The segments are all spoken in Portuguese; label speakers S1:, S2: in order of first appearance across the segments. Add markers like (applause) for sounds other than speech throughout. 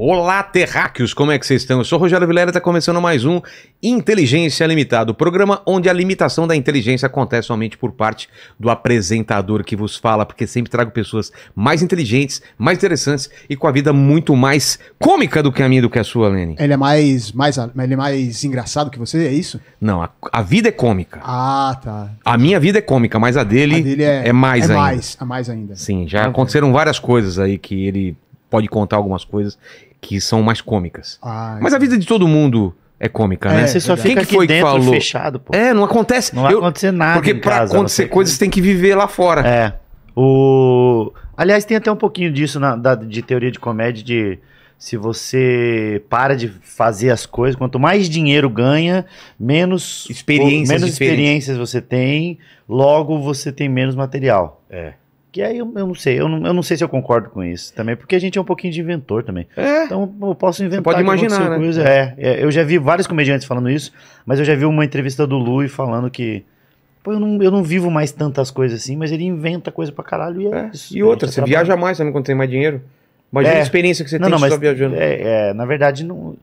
S1: Olá, terráqueos, como é que vocês estão? Eu sou Rogério Vilera, está começando mais um Inteligência Limitada, o programa onde a limitação da inteligência acontece somente por parte do apresentador que vos fala, porque sempre trago pessoas mais inteligentes, mais interessantes e com a vida muito mais cômica do que a minha do que a sua, Lene.
S2: Ele é mais, mais, ele é mais engraçado que você, é isso?
S1: Não, a, a vida é cômica.
S2: Ah, tá.
S1: A minha vida é cômica, mas a dele,
S2: A dele
S1: é,
S2: é,
S1: mais
S2: é
S1: ainda.
S2: mais, é mais ainda.
S1: Sim, já aconteceram várias coisas aí que ele pode contar algumas coisas que são mais cômicas.
S2: Ah,
S1: Mas a vida de todo mundo é cômica, né?
S2: É,
S3: você só
S2: verdade.
S1: Quem que
S3: fica aqui
S1: foi que
S3: dentro
S1: falou?
S3: fechado, pô.
S1: É, não acontece.
S3: Não vai
S1: Eu-
S3: acontecer nada.
S1: porque
S3: em
S1: pra
S3: casa, a não
S1: acontecer
S3: ser que-
S1: coisas tem que viver lá fora.
S3: É. O... Aliás, tem até um pouquinho disso na, da- de teoria de comédia de se você para de fazer as coisas, quanto mais dinheiro ganha, menos
S1: Experiências
S3: menos
S1: diferentes.
S3: experiências você tem, logo você tem menos material.
S1: É.
S3: Que aí eu, eu não sei, eu não, eu não sei se eu concordo com isso também, porque a gente é um pouquinho de inventor também.
S1: É.
S3: Então eu posso inventar.
S1: pode
S3: que
S1: imaginar,
S3: aconteceu
S1: né?
S3: coisa. É, é, eu já vi vários comediantes falando isso, mas eu já vi uma entrevista do Lui falando que. Pô, eu não, eu não vivo mais tantas coisas assim, mas ele inventa coisa pra caralho e é,
S1: É.
S3: isso.
S1: E outra,
S3: Isso
S1: você
S3: é
S1: viaja
S3: trabalho.
S1: mais também quando tem mais dinheiro. Imagina
S3: É.
S1: a experiência que você
S3: Não,
S1: tem
S3: não,
S1: só
S3: mas.
S1: viajando.
S3: É, é, na verdade, não.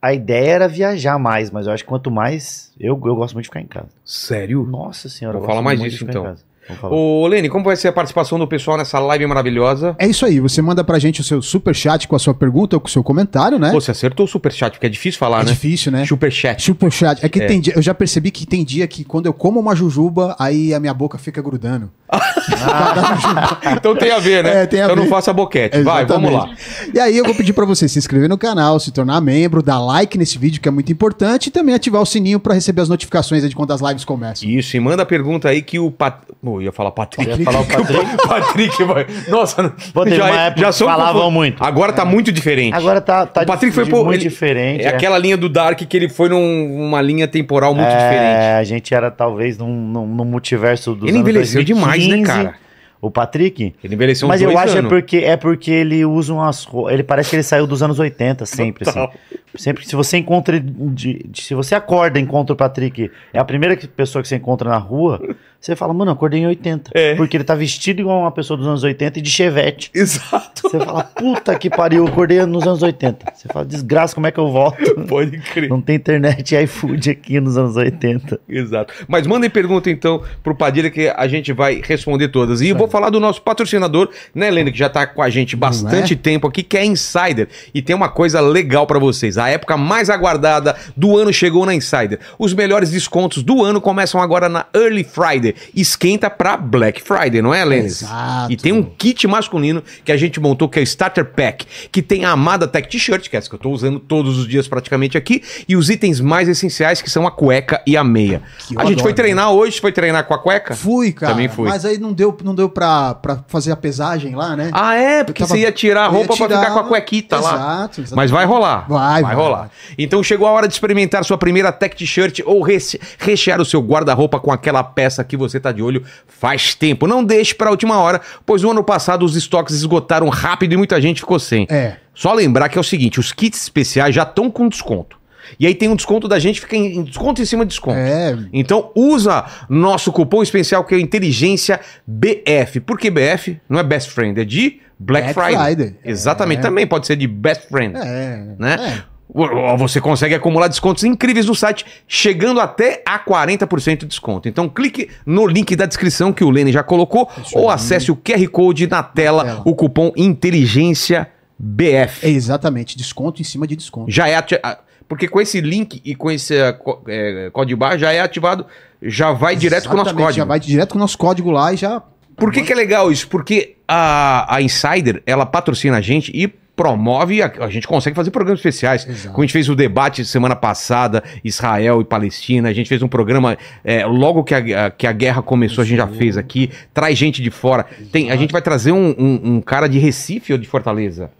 S3: A ideia era viajar mais, mas eu acho que quanto mais. Eu, eu gosto muito de ficar em casa.
S1: Sério?
S3: Nossa senhora. eu
S1: Vou
S3: gosto
S1: falar mais
S3: muito de
S1: disso,
S3: ficar em
S1: então.
S3: casa. Vamos falar.
S1: Ô, Lene, como vai ser a participação do pessoal nessa live maravilhosa?
S2: É isso aí, você manda pra gente o seu superchat com a sua pergunta ou com o seu comentário, né?
S3: É?
S1: Pô, Você acertou o superchat, porque é difícil falar,
S2: é
S1: né?
S2: difícil, né?
S1: Superchat. (laughs)
S2: Superchat. É que tem dia, eu já percebi que tem dia que quando eu como uma jujuba, aí a minha boca fica grudando. Da- da jujuba.
S1: então tem a ver, né?
S2: É, tem a
S1: então não
S2: ver.
S1: faça boquete. Vai, vamos lá.
S2: Exatamente. E aí eu vou pedir pra você se inscrever no canal, se tornar membro, dar like nesse vídeo que é muito importante e também ativar o sininho pra receber as notificações aí de quando as lives começam.
S1: Isso, e manda a pergunta aí que o Pat... Pô, eu ia falar Patrick.
S3: Eu ia
S1: (laughs)
S3: falar o Patrick.
S1: O Patrick vai... Nossa, é-
S3: Pô, teve uma época que
S1: sou um
S3: falavam
S1: confuso.
S3: muito. É.
S1: Agora tá muito diferente.
S3: Agora tá, tá
S1: o Patrick
S3: dif-
S1: foi
S3: de-
S1: pô,
S3: muito
S1: ele-
S3: diferente.
S1: É aquela linha do Dark que ele foi num- numa linha temporal muito diferente.
S3: É, a gente era talvez num, num, num multiverso dos
S1: Ele
S3: anos
S1: envelheceu
S3: 2015.
S1: demais, né, cara?
S3: O Patrick?
S1: Ele envelheceu uns
S3: Mas eu
S1: dois
S3: acho é
S1: anos.
S3: porque, é porque ele usa umas roupas. Ele parece que ele saiu dos anos 80, sempre, assim.
S1: Total. (laughs)
S3: Sempre que se você encontra. de- de- se você acorda e encontra o Patrick, é a primeira que- pessoa que você encontra na rua, você fala, mano, eu acordei em 80.
S1: É.
S3: Porque ele tá vestido igual uma pessoa dos anos 80 e de chevette.
S1: Exato,
S3: Você fala, puta que pariu, eu acordei nos anos 80. Você fala, desgraça, como é que
S1: (laughs)
S3: eu volto?
S1: pode crer.
S3: Não tem internet e iFood aqui nos anos 80.
S1: (laughs) Exato. Mas mandem pergunta então pro Padilha que a gente vai responder todas. E eu vou falar do nosso patrocinador, né, Helena, que já tá com a gente bastante tempo aqui, que é a Insider. E tem uma coisa legal pra vocês. A época mais aguardada do ano chegou na Insider. Os melhores descontos do ano começam agora na Early Friday. Esquenta pra Black Friday, não é, Helena?
S2: Exato.
S1: E tem um kit masculino que a gente montou, que é o Starter Pack, que tem a amada Tech T-shirt, que é essa que eu tô usando todos os dias praticamente aqui, e os itens mais essenciais, que são a cueca e a meia.
S2: Que eu
S1: a gente
S2: adoro,
S1: foi treinar hoje, foi treinar com a cueca?
S2: Fui, cara.
S1: Também fui.
S2: Mas aí não deu, não deu pra, pra fazer a pesagem lá, né?
S1: Ah, é, porque
S2: Eu tava-
S1: você ia tirar a
S2: eu ia
S1: roupa pra
S2: tirar-
S1: ficar com a cuequita lá.
S2: Exato, exato.
S1: Mas vai rolar.
S2: Vai, vai.
S1: rolar. Então chegou a hora de experimentar sua primeira tech t-shirt ou reche- rechear o seu guarda-roupa com aquela peça que você tá de olho faz tempo. Não deixe pra última hora, pois no ano passado os estoques esgotaram rápido e muita gente ficou sem.
S2: É.
S1: Só lembrar que é o seguinte, os kits especiais já estão com desconto. E aí tem um desconto da gente, fica em em desconto em cima de desconto.
S2: É.
S1: Então usa nosso cupom especial que é o Inteligência BF. Por que BF? Não é Best Friend, é de Black,
S2: Black
S1: Friday.
S2: Friday.
S1: Exatamente, também pode ser de Best Friend.
S2: É.
S1: Né?
S2: É.
S1: Ó, Você consegue acumular descontos incríveis no site, chegando até a 40% de desconto. Então clique no link da descrição que o Lene já colocou ou acesse o QR Code na tela,
S2: tela.
S1: o cupom Inteligência BF.
S2: É, Exatamente. Desconto em cima de desconto.
S1: Já é ati- a- Porque com esse link e com esse eh, co- eh, código barra já é ativado, já vai direto com o nosso
S2: Exatamente,
S1: código.
S2: Já vai direto com o nosso código lá e já.
S1: Por que, que é legal isso? Porque a, a Insider, ela patrocina a gente e promove, a, a gente consegue fazer programas especiais.
S2: Exato.
S1: Quando a gente fez o debate semana passada, Israel e Palestina, a gente fez um programa é, logo que a, a- que a guerra começou, a gente já fez aqui, traz gente de fora. Tem, a gente vai trazer um, um- um cara de Recife ou de Fortaleza,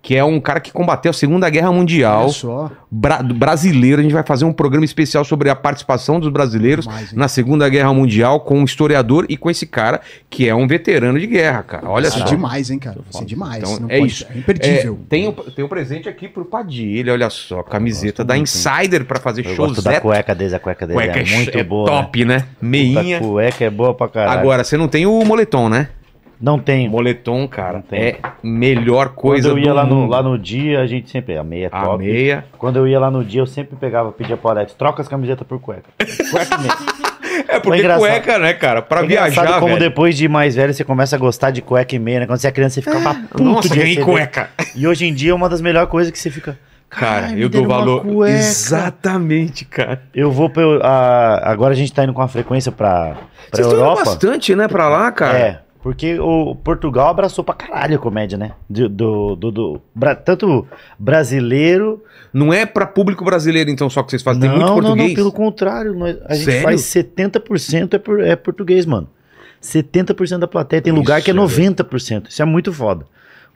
S1: que é um cara que combateu a Segunda Guerra Mundial
S2: Olha é só.
S1: bra- do brasileiro. A gente vai fazer um programa especial sobre a participação dos brasileiros
S2: Demais, hein?
S1: na Segunda Guerra Mundial com um historiador e com esse cara que é um veterano de guerra, cara. Olha
S2: Isso é
S1: só.
S2: demais, hein, cara? Isso é demais.
S1: Então,
S2: Não
S1: é
S2: pode-
S1: isso.
S2: É
S1: É,
S2: imperdível.
S1: tem, um, tem um presente aqui pro Padilha, olha só, camiseta da Insider pra fazer
S3: Eu
S1: shows.
S3: gosto da cueca deles, a cueca deles é muito boa.
S1: top, né?
S3: Né? Puta,
S1: Meinha.
S3: cueca é boa pra caralho.
S1: Agora, você não tem o moletom, né?
S3: Não tenho.
S1: Moletom, cara,
S3: Tem.
S1: é melhor coisa
S3: Quando eu ia
S1: do
S3: lá no,
S1: mundo.
S3: lá no dia, a gente sempre. A meia é
S1: A
S3: top.
S1: meia.
S3: Quando eu ia lá no dia, eu sempre pegava, pedia pro Alex, troca as camisetas
S1: (laughs)
S3: por cueca. Foi assim mesmo.
S1: É porque
S3: engraçado.
S1: cueca, né, cara? Pra
S3: É engraçado
S1: viajar,
S3: como
S1: velho.
S3: depois de mais velho você começa a gostar de cueca e meia, né? Quando você é criança, você ficava puto
S1: Nossa,
S3: de
S1: ganhei
S3: receber.
S1: cueca.
S3: E hoje em dia é uma das melhores coisas que você fica.
S1: Cara,
S3: "Caralho, me
S1: eu dou
S3: deram uma
S1: valor.
S3: cueca."
S1: Exatamente, cara.
S3: Eu vou pra. eu- a- agora a gente tá indo com uma frequência pra, pra
S1: Vocês estão indo
S3: Europa.
S1: bastante, né, pra lá, cara?
S3: É, porque o Portugal abraçou pra caralho a comédia, né? Do, do, do- do- bra- tanto brasileiro.
S1: Não é pra público brasileiro, então, só que vocês fazem.
S3: não,
S1: Tem muito
S3: não,
S1: português.
S3: não, pelo contrário. nós- a gente
S1: Sério?
S3: faz 70% é, por- é português, mano. 70% da plateia. Tem lugar
S1: Isso,
S3: que é
S1: velho.
S3: 90%. Isso é muito foda.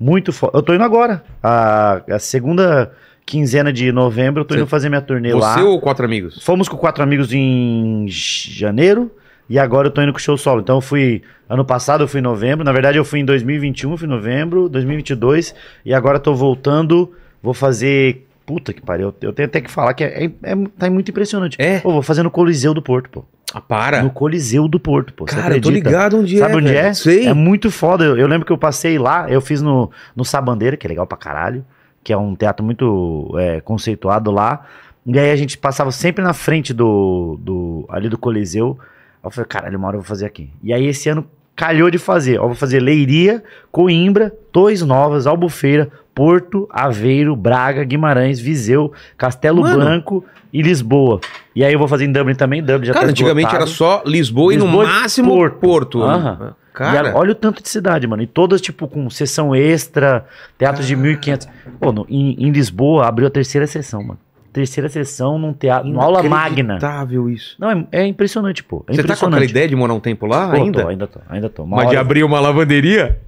S3: Muito foda. Eu tô indo agora. A, a segunda quinzena de novembro, eu tô
S1: Você-
S3: indo fazer minha turnê lá.
S1: Você ou quatro amigos?
S3: Fomos com quatro amigos em janeiro e agora eu tô indo com show solo. Então eu fui ano passado, eu fui em novembro. Na verdade, um, eu fui em 2021, fui em novembro, 2022 e agora eu tô voltando. Vou fazer. Puta que pariu, eu tenho até que falar que é, é- é- tá muito impressionante.
S1: É?
S3: Pô, vou fazer no Coliseu do Porto, pô.
S1: Ah, para.
S3: No Coliseu do Porto, pô. Você
S1: Cara, eu tô
S3: acredita?
S1: ligado onde é.
S3: Sabe onde
S1: velho.
S3: é?
S1: Sei.
S3: É muito foda. Eu, eu lembro que eu passei lá, eu fiz no, no Sabandeira, que é legal pra caralho, que é um teatro muito é, conceituado lá. E aí a gente passava sempre na frente do, do ali do Coliseu. Aí eu falei, caralho, uma hora eu vou fazer aqui. E aí esse ano calhou de fazer. Ó, Eu vou fazer Leiria, Coimbra, Torres Novas, Albufeira, Porto, Aveiro, Braga, Guimarães, Viseu, Castelo
S1: Mano.
S3: Branco e Lisboa. E aí eu vou fazer em Dublin também. Dublin já
S1: Cara,
S3: tá
S1: antigamente
S3: esgotado.
S1: era só Lisboa, e no
S3: Lisboa e
S1: máximo Porto.
S3: Porto.
S1: né?
S3: Aham. E né?
S1: Cara,
S3: a- olha o tanto de cidade, mano. E todas, tipo, com sessão extra, teatros de 1.500. Pô, no- em, em Lisboa abriu a terceira sessão, mano. Terceira sessão num teatro, numa aula magna.
S1: inacreditável isso.
S3: Não, é, é impressionante, pô. É
S1: Você tá com aquela
S3: impressionante.
S1: ideia de morar um tempo lá
S3: Pô,
S1: ainda?
S3: Tô, ainda tô, ainda tô. Uma
S1: Mas de
S3: hora-
S1: abrir uma lavanderia?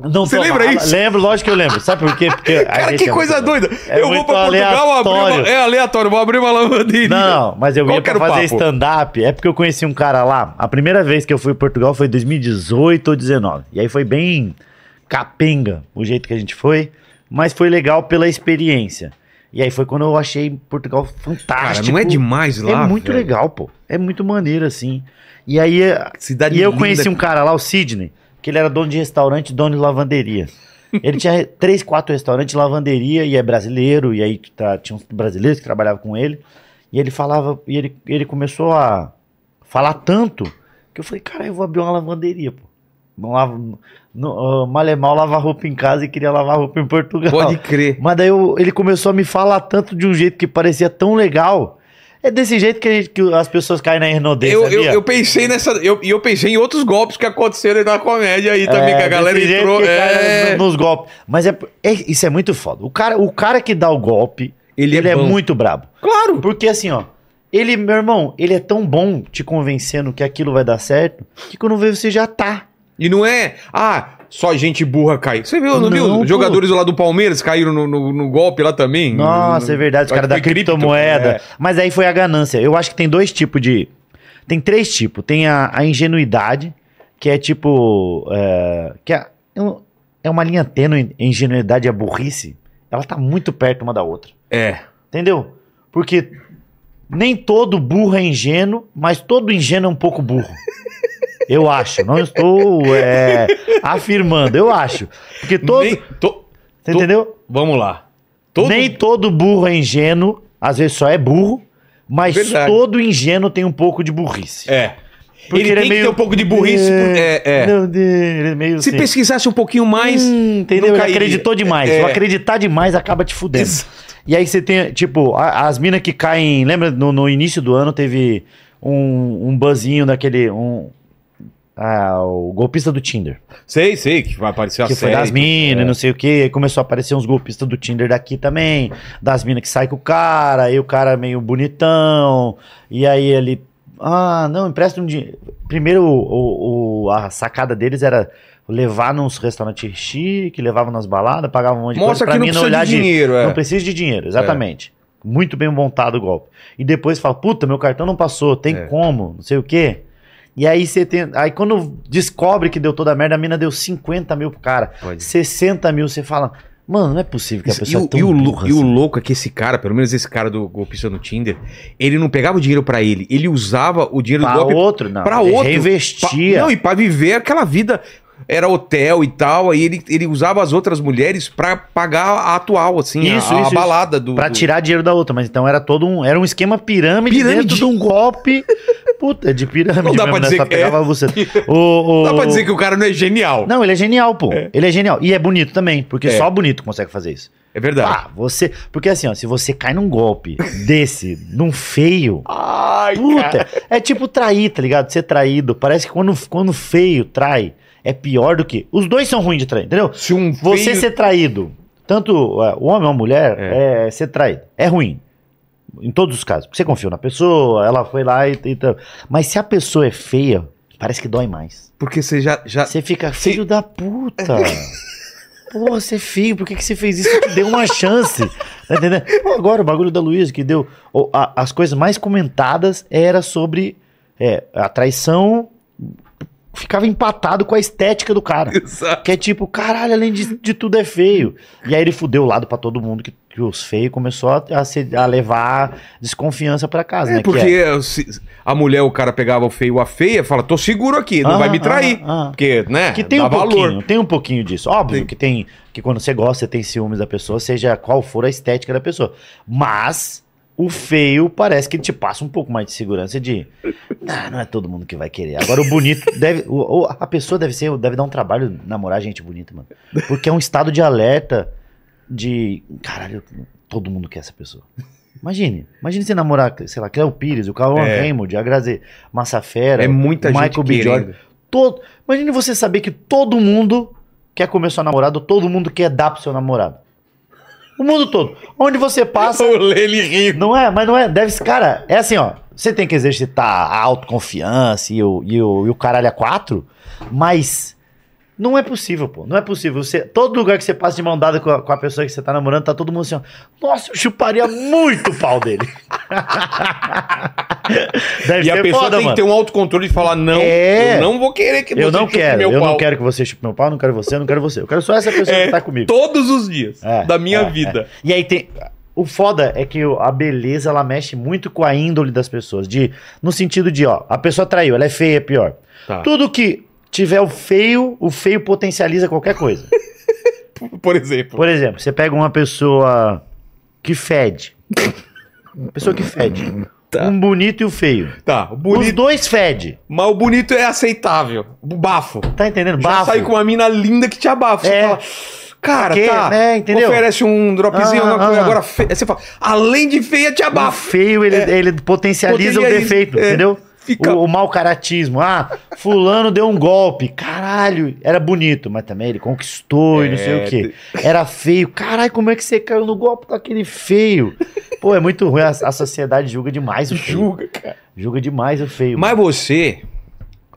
S3: Não,
S1: Você
S3: tô,
S1: lembra
S3: mas-
S1: isso?
S3: Lembro, lógico que eu lembro. Sabe por quê?
S1: (laughs)
S3: Porque a
S1: Cara,
S3: gente
S1: que
S3: é
S1: coisa
S3: muito-
S1: doida.
S3: É
S1: eu vou
S3: muito
S1: pra Portugal abrir uma...
S3: aleatório.
S1: É aleatório, vou abrir uma lavanderia.
S3: (laughs) Não, não, mas eu
S1: Qual
S3: ia
S1: que
S3: pra
S1: era o
S3: fazer
S1: papo?
S3: stand-up. É porque eu conheci um cara lá. A primeira vez que eu fui em Portugal foi em 2018 ou 2019. E aí foi bem capenga o jeito que a gente foi. Mas foi legal pela experiência. E aí foi quando eu achei Portugal
S1: Cara,
S3: fantástico.
S1: não é demais lá,
S3: É muito
S1: velho?
S3: legal, pô. É muito maneiro, assim. E aí.
S1: Cidade
S3: e eu
S1: linda.
S3: conheci um cara lá, o Sidney, que ele era dono de restaurante, dono de lavanderia. Ele tinha (laughs) três, quatro restaurantes, lavanderia, e é brasileiro, e aí tá- tinha uns brasileiros que trabalhavam com ele. E ele falava, e ele, ele começou a falar tanto que eu falei, cara, eu vou abrir uma lavanderia, pô. Não lavo, não, ah, mal é mal lavar roupa em casa e queria lavar roupa em Portugal.
S1: Pode crer.
S3: Mas daí eu- ele começou a me falar tanto de um jeito que parecia tão legal. É desse jeito que, a gente- que as pessoas caem na enrodeza,
S1: Eu, eu,
S3: sabia?
S1: eu pensei nessa. eu- E eu, pensei em outros golpes que aconteceram aí na comédia aí também, que a galera
S3: É, desse jeito
S1: entrou.
S3: que cai
S1: é...
S3: no- nos golpes. Mas é, é- isso é muito foda. O cara, o cara que dá o golpe,
S1: Ele
S3: ele,
S1: é
S3: é,
S1: bom.
S3: muito brabo.
S1: Claro!
S3: Porque assim, ó, ele, meu irmão, ele é tão bom te convencendo que aquilo vai dar certo, que quando vê você já tá.
S1: E não é. Ah, só gente burra cai. Você viu, não,
S3: Não,
S1: viu?
S3: pô.
S1: Jogadores lá do Palmeiras caíram no, no- no golpe lá também.
S3: Nossa, é verdade, os
S1: Acho
S3: caras da
S1: que foi cripto,
S3: criptomoeda.
S1: é.
S3: Mas aí foi a ganância. Eu acho que tem dois tipos de. Tem três tipos. Tem a, a ingenuidade, que é tipo. é, que é, é um- é uma linha tênue, a ingenuidade e a burrice. Ela tá muito perto uma da outra.
S1: É.
S3: Entendeu? Porque nem todo burro é ingênuo, mas todo ingênuo é um pouco burro. Eu acho. Não estou é, afirmando, eu acho. Porque todo.
S1: Nem- to-
S3: você entendeu?
S1: Vamos lá. Todo...
S3: Nem todo burro é ingênuo, às vezes só é burro, mas
S1: Verdade.
S3: todo ingênuo tem um pouco de burrice.
S1: É.
S3: Porque
S1: ele,
S3: ele é
S1: tem que
S3: meio-
S1: ter um pouco de burrice.
S3: É.
S1: por- É, é.
S3: Não, de- ele é meio
S1: Se
S3: assim,
S1: pesquisasse um pouquinho mais.
S3: hum, entendeu?
S1: não
S3: Ele
S1: cairia.
S3: acreditou demais.
S1: É.
S3: O acreditar demais acaba te fudendo. E aí você tem, tipo, a- as minas que caem. Lembra no, no início do ano teve um, um buzzinho daquele. Um, ah, o golpista do Tinder.
S1: Sei, sei, que vai aparecer a
S3: que foi
S1: série.
S3: das
S1: é.
S3: minas, não sei o que. Aí começou a aparecer uns golpistas do Tinder daqui também. Das minas que sai com o cara, aí o cara meio bonitão. E aí ele. Ah, não, empresta um dinheiro. Primeiro, o, o- a sacada deles era levar nos restaurantes chique, levavam nas baladas, pagavam um monte de
S1: Mostra
S3: coisa
S1: que não
S3: mina
S1: precisa de dinheiro, é.
S3: Não precisa de dinheiro, exatamente. Muito bem montado o golpe. E depois fala, puta, meu cartão não passou, tem
S1: É.
S3: como, não sei o quê. E aí você tem. Aí quando descobre que deu toda a merda, a mina deu 50 mil pro cara.
S1: Pode.
S3: 60 mil, você fala. Mano, não é possível que a
S1: Isso, e,
S3: pessoa
S1: o,
S3: é tão
S1: e o lou-
S3: burra
S1: e o
S3: assim."
S1: louco é que esse cara, pelo menos esse cara do golpista no Tinder, ele não pegava o dinheiro pra ele, ele usava o dinheiro
S3: Pra
S1: do golpe
S3: outro, não.
S1: pra
S3: ele
S1: outro.
S3: Reinvestia.
S1: Pa- Não, e pra viver aquela vida era hotel e tal, aí ele, ele usava as outras mulheres pra pagar a atual, assim, a-
S3: Isso,
S1: a,
S3: isso, isso.
S1: balada do.
S3: Pra
S1: do-
S3: tirar dinheiro da outra, mas então era todo um. Era um esquema pirâmide,
S1: Pirâmide.
S3: dentro de um golpe. Puta, de pirâmide.
S1: Não dá
S3: mesmo,
S1: pra
S3: né?
S1: dizer
S3: Só
S1: que é.
S3: pegava você. O, o...
S1: Não Dá pra dizer que o cara não é genial.
S3: Não, ele é genial, pô. Ele é genial. E é bonito também, porque
S1: É.
S3: só bonito consegue fazer isso.
S1: É verdade.
S3: Ah, você. Porque assim, ó, se você cai num golpe desse, num feio.
S1: Ai,
S3: Puta, é tipo trair, tá ligado? Ser traído. Parece que quando, quando feio trai, é pior do que. Os dois são ruins de trair, entendeu?
S1: Se um
S3: Você
S1: feio-
S3: ser traído, tanto é, o homem ou a mulher, é. ser traído. É ruim. Em todos os casos. Porque você confiou na pessoa, ela foi lá e. e tal. Mas se a pessoa é feia, parece que dói mais.
S1: Porque você já. já...
S3: Você fica
S1: Se-
S3: filho da puta. Porra, você é feio, por que, que você fez isso? Eu te dei uma chance. Tá entendendo? Pô, Agora, o bagulho da Luísa que deu. o- a- as coisas mais comentadas era sobre é, a traição. Ficava empatado com a estética do cara.
S1: (laughs) Exato.
S3: Que é tipo, caralho, além de, de tudo é feio. E aí ele fudeu o lado pra todo mundo que, que os feios começou a, a se- a levar desconfiança pra casa,
S1: É
S3: né?
S1: porque
S3: Que
S1: se- a mulher, o cara pegava o feio, a feia, fala, tô seguro aqui, não
S3: Aham,
S1: vai me trair.
S3: aham, aham.
S1: Porque, né?
S3: Que tem
S1: dá
S3: um pouquinho, tem um pouquinho disso. Óbvio
S1: Tem.
S3: que tem que quando você gosta, você tem ciúmes da pessoa, seja qual for a estética da pessoa. Mas o feio parece que te passa um pouco mais de segurança de, ah, não é todo mundo que vai querer. Agora o bonito (laughs) deve, o- o- a pessoa deve ser, deve dar um trabalho namorar gente bonita, mano. Porque é um estado de alerta de, caralho, todo mundo quer essa pessoa. Imagine, imagine você namorar, sei lá, Cleo Pires, o Cauã
S1: É.
S3: Raymond, a Grazi Massafera,
S1: É muita
S3: o
S1: gente
S3: Michael B. Jordan.
S1: querendo.
S3: Todo... Imagine você saber que todo mundo quer comer seu namorado, todo mundo quer dar pro seu namorado. O mundo todo. Onde você
S1: (laughs)
S3: passa.
S1: O Lele rindo.
S3: Não é, mas não é. Deve ser. Cara, é assim, ó. Você tem que exercitar a autoconfiança e o, e o, e o caralho a quatro, mas. Não é possível, pô. Não é possível. Você, todo lugar que você passa de mão dada com a, com a pessoa que você tá namorando, tá todo mundo assim, ó. Nossa, eu chuparia muito o pau dele. (laughs) Deve
S1: E a pessoa tem que ter um autocontrole de falar, não,
S3: É.
S1: eu não vou querer que
S3: eu não
S1: chupe
S3: quero,
S1: meu
S3: eu não
S1: pau.
S3: quero que você chupe meu pau, não quero você, não quero você. Eu quero só essa pessoa
S1: É,
S3: que tá comigo.
S1: Todos os dias
S3: É,
S1: da minha
S3: é,
S1: vida.
S3: é. E aí tem. O foda é que o- a beleza ela mexe muito com a índole das pessoas. De, no sentido de, ó, a pessoa traiu, ela é feia, é pior.
S1: Tá.
S3: Tudo que tiver o feio, o feio potencializa
S1: (laughs)
S3: qualquer coisa.
S1: Por exemplo.
S3: Por exemplo, você pega uma pessoa que fede. Uma pessoa que fede.
S1: Tá.
S3: Um bonito e o feio.
S1: Tá, o
S3: Os
S1: bonito.
S3: dois fede.
S1: Mas o bonito é aceitável. O bafo.
S3: Tá entendendo?
S1: Já sai com uma mina linda que te abafa. Você
S3: É.
S1: fala, cara,
S3: Que-
S1: tá.
S3: é, entendeu?
S1: Oferece um dropzinho,
S3: Ah,
S1: alguma coisa.
S3: ah.
S1: Agora, fe... aí você fala, além de feia, te
S3: O
S1: abafa.
S3: feio, ele, ele potencializa o
S1: é, Potencializa,
S3: defeito,
S1: é.
S3: entendeu?
S1: Fica-
S3: O, o mau caratismo. Ah, fulano deu um golpe. Caralho, era bonito, mas também ele conquistou e não sei
S1: É,
S3: o quê. Era feio. Caralho, como é que você caiu no golpe com aquele feio? Pô, é muito ruim. A, a sociedade julga demais o feio.
S1: Julga, cara.
S3: Julga demais o feio.
S1: Mas você.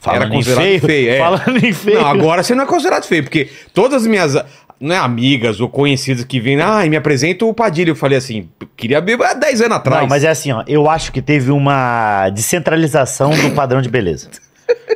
S1: era considerado feio, é.
S3: Falando em feio.
S1: Não, agora você não é considerado feio, porque todas as minhas não é, amigas ou conhecidas que vêm, ah, me apresenta o Padilha. Eu falei assim, queria beber há 10 anos atrás.
S3: Não, mas é assim, ó. Eu acho que teve uma descentralização do padrão de beleza.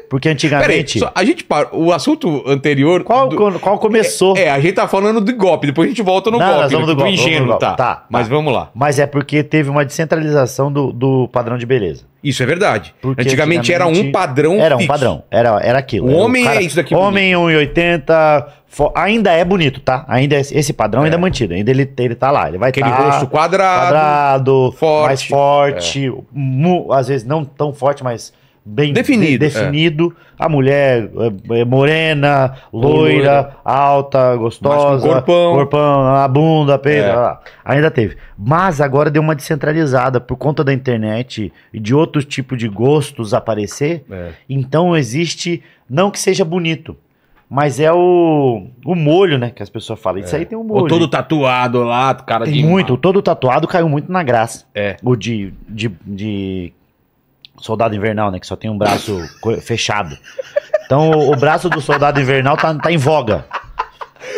S3: Porque
S1: Peraí,
S3: antigamente...
S1: só- a gente para. O assunto anterior.
S3: é Qual,
S1: do-
S3: qual começou?
S1: É, a gente tá falando do golpe, depois a gente volta no
S3: Não,
S1: golpe.
S3: nós vamos
S1: né,
S3: do
S1: que
S3: golpe, vamos
S1: ingênuo,
S3: do golpe.
S1: tá.
S3: Tá,
S1: Mas
S3: tá.
S1: vamos lá.
S3: Mas é porque teve uma descentralização do, do padrão de beleza.
S1: Isso é verdade.
S3: Porque
S1: Antigamente, era um
S3: antigamente
S1: padrão
S3: Era um
S1: fixo.
S3: padrão, era, era aquilo.
S1: O
S3: Era
S1: homem é isso daqui
S3: Homem 1,80, fo- ainda é bonito, tá? Ainda é- esse padrão ainda é mantido, ainda ele, ele tá lá, ele vai
S1: Aquele
S3: tá
S1: rosto quadrado.
S3: quadrado,
S1: forte.
S3: mais forte, mu- às vezes não tão forte, mas bem
S1: Definido,
S3: de- definido. A mulher é, é morena, loira,
S1: Loira.
S3: alta, gostosa,
S1: corpão.
S3: corpão, a bunda, peito,
S1: É.
S3: lá, lá. ainda teve. Mas agora deu uma descentralizada por conta da internet e de outros tipos de gostos aparecer.
S1: É.
S3: Então existe, não que seja bonito, mas é o, o molho, né? Que as pessoas falam. Isso aí tem um molho.
S1: É. Ou todo tatuado lá, cara
S3: Tem
S1: de.
S3: muito, o todo tatuado caiu muito na graça.
S1: É.
S3: O de, de, de soldado invernal, né? Que só tem um braço (laughs) co- fechado. Então o, o braço do soldado invernal tá, tá em voga.
S1: (laughs)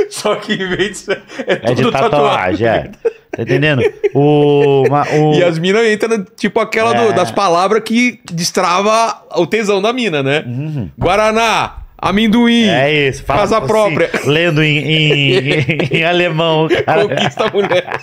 S1: Só que em vez de. ser- É,
S3: É de
S1: tudo tatuado.
S3: tatuagem, é. Tá entendendo? O, ma- o-
S1: E as minas entram, tipo aquela do-
S3: É.
S1: das palavras que destrava o tesão da mina, né?
S3: Uhum.
S1: Guaraná, amendoim,
S3: É isso. fala
S1: Casa
S3: assim,
S1: própria.
S3: lendo em, em, em alemão. cara.
S1: conquista a mulher.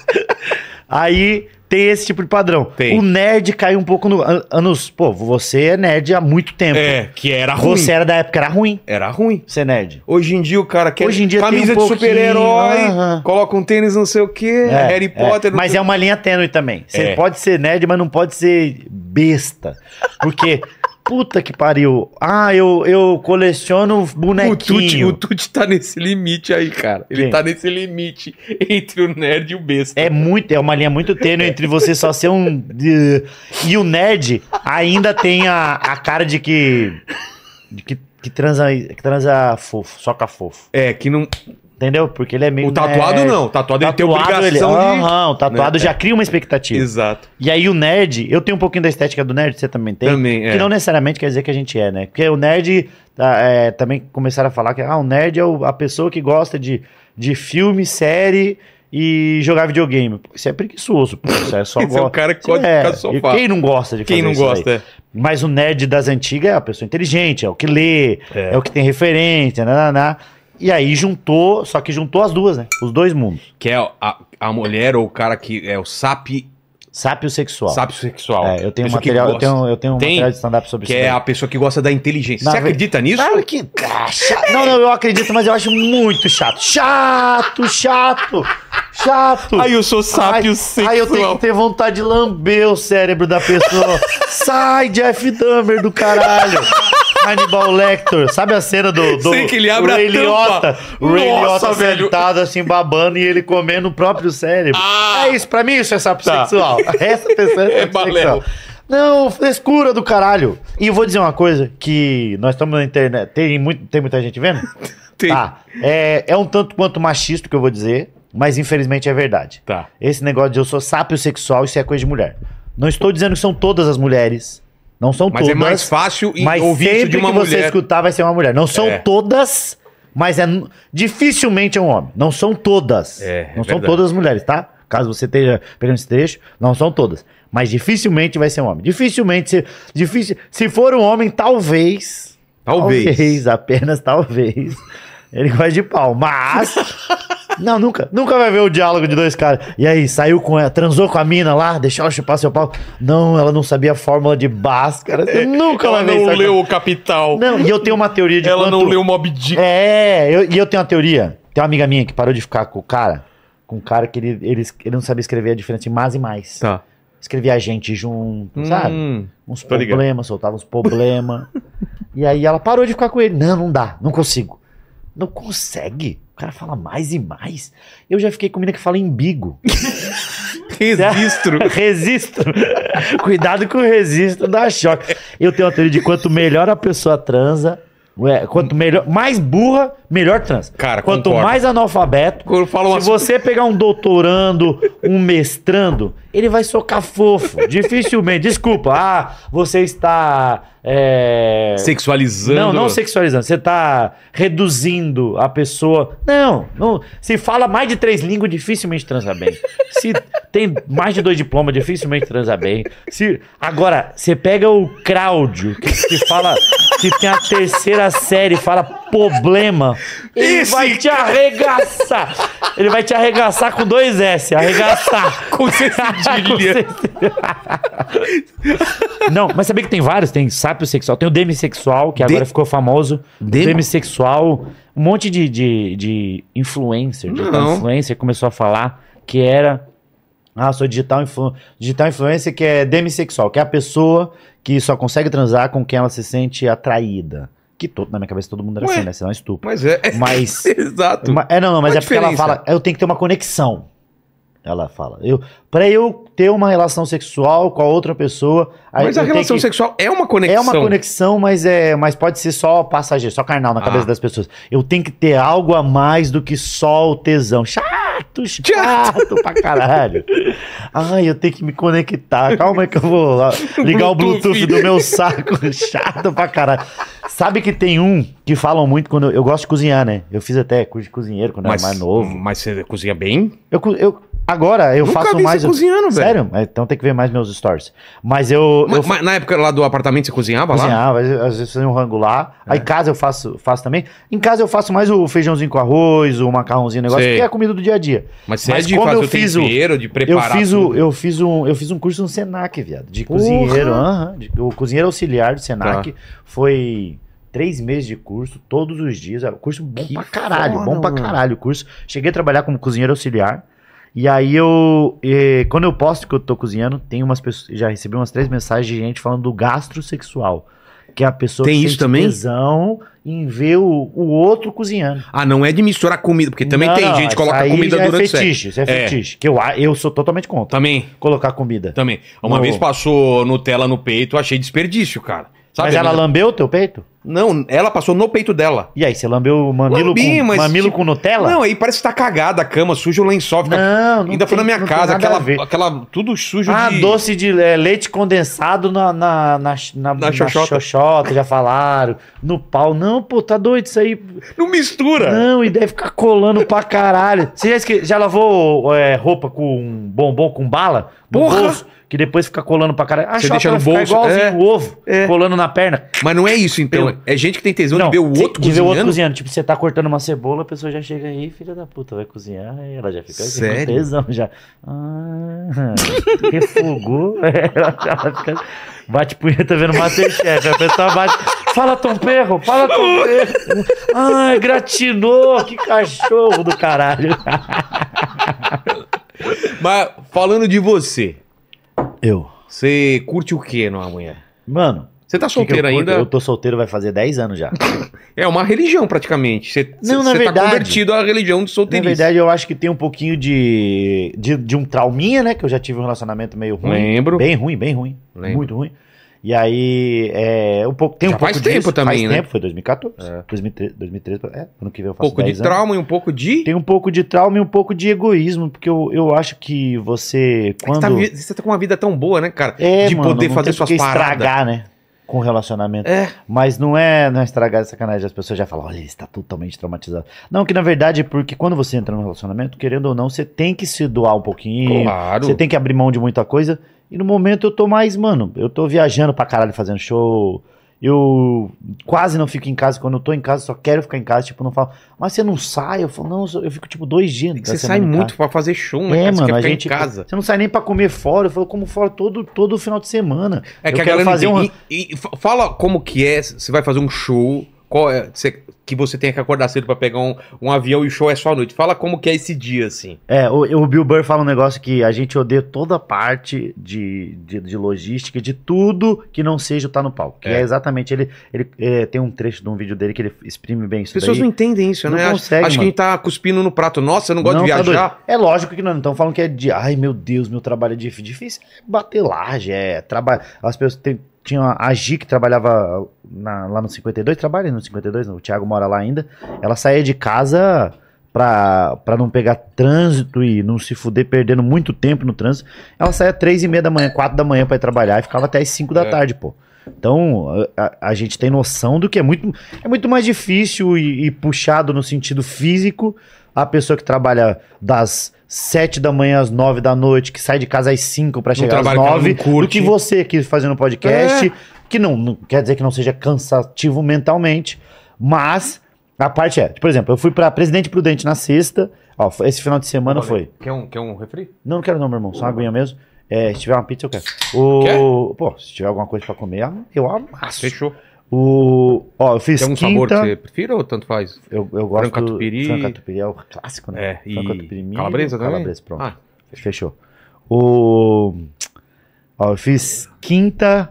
S3: Aí tem esse tipo de padrão.
S1: Tem.
S3: O nerd caiu um pouco no. an- Anos, pô, você (laughs) é nerd há muito tempo.
S1: É, que era ruim.
S3: Você era da época, era ruim
S1: Era ruim.
S3: ser nerd.
S1: Hoje em dia o cara quer
S3: Hoje em dia
S1: camisa
S3: tem um
S1: de
S3: pouquinho,
S1: super-herói,
S3: aham.
S1: coloca um tênis não sei o quê, Harry Potter...
S3: É. Mas é uma linha tênue também. Você
S1: É.
S3: pode ser nerd, mas não pode ser besta.
S1: (laughs)
S3: Porque, puta que pariu. Ah, eu, eu coleciono
S1: o Tuti,
S3: bonequinho.
S1: o Tuti tá nesse limite aí, cara. Ele
S3: é Quem?
S1: tá nesse limite entre o nerd e o besta.
S3: É muito, é uma linha muito tênue entre você só ser um. eh, e o nerd ainda tem a, a cara de que. de que, que transa. Que transa fofo, soca fofo.
S1: É, que não...
S3: Entendeu? Porque ele é meio.
S1: O tatuado
S3: nerd.
S1: não. O tatuado, ele tem
S3: Tatuado,
S1: obrigação
S3: ele,
S1: de...
S3: Aham, o tatuado
S1: né?
S3: já cria uma expectativa.
S1: Exato.
S3: E aí o nerd, eu tenho um pouquinho da estética do nerd, você também tem.
S1: Também, é.
S3: Que não necessariamente quer dizer que a gente é, né? Porque o nerd tá, é, também começaram a falar que ah, o nerd é o- a pessoa que gosta de, de filme, série e jogar videogame. Pô, Isso é preguiçoso, pô. Isso é
S1: (laughs) (laughs)
S3: só
S1: Esse é o
S3: gosta.
S1: cara que gosta de ficar no sofá.
S3: quem não gosta de
S1: Quem
S3: fazer
S1: não
S3: isso
S1: gosta,
S3: daí?
S1: é.
S3: Mas o nerd das antigas é a pessoa inteligente, é o que lê, é, o que tem referência, nananá. E aí juntou, só que juntou as duas, né? Os dois mundos.
S1: Que é a, a mulher ou o cara que é o sap,
S3: Sápio sexual.
S1: sap sexual.
S3: É, eu tenho um
S1: Pessoa que
S3: material, eu
S1: gosta.
S3: tenho, eu tenho um
S1: Tem?
S3: material de stand-up sobre
S1: Que
S3: isso.
S1: é
S3: daí.
S1: a pessoa que gosta da inteligência.
S3: Na
S1: Você
S3: ve-
S1: acredita nisso?
S3: Claro que. Ah, chato. Não, não, eu acredito, mas eu acho muito chato. Chato, chato, chato.
S1: eu sou
S3: Ai, ai, eu tenho que ter vontade de lamber o cérebro da pessoa. Sai, Jeff Dahmer do caralho. Hannibal Lecter. Sabe a cena do. do
S1: Sei que ele abre
S3: o
S1: a
S3: Ray
S1: tampa.
S3: Liotta? O Ray
S1: Nossa,
S3: Liotta
S1: velho.
S3: sentado assim, babando e ele comendo o próprio cérebro.
S1: Ah.
S3: é isso, pra mim isso é sapo sexual. Essa pessoa é,
S1: É
S3: sapo
S1: balela.
S3: sexual. Não, frescura do caralho. E eu vou dizer uma coisa que nós estamos na internet. Tem, muito, tem muita gente vendo?
S1: (laughs) Tem.
S3: Tá. É, é um tanto quanto machista o que eu vou dizer, mas infelizmente é verdade.
S1: Tá.
S3: Esse negócio de eu sou sápio sexual, isso é coisa de mulher. Não estou dizendo que são todas as mulheres. Não são
S1: Mas é
S3: todas.
S1: mais fácil e-
S3: mas
S1: ouvir isso
S3: sempre
S1: de uma
S3: que você
S1: mulher.
S3: escutar vai ser uma mulher. Não são
S1: É.
S3: todas, mas é n- dificilmente é um homem. Não são todas.
S1: É, é
S3: não são
S1: verdade.
S3: todas as mulheres, tá? Caso você esteja pegando esse trecho, não são todas. Mas dificilmente vai ser um homem. Dificilmente se, difícil, se for um homem, talvez.
S1: Talvez.
S3: apenas
S1: (laughs)
S3: talvez. Ele gosta de pau, mas. Não, nunca. Nunca vai ver o diálogo de dois caras. E aí, saiu com ela, transou com a mina lá, deixou ela chupar seu pau. Não, ela não sabia a fórmula de Bhaskara. Você nunca
S1: É, Ela
S3: vai ver
S1: não
S3: isso.
S1: leu o Capital.
S3: Não, e eu tenho uma teoria de
S1: Ela
S3: quanto...
S1: não leu o Mob Dick.
S3: É, eu- e eu tenho uma teoria. Tem uma amiga minha que parou de ficar com o cara, com um cara que ele, ele, ele não sabia escrever a diferença de mais e mais.
S1: Tá.
S3: Escrevia a gente junto, sabe?
S1: Hum,
S3: uns
S1: Tô ligado.
S3: problemas, soltava uns problemas.
S1: (laughs)
S3: e aí ela parou de ficar com ele. Não, não dá, não consigo. Não consegue? O cara fala mais e mais. Eu já fiquei com mina que
S1: (laughs)
S3: fala embigo. (laughs)
S1: registro.
S3: Registro. Cuidado com o registro da choque. Eu tenho uma teoria de quanto melhor a pessoa transa, ué, quanto melhor, mais burra, melhor transa.
S1: Cara,
S3: quanto
S1: concordo.
S3: mais analfabeto,
S1: Quando falam
S3: se você pegar um doutorando, um mestrando, ele vai socar fofo. Dificilmente. Desculpa. Ah, você está. é,
S1: sexualizando.
S3: Não, não sexualizando. Você está reduzindo a pessoa. Não, não. Se fala mais de três línguas, dificilmente transa bem. Se tem mais de dois diplomas, dificilmente transa bem. Se, agora, você pega o Cláudio, que, que fala. Que tem a terceira série, fala problema. Ele
S1: Esse
S3: vai te arregaçar. Ele vai te arregaçar com dois S. Arregaçar.
S1: (laughs) Com
S3: (laughs)
S1: C cedilha.
S3: Não, mas sabia que tem vários? Tem sápio sexual, tem o demissexual, que agora ficou famoso.
S1: Demi-
S3: Demissexual. Um monte de, de, de influencer, digital
S1: Não.
S3: influencer começou a falar que era. Ah, sou digital, influ... digital influencer que é demissexual, que é a pessoa que só consegue transar com quem ela se sente atraída. Que todo, na minha cabeça todo mundo era
S1: Ué.
S3: assim, né? Senão é estupro.
S1: Mas é. (laughs)
S3: Mas-
S1: Exato.
S3: Ma- É, não, não, mas
S1: Qual
S3: é
S1: a
S3: porque ela
S1: diferença?
S3: fala, eu tenho que ter uma conexão. Ela fala, eu, pra eu ter uma relação sexual com a outra pessoa. aí
S1: Mas a
S3: eu tenho
S1: relação
S3: que-
S1: sexual é uma conexão.
S3: É uma conexão, mas, é, mas pode ser só passageiro, só carnal na
S1: Ah.
S3: cabeça das pessoas. Eu tenho que ter algo a mais do que só o tesão. Chato, chato pra caralho. Ai, eu tenho que me conectar. Calma aí que eu vou lá ligar o
S1: Bluetooth.
S3: Bluetooth do meu saco. (laughs) Chato pra caralho. Sabe que tem um que falam muito quando eu, eu gosto de cozinhar, né? Eu fiz até curso de cozinheiro quando eu
S1: Mas,
S3: era mais novo.
S1: Mas você cozinha bem?
S3: Eu, co- eu, Agora eu
S1: Nunca
S3: faço
S1: vi
S3: mais.
S1: você cozinhando, velho.
S3: Sério? É, Então tem que ver mais meus stories. Mas eu.
S1: Ma-
S3: eu
S1: ma- na época lá do apartamento você cozinhava lá? É.
S3: cozinhava, às- às vezes fazia um rango lá. Aí em casa eu faço, faço também. Em casa eu faço mais o feijãozinho com arroz, o macarrãozinho, o negócio,
S1: Sei.
S3: que é a comida do dia a dia.
S1: Mas você
S3: Mas
S1: é de
S3: como
S1: fazer
S3: eu
S1: o
S3: fiz o-
S1: tempero, de
S3: Eu
S1: preparar
S3: fiz, o,
S1: tudo.
S3: eu, fiz um, eu fiz um curso no Senac, viado, de
S1: Porra! Tá.
S3: cozinheiro. aham, de- o cozinheiro auxiliar do Senac foi três meses de curso, todos os dias. Era um curso bom
S1: Que
S3: pra caralho,
S1: foda,
S3: bom pra
S1: mano.
S3: caralho o curso. Cheguei a trabalhar como cozinheiro auxiliar. E aí eu, eh, quando eu posto que eu tô cozinhando, tem umas pessoas, já recebi umas três mensagens de gente falando do gastrossexual. Que é a pessoa
S1: Tem
S3: que
S1: isso também?
S3: tesão em ver o, o outro cozinhando.
S1: Ah, não é de misturar comida, porque também
S3: Não,
S1: tem
S3: não,
S1: gente que
S3: isso
S1: coloca
S3: aí
S1: comida
S3: já
S1: durante
S3: é
S1: o sexo.
S3: fetiche, isso é
S1: É.
S3: fetiche. Que eu, a- eu sou totalmente contra
S1: Também,
S3: colocar comida.
S1: também. Uma
S3: Não.
S1: vez passou Nutella no peito, eu achei desperdício, cara. Sabe,
S3: Mas ela
S1: amiga?
S3: lambeu o teu peito?
S1: Não, ela passou no peito dela.
S3: E aí, você lambeu o mamilo,
S1: Lambi,
S3: com,
S1: mas
S3: mamilo
S1: tipo-
S3: com Nutella?
S1: Não, aí parece que tá cagada a cama, suja o lençol. Fica...
S3: não,
S1: Ainda foi na minha casa, aquela,
S3: vez.
S1: aquela tudo sujo
S3: Ah,
S1: de...
S3: doce de é, leite condensado na, na, na, na, na
S1: xoxota.
S3: xoxota, já falaram. No pau. Não, pô, tá doido isso aí.
S1: Não mistura.
S3: Não, e deve ficar colando pra caralho. Você já, esque- já lavou é, roupa com bombom com bala? No
S1: Porra!
S3: bolso? Que depois fica colando pra caralho. A
S1: Você
S3: xota
S1: deixa no
S3: vai
S1: bolso,
S3: ficar igualzinho
S1: é.
S3: o ovo,
S1: É.
S3: colando na perna.
S1: Mas não é isso, então. É gente que tem tesão de ver o
S3: se-
S1: outro
S3: de ver o outro
S1: cozinhando.
S3: cozinhando. Tipo, você tá cortando uma cebola, a pessoa já chega aí, filha da puta, vai cozinhar, aí ela já fica assim,
S1: Sério?
S3: com tesão já. Ah, (laughs) refogou, (laughs) ela já fica... Bate punheta tá vendo Masterchef, a pessoa bate... Fala, Tom Perro, fala, Tom Perro. Ai, gratinou, que cachorro do caralho.
S1: Mas falando de você,
S3: Eu.
S1: você curte o que numa mulher?
S3: Mano...
S1: Você tá
S3: o que que eu
S1: solteiro
S3: curto?
S1: ainda?
S3: Eu tô solteiro, vai fazer 10 anos já.
S1: É uma religião, praticamente. Você,
S3: Não,
S1: você
S3: na
S1: tá
S3: verdade-
S1: convertido à religião do
S3: Na
S1: solteirismo.
S3: verdade, eu acho que tem um pouquinho de, de, de um trauminha, né? Que eu já tive um relacionamento meio ruim.
S1: Lembro.
S3: Bem ruim, bem ruim.
S1: Lembro.
S3: Muito ruim. E aí, é, um pouco, tem
S1: Já
S3: um pouco
S1: faz tempo
S3: disso,
S1: também,
S3: faz
S1: né?
S3: tempo, foi 2014,
S1: É.
S3: 2013, 2013, é, ano que vem eu
S1: um
S3: faço
S1: pouco de
S3: 10 anos.
S1: trauma e um pouco de.
S3: Tem um pouco de trauma e um pouco de egoísmo, porque eu, eu acho que você,
S1: É que
S3: quando...
S1: Você, tá, vi- você tá com uma vida tão boa, né, cara?
S3: É,
S1: de
S3: mano,
S1: poder
S3: não
S1: fazer
S3: tem
S1: suas
S3: porque
S1: paradas.
S3: estragar, né? Com relacionamento.
S1: É.
S3: Mas não é, não é estragar é sacanagem. As pessoas já falam, olha, ele está totalmente traumatizado. Não, que na verdade é porque quando você entra num relacionamento, querendo ou não, você tem que se doar um pouquinho.
S1: Claro.
S3: Você tem que abrir mão de muita coisa. E no momento eu tô mais, mano, eu tô viajando pra caralho fazendo show. Eu quase não fico em casa. Quando eu tô em casa, só quero ficar em casa. Tipo, não falo, mas você não sai? Eu falo, não, eu só- eu fico tipo dois dias. da
S1: É Você sai
S3: semana em
S1: muito pra fazer show, né?
S3: é,
S1: cara? Você
S3: mano,
S1: quer
S3: a
S1: ficar
S3: gente.
S1: em casa.
S3: Você não sai nem pra comer fora. Eu falo, como fora todo, todo final de semana.
S1: É
S3: Eu
S1: que a
S3: quero
S1: galera
S3: fazer
S1: não
S3: um-
S1: tem- e- e fa- fala como que é, você vai fazer um show, qual é, você- que você tem que acordar cedo pra pegar um, um avião e o show é só à noite. Fala como que é esse dia assim.
S3: É, o, o Bill Burr fala um negócio que a gente odeia toda a parte de, de, de logística, de tudo que não seja estar no palco. Que
S1: É.
S3: é, exatamente. Ele, ele é, tem um trecho de um vídeo dele que ele exprime bem
S1: As
S3: isso.
S1: pessoas
S3: daí.
S1: não entendem isso,
S3: Não
S1: né? Acho-
S3: consegue,
S1: acho que a
S3: mano.
S1: gente tá cuspindo no prato. Nossa, eu não gosto de
S3: Não, tá
S1: viajar.
S3: doido. é lógico que não. Então falam que é de. Ai, meu Deus, meu trabalho é difícil. Difícil é bater laje, é trabalho. As pessoas. Tem, tinha a Gi que trabalhava uh, na- lá no 52, trabalha no 52, não, o Thiago mora lá ainda. Ela saía de casa pra, pra não pegar trânsito e não se fuder perdendo muito tempo no trânsito. Ela saía três e meia da manhã, quatro da manhã pra ir trabalhar e ficava até as 5 da
S1: É.
S3: tarde, pô. Então, a- a, a gente tem noção do que é muito, é muito mais difícil e, e puxado no sentido físico a pessoa que trabalha das 7 da manhã às 9 da noite, que sai de casa às 5 pra chegar às
S1: trabalho que ela
S3: 9,
S1: não curte.
S3: do que você aqui fazendo podcast,
S1: É.
S3: que não, não quer dizer que não seja cansativo mentalmente, mas a parte é, por exemplo, eu fui pra Presidente Prudente na sexta, ó, esse final de semana
S1: Olha,
S3: foi.
S1: Quer um, quer um refri?
S3: Não, não quero não, meu irmão. Só uma aguinha mesmo. É, se tiver uma pizza, eu quero. O... Pô, se tiver alguma coisa pra comer, ah, eu amasso.
S1: Fechou.
S3: O... Ó, eu fiz
S1: Tem algum
S3: quinta...
S1: sabor que você prefira ou tanto faz?
S3: Eu, eu gosto...
S1: Franca
S3: do-
S1: tupiri.
S3: Franca tupiri é o clássico, né?
S1: É,
S3: Franca
S1: e
S3: tupiri, milho,
S1: calabresa também?
S3: Calabresa, pronto.
S1: Ah,
S3: Fechou. O... Ó, eu fiz quinta...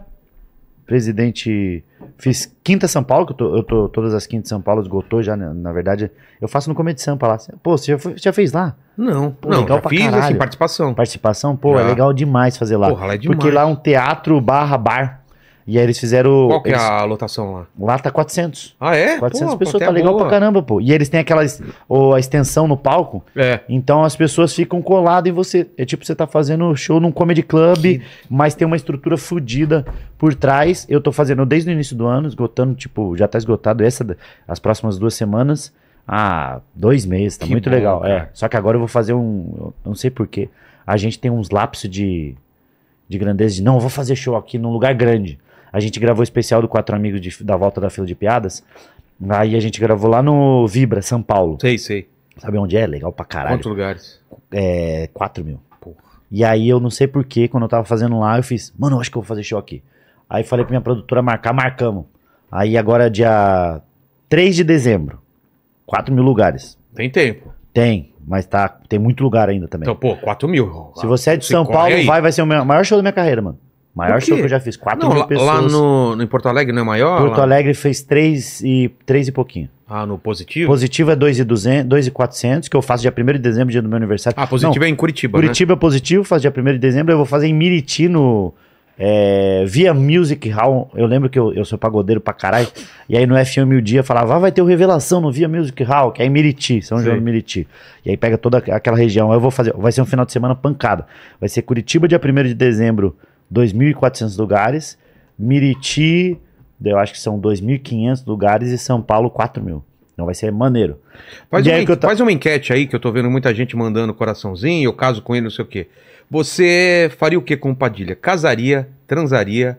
S3: Presidente... Fiz quinta São Paulo, que eu tô, eu tô todas as quintas de São Paulo, esgotou já, né? na, na verdade. Eu faço no Comedy Sampa lá. Pô, você já, foi- já fez lá?
S1: não.
S3: Pô,
S1: não,
S3: legal
S1: já
S3: pra
S1: fiz
S3: caralho.
S1: assim, participação.
S3: Participação? Pô,
S1: Já.
S3: é legal demais fazer lá.
S1: Porra, lá é demais.
S3: Porque lá é um teatro barra bar. E aí eles fizeram.
S1: Qual que é
S3: eles-
S1: a lotação lá?
S3: Lá tá 400.
S1: Ah, é?
S3: 400
S1: Pô,
S3: pessoas,
S1: até
S3: tá legal
S1: boa.
S3: pra caramba, pô. E eles têm aquela es- ou a extensão no palco,
S1: É.
S3: então as pessoas ficam coladas em você. É tipo, você tá fazendo show num comedy club,
S1: Que-
S3: mas tem uma estrutura fodida por trás. Eu tô fazendo desde o início do ano, esgotando, tipo, já tá esgotado essa, as próximas duas semanas. há dois meses, tá
S1: Que
S3: muito
S1: bom,
S3: legal.
S1: cara.
S3: É, só que agora eu vou fazer um. Eu não sei porquê. A gente tem uns lapsos de, de grandeza de não, eu vou fazer show aqui num lugar grande. A gente gravou o especial do Quatro Amigos de- da Volta da Fila de Piadas. Aí a gente gravou lá no Vibra, São Paulo.
S1: Sei, sei.
S3: Sabe onde é? Legal pra caralho.
S1: Quantos lugares?
S3: É 4 mil.
S1: Porra.
S3: E aí eu não sei porquê, quando eu tava fazendo lá, eu fiz, mano, eu acho que eu vou fazer show aqui. Aí falei pra minha produtora marcar, marcamos. Aí agora é dia 3 de dezembro. 4 mil lugares.
S1: Tem tempo.
S3: Tem, mas tá, tem muito lugar ainda também.
S1: Então, pô, 4 mil.
S3: Se você é de
S1: Você
S3: São
S1: corre
S3: Paulo,
S1: aí.
S3: vai, vai ser o meu- maior show da minha carreira, mano. Maior
S1: Por quê?
S3: show que eu já fiz. 4
S1: Não,
S3: mil
S1: lá,
S3: pessoas.
S1: lá no, no- em Porto Alegre não é maior?
S3: Porto
S1: Lá-
S3: Alegre fez 3 e, 3 e pouquinho.
S1: Ah, no Positivo?
S3: Positivo é 2,200, 2,400, que eu faço dia 1 de dezembro, dia do meu aniversário.
S1: Ah,
S3: Não,
S1: Positivo é em Curitiba, né?
S3: Curitiba é positivo, faz dia 1 de dezembro. Eu vou fazer em Miriti no. é, via Music Hall. Eu lembro que eu, eu sou pagodeiro pra caralho. E aí no F1 Mil Dia falava, ah, vai ter o Revelação no Via Music Hall, que é em Miriti, São João
S1: Sei.
S3: do Miriti. E aí pega toda aquela região. Eu vou fazer. Vai ser um final de semana pancada. Vai ser Curitiba, dia 1 de dezembro, 2.400 lugares. Miriti, eu acho que são 2.500 lugares. E São Paulo, 4.000. Então vai ser maneiro.
S1: Faz,
S3: E
S1: uma,
S3: aí que eu
S1: en-
S3: ta-
S1: faz uma enquete aí, que eu tô vendo muita gente mandando coraçãozinho, eu caso com ele, não sei o quê. Você faria o que com o Padilha? Casaria, transaria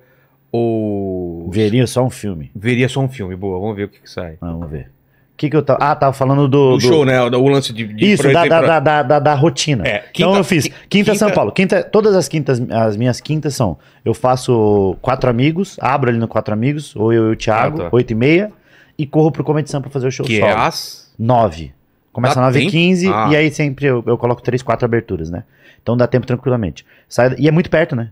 S1: ou...
S3: Veria só um filme.
S1: Veria só um filme? Boa, vamos ver o que, que sai.
S3: Vamos ver. O que, que eu tava. Ah, tava falando
S1: O
S3: do. do-
S1: show, né? O, o lance de... de
S3: Isso, da,
S1: projeto-
S3: da, da, da, da- da rotina.
S1: É,
S3: então
S1: quinta-
S3: eu fiz
S1: qui-
S3: quinta, São
S1: quinta-
S3: Paulo. Quinta, é, todas as quintas, as minhas quintas são: eu faço quatro amigos, abro ali no quatro amigos, ou eu e o Thiago,
S1: Ah, tá.
S3: oito e meia, e corro pro Comedy Sampa fazer o show
S1: Que
S3: solo.
S1: é as...
S3: Nove. Começa
S1: Dá
S3: nove e
S1: tempo?
S3: quinze,
S1: Ah.
S3: e aí sempre eu, eu coloco três, quatro aberturas, né? Então dá tempo tranquilamente. Sai, e é muito perto, né?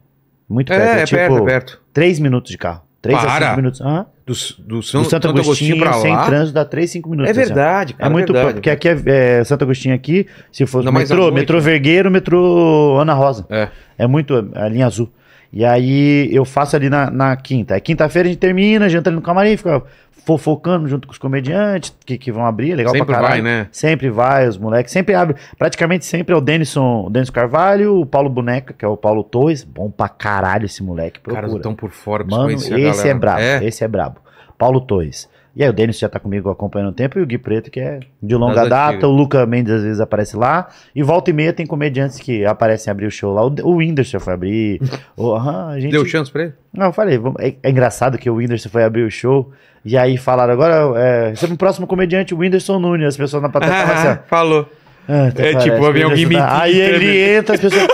S3: Muito
S1: É,
S3: perto.
S1: é,
S3: tipo
S1: perto, é perto.
S3: três minutos de carro. Três a
S1: Para.
S3: cinco minutos. Aham.
S1: Do, s- do
S3: Do
S1: São,
S3: Santo Agostinho,
S1: pra
S3: sem
S1: lá.
S3: trânsito, dá três, cinco minutos.
S1: É
S3: assim, ó.
S1: verdade,
S3: É
S1: cara.
S3: muito
S1: verdade.
S3: perto, porque aqui é, é Santo Agostinho aqui, se fosse
S1: Ainda mais à
S3: metrô,
S1: noite, né?
S3: metrô Vergueiro, metrô Ana Rosa.
S1: É.
S3: É muito a linha azul. E aí eu faço ali na, na quinta. Aí quinta-feira a gente termina, janta ali no camarim, fica fofocando junto com os comediantes que, que vão abrir, é legal
S1: Sempre
S3: pra caralho.
S1: vai, né?
S3: Sempre vai, os moleques sempre abrem. Praticamente sempre é o Denison, o Denison Carvalho, o Paulo Boneca, que é o Paulo Torres. Bom pra caralho esse moleque, procura.
S1: Caras estão por fora, preciso
S3: Mano,
S1: conhecer a
S3: esse é
S1: galera.
S3: brabo,
S1: É?
S3: esse é brabo. Paulo Torres. E aí o Denis já tá comigo acompanhando o tempo, e o Gui Preto, que é de longa
S1: Das
S3: data,
S1: antigas.
S3: o Luca Mendes às vezes aparece lá, e volta e meia tem comediantes que aparecem abrir o show lá, o, o Whindersson foi
S1: (laughs)
S3: abrir, o, aham, a é gente...
S1: Deu chance pra ele?
S3: Não, eu falei, vamos- é, é engraçado que o Whindersson foi abrir o show, e aí falaram, agora, é, sobre o próximo comediante, o Whindersson Nunes, as pessoas na plateia
S1: (laughs)
S3: estavam assim, ó,
S1: falou.
S3: ah, tá
S1: É
S3: parece
S1: tipo,
S3: que o
S1: vem alguém
S3: Whindersson tá-
S1: mentindo,
S3: Aí ele
S1: né?
S3: entra, as pessoas.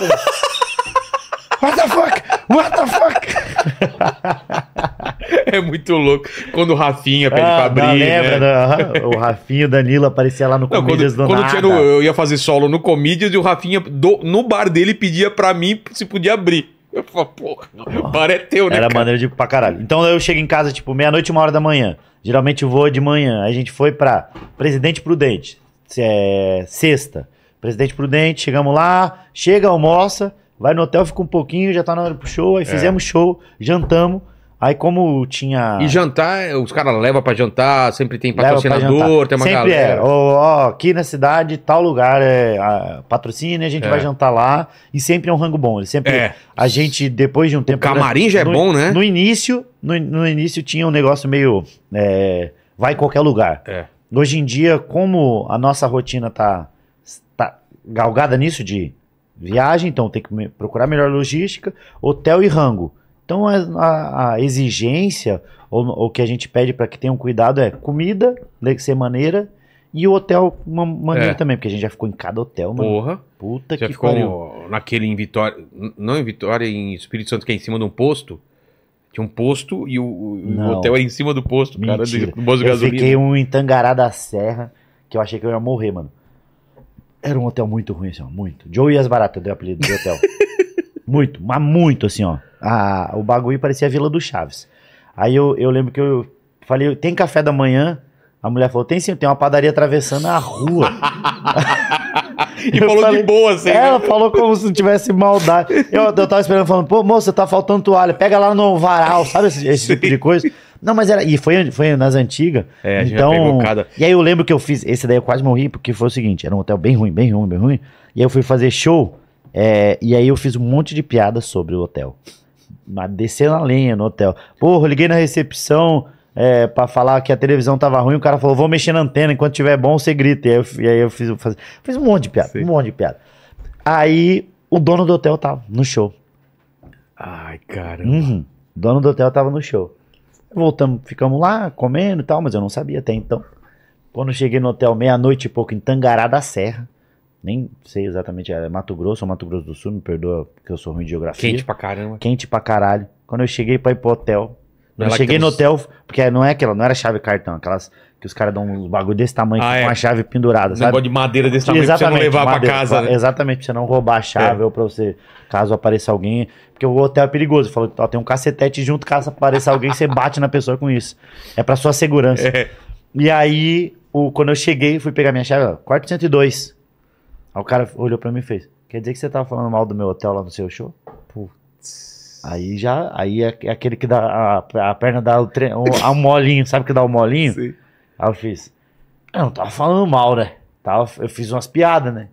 S3: What the fuck? What the fuck?
S1: É muito louco. Quando o Rafinha pede pra
S3: Ah,
S1: abrir.
S3: não,
S1: né?
S3: lembra, né? Aham. O Rafinho, o Danilo aparecia lá no
S1: Não,
S3: Comedians
S1: quando
S3: do
S1: quando
S3: Nada.
S1: tinha no- eu ia fazer solo no Comedians e o Rafinha do- no bar dele pedia pra mim se podia abrir. Eu falo, porra, o bar é teu, né?
S3: Era
S1: cara?
S3: maneiro de pra caralho. Então eu chego em casa, tipo, meia-noite, uma hora da manhã. Geralmente eu vou de manhã. A gente foi pra Presidente Prudente. É, sexta. Presidente Prudente, chegamos lá, chega, almoça, vai no hotel, fica um pouquinho, já tá na hora pro show.
S1: É.
S3: Aí fizemos show, jantamos. Aí como tinha.
S1: E jantar, os caras levam pra jantar, sempre tem
S3: Leva pra
S1: patrocinador,
S3: jantar.
S1: tem uma
S3: Sempre
S1: galera.
S3: é. Ó, ó, aqui na cidade, tal lugar é a patrocina, a gente
S1: É.
S3: vai jantar lá. E sempre é um rango bom. Ele sempre.
S1: É.
S3: A gente, depois de um tempo.
S1: camarim já é
S3: no-
S1: bom, né?
S3: No início, no, no início tinha um negócio meio. é, vai em qualquer lugar.
S1: É.
S3: Hoje em dia, como a nossa rotina tá, tá galgada nisso de viagem, então tem que me- procurar melhor logística, hotel e rango. Então a, a- a exigência, ou ou o que a gente pede para que tenham cuidado é comida, tem que ser maneira, e o hotel uma maneira
S1: É.
S3: também, porque a gente já ficou em cada hotel, mano.
S1: Porra.
S3: Puta
S1: Já
S3: que
S1: ficou um
S3: pariu.
S1: naquele em Vitória. n- Não em Vitória, em Espírito Santo, que é em cima de um posto. Tinha um posto e o, o- o
S3: Não.
S1: hotel era em cima do posto, cara, de,
S3: Mentira.
S1: do posto de
S3: Eu
S1: gasolina.
S3: fiquei um em Tangará da Serra, que eu achei que eu ia morrer, mano. Era um hotel muito ruim, assim, ó, muito. Joey e as Baratas deu o apelido do
S1: (laughs)
S3: hotel. muito, mas muito, assim, ó. Ah, o bagulho parecia a Vila do Chaves. Aí eu, eu lembro que eu falei, tem café da manhã? A mulher falou, tem sim, tem uma padaria atravessando a
S1: (laughs)
S3: rua.
S1: E
S3: Eu
S1: falou
S3: falei, É,
S1: de boa, assim.
S3: Ela
S1: né?
S3: falou como se não tivesse maldade. Eu, eu tava esperando, falando, pô, moça, tá faltando toalha, pega lá no varal, sabe esse, esse tipo de coisa? Não, mas era. E foi, foi nas antigas.
S1: É, a gente já
S3: então.
S1: pegou cada.
S3: E aí eu lembro que eu fiz. Esse daí eu quase morri, porque foi o seguinte: era um hotel bem ruim, bem ruim, bem ruim. E aí eu fui fazer show, é, e aí eu fiz um monte de piada sobre o hotel. Mas descendo a lenha no hotel. Porra, eu liguei na recepção. é, pra falar que a televisão tava ruim, o cara falou, vou mexer na antena, enquanto tiver bom você grita. E aí eu, f- e aí eu fiz, eu faz- fiz um monte de piada,
S1: Sim.
S3: um monte de piada. Aí o dono do hotel tava no show.
S1: Ai, caramba.
S3: Uhum. O dono do hotel tava no show. Voltamos, ficamos lá comendo e tal, mas eu não sabia até então. Quando eu cheguei no hotel meia-noite e pouco em Tangará da Serra, nem sei exatamente, é Mato Grosso ou Mato Grosso do Sul, me perdoa porque eu sou ruim de geografia.
S1: Quente pra caramba.
S3: Quente pra caralho. Quando eu cheguei pra ir pro hotel,
S1: Não é lá
S3: eu
S1: que
S3: cheguei
S1: tem
S3: no
S1: uns-
S3: hotel, porque não é aquela, não era chave e cartão, aquelas que os caras dão uns bagulho desse tamanho
S1: Ah,
S3: com
S1: é.
S3: uma chave pendurada,
S1: Um
S3: sabe?
S1: negócio de madeira desse tamanho pra você não levar pra
S3: madeira,
S1: casa.
S3: pra-
S1: né? É.
S3: Exatamente, pra você não roubar a chave ou pra você, caso apareça alguém. Porque o hotel é perigoso. Falou, ó, tem um cacetete junto, caso apareça alguém, você bate na pessoa com isso. É pra sua segurança.
S1: É.
S3: E aí, o, quando eu cheguei, fui pegar minha chave, ó, quarto 102. Aí o cara olhou pra mim e fez, quer dizer que você tava falando mal do meu hotel lá no seu show? Aí já, aí é, é aquele que dá, a, a perna dá o, tre- o, a um molinho, sabe que dá o molinho?
S1: Sim.
S3: Aí eu fiz. Eu não tava falando mal, né? Tava, eu fiz umas piadas, né?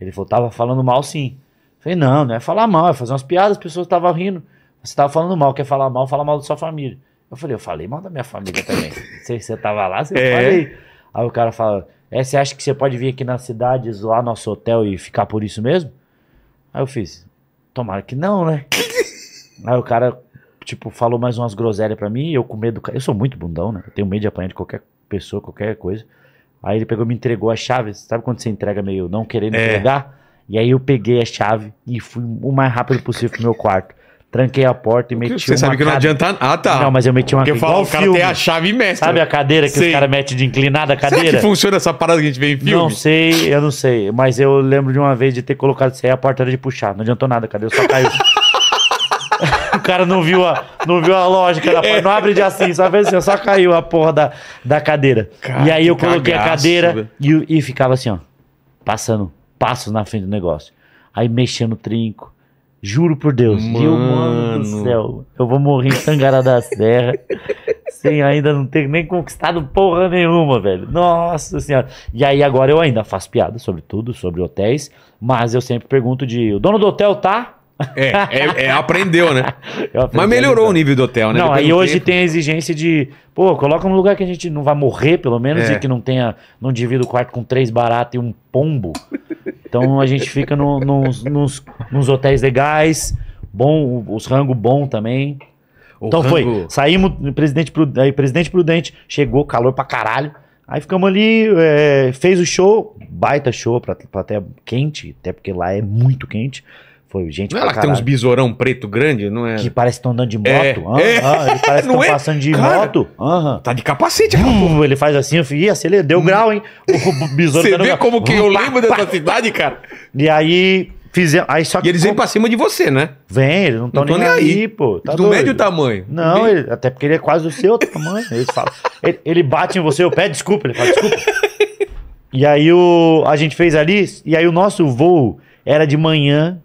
S3: Ele falou, tava falando mal sim. Eu falei, não, não é falar mal, é fazer umas piadas, as pessoas estavam rindo. Você tava falando mal, quer falar mal, fala mal da sua família. Eu falei, eu falei mal da minha família (laughs) também. você, você tava lá, você
S1: É.
S3: falei. Aí o cara fala, é, você acha que você pode vir aqui na cidade, zoar nosso hotel e ficar por isso mesmo? Aí eu fiz, tomara que
S1: (laughs)
S3: não, né? Aí o cara, tipo, falou mais umas groselhas pra mim, e eu com medo do cara. Eu sou muito bundão, né? Eu tenho medo de apanhar de qualquer pessoa, qualquer coisa. Aí ele pegou e me entregou a chave. Sabe quando você entrega meio não querendo
S1: É.
S3: entregar? E aí eu peguei a chave e fui o mais rápido possível pro meu quarto. Tranquei a porta e meti
S1: Você
S3: uma
S1: sabe que não
S3: cade-
S1: adianta. Ah, tá.
S3: Não, mas eu meti uma
S1: Porque eu falo,
S3: igual
S1: o cara
S3: filme.
S1: tem a chave mestra.
S3: Sabe a cadeira que
S1: Sei.
S3: os caras metem de inclinada a
S1: Será
S3: cadeira?
S1: que funciona essa parada que a gente vê em filme?
S3: Não sei, eu não sei. Mas eu lembro de uma vez de ter colocado isso aí, a porta era de puxar. Não adiantou nada, cadê? Só caiu. (laughs) o cara não viu a, não viu a lógica da porta. Não abre de assim, só fez assim, só caiu a porra da, da cadeira.
S1: Cara,
S3: e aí eu
S1: que
S3: coloquei a
S1: cagaço,
S3: cadeira
S1: velho.
S3: e, o- e ficava assim, ó. Passando passos na frente do negócio. Aí mexendo o trinco. Juro por Deus. E eu, mano do
S1: Mano.
S3: céu, eu vou morrer em Tangará
S1: (laughs)
S3: da Serra sem ainda não ter nem conquistado porra nenhuma, velho. Nossa senhora. E aí agora eu ainda faço piada sobre tudo, sobre hotéis, mas eu sempre pergunto de, o dono do hotel tá?
S1: É, é- é, aprendeu,
S3: (laughs)
S1: né?
S3: Eu aprendi a
S1: Mas melhorou o
S3: lidar.
S1: nível do hotel, né?
S3: Não,
S1: Depois
S3: aí
S1: do
S3: hoje
S1: tempo.
S3: tem a exigência de, pô, coloca num lugar que a gente não vai morrer, pelo menos,
S1: É.
S3: e que não tenha, não divida o quarto com três baratas e um pombo. Então a gente fica no- nos, nos- nos hotéis legais, bom, os rango bom também.
S1: O
S3: Então foi,
S1: rango-
S3: saímos, presidente Prudente, aí, presidente Prudente chegou, calor pra caralho. Aí ficamos ali, é, fez o show, baita show, pra, pra até quente, até porque lá é muito quente. Foi gente
S1: Não é
S3: pra
S1: lá que tem uns
S3: caralho.
S1: besourão preto grande, não é?
S3: Que parece que estão andando de moto.
S1: É,
S3: aham,
S1: é.
S3: aham, ele parece que
S1: Não
S3: estão
S1: é?
S3: passando de
S1: Cara.
S3: moto. aham.
S1: Tá de capacete, cara.
S3: Hum, ele faz assim, eu falei, "Ih, acelerou, deu grau, hein? O besouro
S1: Hum. Você
S3: tá no
S1: vê
S3: grau.
S1: como que eu (laughs) lembro dessa cidade, cara.
S3: E aí, fizemos. Aí só
S1: E
S3: que.
S1: eles vêm
S3: como-
S1: pra cima de você, né?
S3: Vem, eles não estão nem, aí, pô. Tá
S1: Do médio
S3: doido.
S1: tamanho.
S3: Não, ele- até porque ele é quase o seu tamanho. Ele, fala- ele- ele bate em você, eu pede desculpa, ele fala desculpa. E aí o, a gente fez ali, e aí o nosso voo era de manhã,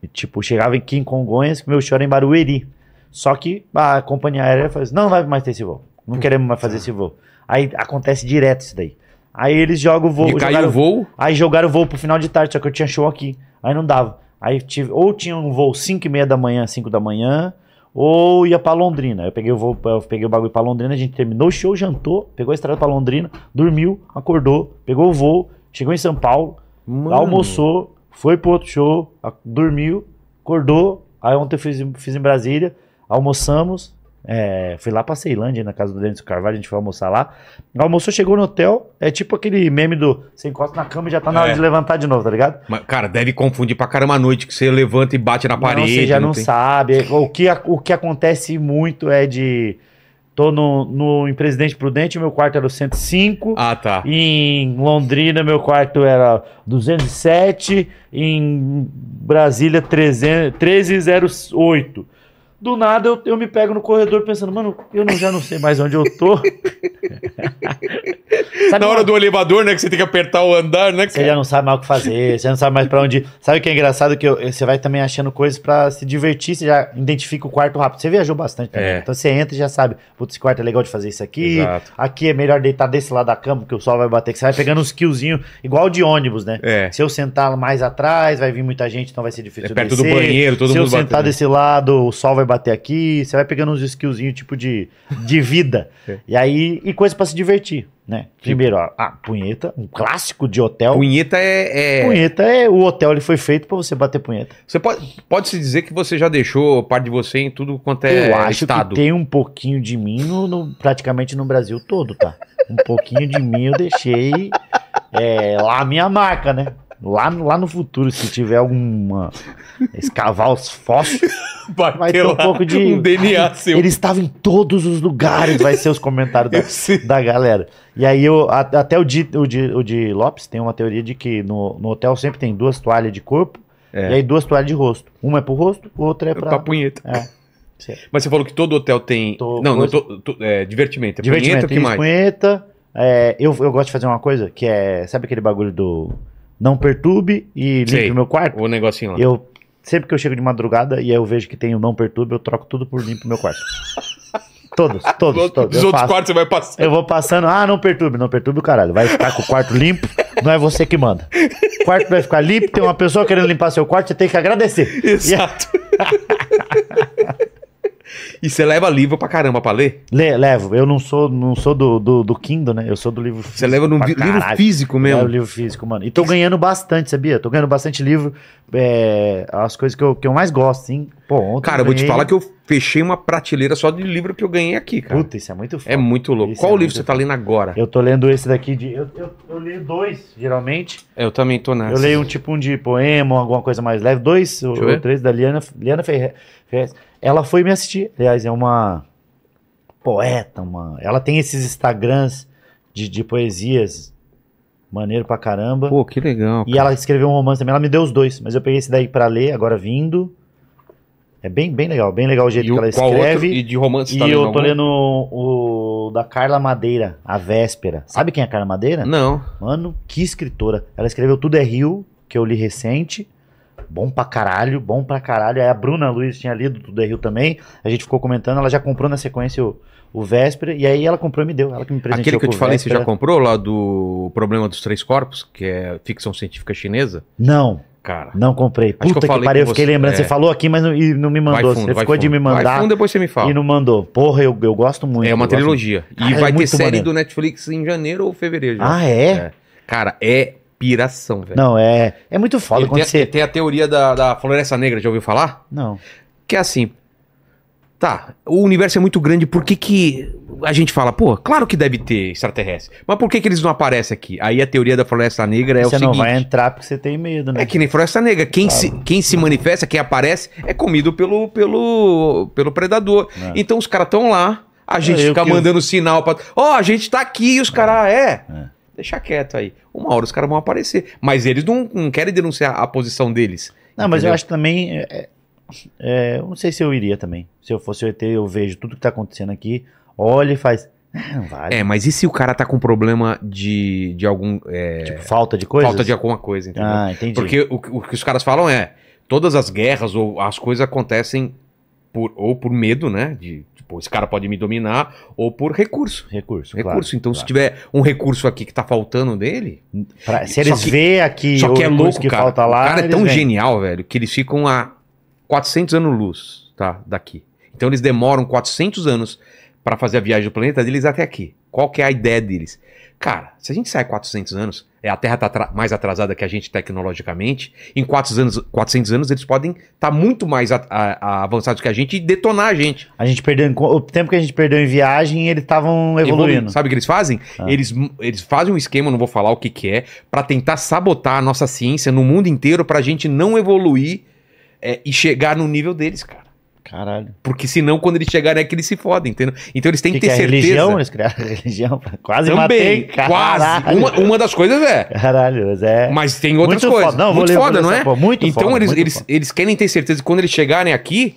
S3: e, tipo, chegava aqui em Congonhas, meu show era em Barueri. Só que a companhia aérea falou assim, não vai mais ter esse voo, não queremos mais fazer esse voo. Aí acontece direto isso daí. Aí eles jogam o voo,
S1: E caiu
S3: jogaram-
S1: o voo.
S3: Aí jogaram o voo pro final de tarde, só que eu tinha show aqui. Aí não dava. Aí tive, ou tinha um voo 5 e meia da manhã, 5 da manhã, ou ia pra Londrina. Eu peguei o voo, eu peguei o bagulho pra Londrina, a gente terminou o show, jantou, pegou a estrada pra Londrina, dormiu, acordou, pegou o voo, chegou em São Paulo,
S1: Mano.
S3: almoçou, foi pro outro show, a- dormiu, acordou. Aí ontem eu fiz, em- fiz em Brasília, almoçamos. é, fui lá pra Ceilândia, na casa do Denis Carvalho, a gente foi almoçar lá. Almoçou, chegou no hotel, é tipo aquele meme do você encosta na cama e já tá na hora
S1: É.
S3: de levantar de novo, tá ligado?
S1: Mas, cara, deve confundir pra caramba a noite que você levanta e bate na
S3: não,
S1: parede.
S3: você já não,
S1: tem-
S3: sabe. é, O que, a- o que acontece muito é de. Tô no, no, em Presidente Prudente, meu quarto era o 105.
S1: Ah, tá.
S3: Em Londrina, meu quarto era 207. Em Brasília, 300, 1308. Do nada, eu,
S1: (laughs)
S3: eu me pego no corredor pensando, mano, eu não, já não sei mais onde eu tô. Sabe
S1: É Na
S3: uma-
S1: hora do elevador, né? Que você tem que apertar o andar, né?
S3: Você
S1: cara?
S3: já não sabe mais o que fazer, você não sabe mais pra onde ir. Sabe o que é engraçado? Que eu- você vai também achando coisas pra se divertir, você já identifica o quarto rápido. Você viajou bastante também.
S1: É.
S3: Então você entra e já sabe, putz, esse quarto é legal de fazer isso aqui.
S1: Exato.
S3: Aqui é melhor deitar desse lado da cama, porque o sol vai bater. Que você vai pegando uns killzinhos, igual de ônibus, né?
S1: É.
S3: Se eu sentar mais atrás, vai vir muita gente, então vai ser difícil
S1: É perto do
S3: descer.
S1: banheiro, todo
S3: Se
S1: mundo né?
S3: eu sentar
S1: batendo.
S3: desse lado, o sol vai bater aqui. Você vai pegando uns skillzinhos, tipo de, de vida.
S1: (laughs) É. Tipo?
S3: E aí, e coisa pra se divertir, né? Primeiro, ó, a punheta, um clássico de hotel.
S1: Punheta é. é-
S3: Punheta é o hotel, ele foi feito pra você bater punheta.
S1: Você pode, pode se dizer que você já deixou parte de você em tudo quanto é
S3: eu acho
S1: estado.
S3: que tem um pouquinho de mim no, no- praticamente no Brasil todo, tá? Um pouquinho de mim eu deixei é, lá a minha marca, né? Lá, no- lá no futuro, se tiver alguma. escavar os fósforos,
S1: Vai,
S3: vai
S1: ter
S3: ter um
S1: lá
S3: pouco de-
S1: um DNA seu. (laughs)
S3: ele estava em todos os lugares, vai ser os comentários da,
S1: Eu sei.
S3: da galera. E aí eu, a- até o Di, o, Di, o Di Lopes tem uma teoria de que no, no hotel sempre tem duas toalhas de corpo
S1: É.
S3: e aí duas toalhas de rosto. Uma é pro rosto, outra é
S1: Pra
S3: (laughs) pra.
S1: punheta.
S3: É. Certo.
S1: Mas você falou que todo hotel tem.
S3: Tô-
S1: não, não
S3: coisa-
S1: tô, tô- é, divertimento. É punheta,
S3: Divertimento,
S1: o que mais?
S3: punheta. É, eu, eu gosto de fazer uma coisa que é. Sabe aquele bagulho do. Não perturbe e
S1: Sei.
S3: limpe o meu quarto?
S1: O negocinho lá.
S3: Eu. Sempre que eu chego de madrugada e aí eu vejo que tem o não perturbe, eu troco tudo por limpo o meu
S1: (laughs)
S3: quarto. todos, todos, todos.
S1: Os
S3: Eu
S1: outros
S3: faço.
S1: quartos você vai
S3: (laughs)
S1: passar.
S3: Eu vou passando, ah, não perturbe, não perturbe o caralho. Vai ficar com o quarto limpo, não é você que manda. O quarto vai ficar limpo, tem uma pessoa querendo limpar seu quarto, você tem que agradecer.
S1: Exato. (laughs) e você leva livro pra caramba pra ler?
S3: é, Le- levo, eu não sou, não sou do, do, do Kindle, né? Eu sou do livro físico.
S1: Você leva num
S3: pra
S1: vi- livro
S3: caralho.
S1: físico
S3: É o
S1: mesmo?
S3: livro físico, mano. E tô ganhando bastante, sabia? Tô ganhando bastante livro. é, as coisas que eu, que eu mais gosto, sim. Pô, ontem
S1: Cara, eu vou te
S3: ganhei-
S1: falar que eu fechei uma prateleira só de livro que eu ganhei aqui, cara.
S3: Puta, isso é muito foda.
S1: É muito louco.
S3: Isso
S1: Qual
S3: é
S1: livro
S3: muito-
S1: você tá lendo agora?
S3: Eu tô lendo esse daqui de. Eu, eu, eu leio dois, geralmente.
S1: É, Eu, também tô nessa.
S3: Eu leio um tipo um de poema, alguma coisa mais leve. Dois ou
S1: eu ver.
S3: ou três da Liana, Liana Ferre- Ferrez. Ela foi me assistir. Aliás, é uma poeta, mano. Ela tem esses Instagrams de, de poesias. Maneiro pra caramba.
S1: Pô, que legal.
S3: E ela escreveu um romance também. Ela me deu os dois, mas eu peguei esse daí pra ler, agora vindo. É bem, bem legal, bem legal o jeito
S1: o-
S3: que ela
S1: qual outro?
S3: escreve.
S1: E de romance
S3: E
S1: tá
S3: eu tô
S1: algum?
S3: lendo o da Carla Madeira, A Véspera. Sabe quem é a Carla Madeira?
S1: Não.
S3: Mano, que escritora. Ela escreveu Tudo é Rio, que eu li recente. Bom pra caralho, bom pra caralho. Aí a Bruna Luiz tinha lido Tudo é Rio também. A gente ficou comentando, ela já comprou na sequência o, o Véspera. E aí ela comprou e me deu. Ela que me presenteou
S1: Aquele que eu
S3: com
S1: te
S3: o
S1: falei, você já
S3: Véspera.
S1: comprou lá do Problema dos Três Corpos, que é ficção científica chinesa?
S3: Não,
S1: Cara,
S3: não comprei.
S1: que eu
S3: Puta que,
S1: falei
S3: pariu, eu
S1: com
S3: fiquei
S1: você,
S3: lembrando.
S1: é.
S3: Você falou aqui, mas não, e não me mandou. você
S1: vai
S3: ficou de
S1: fundo.
S3: me
S1: Vai
S3: mandar
S1: fundo, depois você me fala.
S3: e não mandou. Porra, eu, eu gosto muito.
S1: É uma
S3: eu gosto
S1: trilogia. E
S3: Cara, é
S1: vai ter
S3: muito
S1: série
S3: maneiro.
S1: do Netflix em janeiro ou fevereiro
S3: muito.
S1: já.
S3: Ah, é?
S1: É. Cara, é piração, velho.
S3: Não, é. É muito foda
S1: E
S3: quando
S1: tem,
S3: você.
S1: tem a teoria da, da Floresta Negra, já ouviu falar?
S3: Não.
S1: Que é assim. Tá, o universo é muito grande, por que, que a gente fala, pô, claro que deve ter extraterrestre, mas por que, que eles não aparecem aqui? Aí a teoria da Floresta Negra é
S3: você
S1: o
S3: não
S1: seguinte:
S3: vai entrar porque você tem medo, né?
S1: é que nem Floresta Negra, quem,
S3: Claro.
S1: se, quem se manifesta, quem aparece, é comido pelo, pelo, pelo predador.
S3: É.
S1: Então os caras estão lá, a gente
S3: eu
S1: fica
S3: que-
S1: mandando sinal pra. Ó, a gente tá aqui e os caras, ah, é.
S3: É.
S1: Deixa quieto aí. Uma hora os caras vão aparecer. Mas eles não, não querem denunciar a posição deles.
S3: Não, mas eu
S1: entendeu?
S3: acho que também. é, é, é, eu não sei se eu iria também. Se eu fosse o ET, eu vejo tudo que tá acontecendo aqui, olho e faz. Ah, não vale.
S1: É, mas e se o cara tá com problema de, de algum. é,
S3: tipo, falta de coisa?
S1: falta de alguma coisa, entendeu?
S3: Ah, entendi.
S1: Porque o, que- o que os caras falam é: todas as guerras ou as coisas acontecem por, ou por medo, né? De, tipo, esse cara pode me dominar, ou por recurso.
S3: Recurso. claro,
S1: Recurso. então, se
S3: claro.
S1: tiver um recurso aqui que tá faltando dele.
S3: Pra- se
S1: Só
S3: eles
S1: que-
S3: vê aqui
S1: só
S3: o
S1: que é
S3: recurso
S1: louco,
S3: que
S1: cara.
S3: falta lá.
S1: o cara é
S3: eles
S1: tão
S3: vêm.
S1: genial, velho, que eles ficam a 400 anos-luz, tá? Daqui. Então eles demoram 400 anos pra fazer a viagem do planeta deles até aqui. Qual que é a ideia deles? Cara, se a gente sai 400 anos, é, a Terra tá atra- mais atrasada que a gente tecnologicamente, em 400 anos, 400 anos eles podem estar muito mais a- a- a- avançados que a gente e detonar a gente.
S3: A gente perdeu. em co- O tempo que a gente perdeu em viagem, eles estavam Tá evoluindo.
S1: Sabe o que eles fazem?
S3: Ah.
S1: Eles, eles fazem um esquema, não vou falar o que, que é, pra tentar sabotar a nossa ciência no mundo inteiro pra gente não evoluir é, e chegar no nível deles, cara.
S3: Caralho.
S1: Porque senão, quando eles chegarem é que eles se fodem, entendeu? Então eles têm que,
S3: que, que
S1: ter
S3: é
S1: certeza.
S3: religião? Eles criaram (laughs) religião. Quase
S1: Também,
S3: matei. Caralho.
S1: quase. Uma, uma das coisas é.
S3: Caralho, mas é.
S1: Mas tem outras
S3: muito
S1: coisas.
S3: foda. Não, vou
S1: muito
S3: ler- vou
S1: foda,
S3: ler
S1: não
S3: essa
S1: é?
S3: porra. Muito
S1: então
S3: foda,
S1: eles,
S3: muito
S1: eles,
S3: foda.
S1: eles querem ter certeza que quando eles chegarem aqui,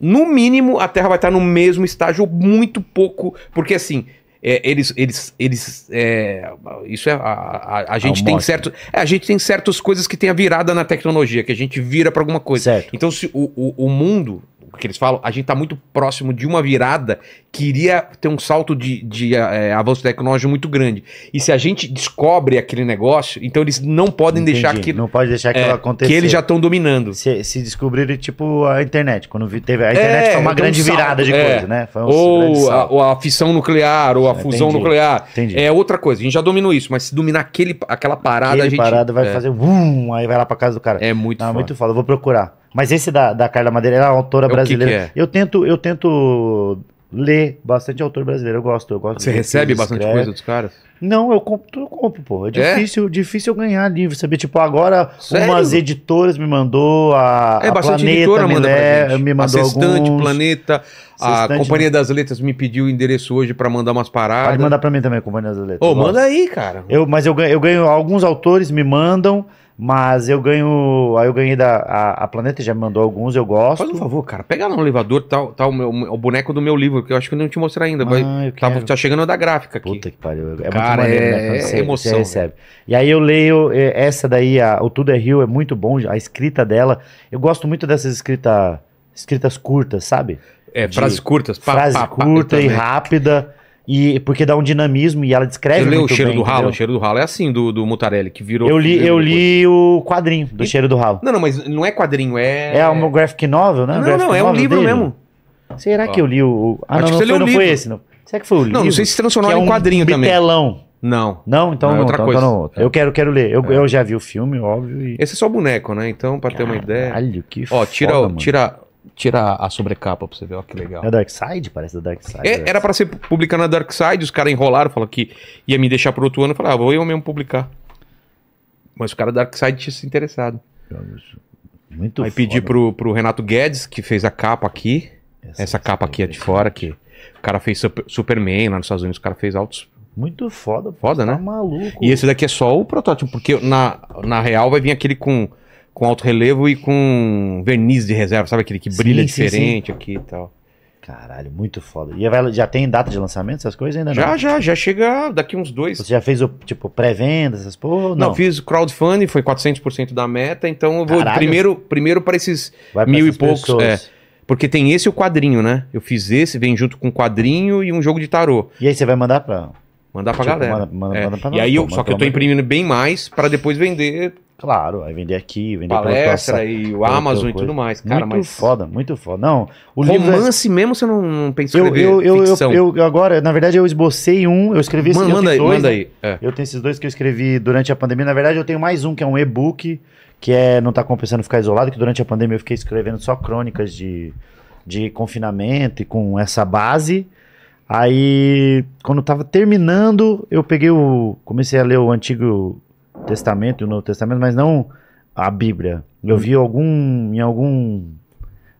S1: no mínimo a Terra vai estar no mesmo estágio, ou muito pouco. Porque assim, é, eles, eles, eles, é, isso é a, a, a gente tem
S3: mostra.
S1: certo, é, a gente tem certas coisas que tem a virada na tecnologia, que a gente vira pra alguma coisa.
S3: Certo.
S1: Então se o, o, o mundo o que eles falam, a gente tá muito próximo de uma virada que iria ter um salto de, de eh, avanço tecnológico muito grande. E se a gente descobre aquele negócio, então eles não podem deixar
S3: Entendi.
S1: que, é,
S3: Não pode deixar aquilo acontecer.
S1: que eles já estão dominando.
S3: Se, se descobrirem, tipo, a internet. Quando vi- teve a internet
S1: É,
S3: foi
S1: deu um
S3: uma grande
S1: salto,
S3: virada de
S1: é.
S3: coisa, né? Foi um grande
S1: ou, a,
S3: salto. É,
S1: ou a fissão nuclear, ou a fusão
S3: entendi.
S1: nuclear.
S3: Entendi.
S1: É outra coisa, a gente já dominou isso, mas se dominar aquele, aquela parada,
S3: Aquele
S1: a gente.
S3: parada vai
S1: é,
S3: fazer um, aí vai lá pra casa do cara.
S1: É muito
S3: Não,
S1: foda.
S3: Ah, muito foda, vou procurar. Mas esse da, da Carla Madeira, ela é uma
S1: É
S3: autora
S1: o que
S3: brasileira.
S1: que é?
S3: Eu tento, eu tento ler bastante autor brasileiro, eu gosto, eu gosto.
S1: Você
S3: do que
S1: recebe
S3: eles
S1: bastante
S3: escrevem.
S1: coisa dos caras?
S3: Não, eu compro, eu compro, pô. É
S1: É?
S3: difícil, difícil eu ganhar livro, sabe? Tipo, agora
S1: Sério?
S3: umas editoras me mandou a,
S1: É,
S3: a
S1: bastante
S3: Planeta
S1: editora
S3: me,
S1: manda
S3: le-
S1: pra gente.
S3: me mandou
S1: a Sextante,
S3: alguns.
S1: Planeta, a
S3: Sextante, né?
S1: Companhia das Letras me pediu o endereço hoje pra mandar umas paradas.
S3: Pode mandar pra mim também, Companhia das Letras.
S1: Ô,
S3: eu gosto.
S1: manda aí, cara.
S3: Eu, mas eu ganho, eu ganho, alguns autores me mandam, mas eu ganho, aí eu ganhei da a, a Planeta já me mandou alguns, eu gosto.
S1: Faz um favor, cara. Pega lá no elevador, tá, tá o, meu- o boneco do meu livro, que eu acho que eu não te mostrei ainda. mas
S3: Ah, eu
S1: tava-
S3: quero.
S1: tá chegando da gráfica aqui.
S3: Puta que pariu. É
S1: Cara,
S3: muito maneiro,
S1: é-
S3: né? Quando
S1: é
S3: você,
S1: emoção,
S3: você recebe. E aí eu leio é, essa daí, a- o Tudo é Rio, é muito bom, a escrita dela. Eu gosto muito dessas escrita, escritas curtas, sabe?
S1: é,
S3: de-
S1: frases curtas. pá,
S3: Frase
S1: pá, pá, né?
S3: curta
S1: eu
S3: e
S1: também.
S3: rápida, e porque dá um dinamismo e ela descreve
S1: Você leu o
S3: muito
S1: cheiro
S3: bem,
S1: do ralo?
S3: entendeu?
S1: O cheiro do ralo é assim, do, do Mutarelli, que virou.
S3: Eu li, eu
S1: virou depois.
S3: li o quadrinho do
S1: E-
S3: Cheiro do Ralo.
S1: Não, não, mas não é quadrinho, é.
S3: É uma graphic novel, né?
S1: Não, não,
S3: graphic
S1: é um
S3: novel
S1: livro
S3: dele.
S1: mesmo.
S3: Será
S1: Ó.
S3: que eu li o. o- Ah,
S1: Acho
S3: não,
S1: que você
S3: não, foi,
S1: leu o
S3: não foi
S1: livro.
S3: esse, não. Será que foi o livro?
S1: Não, não sei se transformou
S3: que é
S1: em
S3: um
S1: quadrinho também.
S3: bitelão.
S1: Não.
S3: Não, então
S1: Não, é
S3: não.
S1: outra
S3: então,
S1: coisa.
S3: então não. Eu quero, quero ler. Eu, eu já vi o filme, óbvio. E...
S1: Esse é só boneco, né? Então, pra ter uma ideia.
S3: Caralho, que
S1: Ó, tira,
S3: foda,
S1: o-
S3: mano.
S1: tira, tira a sobrecapa pra você ver, ó, que legal.
S3: É o Dark Side? Parece o Dark Side.
S1: É,
S3: né?
S1: era pra ser publicado na Dark Side, os caras enrolaram, falaram que ia me deixar pro outro ano, eu falei, ah, vou eu mesmo publicar. Mas o cara da Dark Side tinha se interessado.
S3: Muito
S1: Aí pedi pro, pro Renato Guedes, que fez a capa aqui. Essa, capa aqui é de fora, que o cara fez Sup- Superman lá nos Estados Unidos, o cara fez altos.
S3: Muito foda. pô.
S1: Foda,
S3: Tá
S1: né?
S3: maluco.
S1: E esse daqui é só o protótipo, porque na, na real vai vir aquele com, com alto relevo e com verniz de reserva, sabe? Aquele que
S3: Sim,
S1: brilha
S3: sim,
S1: diferente aqui e tal.
S3: Caralho, muito foda. E vai- já tem data de lançamento, essas coisas ainda não?
S1: Já, já, já chega daqui uns dois.
S3: Você já fez o, tipo, pré-venda, essas porra? ou
S1: Não,
S3: Não,
S1: fiz crowdfunding, foi 400% da meta, então eu vou
S3: Caralho.
S1: primeiro, primeiro para esses,
S3: Vai pra
S1: mil e
S3: essas
S1: poucos, é.
S3: pessoas.
S1: porque tem esse e o quadrinho, né? Eu fiz esse, vem junto com o quadrinho e um jogo de tarô,
S3: E aí você vai mandar pra...
S1: mandar pra
S3: Tipo,
S1: galera.
S3: manda- manda-
S1: É,
S3: manda pra
S1: e
S3: nós,
S1: aí eu,
S3: pô,
S1: só
S3: manda
S1: que eu tô
S3: pra-
S1: imprimir bem mais para depois vender
S3: Claro, aí vender aqui, vender pela tua
S1: palestra e o
S3: pela
S1: Amazon
S3: tua
S1: e
S3: coisa.
S1: tudo mais,
S3: Muito
S1: cara, mas
S3: foda, muito foda. Não, o livro é-
S1: romance mesmo você não, não pensa em
S3: Eu,
S1: escrever
S3: eu, eu,
S1: ficção.
S3: eu, eu agora, na verdade, eu esbocei um, eu escrevi
S1: Man-
S3: eu
S1: manda aí,
S3: tenho dois,
S1: manda
S3: né?
S1: aí. É.
S3: Eu tenho esses dois que eu escrevi durante a pandemia. Na verdade, eu tenho mais um que é um e-book, que é não tá compensando ficar isolado, que durante a pandemia eu fiquei escrevendo só crônicas de, de confinamento e com essa base. Aí, quando tava terminando, eu peguei o. Comecei a ler o Antigo Testamento e o Novo Testamento, mas não a Bíblia.
S1: Hum.
S3: Eu vi algum. em algum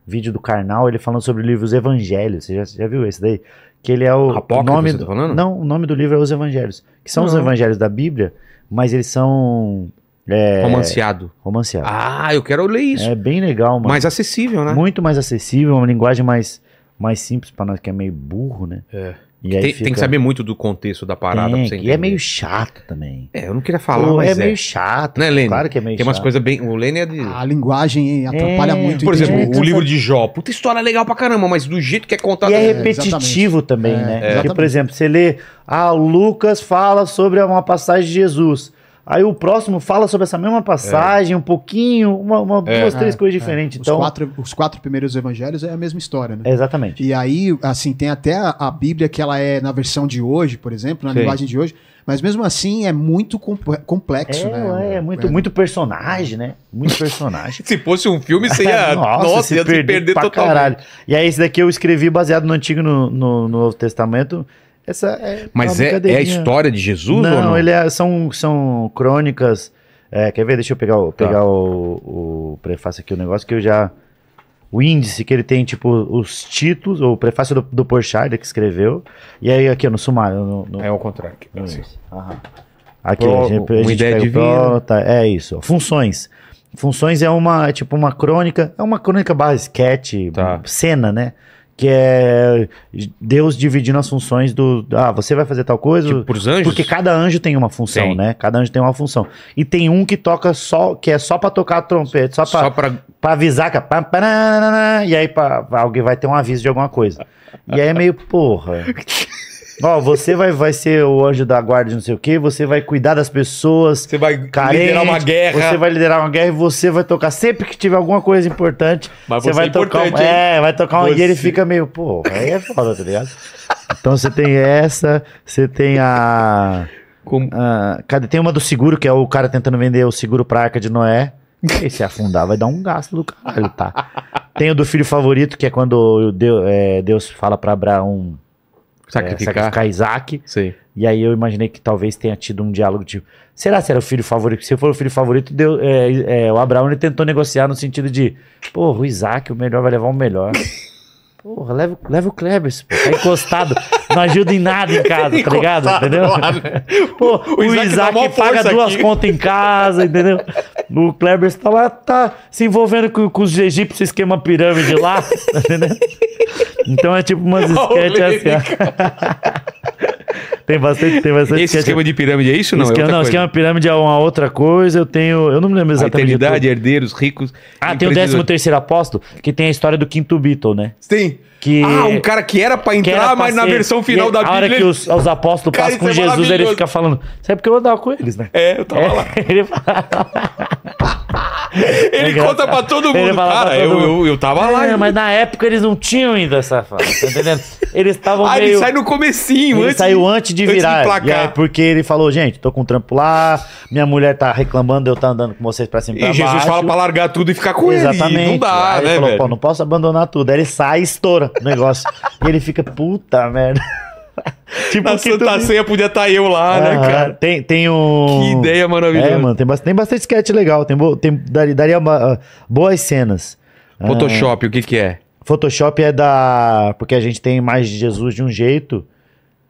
S3: vídeo do Karnal, ele falando sobre o livro Os Evangelhos. Você já, já viu esse daí? Que ele é o.
S1: Apócrifo,
S3: o nome
S1: você tá
S3: do-
S1: falando?
S3: Não, o nome do livro é Os Evangelhos. Que são os
S1: Não.
S3: evangelhos da Bíblia, mas eles são é,
S1: Romanceado.
S3: romanceados.
S1: Ah, eu quero ler isso.
S3: é bem legal, mano.
S1: mais acessível, né?
S3: Muito mais acessível, uma linguagem mais, mais simples pra nós que é meio burro, né?
S1: É.
S3: E
S1: Tem,
S3: aí
S1: tem
S3: fica-
S1: que saber muito do contexto da parada
S3: Tem,
S1: pra você
S3: que- e
S1: entender.
S3: é meio chato também.
S1: É, eu não queria falar,
S3: Pô,
S1: mas
S3: é meio chato.
S1: Né, Lene?
S3: Claro que é meio
S1: Tem
S3: chato. Ah,
S1: umas coisas bem. O Lênin é de.
S2: A linguagem atrapalha
S3: É,
S2: muito.
S1: Por
S2: entende?
S1: exemplo,
S3: entendi.
S1: o livro de Jó. Puta história legal pra caramba, mas do jeito que é contado.
S3: E é
S1: É,
S3: repetitivo também,
S2: É,
S3: né?
S2: é.
S3: Porque,
S2: Exatamente.
S3: por exemplo, você lê, ah, Lucas fala sobre uma passagem de Jesus. Aí o próximo fala sobre essa mesma passagem, um pouquinho, uma, uma-
S1: É.
S3: duas, três
S2: É,
S3: coisas
S2: é.
S3: diferentes.
S2: Os,
S3: Então,
S2: quatro, os quatro primeiros evangelhos é a mesma história, né?
S3: exatamente.
S2: E aí, assim, tem até a, a Bíblia que ela é na versão de hoje, por exemplo, na
S1: Sim.
S2: linguagem de hoje, mas mesmo assim é muito com- complexo,
S3: É,
S2: né?
S3: é muito, muito personagem, né?
S1: (laughs)
S3: Muito personagem.
S1: (laughs) Se fosse um filme, você
S3: (laughs)
S1: ia. nossa,
S3: se
S1: ia se perder
S3: pra
S1: totalmente.
S3: caralho. E aí, esse daqui eu escrevi baseado no Antigo e no, no, no Novo Testamento. Essa é
S1: Mas é,
S3: uma
S1: é a
S3: brincadeirinha.
S1: história de Jesus
S3: não,
S1: ou não?
S3: ele é- são, são crônicas. é, quer ver? Deixa eu pegar, o,
S1: Tá.
S3: pegar o, o prefácio aqui, o negócio que eu já. O índice que ele tem, tipo, os títulos, ou o prefácio do, do Porchardt que escreveu. E aí, aqui, ó, no sumário. No, no-
S1: É ao contrário. aqui,
S3: no
S1: assim.
S3: índice. Aham. Aqui,
S1: Pro-
S3: a gente, a
S1: uma
S3: gente
S1: ideia
S3: pega o
S1: divina.
S3: prota, É isso. ó, Funções. Funções é uma, é tipo, uma crônica. É uma crônica barra sketch,
S1: Tá.
S3: cena, né? que é Deus dividindo as funções do. Ah, você vai fazer tal coisa.
S1: Tipo, pros anjos?
S3: Porque cada anjo tem uma função,
S1: Tem.
S3: né? Cada anjo tem uma função. E tem um que toca só, que é só pra tocar a trompeta, só pra,
S1: Só pra...
S3: pra avisar que é pam, pananana, e aí pra, alguém vai ter um aviso de alguma coisa. E aí é
S1: (laughs)
S3: meio, porra. Ó, você vai, vai ser o anjo da guarda de não sei o quê, você vai cuidar das pessoas
S1: Você vai
S3: carente,
S1: liderar uma guerra.
S3: Você vai liderar uma guerra e você vai tocar sempre que tiver alguma coisa importante.
S1: Mas
S3: você
S1: você
S3: vai
S1: é
S3: tocar, um,
S1: importante, hein?
S3: é, vai tocar um e ele
S1: Você.
S3: fica meio, pô, aí é foda, tá ligado? Então você tem essa, você tem a,
S1: Como-
S3: a- Ah, cadê? tem uma do seguro que é o cara tentando vender o seguro pra Arca de Noé. E se afundar vai dar um gasto do caralho, tá? Tem o do filho favorito que é quando Deus, é, Deus fala pra Abraão é,
S1: Sacrificar.
S3: sacrificar Isaac.
S1: Sei.
S3: E aí eu imaginei que talvez tenha tido um diálogo tipo, será que era o filho favorito? Se for o filho favorito, deu, é, é, o Abraão ele tentou negociar no sentido de, porra, o Isaac, o melhor vai levar o melhor. (laughs) Porra, leva, o- leva o Klebers, pô, tá encostado, não ajuda em nada em casa, tá ligado?
S1: Encostado
S3: Entendeu?
S1: lá,
S3: (laughs) Pô,
S1: O
S3: o
S1: Isaac
S3: Isaac,
S1: dá mó
S3: paga
S1: força
S3: duas
S1: aqui.
S3: contas em casa, entendeu? O Klebers tá lá, tá se envolvendo com, com os egípcios, esquema pirâmide lá, (laughs) tá entendendo? Então (laughs) é tipo umas esquetes assim. ó. Tem bastante, tem bastante
S1: Esse esquema de pirâmide é isso ou não?
S3: Esquema,
S1: é outra
S3: não,
S1: coisa.
S3: esquema pirâmide é uma outra coisa. Eu tenho. Eu não me lembro
S1: A
S3: exatamente. de
S1: eternidade, é
S3: tudo.
S1: herdeiros, ricos.
S3: Ah, tem o 13 terceiro apóstolo, que tem a história do quinto Beatle, né?
S1: Tem.
S3: Que-
S1: Ah, um cara que era pra
S3: Que
S1: entrar,
S3: era pra
S1: mas na
S3: ser-
S1: versão final
S3: e
S1: da
S3: A hora
S1: Bíblia.
S3: que os, os apóstolos
S1: Cara,
S3: passam com
S1: isso é
S3: Jesus, ele
S1: maravilhoso.
S3: fica falando. Sabe porque eu andava com eles,
S1: (laughs)
S3: né?
S1: É, eu tava lá.
S3: (laughs) Ele fala,
S1: Ele
S3: engraçado.
S1: conta pra todo
S3: Ele
S1: mundo.
S3: fala pra
S1: Cara,
S3: todo
S1: eu, eu,
S3: mundo.
S1: eu tava lá.
S3: "Ah, mas na época eles não tinham ainda essa fala, tá entendendo? Eles estavam
S1: Ah,
S3: meio...
S1: ele sai no comecinho.
S3: Ele
S1: antes
S3: saiu antes de
S1: antes de
S3: virar.
S1: placar.
S3: e aí, porque ele falou, gente, tô com um trampo lá, minha mulher tá reclamando de eu tá andando com vocês pra cima e pra
S1: E Jesus
S3: baixo.
S1: fala pra largar tudo e ficar com ele. e
S3: Exatamente.
S1: Não dá,
S3: Aí ele
S1: né,
S3: falou,
S1: velho?
S3: pô, não posso abandonar tudo. Aí ele sai e estoura o negócio. (laughs) e ele fica, puta merda. (laughs) tipo,
S1: Na
S3: que
S1: Santa
S3: tu-
S1: Ceia podia estar eu lá, né,
S3: Aham,
S1: cara?
S3: Tem, tem um...
S1: Que ideia maravilhosa.
S3: É, mano, tem bastante, tem bastante sketch legal. Tem, bo- tem, daria daria uma- boas cenas.
S1: Ah. Photoshop, o que que é?
S3: Photoshop é da. Porque a gente tem imagem de Jesus de um jeito.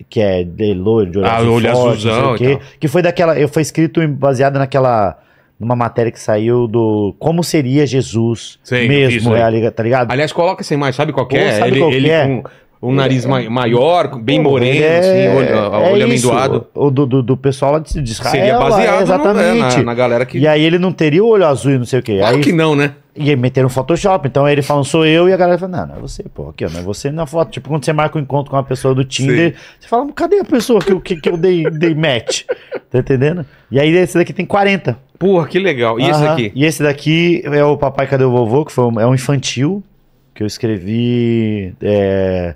S3: Que é de loiro, de olho
S1: Ah,
S3: azul
S1: olho
S3: forte,
S1: azulzão
S3: não sei o
S1: e
S3: quê. Que foi daquela. Eu foi escrito em- baseado naquela. Numa matéria que saiu do. Como seria Jesus
S1: Sei, isso
S3: mesmo,
S1: aí.
S3: é, ali, tá ligado?
S1: Aliás, coloca essa imagem, sabe qual que é?
S3: Pô, sabe
S1: ele
S3: qual que
S1: ele
S3: é?
S1: com um nariz ma- maior, bem
S3: Pô,
S1: moreno,
S3: ele é-
S1: assim, olho,
S3: é
S1: olho
S3: isso.
S1: amendoado.
S3: O do, do, do pessoal lá de, de Israel.
S1: Seria
S3: lá,
S1: baseado
S3: é,
S1: no-
S3: exatamente.
S1: né, na, na galera que.
S3: E aí ele não teria o olho azul e não sei o quê.
S1: Claro
S3: aí
S1: que não, né?
S3: E aí meteram Photoshop. Então ele falando, sou eu, e a galera fala, não, não é você, pô, aqui, ó, não é você na foto. Tipo, quando você marca um encontro com uma pessoa do Tinder, você fala, mas cadê a pessoa que, eu- que, que eu dei, dei match? Tá entendendo? E aí esse daqui tem 40.
S1: Porra, que legal. E esse
S3: Aham.
S1: aqui?
S3: E esse daqui é o Papai Cadê o Vovô, que foi um- é um infantil, que eu escrevi é,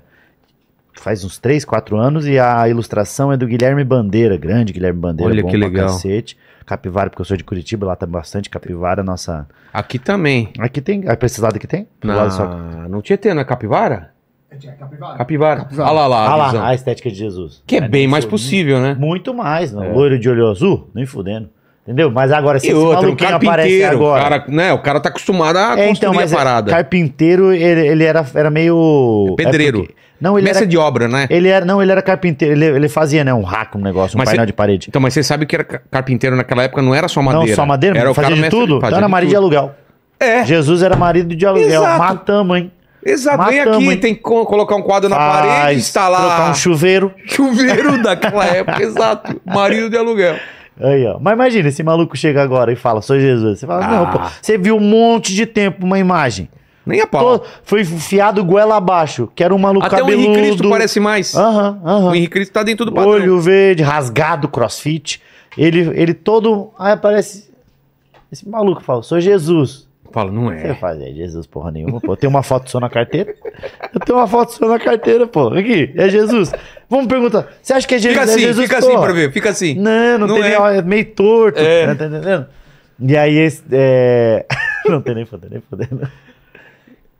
S3: faz uns 3, 4 anos, e a ilustração é do Guilherme Bandeira, grande Guilherme Bandeira,
S1: Olha que
S3: pra
S1: legal.
S3: cacete. Capivara, porque eu sou de Curitiba, lá tá bastante capivara, nossa...
S1: Aqui também.
S3: Aqui tem, ah, pra esse lado aqui tem? Do
S1: Na...
S3: lado só-
S1: Não tinha Tietê, não é capivara? Capivara.
S2: Capivara.
S1: Ah lá, lá,
S3: Ah
S1: a
S3: lá,
S1: visão.
S3: a estética de Jesus.
S1: Que é, bem mais
S3: muito-
S1: possível, né?
S3: Muito mais, não.
S1: É.
S3: Loiro de olho azul, nem fudendo. Entendeu? Mas agora, se
S1: E
S3: esse
S1: outro, o
S3: maluquinho aparece
S1: carpinteiro. O
S3: agora.
S1: cara, né, o cara tá acostumado a
S3: é,
S1: construir
S3: então, mas
S1: a parada.
S3: carpinteiro, ele, ele era, era meio.
S1: É pedreiro.
S3: é porque- não, ele
S1: Mestre
S3: era,
S1: de obra, né?
S3: ele era. Não, ele era carpinteiro. Ele, ele fazia, né? Um rack, um negócio, um
S1: Mas
S3: painel
S1: você-
S3: de parede.
S1: Então, mas você sabe que era ca- carpinteiro naquela época não era só madeira.
S3: não, só madeira,
S1: era
S3: era fazia de
S1: mestre
S3: tudo.
S1: fazia
S3: então era
S1: de
S3: marido de
S1: tudo.
S3: aluguel.
S1: É,
S3: Jesus era marido de aluguel.
S1: Exato.
S3: Matamos, hein?
S1: exato. Vem
S3: Matamos,
S1: aqui,
S3: hein?
S1: tem que co- colocar um quadro na parede,
S3: Faz, Trocar
S1: instalar
S3: um chuveiro.
S1: (laughs) chuveiro
S3: (laughs)
S1: daquela época, exato. Marido de aluguel.
S3: Aí, ó. Mas imagina, esse maluco chega agora e fala, sou Jesus. Você fala, não,
S1: Ah.
S3: pô, você viu um monte de tempo uma imagem.
S1: Nem a pau.
S3: Tô- foi enfiado goela abaixo, que era um maluco
S1: Até
S3: cabeludo.
S1: o Henrique Cristo parece mais.
S3: Aham, aham.
S1: O Henrique Cristo tá dentro do padrão.
S3: Olho verde, rasgado, crossfit. Ele, ele todo... Aí aparece esse maluco fala, sou Jesus.
S1: Fala, não
S3: Você
S1: é.
S3: faz, é Jesus porra nenhuma, pô. Eu tenho uma foto só na carteira. Eu tenho uma foto só na carteira, pô. Aqui, é Jesus. Vamos perguntar, você acha que é Jesus?
S1: Fica
S3: É
S1: assim,
S3: Jesus,
S1: fica assim
S3: porra.
S1: pra ver, fica assim.
S3: Não, não,
S1: Não
S3: tem
S1: é.
S3: nem hora, é meio torto,
S1: É.
S3: né, tá entendendo? E aí esse. é, (laughs) não tem nem foda, nem fodendo.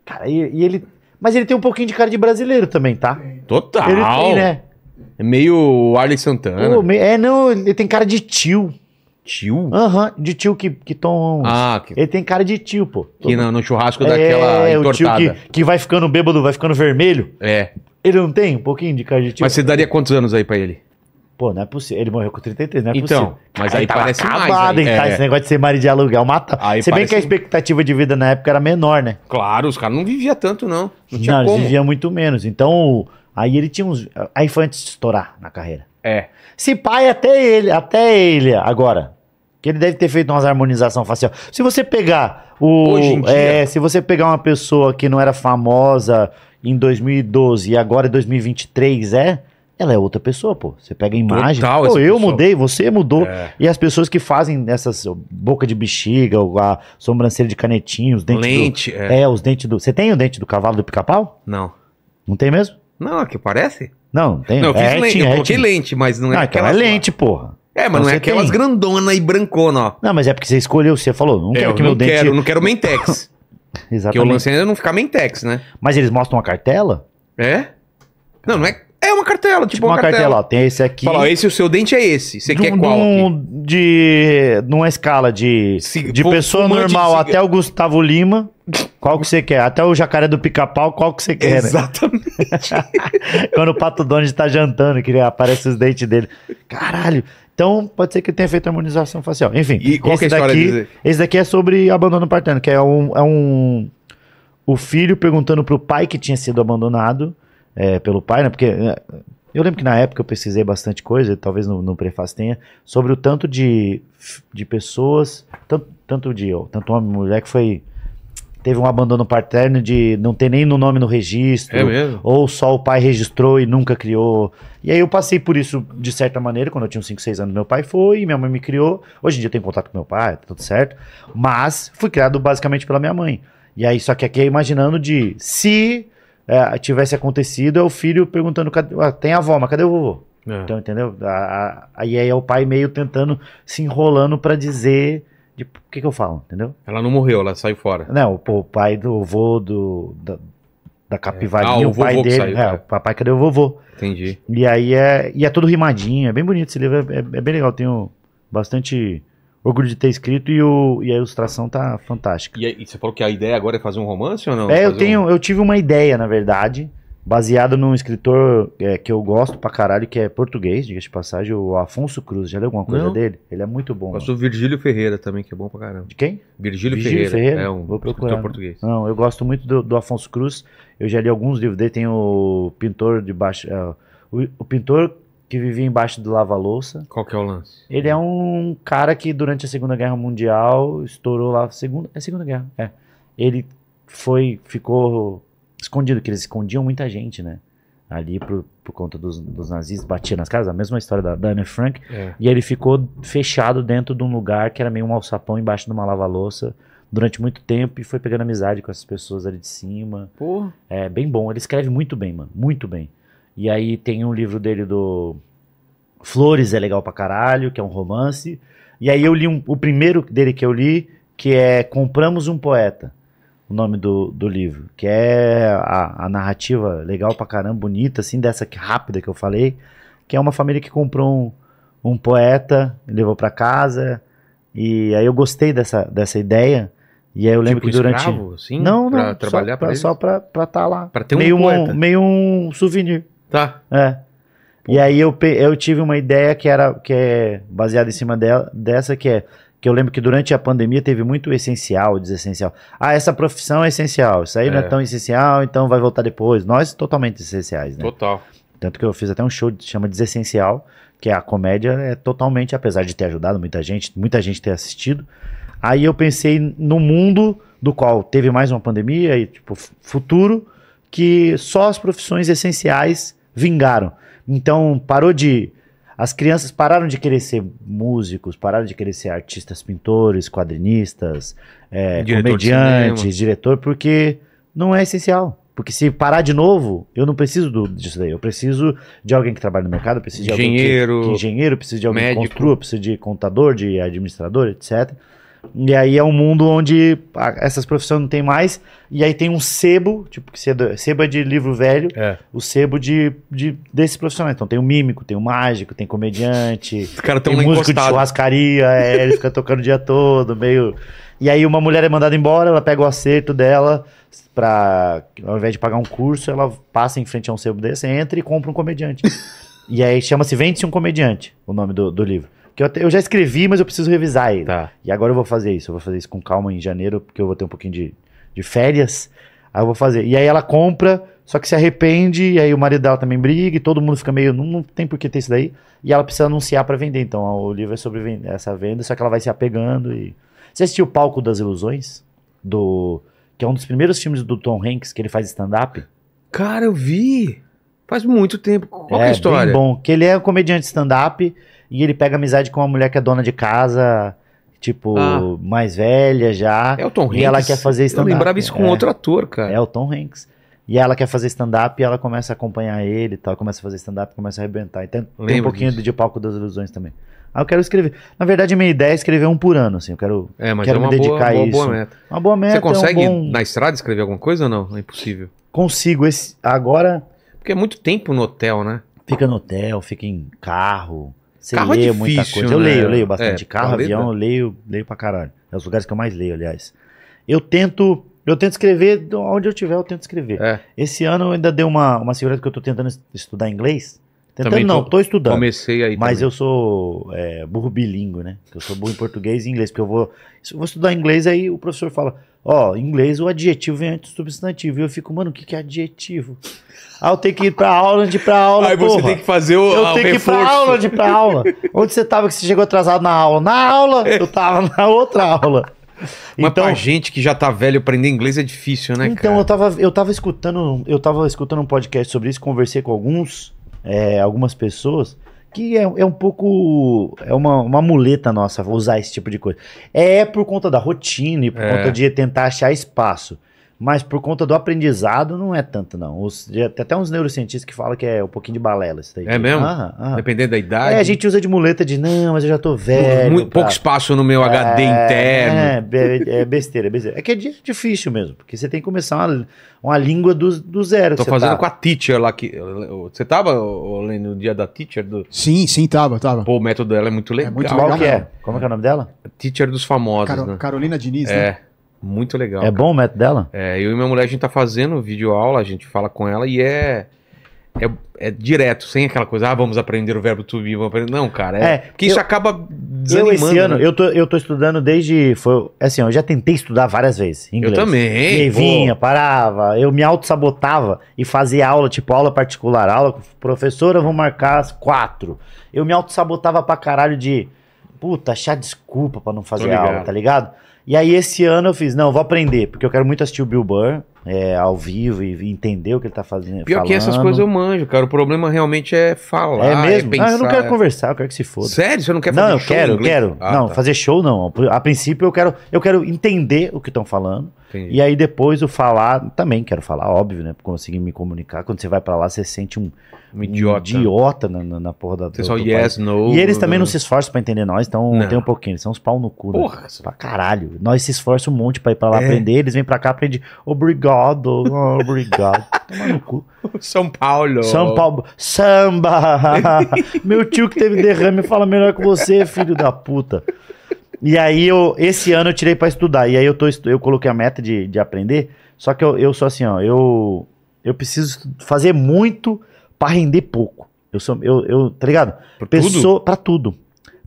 S3: Cara, e, e ele. Mas ele tem um pouquinho de cara de brasileiro também, tá?
S1: Total.
S3: Ele tem, né?
S1: É meio Arley Santana.
S3: Pô, me- é, não, ele tem cara de tio.
S1: Tio?
S3: Aham, de tio que, que tom.
S1: Ah, que,
S3: Ele tem cara de tio, pô.
S1: que no, no churrasco daquela
S3: é, o tio
S1: entortada.
S3: que, que vai ficando bêbado, vai ficando vermelho.
S1: É.
S3: Ele não tem um pouquinho de cara de tio?
S1: Mas você daria quantos anos aí pra ele?
S3: Pô, não é possível. Ele morreu com 33, não é
S1: Então,
S3: possível.
S1: mas aí
S3: tava
S1: parece mais
S3: acabado,
S1: aí,
S3: hein, tá?
S1: é.
S3: Esse negócio de ser marido de aluguel mata.
S1: Aí
S3: Se bem que a
S1: parece- um-
S3: expectativa de vida na época era menor, né?
S1: Claro, os caras não viviam tanto, não. Não tinha
S3: Não, eles
S1: como.
S3: viviam muito menos. Então, aí ele tinha uns. Aí foi antes de estourar na carreira.
S1: É.
S3: Se pai, até ele, até ele agora. Que ele deve ter feito umas harmonização facial. Se você pegar o.
S1: Hoje em dia.
S3: É, se você pegar uma pessoa que não era famosa em 2012 e agora em 2023 é, ela é outra pessoa, pô. Você pega a imagem.
S1: Total
S3: pô,
S1: essa
S3: eu
S1: pessoa.
S3: mudei, você mudou.
S1: É.
S3: E as pessoas que fazem essas boca de bexiga, a sobrancelha de canetinho, os dentes
S1: Lente,
S3: do.
S1: é.
S3: É. os dentes do. Você tem o dente do cavalo do pica-pau?
S1: Não.
S3: Não tem mesmo?
S1: Não, é que parece?
S3: Não, não tem.
S1: Não, eu fiz
S3: é,
S1: lente,
S3: tinha,
S1: eu
S3: é,
S1: coloquei
S3: tinha.
S1: lente, mas não é
S3: Não, então
S1: aquela.
S3: é lente, porra.
S1: É, mas não
S3: Então
S1: é
S3: você
S1: aquelas
S3: tem.
S1: grandona e brancona, ó.
S3: Não, mas é porque você escolheu, você falou, não
S1: É, eu
S3: quero que
S1: não
S3: meu dente.
S1: quero, não quero
S3: (laughs)
S1: mentex. que eu
S3: Exatamente.
S1: lancei ainda não ficar mentex, né?
S3: Mas eles mostram uma cartela?
S1: É? Não, não é. É uma cartela, tipo,
S3: Tipo uma cartela, ó, tem esse aqui.
S1: Fala, ó, esse o seu dente é esse. Você
S3: de
S1: quer
S3: um-
S1: qual?
S3: de
S1: aqui?
S3: um- de numa escala de
S1: Cig-
S3: de
S1: fu-
S3: pessoa
S1: fumante de
S3: normal
S1: cigarro.
S3: até o Gustavo Lima, qual que você quer? Até o jacaré do pica-pau, qual que você quer? né?
S1: Exatamente.
S3: Quando o Pato Donald tá jantando, que ele aparece os dentes dele. Caralho. Então, pode ser que ele tenha feito harmonização facial. Enfim,
S1: E qual que é a história
S3: daqui,
S1: dele?
S3: esse daqui é sobre abandono paterno, que é um, é um... O filho perguntando pro pai que tinha sido abandonado é, pelo pai, né? Porque é, eu lembro que na época eu pesquisei bastante coisa, talvez no, no prefácio tenha, sobre o tanto de, de pessoas, tanto, tanto de tanto homem e mulher que foi... Teve um abandono paterno de não ter nem no nome no registro.
S1: É mesmo?
S3: Ou só o pai registrou e nunca criou. E aí eu passei por isso de certa maneira, quando eu tinha uns 5, 6 anos, meu pai foi, minha mãe me criou. Hoje em dia eu tenho contato com meu pai, tá tudo certo. Mas fui criado basicamente pela minha mãe. E aí, só que aqui é imaginando de se eh, tivesse acontecido, é o filho perguntando: cadê- ah, tem a avó, mas cadê o vovô?
S1: É.
S3: Então, entendeu? A- a- Aí é o pai meio tentando se enrolando pra dizer de o que, que eu falo, entendeu?
S1: Ela não morreu, ela saiu fora.
S3: Não, pô, Né, o pai do avô do, da, da
S1: Ah,
S3: capivarinha,
S1: o
S3: o, pai
S1: vovô que
S3: dele.
S1: saiu,
S3: é,
S1: cara.
S3: o papai, cadê o vovô?
S1: Entendi.
S3: E aí é, e é tudo rimadinho, é bem bonito esse livro, é, é- é bem legal. Tenho bastante orgulho de ter escrito e, o, e a ilustração tá fantástica.
S1: E, aí, e você falou que a ideia agora é fazer um romance ou não?
S3: é,
S1: Fazer
S3: eu,
S1: um-
S3: tenho, eu tive uma ideia, na verdade, baseada num escritor é, que eu gosto pra caralho, que é português, diga-se de passagem, o Afonso Cruz. Já leu alguma coisa
S1: Não.
S3: dele? Ele é muito bom.
S1: Passou o Virgílio Ferreira também, que é bom pra caramba.
S3: De quem?
S1: Virgílio,
S3: Virgílio
S1: Ferreira,
S3: Ferreira?
S1: É um
S3: Vou procurar. né?
S1: escritor português.
S3: Não, eu gosto muito do, do Afonso Cruz. Eu já li alguns livros dele. Tem o Pintor de Baixo. é, o, o Pintor que vivia embaixo do lava-louça.
S1: Qual que é o lance?
S3: Ele é um cara que durante a Segunda Guerra Mundial estourou lá. Segunda, é a Segunda Guerra, é. Ele foi, ficou escondido, que eles escondiam muita gente, né? Ali por, por conta dos, dos nazistas, batia nas casas, a mesma história da, da Anne Frank.
S1: É.
S3: E ele ficou fechado dentro de um lugar que era meio um alçapão embaixo de uma lava-louça durante muito tempo e foi pegando amizade com essas pessoas ali de cima.
S1: Porra.
S3: É bem bom, ele escreve muito bem, mano, muito bem. E aí tem um livro dele do Flores é legal pra caralho, que é um romance. E aí eu li um- o primeiro dele que eu li, que é Compramos um Poeta, o nome do, do livro, que é a, a narrativa legal pra caramba, bonita, assim, dessa que- rápida que eu falei, que é uma família que comprou um, um poeta, levou pra casa, e aí eu gostei dessa, dessa ideia, e aí eu lembro
S1: Tipo
S3: que durante...
S1: escravo, assim?
S3: Não, não.
S1: Pra
S3: só
S1: trabalhar pra
S3: pra
S1: eles?
S3: Só pra estar lá.
S1: Pra ter um
S3: meio
S1: poeta.
S3: meio um souvenir.
S1: Tá.
S3: É. E aí eu, pe- eu tive uma ideia que era que é baseada em cima dela, dessa que é que eu lembro que durante a pandemia teve muito essencial, desessencial. Ah, essa profissão é essencial, isso aí não é
S1: É.
S3: tão essencial, então vai voltar depois. Nós totalmente essenciais, né?
S1: Total.
S3: Tanto que eu fiz até um show que se chama Desessencial, que a comédia é totalmente, apesar de ter ajudado muita gente, muita gente ter assistido. Aí eu pensei no mundo do qual teve mais uma pandemia e tipo f- futuro que só as profissões essenciais vingaram. Então parou de as crianças pararam de querer ser músicos, pararam de querer ser artistas, pintores, quadrinistas, é,
S1: Diretor de cinema.
S3: comediantes, diretor, porque não é essencial. Porque se parar de novo, eu não preciso do- disso daí. Eu preciso de alguém que trabalha no mercado, eu preciso de alguém que-
S1: Engenheiro.
S3: que engenheiro, precisa de alguém que
S1: médico.
S3: construa, precisa de contador, de administrador, etc. E aí é um mundo onde a- essas profissões não tem mais. E aí tem um sebo, tipo, que sebo, sebo é de livro velho,
S1: É.
S3: o sebo de, de, desses profissionais. Então tem o mímico, tem o mágico, tem comediante,
S1: Os caras
S3: tem
S1: tão lá
S3: músico de
S1: encostados.
S3: churrascaria, é, ele fica tocando o dia todo, meio. E aí uma mulher é mandada embora, ela pega o acerto dela pra. Ao invés de pagar um curso, ela passa em frente a um sebo desse, entra e compra um comediante. E aí chama-se Vende-se um Comediante, o nome do, do livro. Que eu, até- eu já escrevi, mas eu preciso revisar ele.
S1: Tá.
S3: E agora eu vou fazer isso. Eu vou fazer isso com calma em janeiro, porque eu vou ter um pouquinho de, de férias. Aí eu vou fazer. E aí ela compra, só que se arrepende, e aí o marido dela também briga, e todo mundo fica meio. Não, não tem por que ter isso daí. E ela precisa anunciar pra vender. Então ó, o livro é sobre ven- essa venda, só que ela vai se apegando. e... Você assistiu o Palco das Ilusões? Do. Que é um dos primeiros filmes do Tom Hanks que ele faz stand-up.
S1: Cara, eu vi. Faz muito tempo. Qual que é a história?
S3: Bem bom, que ele é um comediante stand-up e ele pega amizade com uma mulher que é dona de casa, tipo,
S1: Ah.
S3: mais velha já.
S1: É o Tom Hanks.
S3: E ela quer fazer
S1: Eu
S3: stand-up.
S1: lembrava isso com
S3: é,
S1: outro ator, cara.
S3: É o Tom Hanks. E ela quer fazer stand-up e ela começa a acompanhar ele e tal, começa a fazer stand-up, começa a arrebentar. Então tem um
S1: Lembro
S3: pouquinho
S1: disso.
S3: de palco das ilusões também. Ah, eu quero escrever. Na verdade, minha ideia é escrever um por ano, assim. Eu quero
S1: É, mas
S3: Quero
S1: é uma
S3: me
S1: boa,
S3: dedicar
S1: boa,
S3: a
S1: boa
S3: isso.
S1: meta.
S3: uma boa meta.
S1: Você consegue
S3: um bom-
S1: na estrada escrever alguma coisa ou não? É impossível.
S3: Consigo. Esse... Agora
S1: Porque é muito tempo no hotel, né?
S3: Fica no hotel, fica em carro. Você
S1: Carro é
S3: lê
S1: difícil,
S3: muita coisa. Eu
S1: né?
S3: leio, eu leio bastante.
S1: É,
S3: carro,
S1: paleta.
S3: avião, eu leio, leio pra caralho. É os lugares que eu mais leio, aliás. Eu tento. Eu tento escrever, do- onde eu tiver, eu tento escrever.
S1: É.
S3: Esse ano eu ainda dei uma, uma segurada que eu tô tentando es- estudar inglês. Tentando
S1: Também tô-
S3: não, tô estudando.
S1: Comecei aí.
S3: Mas eu sou é, burro bilíngue, né? Eu sou burro em português e inglês, porque eu vou, se eu vou estudar inglês, aí o professor fala, ó, em inglês o adjetivo vem antes do substantivo. E eu fico, mano, o que, que é adjetivo? Aí eu tenho que ir pra aula, antes de ir pra aula,
S1: Aí você
S3: porra.
S1: tem que fazer o,
S3: Eu
S1: ah, o
S3: tenho que ir
S1: reforço.
S3: pra aula, de ir pra
S1: (laughs)
S3: aula. Onde você tava que você chegou atrasado na aula? Na aula, eu tava na outra aula.
S1: Mas
S3: Então,
S1: pra gente que já tá velho, aprender inglês é difícil, né,
S3: então
S1: cara?
S3: eu tava, eu tava escutando, eu tava escutando um podcast sobre isso, conversei com alguns, é, algumas pessoas, que é, é um pouco. É uma, uma muleta nossa usar esse tipo de coisa. É por conta da rotina e por
S1: É.
S3: conta de tentar achar espaço. Mas por conta do aprendizado, não é tanto, não. Os- tem até uns neurocientistas que falam que é um pouquinho de balela isso daí.
S1: É mesmo?
S3: Aham, aham.
S1: Dependendo da idade.
S3: É, a gente usa de muleta de não, mas eu já tô velho.
S1: muito,
S3: pra-
S1: pouco espaço no meu HD interno.
S3: é, be- É, besteira, é besteira. É que é di- difícil mesmo, porque você tem que começar uma, uma língua do, do zero.
S1: Tô
S3: que você
S1: fazendo
S3: tá.
S1: com a teacher lá que. Você tava, ô, Lene, no dia da teacher do.
S2: Sim, sim, tava, tava.
S1: Pô, o método dela é muito legal.
S2: muito
S1: cara.
S3: Qual que é? Como é que é o nome dela?
S1: Teacher dos famosos,
S2: Caro-
S1: né?
S2: Carolina Diniz, né?
S1: É. Muito legal.
S3: é
S1: cara.
S3: bom o método dela?
S1: É, eu e minha mulher, a gente tá fazendo vídeo aula, a gente fala com ela e é. É, é direto, sem aquela coisa, ah, vamos aprender o verbo to be, vamos aprender. Não, cara, é.
S3: É,
S1: porque isso
S3: eu-
S1: acaba
S3: Eu,
S1: desanimando.
S3: esse ano,
S1: né?
S3: eu tô, eu tô estudando desde. Foi, assim, ó, eu já tentei estudar várias vezes.
S1: eu,
S3: Inglês. E
S1: também.
S3: aí
S1: pô.
S3: vinha, parava, eu me auto-sabotava e fazia aula, tipo aula particular, aula com professora, vou marcar às quatro. Eu me auto-sabotava pra caralho de, puta, achar desculpa pra não fazer
S1: ligado.
S3: aula, tá ligado? E aí esse ano eu fiz, não, eu vou aprender, porque eu quero muito assistir o Bill Burr é, ao vivo e entender o que ele tá fazendo.
S1: Pior que essas coisas eu manjo, cara. O problema realmente é falar.
S3: É mesmo?
S1: pensar,
S3: não, eu não quero
S1: é-
S3: conversar, eu quero que se foda.
S1: Sério? Você não quer fazer
S3: Não, eu
S1: show em
S3: quero, eu
S1: inglês?
S3: quero.
S1: Ah,
S3: não,
S1: tá.
S3: fazer show não. A princípio eu quero, eu quero entender o que estão falando.
S1: Entendi.
S3: E aí depois o falar, também quero falar, óbvio, né? Pra conseguir me comunicar. Quando você vai pra lá, você sente um
S1: Um idiota.
S3: um idiota na, na, na porra da.
S1: Você só
S3: do
S1: yes, no.
S3: país. E eles
S1: no-
S3: também não
S1: no-
S3: se esforçam pra entender nós, então
S1: Não.
S3: tem um pouquinho, eles são uns pau no cu. né?
S1: Porra,
S3: Pra caralho. Nós se esforçamos um monte pra ir pra lá
S1: É.
S3: aprender, eles vêm pra cá aprender obrigado, (laughs) obrigado. Toma no cu.
S1: São Paulo.
S3: São Paulo, samba! (laughs) Meu tio que teve derrame fala melhor que você, filho da puta. E aí eu, esse ano eu tirei pra estudar. E aí eu tô, estu- eu coloquei a meta de, de aprender. Só que eu, eu sou assim, ó, eu eu preciso estu- fazer muito pra render pouco. Eu sou eu, eu tá ligado?
S1: Por tudo?
S3: Pessoa para tudo.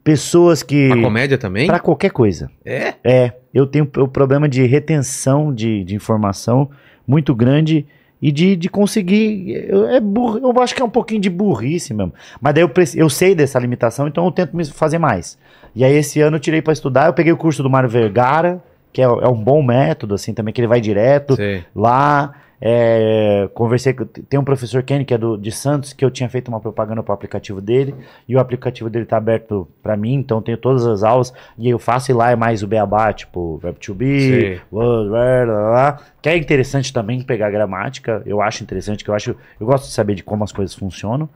S3: Pessoas que
S1: Pra comédia também?
S3: pra qualquer coisa.
S1: É?
S3: É, eu tenho o problema de retenção de, de informação muito grande e de, de conseguir. Eu, é burro, eu acho que é um pouquinho de burrice mesmo. Mas daí eu, preci- eu sei dessa limitação, então eu tento me fazer mais. E aí esse ano eu tirei pra estudar, eu peguei o curso do Mário Vergara, que é, é um bom método, assim, também, que ele vai direto
S1: Sei.
S3: lá. é, conversei com. Tem um professor Kenny, que é do, de Santos, que eu tinha feito uma propaganda para o aplicativo dele, e o aplicativo dele tá aberto para mim, então eu tenho todas as aulas, e aí eu faço e lá é mais o beabá, tipo Web2B,
S1: Sei.
S3: Word, blá, blá, blá, que é interessante também pegar gramática, eu acho interessante, que eu acho. Eu gosto de saber de como as coisas funcionam.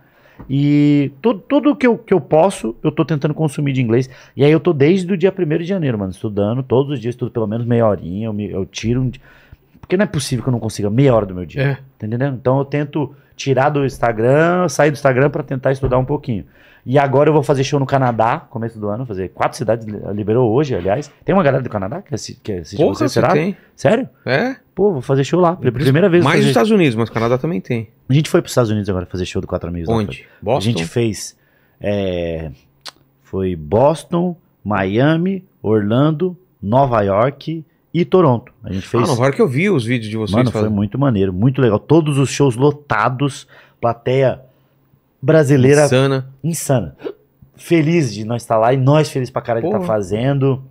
S3: E tudo, tudo que, eu, que eu posso, eu tô tentando consumir de inglês. E aí eu tô desde o dia 1 de janeiro, mano, estudando, todos os dias, tudo pelo menos meia horinha, eu, me- eu tiro um, Porque não é possível que eu não consiga meia hora do meu dia.
S4: É.
S3: Tá entendendo? Então eu tento tirar do Instagram, sair do Instagram pra tentar estudar um pouquinho. E agora eu vou fazer show no Canadá, começo do ano, fazer quatro cidades, li- liberou hoje, aliás. Tem uma galera do Canadá que assi- que assiste
S1: Porra,
S3: você,
S1: você
S3: será?
S1: tem.
S3: Sério?
S1: É?
S3: Pô, vou fazer show lá. pela Primeira vez. eu
S1: Mais nos
S3: fazer-
S1: Estados Unidos, mas o Canadá também tem.
S3: A gente foi pros Estados Unidos agora fazer show do Quatro Amigos. lá, foi-
S1: Onde? Boston?
S3: a gente fez. é, foi Boston, Miami, Orlando, Nova York e Toronto. A gente fez.
S1: Ah, Nova York eu vi os vídeos de vocês
S3: mano, foi
S1: fazendo.
S3: muito maneiro, muito legal. Todos os shows lotados, plateia brasileira
S1: Insana.
S3: insana. Feliz de nós estar lá e nós felizes pra caralho de estar
S1: Porra.
S3: fazendo.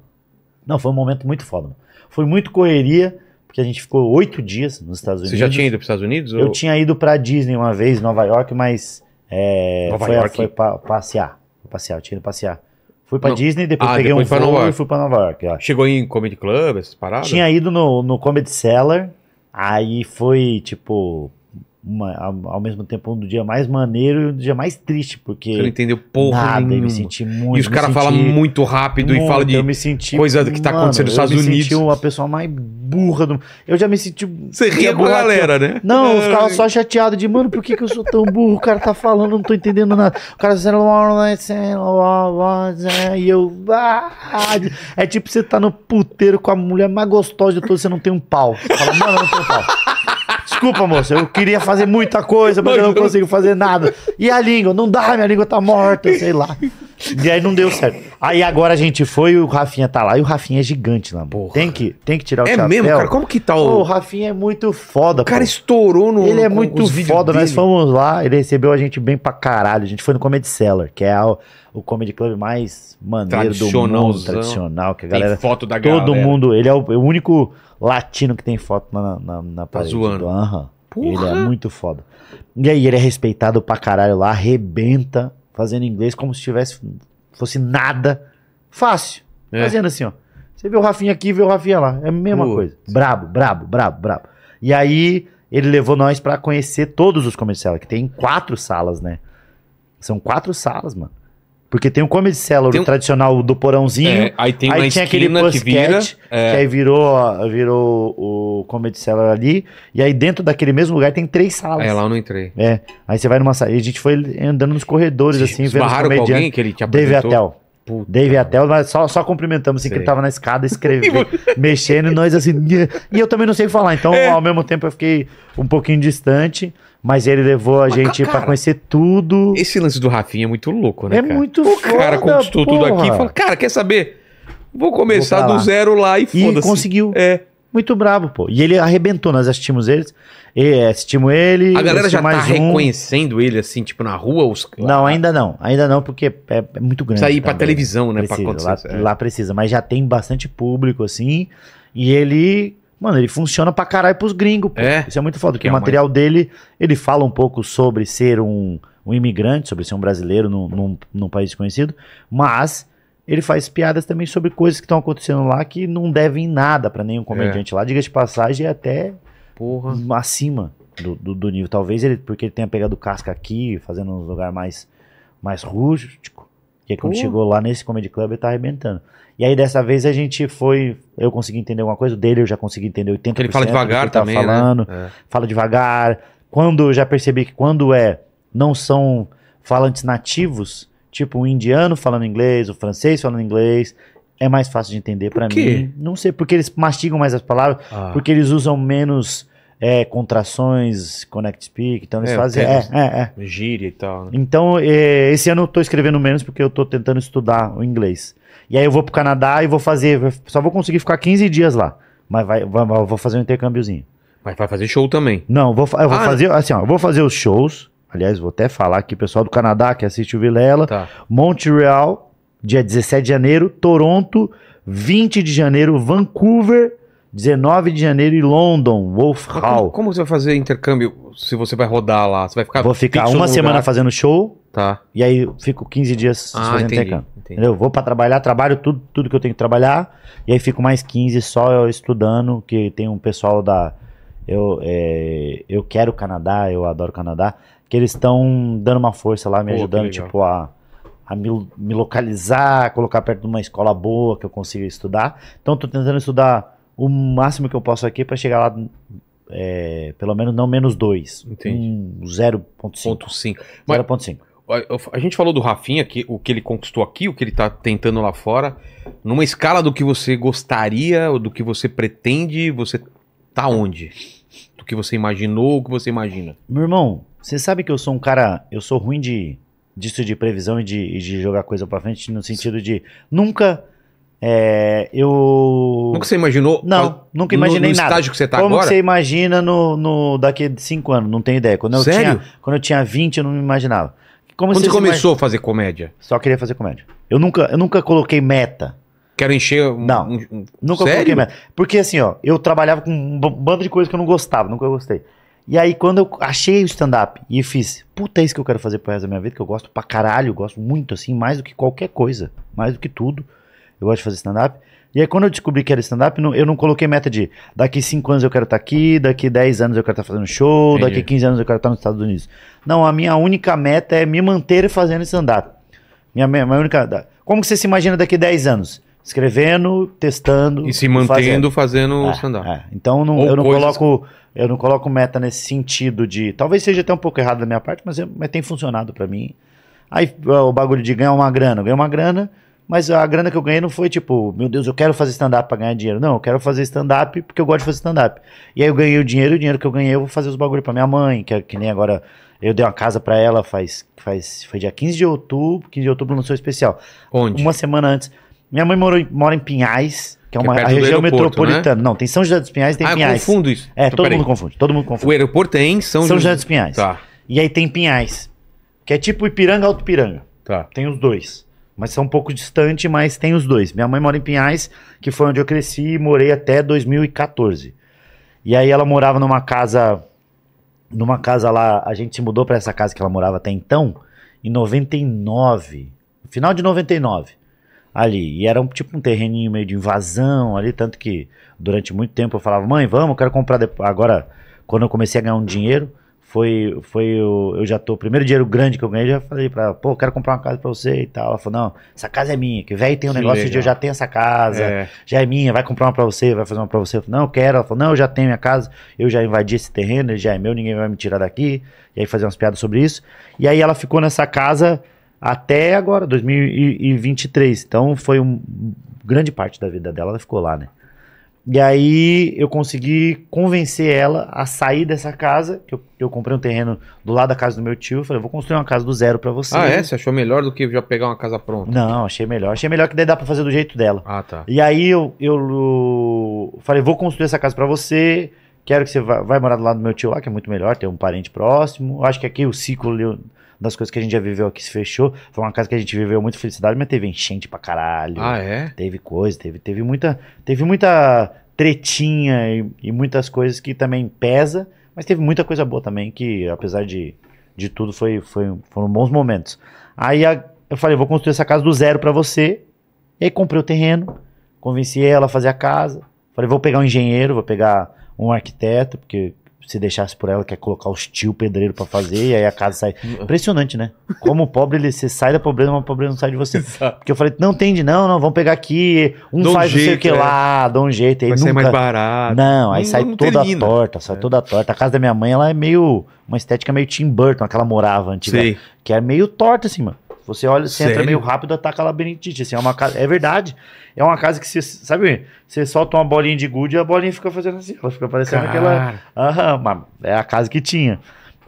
S3: Não, foi um momento muito foda. mano. Foi muito correria, porque a gente ficou oito dias nos Estados Unidos.
S1: Você já tinha ido para os Estados Unidos?
S3: Eu
S1: ou-
S3: tinha ido pra Disney uma vez, Nova York, mas. é,
S1: Nova
S3: foi,
S1: York?
S3: foi pa- passear. Foi passear, eu tinha ido passear. Fui pra
S1: Não.
S3: Disney, depois
S1: Ah,
S3: peguei
S1: depois
S3: um
S1: pra Nova
S3: voo e
S1: York.
S3: fui pra Nova York. é. eu acho.
S1: Chegou em Comedy Club, essas paradas?
S3: Tinha ido no, no Comedy Cellar, aí foi, tipo, uma- ao, ao mesmo tempo um do dia mais maneiro e um do dia mais triste,
S1: Você não
S3: porque
S1: entendeu porra
S3: nada, e
S1: nenhuma.
S3: me senti muito.
S1: E os
S3: me
S1: caras
S3: senti
S1: falam muito rápido e
S3: muito,
S1: falam de...
S3: eu me senti,
S1: coisa que tá acontecendo nos Estados
S3: Eu me senti
S1: Unidos.
S3: uma pessoa mais burra do Eu já me senti.
S1: Você ria com a
S3: burraqueiro.
S1: galera, né?
S3: Não, eu ficava só chateado de, mano, por que, que eu sou tão burro? O cara tá falando, eu não tô entendendo nada. O cara dizendo, "Lá, lá, lá, lá, lá, lá", e eu. "Ah". É tipo você tá no puteiro com a mulher mais gostosa de todas, você não tem um pau. Você fala, mano, eu não tenho pau. Desculpa, moça, eu queria fazer muita coisa, mas eu não consigo fazer nada. E a língua? Não dá, minha língua tá morta, sei lá. E aí não deu certo. Aí agora a gente foi e o Rafinha tá lá. E o Rafinha é gigante lá,
S1: Porra.
S3: porra. Tem que, tem que tirar o
S1: É
S3: chapéu.
S1: mesmo, cara? Como que tá
S3: Pô, o
S1: o...
S3: Rafinha é muito foda,
S1: O cara
S3: pô.
S1: estourou no...
S3: Ele é
S1: com
S3: muito
S1: os vídeos
S3: foda, nós
S1: dele.
S3: fomos lá, ele recebeu a gente bem pra caralho. A gente foi no Comedy Cellar, que é a- o comedy club mais maneiro do mundo,
S1: Tradicionalzão.
S3: tradicional, que a
S1: Tem
S3: galera...
S1: foto da galera.
S3: Todo mundo, ele é o, o único latino que tem foto na, na, na parede.
S1: Tá zoando.
S3: Aham. Ele é
S1: Porra.
S3: muito foda. E aí, ele é respeitado pra caralho lá, arrebenta, fazendo inglês como se tivesse, fosse nada. Fácil.
S1: É.
S3: Fazendo assim, ó. Você vê o Rafinha aqui, vê o Rafinha lá. É a mesma
S1: Putz.
S3: coisa. Brabo, brabo, brabo, brabo. E aí, ele levou nós pra conhecer todos os Comedy Cellar, que tem quatro salas, né? São quatro salas, mano. Porque tem o Comedy Cellar,
S1: Tem
S3: o
S1: um-
S3: tradicional do porãozinho.
S1: É, aí tem
S3: aí
S1: uma
S3: tinha aquele
S1: esquina que
S3: Pussycat,
S1: vira... é.
S3: que aí virou, a- virou o Comedy Cellar ali. E aí dentro daquele mesmo lugar tem três salas.
S1: É, lá eu não entrei.
S3: Aí você vai numa sala. E a gente foi andando nos corredores, assim, vendo os
S1: Esbarraram com
S3: comediantes.
S1: alguém que ele te
S3: Dave
S1: apresentou?
S3: Atel.
S1: Puta.
S3: Dave Atel, mas só, só cumprimentamos, assim, que
S1: Sei.
S3: ele tava na escada
S1: (laughs)
S3: escrevendo, mexendo, e nós assim. "Nhê". E eu também não sei falar, então
S1: É.
S3: ao mesmo tempo eu fiquei um pouquinho distante, mas ele levou a
S1: Mas,
S3: gente
S1: cara,
S3: pra conhecer tudo.
S1: Esse lance do Rafinha é muito louco, né,
S3: É
S1: cara?
S3: muito
S1: O cara
S3: foda,
S1: conquistou tudo aqui e
S3: porra.
S1: falou, cara, quer saber? Vou começar
S3: Vou pra
S1: do
S3: lá.
S1: zero lá e
S3: E
S1: foda-se.
S3: conseguiu.
S1: É.
S3: Muito brabo, pô. E ele arrebentou, nós assistimos eles. E é, assistimos ele.
S1: A galera já tá
S3: mais um.
S1: reconhecendo ele, assim, tipo, na rua? Os...
S3: Não, ainda não. Ainda não, porque é, é muito grande.
S1: Precisa ir pra
S3: também.
S1: televisão, né, pra
S3: Precisa, lá,
S1: acontecer. isso.
S3: lá precisa, mas já tem bastante público, assim. E ele, mano, ele funciona pra caralho pros gringos, pô.
S1: É.
S3: Isso é muito foda, porque
S1: É
S3: o
S1: uma-
S3: material dele, ele fala um pouco sobre ser um, um imigrante, sobre ser um brasileiro num, num, num país desconhecido, mas ele faz piadas também sobre coisas que estão acontecendo lá que não devem nada pra nenhum comediante lá. Diga de passagem, é até
S1: Porra.
S3: acima do, do, do nível. Talvez ele, porque ele tenha pegado casca aqui, fazendo uns lugar mais, mais rústico. E aí, quando
S1: Porra.
S3: chegou lá nesse Comedy Club, ele tá arrebentando. E aí, dessa vez, a gente foi. Eu consegui entender alguma coisa dele, eu já consegui entender 80%.
S1: Porque ele fala
S3: do que
S1: devagar
S3: tava
S1: também,
S3: falando,
S1: né?
S3: Fala devagar. Quando eu já percebi que quando é. Não são falantes nativos, tipo um indiano falando inglês, o francês falando inglês. É mais fácil de entender pra
S1: quê?
S3: mim. Não sei, porque eles mastigam mais as palavras.
S1: É. Ah.
S3: Porque eles usam menos é, contrações, connect speak, então eles
S1: É,
S3: fazem.
S1: tem-
S3: É, é, é.
S1: Gíria e tal, né?
S3: Então, é, esse ano eu tô escrevendo menos porque eu tô tentando estudar o inglês. E aí eu vou pro Canadá e vou fazer. Só vou conseguir ficar 15 dias lá. Mas vai, vai- vai- vou fazer um intercâmbiozinho.
S1: Mas vai fazer show também.
S3: Não, vou, fa- eu vou
S1: Ah,
S3: fazer. Assim, ó, eu vou fazer os shows. Aliás, vou até falar aqui, pessoal do Canadá que assiste o Vilela.
S1: Tá.
S3: Montreal, dia 17 de janeiro, Toronto, 20 de janeiro, Vancouver, 19 de janeiro e London, Wolf
S1: Mas Como,
S3: Hall.
S1: como você vai fazer intercâmbio se você vai rodar lá? Você vai ficar.
S3: Vou ficar
S1: fixo
S3: uma
S1: no
S3: semana
S1: lugar?
S3: fazendo show
S1: Tá.
S3: e aí fico 15 dias
S1: Ah,
S3: fazendo
S1: entendi.
S3: intercâmbio.
S1: entendi.
S3: Entendeu? Vou pra trabalhar, trabalho tudo, tudo que eu tenho que trabalhar e aí fico mais 15 só eu estudando, que tem um pessoal da eu é, eu quero o Canadá, eu adoro o Canadá, que eles estão dando uma força lá,
S1: Pô,
S3: me
S1: que
S3: ajudando
S1: legal.
S3: tipo a a me, me localizar, colocar perto de uma escola boa que eu consiga estudar. Então, estou tentando estudar o máximo que eu posso aqui para chegar lá, é, pelo menos não menos 2.
S1: Entendi.
S3: Um 0.5.
S1: Ponto 5. Mas
S3: 0.5.
S1: a- a- a gente falou do Rafinha, que, o que ele conquistou aqui, o que ele tá tentando lá fora. Numa escala do que você gostaria, ou do que você pretende, você tá onde? Do que você imaginou, o que você imagina.
S3: Meu irmão, você sabe que eu sou um cara. Eu sou ruim de disso de previsão e de, e de jogar coisa pra frente, no sentido de nunca. é, eu.
S1: Nunca você imaginou?
S3: não,
S1: qual-
S3: nunca imaginei
S1: no, no
S3: nada.
S1: estágio que você tá
S3: Como que
S1: agora?
S3: você imagina no, no daqui de 5 anos? Não tenho ideia. Quando eu,
S1: Sério?
S3: Tinha, quando eu tinha 20, eu não me imaginava. Como
S1: Quando você
S3: se imag-
S1: começou a fazer comédia?
S3: Só queria fazer comédia. Eu nunca, eu nunca coloquei meta.
S1: Quero encher um,
S3: Não.
S1: um- um-
S3: Nunca
S1: Sério?
S3: coloquei meta. Porque assim, ó, eu trabalhava com um b- bando de coisa que eu não gostava, nunca gostei. E aí, quando eu achei o stand-up e fiz, puta, é isso que eu quero fazer pro resto da minha vida, que eu gosto pra caralho, eu gosto muito, assim, mais do que qualquer coisa, mais do que tudo. Eu gosto de fazer stand-up. E aí, quando eu descobri que era stand-up, não- eu não coloquei meta de daqui 5 anos eu quero estar aqui, daqui 10 anos eu quero estar fazendo show,
S1: Entendi.
S3: daqui 15 anos eu quero estar nos Estados Unidos. Não, a minha única meta é me manter fazendo stand-up. Minha, minha, minha única. da- Como que você se imagina daqui 10 anos? Escrevendo, testando.
S1: e se mantendo fazendo,
S3: É,
S1: stand-up.
S3: é. Então não-
S1: Ou
S3: eu, não
S1: coisas-
S3: coloco, eu não coloco meta nesse sentido de. Talvez seja até um pouco errado da minha parte, mas, eu- mas tem funcionado pra mim. Aí ó, o bagulho de ganhar uma grana. Eu ganhei uma grana, mas a grana que eu ganhei não foi tipo, meu Deus, eu quero fazer stand-up pra ganhar dinheiro. Não, eu quero fazer stand-up porque eu gosto de fazer stand-up. E aí eu ganhei o dinheiro, e o dinheiro que eu ganhei eu vou fazer os bagulho pra minha mãe, que, é- que nem agora eu dei uma casa pra ela faz, faz. Foi dia 15 de outubro, 15 de outubro lançou um especial.
S1: Onde?
S3: Uma semana antes. Minha mãe morou em- mora em Pinhais,
S1: Que
S3: que é
S1: é
S3: uma
S1: perto
S3: a
S1: do
S3: região
S1: aeroporto, né?
S3: metropolitana. Não, tem São José dos Pinhais, tem
S1: ah, eu
S3: Pinhais.
S1: confundo isso.
S3: É,
S1: Então,
S3: todo
S1: peraí.
S3: mundo confunde, todo mundo confunde.
S1: O aeroporto é em São,
S3: São José
S1: José
S3: dos Pinhais.
S1: Tá,
S3: E aí tem Pinhais, que é tipo Ipiranga, Alto Ipiranga.
S1: tá.
S3: Tem os dois. Mas são um pouco distante, mas tem os dois. Minha mãe mora em Pinhais, que foi onde eu cresci e morei até 2014. E aí ela morava numa casa. Numa casa lá. A gente se mudou pra essa casa que ela morava até então, em 99. Final de 99. Ali. E era um tipo um terreninho meio de invasão ali, tanto que durante muito tempo eu falava, mãe, vamos, eu quero comprar depois. Agora, quando eu comecei a ganhar um dinheiro, foi, foi o, eu já tô, o primeiro dinheiro grande que eu ganhei, eu já falei pra ela, pô, eu quero comprar uma casa pra você e tal. Ela falou, não, essa casa é minha, que velho tem um
S1: Que
S3: negócio de
S1: legal.
S3: eu já tenho essa casa,
S1: É.
S3: já é minha, vai comprar uma pra você, vai fazer uma pra você. Eu falei, não, eu quero. Ela falou, não, eu já tenho minha casa, eu já invadi esse terreno, ele já é meu, ninguém vai me tirar daqui. E aí fazer umas piadas sobre isso. E aí ela ficou nessa casa até agora, 2023. Então foi um grande parte da vida dela, ela ficou lá, né? E aí eu consegui convencer ela a sair dessa casa, que eu, eu comprei um terreno do lado da casa do meu tio, eu falei, vou construir uma casa do zero pra você.
S1: Ah, é? Você achou melhor do que já pegar uma casa pronta?
S3: Não, achei melhor. Achei melhor que daí dá pra fazer do jeito dela.
S1: Ah, tá.
S3: E aí eu, eu uh, falei, vou construir essa casa pra você. Quero que você vá, vai morar do lado do meu tio lá, que é muito melhor, ter um parente próximo. Eu Acho que aqui o ciclo ali, das coisas que a gente já viveu aqui se fechou. Foi uma casa que a gente viveu muita felicidade, mas teve enchente pra caralho.
S1: Ah, é?
S3: Teve coisa, teve, teve muita. Teve muita tretinha e, e muitas coisas que também pesa, mas teve muita coisa boa também, que apesar de, de tudo, foi, foi, foram bons momentos. Aí a- eu falei, vou construir essa casa do zero pra você. E aí comprei o terreno, convenci ela a fazer a casa. Falei, vou pegar um engenheiro, vou pegar um arquiteto, porque se deixasse por ela, quer colocar os tio pedreiro pra fazer, e aí a casa sai. Impressionante, né? Como o pobre ele se sai da pobreza, mas o pobre não sai de você.
S1: Exato.
S3: Porque eu falei, não entende, não, não, vamos pegar aqui, um
S1: Dá um
S3: faz não sei o
S1: jeito,
S3: que
S1: é.
S3: lá, dá um jeito, aí
S1: Vai
S3: nunca...
S1: ser mais barato.
S3: Não, aí
S1: Não-
S3: sai
S1: não
S3: toda
S1: termina.
S3: torta, sai
S1: É.
S3: toda torta. A casa da minha mãe, ela é meio, uma estética meio Tim Burton, aquela morava antiga,
S1: Sei.
S3: que é meio torta assim, mano. Você olha, você entra
S1: Sério?
S3: meio rápido, ataca a labirintite, assim, é uma casa, é verdade, é uma casa que você, sabe, você solta uma bolinha de gude e a bolinha fica fazendo assim, ela fica parecendo aquela...
S1: Cara,
S3: Aham, mas é a casa que tinha.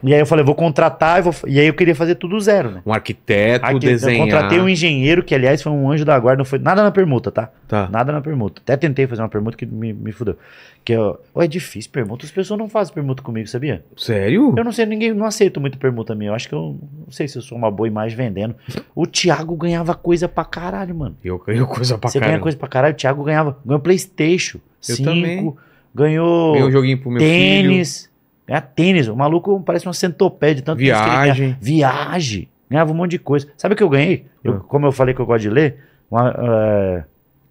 S3: E aí eu falei, vou contratar, e, vou... e aí eu queria fazer tudo zero, né?
S1: Um arquiteto,
S3: Aqui,
S1: desenhar.
S3: Eu contratei um engenheiro que, aliás, foi um anjo da guarda, não foi nada na permuta, tá?
S1: Tá.
S3: Nada na permuta. Até tentei fazer uma permuta que me, me fudeu. Que eu, "Ô, é difícil permuta, as pessoas não fazem permuta comigo, sabia?
S1: Sério?
S3: Eu não sei, ninguém não aceito muito permuta minha. Eu acho que eu não sei se eu sou uma boa imagem vendendo. O Thiago ganhava coisa pra caralho, mano.
S1: Eu ganhei coisa pra
S3: Você ganha
S1: caramba.
S3: coisa pra caralho, o Thiago ganhava. Ganhou Playstation
S1: Eu
S3: 5,
S1: também.
S3: ganhou
S1: Ganhei um joguinho pro meu filho.
S3: tênis. Ganha tênis. O maluco parece uma centopédia. de Tanto tênis que ele ganha.
S1: Viagem.
S3: Viagem. Ganhava um monte de coisa. Sabe o que eu ganhei? Eu-
S1: Ah.
S3: Como eu falei que eu gosto de ler, uma, eh,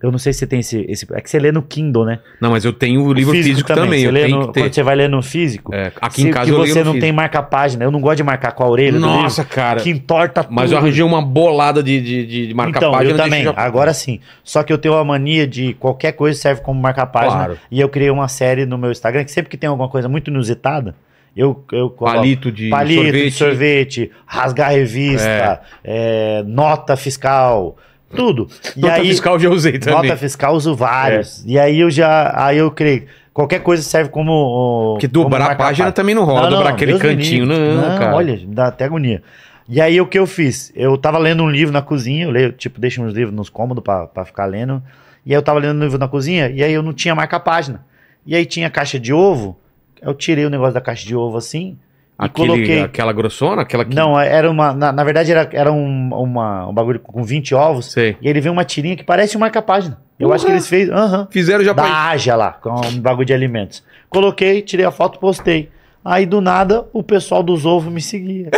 S3: Eu não sei se você tem esse, esse. É que você lê no Kindle, né?
S1: Não, mas eu tenho o livro físico, também.
S3: Você
S1: Eu
S3: lê
S1: tenho
S3: no-
S1: que ter.
S3: Quando você vai ler no físico,
S1: É, aqui
S3: se,
S1: em casa
S3: que
S1: eu leio
S3: você
S1: no
S3: não tem
S1: físico.
S3: marca-página. Eu não gosto de marcar com a orelha. do livro,
S1: Nossa, cara.
S3: Que entorta tudo.
S1: Mas eu arranjei uma bolada de, de, de- de marca
S3: então,
S1: página.
S3: eu
S1: deixa
S3: também.
S1: já-
S3: Agora sim. Só que eu tenho a mania de qualquer coisa serve como marca-página.
S1: Claro.
S3: E eu criei uma série no meu Instagram que sempre que tem alguma coisa muito inusitada, eu, eu coloco
S1: Palito de
S3: palito
S1: sorvete.
S3: de sorvete, rasgar revista, é, nota fiscal, tudo. e
S1: Nota
S3: aí,
S1: fiscal já usei também. É.
S3: nota fiscal uso vários. E aí eu já, aí eu criei. Qualquer coisa serve como. ó,
S1: Porque
S3: como
S1: dobrar a
S3: marca-página.
S1: página também não rola.
S3: Não, não,
S1: dobrar aquele
S3: Deus me
S1: cantinho.
S3: livre.
S1: Não, cara.
S3: olha, me dá até agonia. E aí o que eu fiz? Eu tava lendo um livro na cozinha, eu leio, tipo, deixo uns livros nos cômodos pra, pra ficar lendo. E aí eu tava lendo um livro na cozinha, e aí eu não tinha marca-página. E aí tinha caixa de ovo, eu tirei o negócio da caixa de ovo assim,
S1: Aquele-
S3: e coloquei...
S1: Aquela grossona? Aquela que...
S3: Não, era uma... Na, na verdade era, era um, uma- um bagulho com 20 ovos,
S1: Sei.
S3: e ele vem uma tirinha que parece um marca-página. Eu
S1: Porra!
S3: acho que eles fez... Aham
S1: Fizeram já pra...
S3: da Aja lá, com um bagulho de alimentos. Coloquei, tirei a foto, postei. Aí do nada, o pessoal dos ovos me seguia.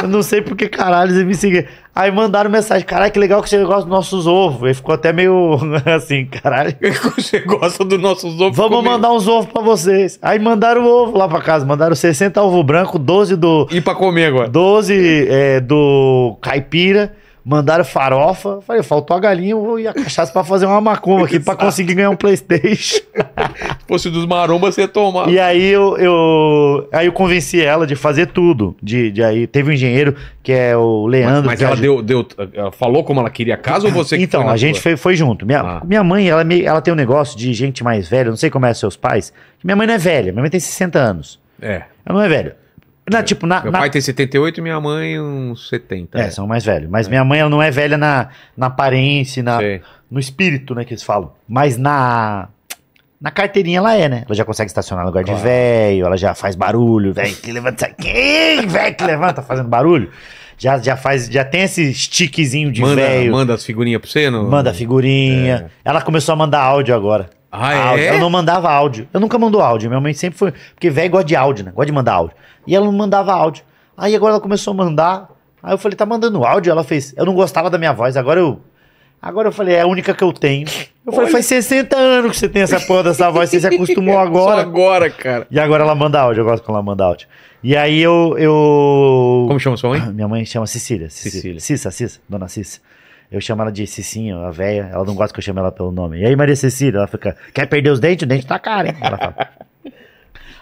S3: Eu não sei por que caralho eles me seguiam. Aí mandaram mensagem: caralho, que legal que você gosta dos nossos ovos. Aí ficou até meio (laughs) assim, caralho.
S1: (laughs) Você gosta do nosso ovo
S3: Vamos
S1: comer.
S3: mandar uns ovos pra vocês. Aí mandaram o ovo lá pra casa, mandaram 60 ovo branco, 12 do.
S1: E pra comer agora.
S3: 12 é, do caipira, mandaram farofa. Falei, faltou a galinha e a cachaça pra fazer uma macumba aqui pra conseguir ganhar um Playstation.
S1: Se fosse dos marombas, você ia tomar.
S3: E aí eu, eu- aí eu convenci ela de fazer tudo. De, de aí teve um engenheiro que é o
S1: Mas,
S3: Leandro.
S1: mas
S3: que
S1: ela
S3: aj-
S1: deu, deu, ela falou como ela queria a casa ou você que
S3: Então,
S1: foi na
S3: a gente
S1: sua?
S3: foi, foi junto. Minha,
S1: Ah.
S3: minha mãe, ela, é meio- ela tem um negócio de gente mais velha, eu não sei como é seus pais. que Minha mãe não é velha, minha mãe tem 60 anos.
S1: É.
S3: Ela não é velha. Na, tipo, na,
S1: Meu
S3: na-
S1: pai tem 78 e minha mãe uns 70.
S3: É, são mais velhos. Mas minha mãe, ela não é velha na, na aparência, na,
S1: Sei.
S3: no espírito, né, que eles falam. Mas na. Na carteirinha ela é, né? Ela já consegue estacionar no lugar de
S1: Claro.
S3: velho, ela já faz barulho, velho que levanta, sai quem, velho que levanta fazendo barulho. Já, já faz, já tem esse stickzinho de
S1: manda, É.
S3: velho,
S1: manda as figurinhas pra você? Não?
S3: manda figurinha. Ela começou a mandar áudio agora.
S1: Ah,
S3: Áudio.
S1: é?
S3: Ela não mandava áudio. Eu nunca mandou áudio, minha mãe sempre foi, porque velho gosta de áudio, né? Gosta de mandar áudio. E ela não mandava áudio. Aí agora ela começou a mandar. Aí eu falei, tá mandando áudio? Ela fez, eu não gostava da minha voz, agora eu Agora eu falei, é a única que eu tenho. Eu falei, faz 60 anos que você tem essa porra dessa voz, você
S1: (laughs)
S3: se acostumou
S1: Só
S3: agora.
S1: agora, cara.
S3: E agora ela manda áudio, eu gosto quando ela manda áudio. E aí eu. eu...
S1: Como chama sua mãe?
S3: Minha mãe chama Cecília. Cecília.
S1: Cecília.
S3: Cissa, Cissa, dona Cissa. Eu chamo ela de Cicinho, a véia. Ela não gosta que eu chame ela pelo nome. E aí, Maria Cecília, ela fica, quer perder os dentes? O dente tá caro, hein? Ela fala.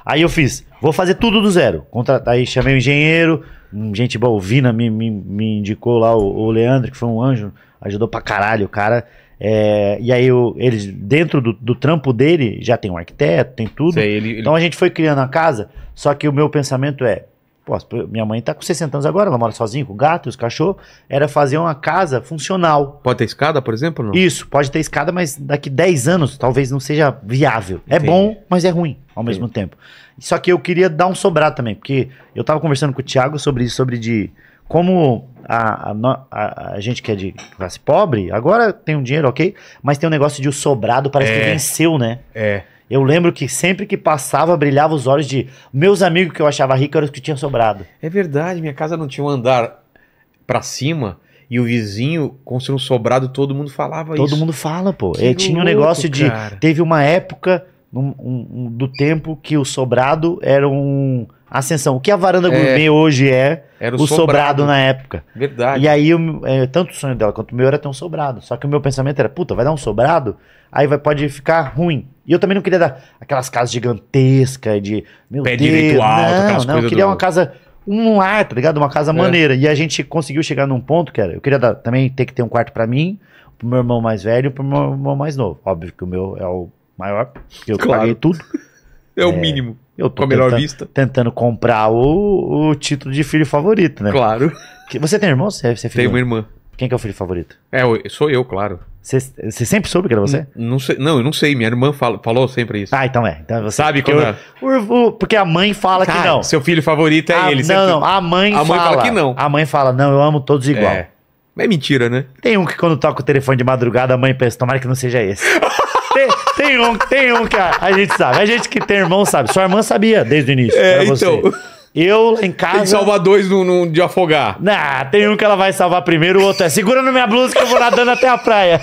S3: aí eu fiz, vou fazer tudo do zero. Contra... Aí chamei o engenheiro, um gente boa, o Vina me, me, me indicou lá, o, o Leandro, que foi um anjo, ajudou pra caralho o cara. É, e aí, eu, eles, dentro do, do trampo dele, já tem um arquiteto, tem tudo.
S1: Sei, ele, ele-
S3: Então a gente foi criando a casa, só que o meu pensamento é, pô, as pe- minha mãe tá com 60 anos agora, ela mora sozinha com o gato e os cachorros, era fazer uma casa funcional.
S1: Pode ter escada, por exemplo? ou Não?
S3: Isso, pode ter escada, mas daqui 10 anos talvez não seja viável. É
S1: Entendi.
S3: bom, mas é ruim ao
S1: Entendi.
S3: mesmo tempo. Só que eu queria dar um sobrado também, porque eu tava conversando com o Thiago sobre isso, sobre de como a, a no- a- a gente que é de classe pobre, agora tem um dinheiro, ok, mas tem um negócio de o sobrado parece que
S1: É.
S3: venceu, né?
S1: É.
S3: Eu lembro que sempre que passava, brilhava os olhos de meus amigos que eu achava rico eram os que tinham sobrado.
S1: É verdade, minha casa não tinha um andar pra cima e o vizinho construiu um sobrado, todo mundo falava
S3: Todo
S1: isso.
S3: mundo fala, pô.
S1: Que
S3: E tinha um
S1: louco,
S3: negócio de.
S1: cara.
S3: Teve uma época num- um- um- do tempo que o sobrado era um ascensão. O que a varanda gourmet hoje é,
S1: Era
S3: o, sobrado. na época.
S1: Verdade.
S3: E aí, eu- é, tanto o sonho dela quanto o meu era ter um sobrado. Só que o meu pensamento era, puta, vai dar um sobrado, aí vai, pode ficar ruim. E eu também não queria dar aquelas casas gigantescas de. Meu
S1: Pé
S3: Deus,
S1: direito alto,
S3: não,
S1: aquelas
S3: não, eu
S1: coisas
S3: queria
S1: do-
S3: uma casa. Um lar, tá ligado? Uma casa
S1: É.
S3: maneira. E a gente conseguiu chegar num ponto, cara. Eu queria dar- também ter que ter um quarto pra mim, pro meu irmão mais velho e pro meu irmão mais novo. Óbvio que o meu é o maior, porque eu
S1: Claro.
S3: paguei tudo.
S1: é o mínimo.
S3: Eu
S1: Com
S3: tô
S1: a melhor
S3: tentando,
S1: vista.
S3: tentando comprar o, o título de filho favorito, né?
S1: Claro. um
S3: Que- Você tem irmão? Você é, você é filho
S1: Tem uma
S3: único?
S1: irmã.
S3: Quem que é o filho favorito?
S1: É, eu- sou eu, claro.
S3: Você você sempre soube que era você?
S1: N- Não, sei, não, eu não sei. Minha irmã fala- falou sempre isso.
S3: É? Ah, então é. Então é você.
S1: Sabe
S3: porque,
S1: quando.
S3: eu, o- o- porque a mãe fala que
S1: Cara,
S3: não.
S1: Seu filho favorito é
S3: a,
S1: ele.
S3: não, não. A mãe,
S1: A mãe
S3: fala,
S1: fala que não.
S3: A mãe fala, não, eu amo todos igual.
S1: É. É mentira, né?
S3: Tem um que quando toca o telefone de madrugada, a mãe pensa, tomara que não seja
S1: (laughs)
S3: esse. tem, tem um, tem um que a, a gente sabe. A gente que tem irmão sabe. Sua irmã sabia desde o início.
S1: É,
S3: era você.
S1: então.
S3: Eu lá em
S1: Tem que
S3: casa.
S1: salvar dois no, no- de afogar.
S3: Ah, tem um que ela vai salvar primeiro, o outro é segura na minha blusa que eu vou nadando até a praia.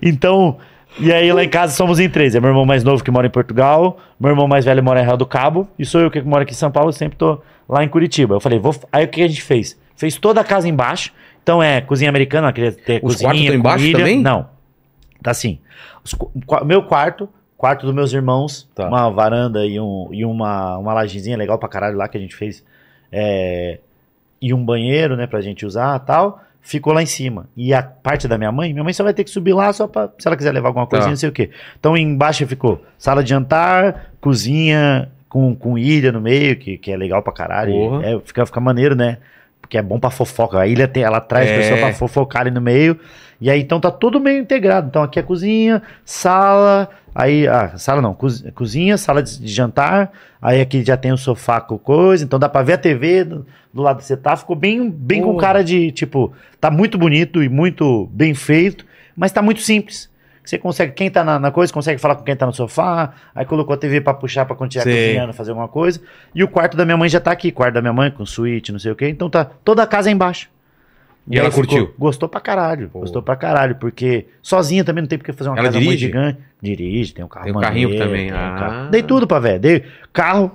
S3: então, e aí lá em casa somos em três. É meu irmão mais novo que mora em Portugal, meu irmão mais velho mora em Real do Cabo, e sou eu que moro aqui em São Paulo, sempre tô lá em Curitiba. Eu falei, vou. f- Aí o que a gente fez? Fez toda a casa embaixo. Então é cozinha americana, queria ter
S1: Os
S3: cozinha.
S1: quartos estão embaixo
S3: comida.
S1: também?
S3: Não. Tá assim. Os qu- qua- meu quarto, quarto dos meus irmãos,
S1: Tá.
S3: uma varanda e, um, e uma, uma lajezinha legal pra caralho lá que a gente fez. é, e um banheiro, né, pra gente usar e tal. Ficou lá em cima. E a parte da minha mãe, minha mãe só vai ter que subir lá só pra, se ela quiser levar alguma
S1: Tá.
S3: coisinha, não sei o quê. Então embaixo ficou sala de jantar, cozinha com, com ilha no meio, que, que é legal pra caralho.
S1: Porra.
S3: É, fica, fica maneiro, né? Porque é bom pra fofoca. A ilha tem, ela traz
S1: É.
S3: pessoas pessoa pra fofocar ali no meio. E aí, então tá tudo meio integrado. Então aqui é cozinha, sala, aí. Ah, sala não, cozi- cozinha, sala de, de jantar. Aí aqui já tem o sofá com coisa. Então dá pra ver a TV do, do lado que você tá. Ficou bem, bem com
S1: Porra.
S3: cara de tipo. Tá muito bonito e muito bem feito, mas tá muito simples. Você consegue, quem tá na, na coisa, consegue falar com quem tá no sofá, aí colocou a TV pra puxar pra quando tiver
S1: Sei.
S3: cozinhando, fazer alguma coisa. E o quarto da minha mãe já tá aqui, quarto da minha mãe com suíte, não sei o quê. Então tá toda a casa é embaixo.
S1: E ela
S3: aí ficou-
S1: curtiu?
S3: gostou pra caralho.
S1: Pô.
S3: Gostou pra caralho, porque sozinha também não tem porque fazer uma
S1: Ela
S3: casa muito
S1: dirige?
S3: gigante. Dirige, tem um carro
S1: Tem um carrinho também,
S3: tem
S1: ah.
S3: carro. Dei tudo pra velho. Dei carro,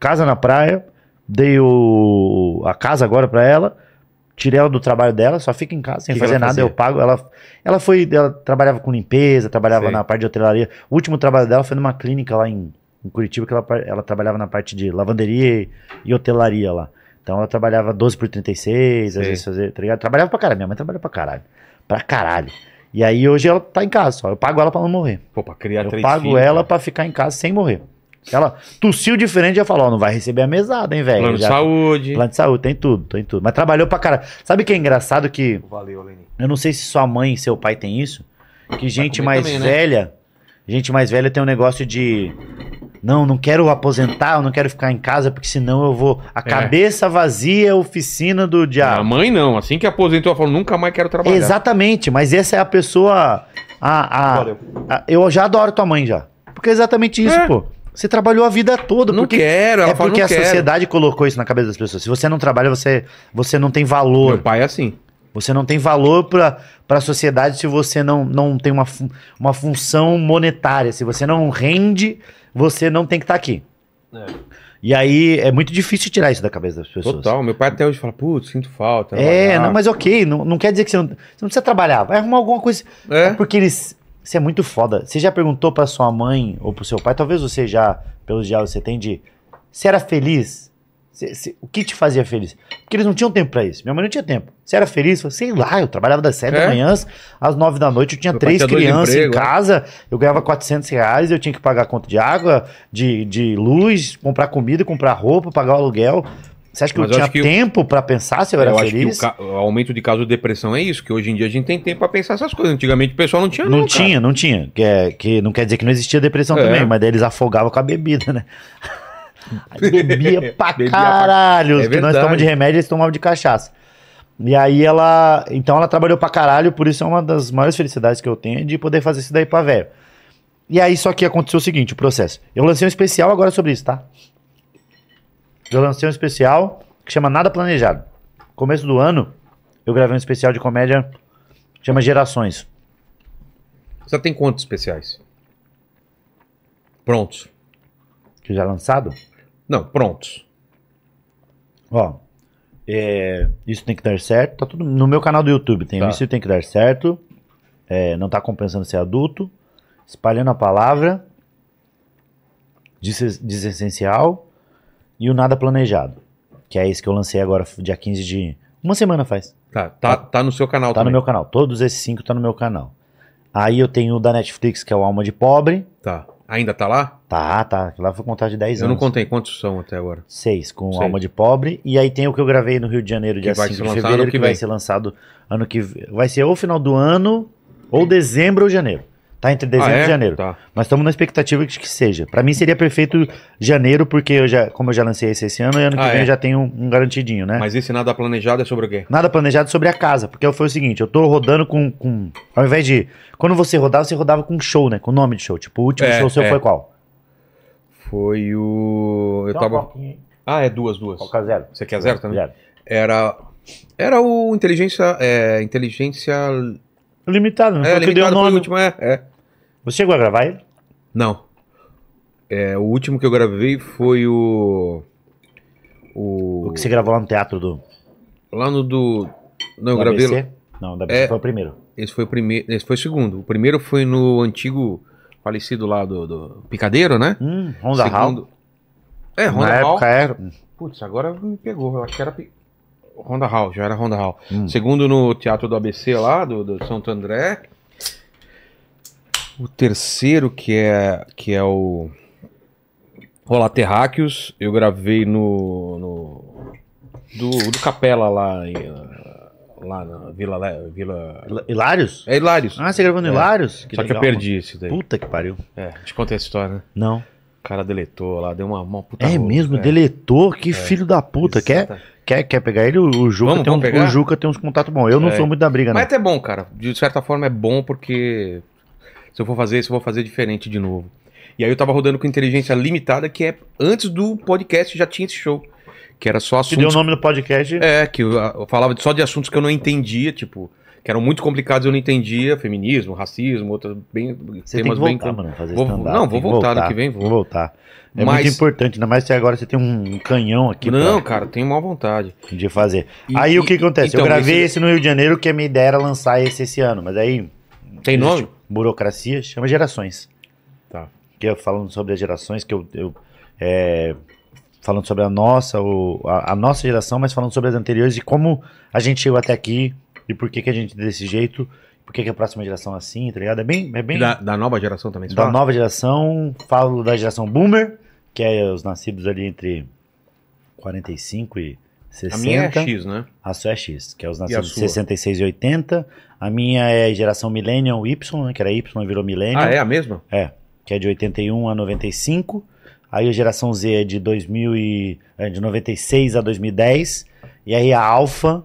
S3: casa na praia, dei o, a casa agora pra ela. Tirei ela do trabalho dela, só fica em casa, sem
S1: Que que
S3: fazer
S1: ela
S3: nada,
S1: fazia?
S3: eu pago. Ela, ela foi, ela trabalhava com limpeza, trabalhava
S1: Sei.
S3: na parte de hotelaria. O último trabalho dela foi numa clínica lá em, em Curitiba, que ela, par- ela trabalhava na parte de lavanderia e, e hotelaria lá. Então ela trabalhava 12 por 36, às
S1: Sei.
S3: vezes fazia, tá ligado? Trabalhava pra caralho, minha mãe trabalha pra caralho. Pra caralho. E aí hoje ela tá em casa só, eu pago ela pra não morrer.
S1: Pô, pra criar
S3: Eu
S1: três
S3: pago
S1: filhos, né?
S3: ela
S1: cara.
S3: pra ficar em casa sem morrer. Ela tossiu diferente, já falou, ó, não vai receber a mesada, hein, velho.
S1: Plano de
S3: Já-
S1: saúde.
S3: Plano de saúde, tem tudo, tem tudo. Mas trabalhou pra caralho. Sabe o que é engraçado que
S1: Valeu, Lenin.
S3: eu não sei se sua mãe e seu pai tem isso. Que gente
S1: comer
S3: mais
S1: também, né?
S3: velha. Gente mais velha tem um negócio de. Não, não quero aposentar, eu não quero ficar em casa, porque senão eu vou. A cabeça vazia é a oficina do
S1: A
S3: diabo.
S1: mãe não, assim que aposentou, ela falou, nunca mais quero trabalhar.
S3: exatamente, mas essa é a pessoa. A, a-
S1: Valeu.
S3: a- eu já adoro tua mãe já. Porque é exatamente isso,
S1: É.
S3: pô. Você trabalhou a vida toda.
S1: Não
S3: porque
S1: quero, ela
S3: é
S1: falou,
S3: porque
S1: não
S3: a
S1: quero.
S3: sociedade colocou isso na cabeça das pessoas. Se você não trabalha, você, você não tem valor.
S1: Meu pai é assim.
S3: Você não tem valor para a sociedade se você não, não tem uma, fun- uma função monetária. Se você não rende, você não tem que estar aqui.
S1: É.
S3: E aí é muito difícil tirar isso da cabeça das pessoas.
S1: Total, meu pai até hoje fala, putz, sinto falta.
S3: É,
S1: trabalhar.
S3: não, mas ok, não, não quer dizer que você não, você não precisa trabalhar. Vai arrumar alguma coisa.
S1: É.
S3: Porque eles. Você é muito foda. Você já perguntou pra sua mãe ou pro seu pai? Talvez você já, pelos diálogos que você tem, de. Você era feliz? Você- você- o que te fazia feliz? Porque eles não tinham tempo pra isso. Minha mãe não tinha tempo. Você era feliz? Eu falei, Sei lá, eu trabalhava das 7
S1: É.
S3: da manhã às- às 9 da noite. Eu tinha
S1: Meu pai
S3: três
S1: tinha dois
S3: crianças em
S1: empregos, né?
S3: casa. Eu ganhava 400 reais. Eu tinha que pagar conta de água, de, de luz, comprar comida, comprar roupa, pagar o aluguel. Você acha que
S1: Mas eu
S3: eu tinha
S1: acho que o-
S3: tempo pra pensar se eu era
S1: eu acho que
S3: feliz?
S1: o, ca- o aumento de caso de depressão é isso, que hoje em dia a gente tem tempo pra pensar essas coisas. Antigamente o pessoal não tinha,
S3: Não
S1: cara.
S3: tinha, não tinha. Que, é- que não quer dizer que não existia depressão
S1: É.
S3: também, mas daí eles afogavam com a bebida,
S1: (laughs)
S3: né? Aí Bebia pra
S1: Bebia pra-
S3: caralho.
S1: É
S3: Os que nós
S1: verdade.
S3: tomamos de remédio, eles tomavam de cachaça. E aí ela. Então ela trabalhou pra caralho, por isso é uma das maiores felicidades que eu tenho é de poder fazer isso daí pra velho. E aí, só que aconteceu o seguinte, o processo. Eu lancei um especial agora sobre isso, tá? Eu lancei um especial que chama Nada Planejado. Começo do ano, eu gravei um especial de comédia, chama Gerações.
S1: Você tem quantos especiais? Prontos.
S3: que já é lançado,
S1: Não, prontos.
S3: ó, é, isso tem que dar certo, tá tudo no meu canal do YouTube, tem
S1: Tá.
S3: isso tem que dar certo, é, não tá compensando ser adulto, espalhando a palavra, é, Des- desessencial e o nada planejado, que é esse que eu lancei agora, dia 15 de, uma semana faz.
S1: Tá, tá, tá no seu canal
S3: Tá no
S1: também.
S3: meu canal. Todos esses cinco tá no meu canal. Aí eu tenho o da Netflix, que é o Alma de Pobre.
S1: Tá. Ainda tá lá?
S3: Tá, tá. Lá foi contar de 10
S1: eu não
S3: anos.
S1: contei quantos são até agora.
S3: Seis, com
S1: Seis.
S3: Alma de Pobre. E aí tem o que eu gravei no Rio de Janeiro, dia
S1: vai
S3: 5
S1: ser
S3: de
S1: lançado
S3: fevereiro,
S1: ano que
S3: que, vai
S1: vem.
S3: ser lançado ano que v- vai ser ou final do ano, ou dezembro ou janeiro. Tá entre dezembro
S1: Ah, é?
S3: e janeiro.
S1: Tá.
S3: Nós estamos na expectativa de que seja. Pra mim seria perfeito janeiro, porque eu já, como eu já lancei esse esse ano, e ano que
S1: Ah,
S3: vem
S1: é?
S3: eu já tenho um, um garantidinho, né?
S1: Mas esse nada planejado é sobre o quê?
S3: Nada planejado sobre a casa, porque foi o seguinte, eu tô rodando com, com- Ao invés de. Quando você rodava, você rodava com show, né? Com nome de show. Tipo, o último
S1: É,
S3: show seu
S1: é.
S3: foi qual?
S1: Foi o. Eu
S3: Tem uma
S1: tava.
S3: coquinha aí.
S1: Ah, é duas, duas.
S3: Coca zero.
S1: Você quer zero também?
S3: Zero.
S1: Era. Era o Inteligência. É, inteligência. É,
S3: Limitado, não foi o que Então deu o
S1: limitado foi o
S3: nome.
S1: último, é, é.
S3: Você chegou a gravar ele?
S1: Não. É, o último que eu gravei foi o. O.
S3: O que você gravou lá no teatro do.
S1: Lá no do. Não, eu
S3: da
S1: gravei.
S3: ABC? Não, da ABC
S1: É.
S3: foi o primeiro.
S1: Esse foi o primeiro. Esse foi o segundo. O primeiro foi no antigo falecido lá do, do Picadeiro, né?
S3: Hum, Honda Hall.
S1: Segundo- É, Honda
S3: Na
S1: Hall.
S3: época era.
S1: Putz, agora me pegou. Eu acho que era pi- Honda Hall, já era Honda Hall.
S3: Hum.
S1: Segundo no Teatro do ABC lá, do, do Santo André. O terceiro, que é, que é o Olá Terráqueos, eu gravei no. no do, do Capela lá, em, ah, lá na Vila. Le- Vila...
S3: Hilários?
S1: É Hilários.
S3: Ah, você gravou no
S1: É.
S3: Hilários?
S1: Só que eu
S3: legal,
S1: perdi esse daí.
S3: mano. Puta que pariu.
S1: É, te contei essa história, né?
S3: Não.
S1: O cara deletou lá, deu uma, uma puta.
S3: É
S1: rola.
S3: mesmo, deletor, que filho da puta. Quer,
S1: Exata-
S3: quer, quer pegar ele? O, o Juca
S1: É. Vamos,
S3: tem
S1: vamos
S3: um-
S1: pegar?
S3: o Juca tem uns contatos bons. Eu não
S1: É.
S3: sou muito da briga,
S1: Mas
S3: né?
S1: é até bom, cara. De certa forma é bom porque se eu for fazer isso, eu vou fazer diferente de novo. E aí eu tava rodando com inteligência limitada, que é antes do podcast já tinha esse show. Que era só
S3: Que deu o
S1: assuntos.
S3: nome do podcast.
S1: É, que eu, eu falava só de assuntos que eu não entendia, tipo, que eram muito complicados e eu não entendia. Feminismo, racismo, outras bem.
S3: Você tem que
S1: bem.
S3: voltar, mano, fazer
S1: Vou-
S3: stand-up.
S1: não, vou
S3: tem que
S1: voltar, ano que vem vou.
S3: Vou voltar. É
S1: Mas-
S3: muito importante, ainda mais se agora você tem um canhão aqui
S1: não,
S3: pra-
S1: cara, tenho má vontade.
S3: de fazer.
S1: E-
S3: aí o que
S1: e-
S3: acontece?
S1: então,
S3: eu gravei esse... no Rio de Janeiro, que a minha ideia era lançar esse esse ano, mas aí.
S1: Tem
S3: existe
S1: nome?
S3: Burocracia, chama Gerações.
S1: Tá.
S3: Que eu falando sobre as gerações, que eu. eu, é, falando sobre a nossa, o, a, a nossa geração, mas falando sobre as anteriores e como a gente chegou até aqui e por que, que a gente é desse jeito, por que, que a próxima geração é assim, tá ligado? É bem. É bem
S1: Da, da nova geração também. você
S3: da
S1: fala?
S3: nova geração, falo da geração boomer, que é os nascidos ali entre 45 e
S1: A minha é
S3: 60.
S1: X, né?
S3: A sua é X, que é os
S1: E a
S3: nascidos de
S1: sua?
S3: 66 e 80. A minha é geração Millennium Y, né, que era Y e virou Millennium,
S1: Ah, é a mesma?
S3: que é de 81 a 95. Aí a geração Z é de 2000 e, é, de 96 a 2010. E aí a Alpha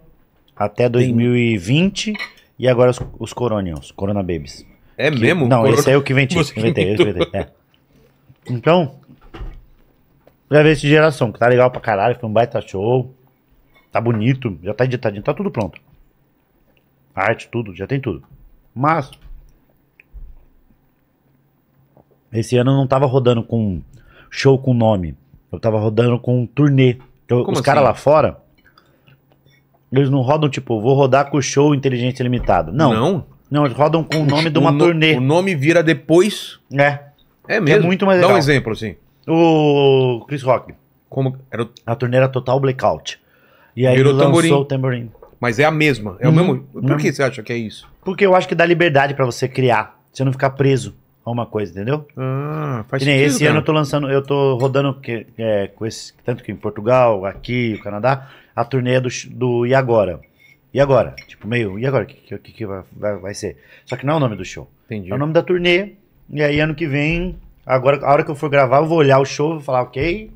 S3: até 2020. E agora os, os Coronials, Corona Babies.
S1: É
S3: Que-
S1: mesmo?
S3: Não,
S1: Coro-
S3: esse aí é o que inventei.
S1: Você que
S3: inventei, eu inventei, é. Então, já veio esse geração, que tá legal pra caralho, foi um baita show. Tá bonito, já tá editadinho, tá tudo pronto. Arte, tudo, já tem tudo. Mas, esse ano eu não tava rodando com show com nome. Eu tava rodando com um turnê. Eu-
S1: Como
S3: os caras
S1: assim?
S3: lá fora, eles não rodam tipo, vou rodar com o show Inteligência Limitada. Não, não,
S1: Não.
S3: eles rodam com o nome de uma
S1: no-
S3: turnê.
S1: O nome vira depois.
S3: É.
S1: É mesmo.
S3: muito mais
S1: Dá um
S3: legal.
S1: exemplo, assim.
S3: O Chris Rock.
S1: Como era o-
S3: A torneira total blackout. E aí
S1: Virou
S3: ele lançou
S1: tamborim.
S3: o tamborim.
S1: Mas é a mesma. É o
S3: Uhum.
S1: mesmo. Por
S3: Uhum.
S1: que você acha que é isso?
S3: Porque eu acho que dá liberdade pra você criar. Você não ficar preso a uma coisa, entendeu?
S1: Ah, faz
S3: Que nem esse ano eu tô lançando, eu tô rodando que- é, com esse, tanto que em Portugal, aqui, o Canadá, a turnê é do, sh- do E Agora? E Agora? Tipo, meio, e agora? O que, que, que- que vai, vai- vai ser? Só que não é o nome do show.
S1: Entendi.
S3: É o nome da turnê. E aí ano que vem, agora, a hora que eu for gravar, eu vou olhar o show e vou falar, ok,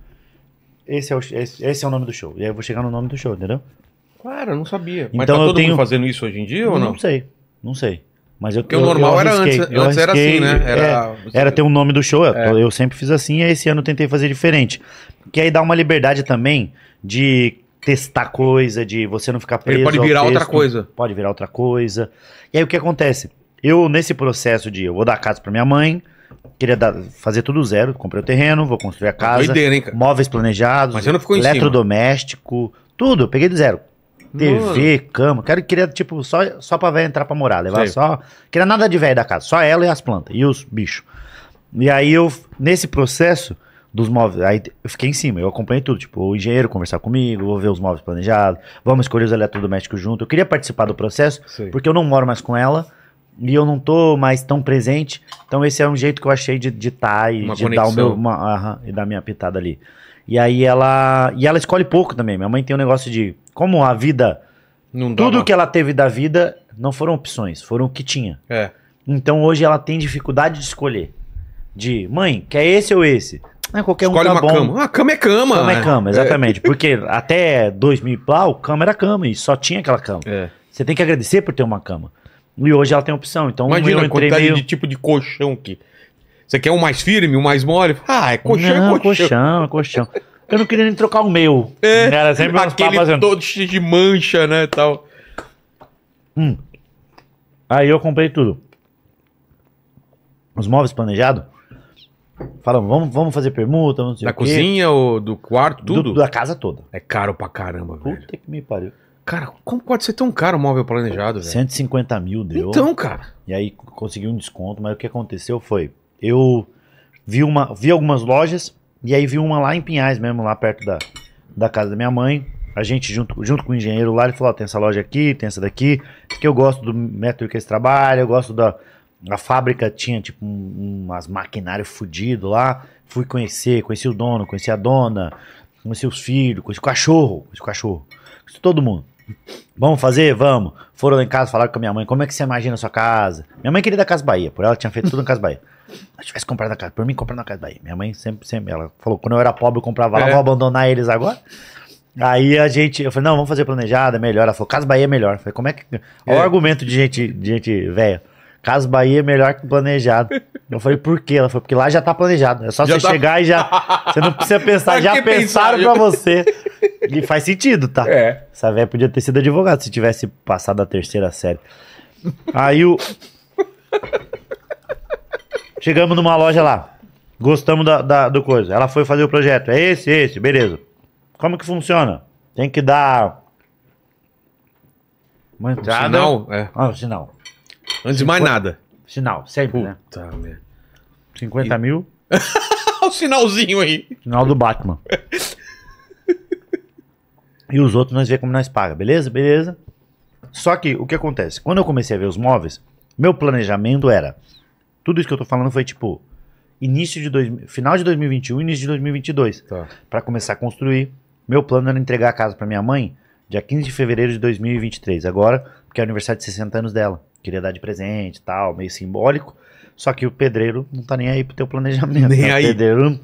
S3: esse é, o, esse, esse é o nome do show. E aí eu vou chegar no nome do show, entendeu?
S1: Cara, eu não sabia. Mas
S3: Então
S1: tá
S3: eu
S1: todo mundo
S3: tenho-
S1: fazendo isso hoje em dia ou não?
S3: sei, não sei. Mas eu
S1: Porque o normal era antes.
S3: eu
S1: Antes era assim,
S3: arrisquei,
S1: né?
S3: é,
S1: Era,
S3: era ter um nome do show, eu-
S1: É.
S3: eu sempre fiz assim, e esse ano eu tentei fazer diferente. Que aí dá uma liberdade também de testar coisa, de você não ficar preso.
S1: Ele pode
S3: ao
S1: virar outra
S3: texto,
S1: coisa.
S3: Pode virar outra coisa. E aí o que acontece? Eu, nesse processo de eu vou dar a casa pra minha mãe, queria dar- fazer tudo zero, comprei o terreno, vou construir a casa,
S1: Doideira, hein, cara?
S3: móveis planejados,
S1: Mas você não ficou em cima.
S3: eletrodoméstico, tudo, eu peguei do zero. TV, cama. Quero queria, tipo, só, só pra velha entrar pra morar.
S1: Sei.
S3: Levar só. Queria nada de velho da casa, só ela e as plantas e os bichos. E aí eu, nesse processo dos móveis, aí eu fiquei em cima, eu acompanhei tudo. Tipo, o engenheiro conversar comigo, vou ver os móveis planejados, vamos escolher os eletrodomésticos junto. Eu queria participar do processo,
S1: Sei.
S3: porque eu não moro mais com ela e eu não tô mais tão presente. Então esse é um jeito que eu achei de ditar e
S1: Uma
S3: de dar o
S1: conexão.
S3: meu uma, aham, e dar minha pitada ali. E aí ela e ela escolhe pouco também. Minha mãe tem um negócio de como a vida,
S1: Não dá
S3: tudo
S1: uma-
S3: que ela teve da vida não foram opções, foram o que tinha.
S1: É.
S3: Então hoje ela tem dificuldade de escolher. De mãe, quer esse ou esse? Ah, qualquer
S1: Escolhe
S3: um tá
S1: uma
S3: bom.
S1: cama. Ah, cama é cama.
S3: Cama
S1: né?
S3: é cama, exatamente. Porque até 2000 e plau, cama era cama e só tinha aquela cama.
S1: É.
S3: Você tem que agradecer por ter uma cama. E hoje ela tem opção. Então
S1: Imagina
S3: eu
S1: a
S3: entrei
S1: quantidade
S3: meio.
S1: de tipo de colchão que. Você quer um mais firme, um mais mole? Ah, é colchão,
S3: não,
S1: é colchão. (laughs)
S3: colchão, colchão. Eu não queria nem trocar o meu.
S1: É,
S3: Era sempre uns
S1: Aquele
S3: papas, assim.
S1: todo cheio de mancha, né, tal.
S3: Aí eu comprei tudo. Os móveis planejados. Falamos, vamos, vamos fazer permuta, não sei
S1: Da
S3: o quê.
S1: cozinha, ou do quarto,
S3: Do-
S1: tudo.
S3: da casa toda.
S1: É caro pra caramba, velho.
S3: Puta que me pariu.
S1: Cara, como pode ser tão caro o móvel planejado, velho?
S3: 150 mil deu.
S1: Então, cara.
S3: E aí consegui um desconto, mas o que aconteceu foi, eu vi uma, vi algumas lojas e aí vi uma lá em Pinhais mesmo, lá perto da, da casa da minha mãe. A gente junto, junto com o engenheiro lá, ele falou, ó, tem essa loja aqui, tem essa daqui, porque eu gosto do método que eles trabalham, eu gosto da a fábrica tinha tipo um, umas maquinário fudido lá. Fui conhecer, conheci o dono, conheci a dona, conheci os filhos, conheci o cachorro, conheci o cachorro, conheci todo mundo. Vamos fazer? Vamos. Foram lá em casa, falaram com a minha mãe, como é que você imagina a sua casa? Minha mãe queria da Casa Bahia, por ela tinha feito tudo na Casa Bahia. Se eu tivesse comprado na Casa, por mim comprando na Casa Bahia. Minha mãe sempre, sempre, ela falou, quando eu era pobre eu comprava lá,
S1: É.
S3: vou abandonar eles agora. Aí a gente, eu falei, não, vamos fazer planejada, é melhor. Ela falou, Casa Bahia é melhor. Eu falei, como é que... Olha
S1: É.
S3: o argumento de gente, de gente velha. Casa Bahia é melhor que planejado. Eu falei, por quê? Ela falou, porque lá já tá planejado. É só
S1: Já
S3: você
S1: tá-
S3: chegar e já. Você
S1: (laughs)
S3: não precisa pensar,
S1: Pra
S3: já
S1: que
S3: pensaram
S1: pensar,
S3: pra você. E faz sentido, tá?
S1: É.
S3: Essa velha podia ter sido advogada se tivesse passado a terceira série. Aí o. Chegamos numa loja lá. Gostamos da, da- do coisa. Ela foi fazer o projeto. É esse, esse, beleza. Como que funciona? Tem que dar. Uma entrada.
S1: Sinal, é.
S3: Ah, um sinal.
S1: Antes de mais nada.
S3: Sinal, sempre, né?
S1: Puta merda.
S3: 50 mil.
S1: Olha o sinalzinho aí.
S3: Sinal do Batman. e os outros nós vê como nós paga, beleza? Beleza. Só que o que acontece? Quando eu comecei a ver os móveis, meu planejamento era. Tudo isso que eu tô falando foi tipo. Início de dois, final de 2021, início de 2022.
S1: Tá.
S3: Pra começar a construir. Meu plano era entregar a casa pra minha mãe dia 15 de fevereiro de 2023. Agora, porque é o aniversário de 60 anos dela. Queria dar de presente e tal, meio simbólico. Só que o pedreiro não tá nem aí pro teu planejamento.
S1: Nem
S3: né? O
S1: aí.
S3: pedreiro.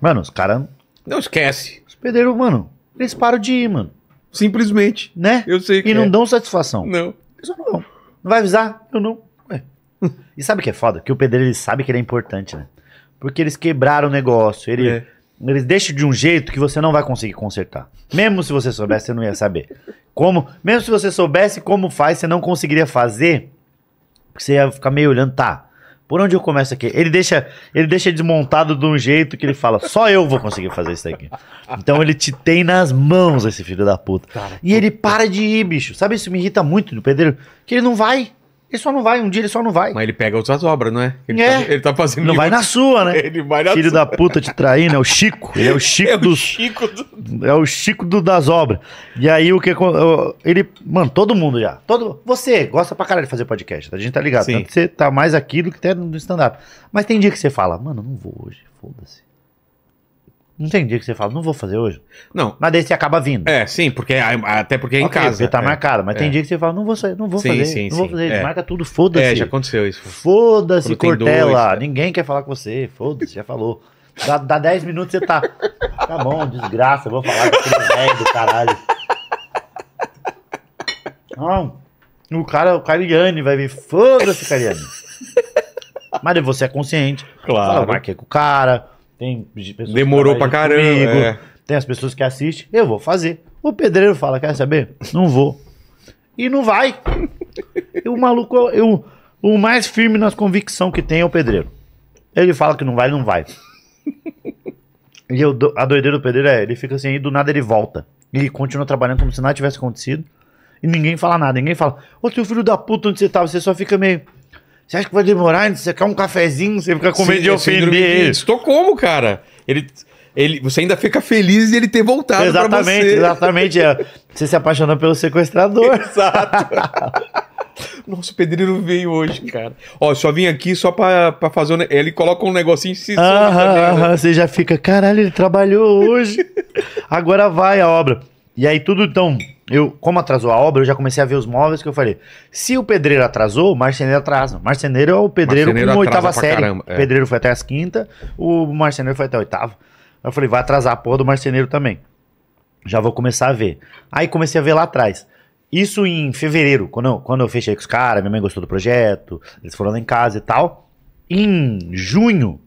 S3: Mano, os caras.
S1: Não esquece.
S3: Os pedreiros, mano, eles param de ir, mano.
S1: Simplesmente.
S3: Né?
S1: Eu sei que
S3: E não
S1: é.
S3: dão satisfação.
S1: Não.
S3: Eles falam, não. Não vai avisar? Eu não.
S1: (laughs)
S3: Ué. E sabe o que é foda? Que o pedreiro ele sabe que ele é importante, né? Porque eles quebraram o negócio. Ele,
S1: É.
S3: Eles deixam de um jeito que você não vai conseguir consertar. Mesmo se você soubesse, você não ia saber. Como, mesmo se você soubesse como faz, você não conseguiria fazer. Porque você ia ficar meio olhando, tá. Por onde eu começo aqui? Ele deixa, ele deixa desmontado de um jeito que ele fala, só eu vou conseguir fazer isso daqui. Então ele te tem nas mãos, esse filho da puta. E ele para de ir, bicho. Sabe, isso me irrita muito do pedreiro, que ele não vai. Ele só não vai, um dia ele só não vai.
S1: Mas ele pega outras obras, não é? Ele,
S3: É.
S1: Tá, ele tá fazendo.
S3: não vai na sua, né?
S1: (laughs) Ele vai na
S3: Filho da puta te traindo, é o Chico. Ele é o Chico
S1: É o
S3: dos
S1: Chico do...
S3: é o Chico do- das obras. E aí o que acon- eu- ele, mano, todo mundo já. Todo, você gosta pra caralho de fazer podcast, tá? a gente tá ligado.
S1: Sim.
S3: Tanto que você tá mais aqui do que até no stand-up. Mas tem dia que você fala, mano, não vou hoje, foda-se. Não tem dia que você fala, não vou fazer hoje.
S1: Não.
S3: Mas daí você acaba vindo.
S1: É, sim, porque até porque é em
S3: Ok,
S1: casa.
S3: Porque tá
S1: é.
S3: marcado. Mas
S1: É.
S3: tem dia que você fala, não vou sair, não vou
S1: Sim,
S3: fazer,
S1: sim,
S3: não vou
S1: sim,
S3: fazer.
S1: é.
S3: Marca tudo, foda-se.
S1: É, já aconteceu isso.
S3: Foda-se,
S1: Quando tem
S3: Cortella.
S1: dois, né?
S3: Ninguém quer falar com você. Foda-se, já falou. Dá, dá 10 minutos, você tá. Tá bom, desgraça, eu vou falar com aquele velho do caralho. Não. O cara, o Cariani vai vir. Foda-se, Cariani. Mas você é consciente. Fala, marquei com o cara. Tem pessoas que
S1: Demorou pra
S3: trabalham
S1: caramba.
S3: comigo,
S1: é.
S3: Tem as pessoas que assistem. Eu vou fazer. O pedreiro fala, quer saber? Não vou. E não vai. (laughs) E o maluco, eu, o mais firme nas convicção que tem é o pedreiro. Ele fala que não vai,
S1: (laughs)
S3: não vai. E eu, dou- a doideira do pedreiro é, ele fica assim, e do nada ele volta. E continua trabalhando como se nada tivesse acontecido. E ninguém fala nada, ninguém fala, ô seu filho da puta, onde você tava? Você só fica meio. Você acha que vai demorar? Você quer um cafezinho? Você fica com medo
S1: Sim,
S3: de
S1: é síndrome
S3: ofender
S1: de
S3: ele.
S1: Estocolmo, cara. Ele, ele, você ainda fica feliz de ele ter voltado pra
S3: Exatamente,
S1: você. (laughs)
S3: exatamente. é. Você se apaixonou pelo sequestrador.
S1: Nossa, o pedreiro veio hoje, cara. Ó, só vim aqui só pra, pra fazer... um ne- Ele coloca um negocinho e se... some também,
S3: Aham,
S1: né?
S3: aham, você já fica, caralho, ele
S1: (laughs)
S3: trabalhou hoje. Agora vai a obra. E aí tudo então, eu, como atrasou a obra, eu já comecei a ver os móveis que eu falei. Se o pedreiro atrasou, o marceneiro atrasa. Marceneiro é o pedreiro
S1: Marceneiro
S3: com
S1: atrasa
S3: oitava
S1: pra
S3: série.
S1: caramba, é.
S3: O pedreiro foi até as quinta, o marceneiro foi até a oitava. Aí Eu falei, vai atrasar a porra do marceneiro também. Já vou começar a ver. Aí comecei a ver lá atrás. Isso em fevereiro, quando eu, quando eu fechei com os caras, minha mãe gostou do projeto, eles foram lá em casa e tal. em junho,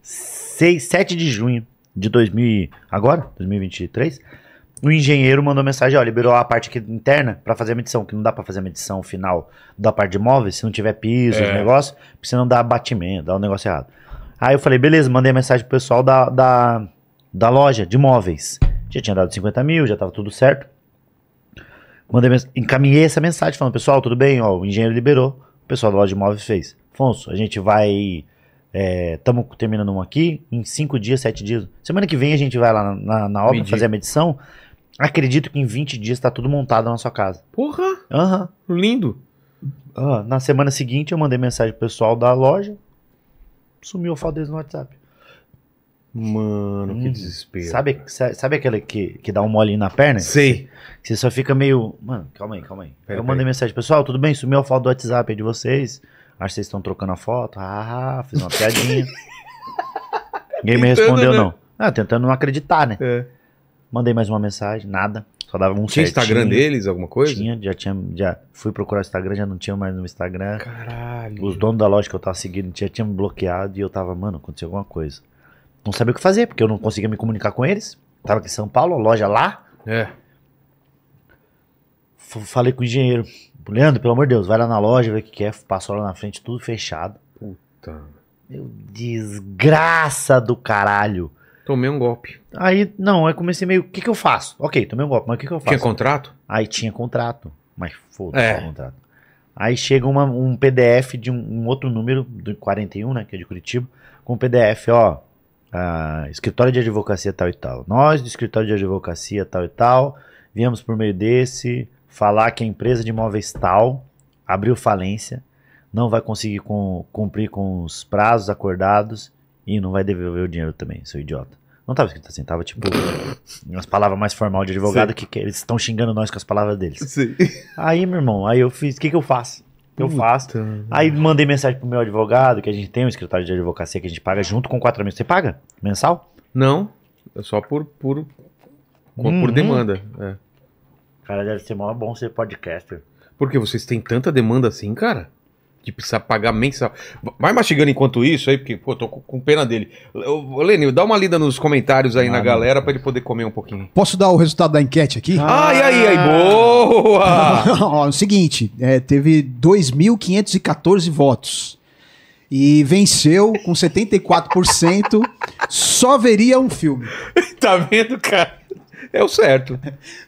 S3: 6, 7 de junho de 2000, e- agora, 2023, o engenheiro mandou mensagem, ó, liberou a parte aqui interna pra fazer a medição, que não dá pra fazer a medição final da parte de móveis, se não tiver piso,
S1: É.
S3: os negócios, porque senão dá batimento, dá um negócio errado. Aí eu falei, beleza, mandei a mensagem pro pessoal da, da, da loja de móveis. Já tinha dado 50 mil, já tava tudo certo. Mandei, mens- encaminhei essa mensagem falando, pessoal, tudo bem? Ó, o engenheiro liberou, o pessoal da loja de imóveis fez. Afonso, a gente vai. Estamos terminando um aqui em cinco dias, sete dias. Semana que vem a gente vai lá na, na, na obra
S1: Medir.
S3: fazer a medição. Acredito que em 20 dias está tudo montado na sua casa.
S1: Porra,
S3: Aham.
S1: lindo.
S3: Ah, na semana seguinte eu mandei mensagem pro pessoal da loja. Sumiu a foto deles no WhatsApp.
S1: Mano, que
S3: Hum,
S1: desespero.
S3: Sabe, sa- sabe aquele que, que dá um molinho na perna?
S1: Sei.
S3: Você só fica meio. Mano, calma aí, calma aí.
S1: Pera,
S3: eu mandei
S1: pera.
S3: mensagem, pessoal, tudo bem? Sumiu a foto do WhatsApp aí de vocês. Acho que vocês estão trocando a foto. Ah, fiz uma
S1: (laughs)
S3: piadinha. Ninguém me
S1: Tentando,
S3: respondeu,
S1: né?
S3: não. Ah, tentando não acreditar, né?
S1: É.
S3: Mandei mais uma mensagem, nada. Só dava um
S1: Tinha
S3: certinho.
S1: Instagram deles, alguma coisa?
S3: Tinha, já tinha. Já fui procurar o Instagram, já não tinha mais no Instagram.
S1: Caralho.
S3: Os donos da loja que eu tava seguindo já tinham me bloqueado e eu tava, mano, aconteceu alguma coisa. Não sabia o que fazer, porque eu não conseguia me comunicar com eles. Tava aqui em São Paulo, a loja lá.
S1: É.
S3: F- Falei com o engenheiro. Leandro, pelo amor de Deus, vai lá na loja, vê o que que é. Passou lá na frente, tudo fechado.
S1: Tá.
S3: Meu desgraça do caralho.
S1: Tomei um golpe.
S3: Aí, não, aí comecei meio, o que que eu faço? Ok, tomei um golpe, mas o que que eu faço?
S1: Tinha contrato?
S3: Aí tinha contrato, mas foda-se
S1: É.
S3: o contrato. Aí chega uma- um PDF de um, um outro número, do 41, né, que é de Curitiba, com um PDF, ó, ah, escritório de advocacia tal e tal. Nós, do escritório de advocacia tal e tal, viemos por meio desse falar que a empresa de imóveis tal abriu falência, não vai conseguir com- cumprir com os prazos acordados e não vai devolver o dinheiro também, seu idiota. Não tava escrito assim, tava tipo umas palavras mais formal de advogado que, que eles estão xingando nós com as palavras deles.
S1: Sim.
S3: Aí, meu irmão, aí eu fiz, o que que eu faço? Eu faço. Aí mandei mensagem pro meu advogado, que a gente tem um escritório de advocacia que a gente paga junto com 4 mil. Você paga mensal?
S1: Não, é só por, por, por
S3: Uhum.
S1: demanda. É.
S3: Cara, deve ser mó bom ser podcaster.
S1: Porque vocês têm tanta demanda assim, cara? De precisar pagar mensal. Vai mastigando enquanto isso aí, porque, pô, tô com- com pena dele. Ô, ô, Lênio, dá uma lida nos comentários aí
S3: Ah,
S1: na
S3: não.
S1: galera pra ele poder comer um pouquinho.
S2: Posso dar o resultado da enquete aqui?
S1: Ah, e aí, aí, boa!
S2: (laughs)
S3: (laughs)
S2: Ó, é o seguinte, é, teve 2.514 votos. E venceu com 74%. só veria um filme.
S1: tá vendo, cara? É o certo.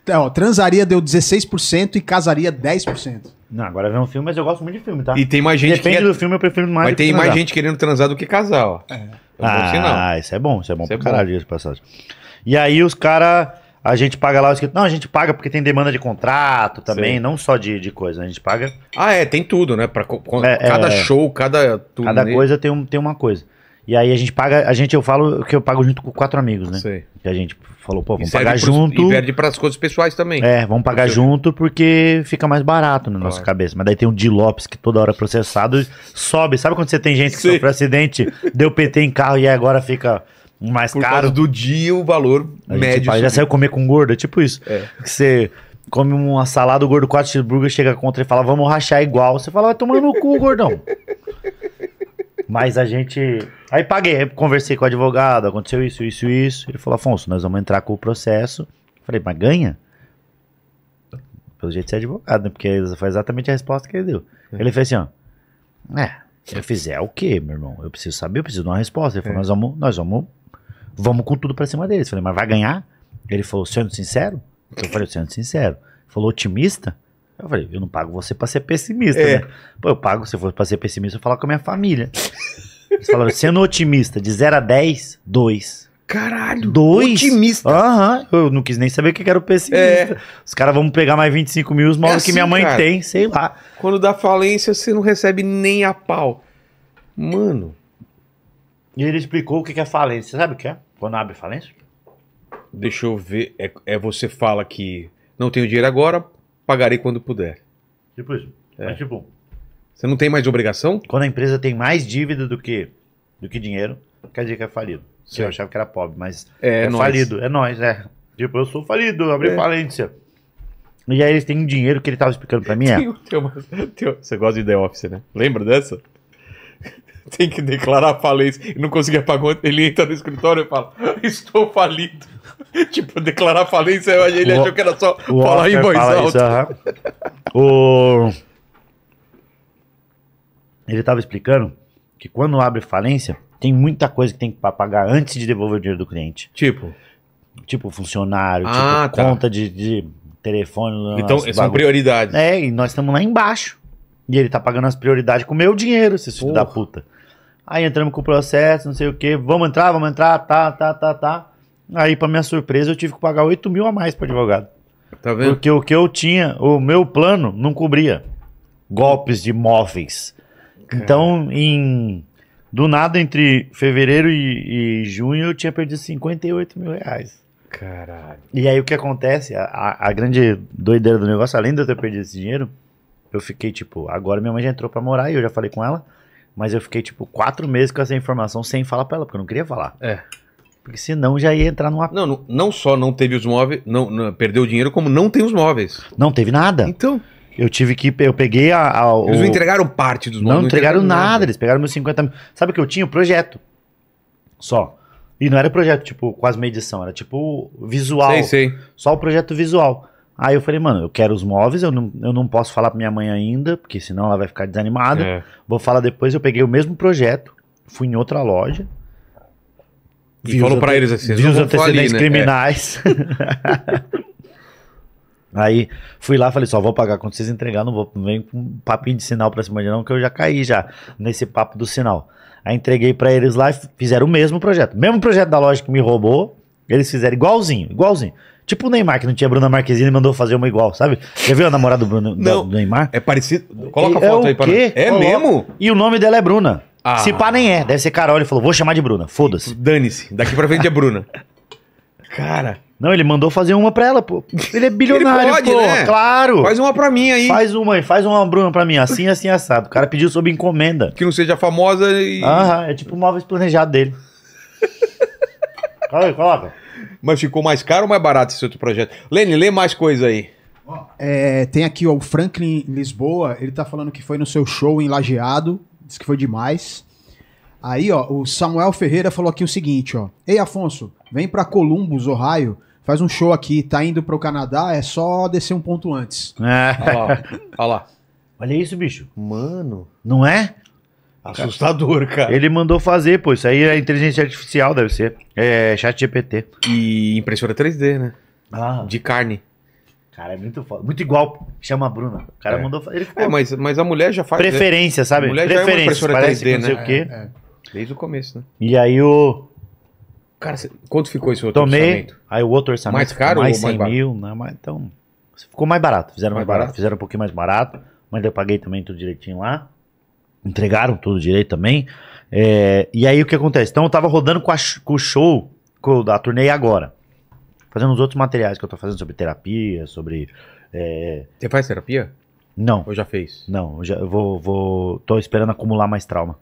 S2: Então, ó, transaria deu 16% e casaria 10%.
S3: Não, agora vê um filme, mas eu gosto muito de filme, tá?
S1: E tem mais gente
S3: Depende
S1: que...
S3: do filme, eu prefiro mais
S1: Vai
S3: do que
S1: ter mais
S3: transar.
S1: gente querendo transar do que casar, ó. É, um bom sinal.
S3: Ah, isso é bom, isso é bom
S1: Isso é
S3: pra caralho isso, passagem. E aí os caras, a gente paga lá, o escrito, não, a gente paga porque tem demanda de contrato também,
S1: Sim.
S3: não só de, de coisa, a gente paga
S1: Ah, é, tem tudo, né? Pra, co- co-
S3: É,
S1: cada
S3: é.
S1: show, cada né? turnê.
S3: Cada coisa tem, um, tem uma coisa. E aí a gente paga, a gente, eu falo que eu pago junto com quatro amigos, né?
S1: Sei.
S3: Que a gente falou, pô,
S1: E
S3: vamos
S1: serve
S3: pagar
S1: pros-
S3: junto.
S1: E perde pras coisas pessoais também.
S3: É, vamos pagar
S1: Sim.
S3: junto porque fica mais barato na nossa
S1: Claro.
S3: cabeça. Mas daí tem o Di Lopes que toda hora é processado, sobe. Sabe quando você tem gente que
S1: Sim.
S3: sofreu acidente, deu PT em carro e aí agora fica mais
S1: Por
S3: caro?
S1: causa do dia, o valor
S3: A gente
S1: médio.
S3: fala, já
S1: subiu.
S3: saiu comer com gordo, é tipo isso.
S1: É.
S3: Que você come uma salada, o gordo 4 cheeseburger chega contra e fala, vamos rachar igual. Você fala, vai tomar no cu, gordão. (laughs) Mas a gente. Aí paguei, aí conversei com o advogado, aconteceu isso, isso, isso. Ele falou, Afonso, nós vamos entrar com o processo. Eu falei, mas ganha? Pelo jeito você é advogado, né? Porque essa foi exatamente a resposta que ele deu. Ele fez assim, ó. É, eu fizer o quê, meu irmão? Eu preciso saber, eu preciso de uma resposta. Ele falou,
S1: É.
S3: nós vamos, nós vamos, vamos com tudo pra cima deles. Eu falei, mas vai ganhar? Ele falou, sendo sincero? Eu falei, sendo sincero. Ele falou, otimista? Eu falei, eu não pago você pra ser pessimista,
S1: É.
S3: né? Pô, eu pago, se eu for pra ser pessimista, eu falar com a minha família. Eles falaram, sendo otimista, de 0 a 10, 2.
S1: Caralho,
S3: Dois?
S1: otimista. É.
S3: Aham, eu não quis nem saber o que que era o pessimista. Os caras vão pegar mais 25 mil, os móveis
S1: assim,
S3: que minha mãe
S1: cara.
S3: tem, sei lá.
S1: Quando dá falência, você não recebe nem a pau. Mano,
S3: E ele explicou o que que é falência. Você sabe o que é? Quando abre falência?
S1: deixa eu ver. É, é você fala que não tenho dinheiro agora, pagarei quando puder.
S3: Tipo isso.
S1: É.
S3: Mas, tipo,
S1: Você não tem mais obrigação?
S3: quando a empresa tem mais dívida do que, do que dinheiro, quer dizer que é falido.
S1: Sim.
S3: Eu achava que era pobre, mas
S1: É,
S3: é,
S1: nóis.
S3: falido. É nós, é. Tipo, eu sou falido, eu abri
S1: É.
S3: falência. E aí eles têm um dinheiro
S1: um,
S3: que ele tava explicando pra mim, é.
S1: Tem- tem uma- tem uma- você gosta de The Office, né? Lembra dessa? (laughs) tem que declarar falência e não conseguia pagar, ele entra no escritório e fala: Estou falido. (laughs) tipo, declarar falência, ele
S3: O-
S1: achou que era só
S3: O
S1: falar em
S3: Walter
S1: voz
S3: fala
S1: alta.
S3: isso, aham. O- Ele estava explicando que quando abre falência, tem muita coisa que tem que pa- pagar antes de devolver o dinheiro do cliente.
S1: Tipo,
S3: Tipo funcionário,
S1: Ah,
S3: tipo
S1: tá.
S3: conta de, de telefone.
S1: então
S3: esse
S1: são
S3: bagulho.
S1: prioridades.
S3: É, e nós estamos lá embaixo. E ele tá pagando as prioridades com o meu dinheiro, esse filho da
S2: Porra.
S3: puta. Aí entramos com o processo, não sei o quê. Vamos entrar, vamos entrar, tá, tá, tá, tá. Aí, pra minha surpresa, eu tive que pagar 8 mil a mais pro advogado.
S1: Tá vendo?
S3: Porque o que eu tinha, o meu plano não cobria golpes de móveis. Então, em do nada, entre fevereiro e, e junho, eu tinha perdido 58 mil reais.
S1: Caralho.
S3: E aí o que acontece? A- A, a grande doideira do negócio, além de eu ter perdido esse dinheiro, eu fiquei tipo, agora minha mãe já entrou pra morar e eu já falei com ela, mas eu fiquei tipo quatro meses com essa informação sem falar pra ela, porque eu não queria falar.
S1: É.
S3: Porque senão já ia entrar numa.
S1: Não, não, não só não teve os móveis, não, não- perdeu o dinheiro, como não tem os móveis.
S3: Não teve nada.
S1: Então,
S3: Eu tive que. Eu peguei a. a
S1: eles não
S3: É. o-
S1: entregaram parte dos móveis.
S3: Não, entregaram nada. eles pegaram meus 50 mil. Sabe o que eu tinha? O projeto. Só. E não era projeto, tipo, quase meia edição, era tipo visual.
S1: Sei, sei.
S3: Só o projeto visual. Aí eu falei, mano, eu quero os móveis, eu não, eu não posso falar pra minha mãe ainda, porque senão ela vai ficar desanimada.
S1: É.
S3: Vou falar depois, eu peguei o mesmo projeto, fui em outra loja.
S1: E
S3: vi os
S1: falou
S3: ante-
S1: pra eles assim,
S3: Vi
S1: "Não
S3: os
S1: vão falir,
S3: antecedentes
S1: né?" É.
S3: criminais. (laughs) Aí fui lá falei, só vou pagar quando vocês entregar, não vou não vem com papinho de sinal pra cima de não, que eu já caí já nesse papo do sinal. Aí entreguei pra eles lá e f- fizeram o mesmo projeto. Mesmo projeto da loja que me roubou, eles fizeram igualzinho, igualzinho. Tipo o Neymar, que não tinha Bruna Marquezine e mandou fazer uma igual, sabe? Já viu a namorada do, Bruno, da-
S1: Não.
S3: do Neymar?
S1: É, parecido. Coloca a
S3: É
S1: foto
S3: o
S1: aí pra
S3: quê?
S1: nós. É
S3: Coloca.
S1: mesmo?
S3: E o nome dela é Bruna.
S1: Ah.
S3: Se pá, nem é. Deve ser Carol. Ele falou, vou chamar de Bruna. Foda-se.
S1: Dane-se. Daqui pra frente é Bruna. Cara,
S3: Não, ele mandou fazer uma pra ela, pô.
S1: (laughs)
S3: Ele é bilionário,
S1: Ele pode,
S3: pô.
S1: né?
S3: Claro.
S1: faz uma pra mim aí.
S3: Faz uma aí, faz uma Bruna pra mim, assim, assim, assado. O cara pediu sob encomenda.
S1: Que não seja famosa e.
S3: Aham, é tipo o móveis
S1: (laughs)
S3: planejado dele. Olha aí, coloca.
S1: Mas ficou mais caro ou mais barato esse outro projeto? Lene, lê mais coisa aí.
S2: É, tem aqui ó, o Franklin Lisboa, ele tá falando que foi no seu show em Lajeado, disse que foi demais. Aí, ó, o Samuel Ferreira falou aqui o seguinte, ó. Ei, Afonso, vem pra Columbus, Ohio, faz um show aqui, tá indo pro Canadá, é só descer um ponto antes.
S3: É.
S1: Olha lá. Olha lá.
S3: Olha isso, bicho.
S1: Mano.
S3: Não é?
S1: Assustador, cara.
S3: Ele mandou fazer, pô. Isso aí é inteligência artificial, deve ser. É chat GPT.
S1: E impressora 3D, né?
S3: Ah,
S1: De carne.
S3: cara, é muito foda. Muito igual. Chama a Bruna. O cara
S1: É.
S3: mandou fazer. Ele ficou...
S1: É, mas, mas a mulher já faz né?
S3: Preferência, sabe?
S1: Mulher já é uma
S3: Preferência.
S1: impressora
S3: parece
S1: 3D,
S3: que não sei
S1: né?
S3: o quê.
S2: É, é.
S1: desde o começo, né?
S3: E aí o.
S1: Cara, cê- quanto ficou esse outro
S3: Tomei.
S1: orçamento?
S3: Aí o outro orçamento.
S1: Mais
S3: ficou
S1: caro
S3: Mais
S1: ou mais
S3: 100
S1: barato?
S3: mil, né? Mas, então. Ficou mais barato. Fizeram
S1: Mais
S3: mais, barato.
S1: barato?
S3: Fizeram um pouquinho mais barato. Mas eu paguei também tudo direitinho lá. Entregaram tudo direito também. É, e aí o que acontece? Então eu tava rodando com, a sh- com o show com o da turnê agora. Fazendo os outros materiais que eu tô fazendo sobre terapia, sobre. é,
S1: Você faz terapia?
S3: Não,
S1: Ou já fez?
S3: não, eu já eu vou, vou. Tô esperando acumular mais trauma.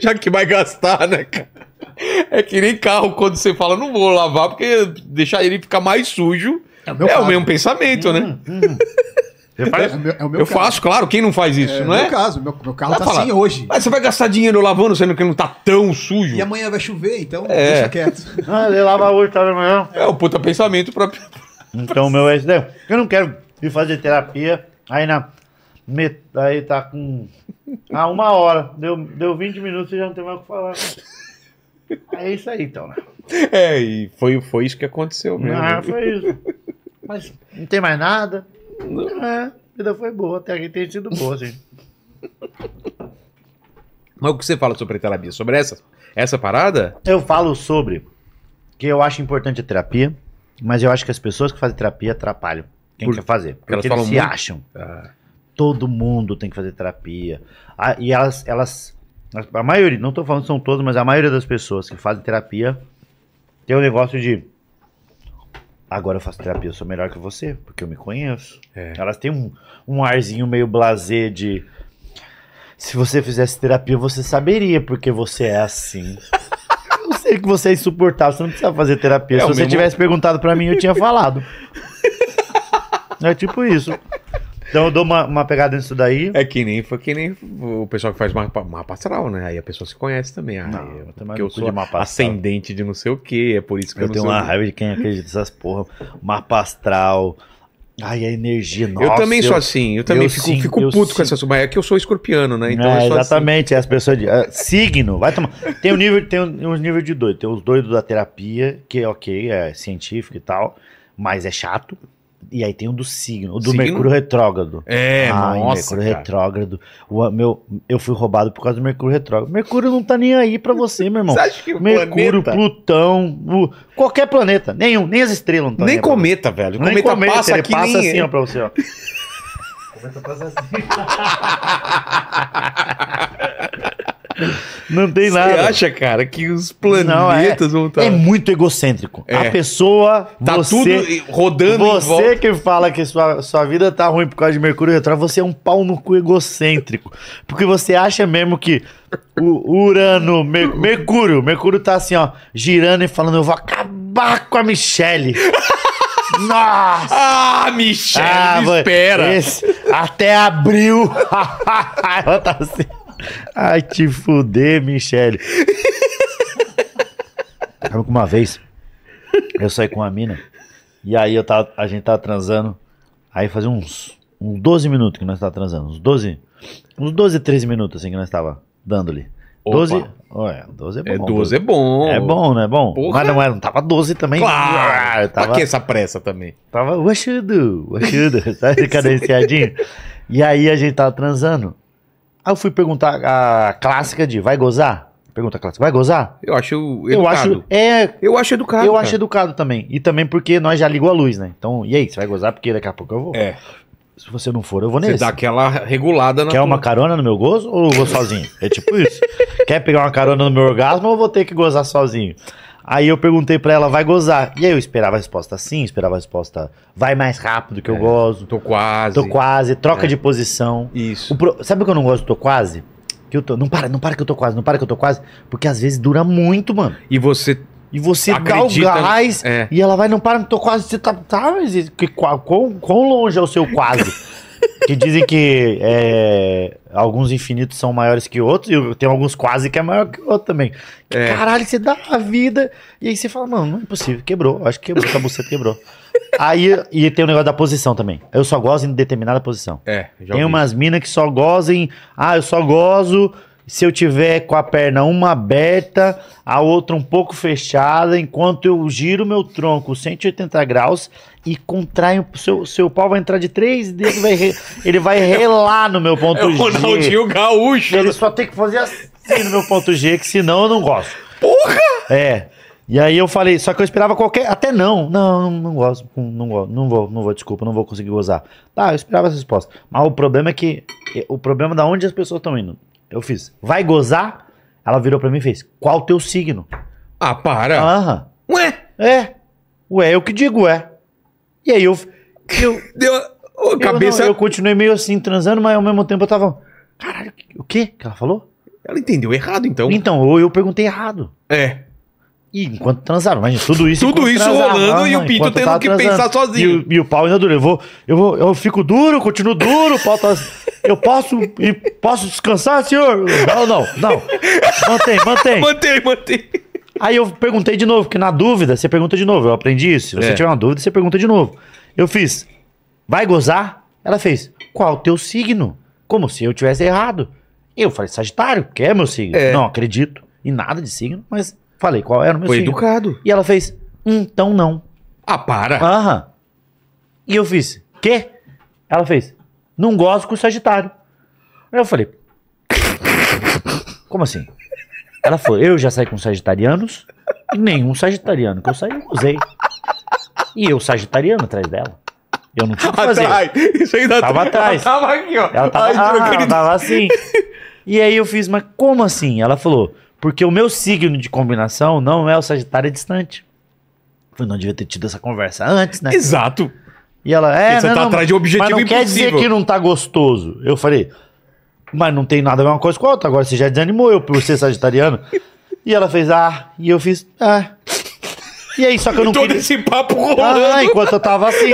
S1: Já que vai gastar, né, cara? É que nem carro quando você fala, não vou lavar, porque deixar ele ficar mais sujo
S2: É o
S1: é
S2: meu caso.
S1: o mesmo pensamento, né?
S3: Hum, hum. (laughs) Você faz?
S2: É o meu, é o meu
S1: Eu
S2: caso.
S1: faço, claro, quem não faz isso,
S2: É o
S1: não
S2: meu
S1: é?
S2: caso, meu, meu carro
S1: Vai
S2: tá
S1: falar.
S2: assim hoje.
S1: Mas você vai gastar dinheiro lavando, sendo que ele não tá tão sujo.
S2: E amanhã vai chover, então
S1: É.
S2: deixa quieto.
S3: Ah, ele lava hoje, tá amanhã.
S1: É o puta pensamento pra.
S3: Então o meu é isso daí. Eu não quero ir fazer terapia. Aí na. met- Aí tá com. Ah, uma hora. Deu, deu 20 minutos e já não tem mais o que falar. É isso aí, então, né?
S1: É, e foi, foi isso que aconteceu mesmo.
S3: Ah, foi isso. Mas não tem mais nada. É, a vida foi boa. Até aqui tem sido boa, assim.
S1: Mas o que você fala sobre terapia? Sobre essa, essa parada?
S3: Eu falo sobre que eu acho importante a terapia, mas eu acho que as pessoas que fazem terapia atrapalham quem
S1: Por-
S3: quer fazer. Porque
S1: elas
S3: eles
S1: falam
S3: se
S1: muito? Ah.
S3: acham. Todo mundo tem que fazer terapia. Ah, e elas, elas. A maioria, não tô falando que são todas, mas a maioria das pessoas que fazem terapia tem o negócio de. Agora eu faço terapia, eu sou melhor que você, porque eu me conheço.
S1: É.
S3: Elas têm um, um arzinho meio blasé de. Se você fizesse terapia, você saberia porque você é assim. (laughs) Eu sei que você é insuportável, você não precisa fazer terapia.
S1: É,
S3: Se
S1: o
S3: você
S1: mesmo-
S3: tivesse perguntado pra mim, eu tinha falado. é tipo isso. Então eu dou uma, uma pegada nisso daí.
S1: É que nem, foi que nem o pessoal que faz mapa, mapa astral, né? Aí a pessoa se conhece também. Ah,
S3: Não,
S1: eu,
S3: eu também
S1: porque
S3: não
S1: eu
S3: cuido
S1: sou
S3: de mapa astral.
S1: ascendente de não sei o quê, é por isso que eu,
S3: Eu
S1: não
S3: tenho
S1: sei
S3: uma
S1: o quê.
S3: raiva de quem acredita nessas porra. Mapa astral. Ai, a energia. Nossa,
S1: Eu também sou assim, eu também
S3: eu
S1: fico,
S3: sim,
S1: fico
S3: eu
S1: puto com
S3: sim.
S1: essa sua. É que eu sou escorpiano, né? Então
S3: É,
S1: eu sou assim.
S3: exatamente, as pessoas. de- é, signo, vai tomar. Tem um nível, tem um, um nível de doido. Tem os doidos da terapia, que é ok, é científico e tal, mas é chato. E aí tem o do signo, o do
S1: Signo?
S3: Mercúrio Retrógrado.
S1: É,
S3: Ai,
S1: nossa.
S3: Mercúrio
S1: cara.
S3: Retrógrado. O, meu, eu fui roubado por causa do Mercúrio Retrógrado. Mercúrio não tá nem aí pra
S1: (laughs)
S3: você, meu irmão.
S1: Você acha que o
S3: Mercúrio,
S1: planeta-
S3: Plutão, o- qualquer planeta. Nenhum, nem as estrelas não tão
S1: Nem
S3: aí pra você.
S1: cometa, velho.
S3: é Nem
S1: Cometa, passa
S3: ele
S1: aqui
S3: passa
S1: nem...
S3: assim, ó, pra (laughs) você, ó. Cometa passa assim. Não tem
S1: Você
S3: nada.
S1: acha, cara, que os
S3: Não, é-
S1: planetas vão estar...
S3: É muito egocêntrico.
S1: É.
S3: A pessoa,
S1: Tá
S3: você,
S1: tudo rodando em volta.
S3: você que fala que sua, sua vida tá ruim por causa de Mercúrio retrógrado, você é um pau no cu egocêntrico. Porque você acha mesmo que o Urano, Mer- Mercúrio, Mercúrio tá assim, ó, girando e falando, eu vou acabar com a (laughs) Michelle. Nossa!
S1: Ah, Michel, me
S3: vai-
S1: espera.
S3: esse- até abril. (laughs) Ela tá assim. Ai, te fuder, Michele. Sabe que uma vez eu saí com uma mina e aí eu tava, a gente tava transando. Aí fazia uns, uns 12 minutos que nós tava transando. Uns 12, uns 12, 13 minutos assim que nós tava dando-lhe.
S1: Opa.
S3: 12, ué, 12 é bom.
S1: É, 12 é bom.
S3: É bom, não é bom?
S1: Porra.
S3: Mas não, era, não tava 12 também.
S1: Claro.
S3: Ah,
S1: Pra que essa pressa também?
S3: Tava, what should I do? What should I do? (laughs) Sabe, cadenciadinho? E aí a gente tava transando. Aí eu fui perguntar a clássica de, vai gozar? Pergunta clássica, vai gozar?
S1: Eu acho educado.
S3: Eu acho, é,
S1: Eu acho educado.
S3: eu
S1: cara.
S3: acho educado também. E também porque nós já ligou a luz, né? Então, e aí, você vai gozar? Porque daqui a pouco eu vou.
S1: É.
S3: Se você não for, eu vou
S1: Você
S3: nesse.
S1: dá aquela regulada na
S3: Quer
S1: tua-
S3: uma carona no meu gozo ou eu vou sozinho? É
S1: (laughs)
S3: tipo isso. Quer pegar uma carona no meu orgasmo ou eu vou ter que gozar sozinho? Aí eu perguntei pra ela, vai gozar? E aí eu esperava a resposta sim, esperava a resposta, vai mais rápido
S1: É.
S3: que eu gozo.
S1: Tô quase.
S3: Tô quase, troca
S1: É.
S3: de posição.
S1: Isso.
S3: O pro- Sabe o que eu não gosto do tô quase? Que eu tô. Não para, não para que eu tô quase, não para que eu tô quase. Porque às vezes dura muito, mano.
S1: E você.
S3: E você
S1: Acredita,
S3: dá o gás
S1: é.
S3: e ela vai, não para, não tô quase. Você tá. tá mas e- que, qua- quão, quão longe é o seu quase?
S1: (laughs)
S3: que dizem que é, alguns infinitos são maiores que outros, e tem alguns quase que é maior que o outro também. Que
S1: É.
S3: Caralho, você dá a vida. E aí você fala, mano, não é possível, quebrou, acho que quebrou, essa buceta quebrou.
S1: (laughs)
S3: Aí, e tem o negócio da posição também. Eu só gosto em determinada posição.
S1: É, já
S3: Tem
S1: ouvi.
S3: umas minas que só gozem. Ah, eu só gozo se eu tiver com a perna uma aberta, a outra um pouco fechada, enquanto eu giro meu tronco 180 graus e contraio. Seu, seu pau vai entrar de três dedos, vai re- (laughs) ele vai relar no meu ponto
S1: É o
S3: G.
S1: Ronaldinho Gaúcho.
S3: Ele só tem que fazer assim no meu ponto G, que senão eu não gosto.
S1: Porra!
S3: É. E aí eu falei, só que eu esperava qualquer. Até não. Não, não gosto. Não, gosto, não vou, não vou, desculpa, não vou conseguir gozar. Tá, eu esperava essa resposta. Mas o problema é que. O problema é da onde as pessoas estão indo. Eu fiz. Vai gozar? Ela virou pra mim e fez. Qual o teu signo?
S1: Ah, para.
S3: Aham.
S1: Ué,
S3: É. Ué, eu que digo, é. E aí eu. Eu,
S1: deu. Ô,
S3: eu,
S1: cabeça.
S3: não, eu continuei meio assim, transando, mas ao mesmo tempo eu tava. Caralho, o quê que ela falou?
S1: Ela entendeu errado, então.
S3: Então, ou eu perguntei errado.
S1: É.
S3: E enquanto transava, imagina, tudo isso
S1: Tudo
S3: enquanto tá
S1: isso
S3: transava,
S1: rolando e
S3: aham,
S1: o Pinto
S3: enquanto eu
S1: tendo
S3: tava
S1: que
S3: transando.
S1: pensar
S3: E
S1: sozinho.
S3: o, e o pau ainda dura. Eu vou, eu vou, eu fico duro, continuo duro, o
S1: (laughs)
S3: pau tá. Eu posso, e posso descansar, senhor? Não, não, não. Mantém, mantém.
S1: Mantém, mantém.
S3: Aí eu perguntei de novo, porque na dúvida, você pergunta de novo. Eu aprendi isso. Se você
S1: É.
S3: tiver uma dúvida, você pergunta de novo. Eu fiz, vai gozar? Ela fez, qual o teu signo? Como se eu tivesse errado. Eu falei, Sagitário, que é meu signo.
S1: É.
S3: Não acredito em nada de signo, mas falei qual era o meu
S1: Foi
S3: signo.
S1: educado.
S3: E ela fez, "Hum, então não.
S1: Ah, para.
S3: Aham. E eu fiz, quê? Ela fez, não gosto com o Sagitário. Aí eu falei, como assim? Ela foi, eu já saí com Sagitarianos, e nenhum Sagitariano que eu saí, eu usei. E eu, Sagitariano, atrás dela. Eu não tinha Ah, o que fazer.
S1: Atrás. Isso aí tá- dá
S3: Tava atrás.
S1: Ela tava aqui, ó.
S3: Ela tava,
S1: Ai,
S3: ah,
S1: trocando
S3: ela
S1: de-
S3: tava assim. E aí eu fiz, mas como assim? Ela falou, porque o meu signo de combinação não é o Sagitário é distante. Eu falei, não devia ter tido essa conversa antes, né?
S1: Exato.
S3: E ela, é,
S1: Porque você
S3: não,
S1: tá
S3: não,
S1: atrás de um
S3: mas
S1: objetivo
S3: não quer dizer
S1: impossível.
S3: que não tá gostoso. Eu falei, mas não tem nada a ver uma coisa com a outra. Agora você já desanimou eu por
S1: (laughs)
S3: ser sagitariano. e ela fez, ah, e eu fiz, ah. E aí, só que eu não
S1: Todo
S3: queria...
S1: esse papo rolando.
S3: Ah, enquanto eu tava assim.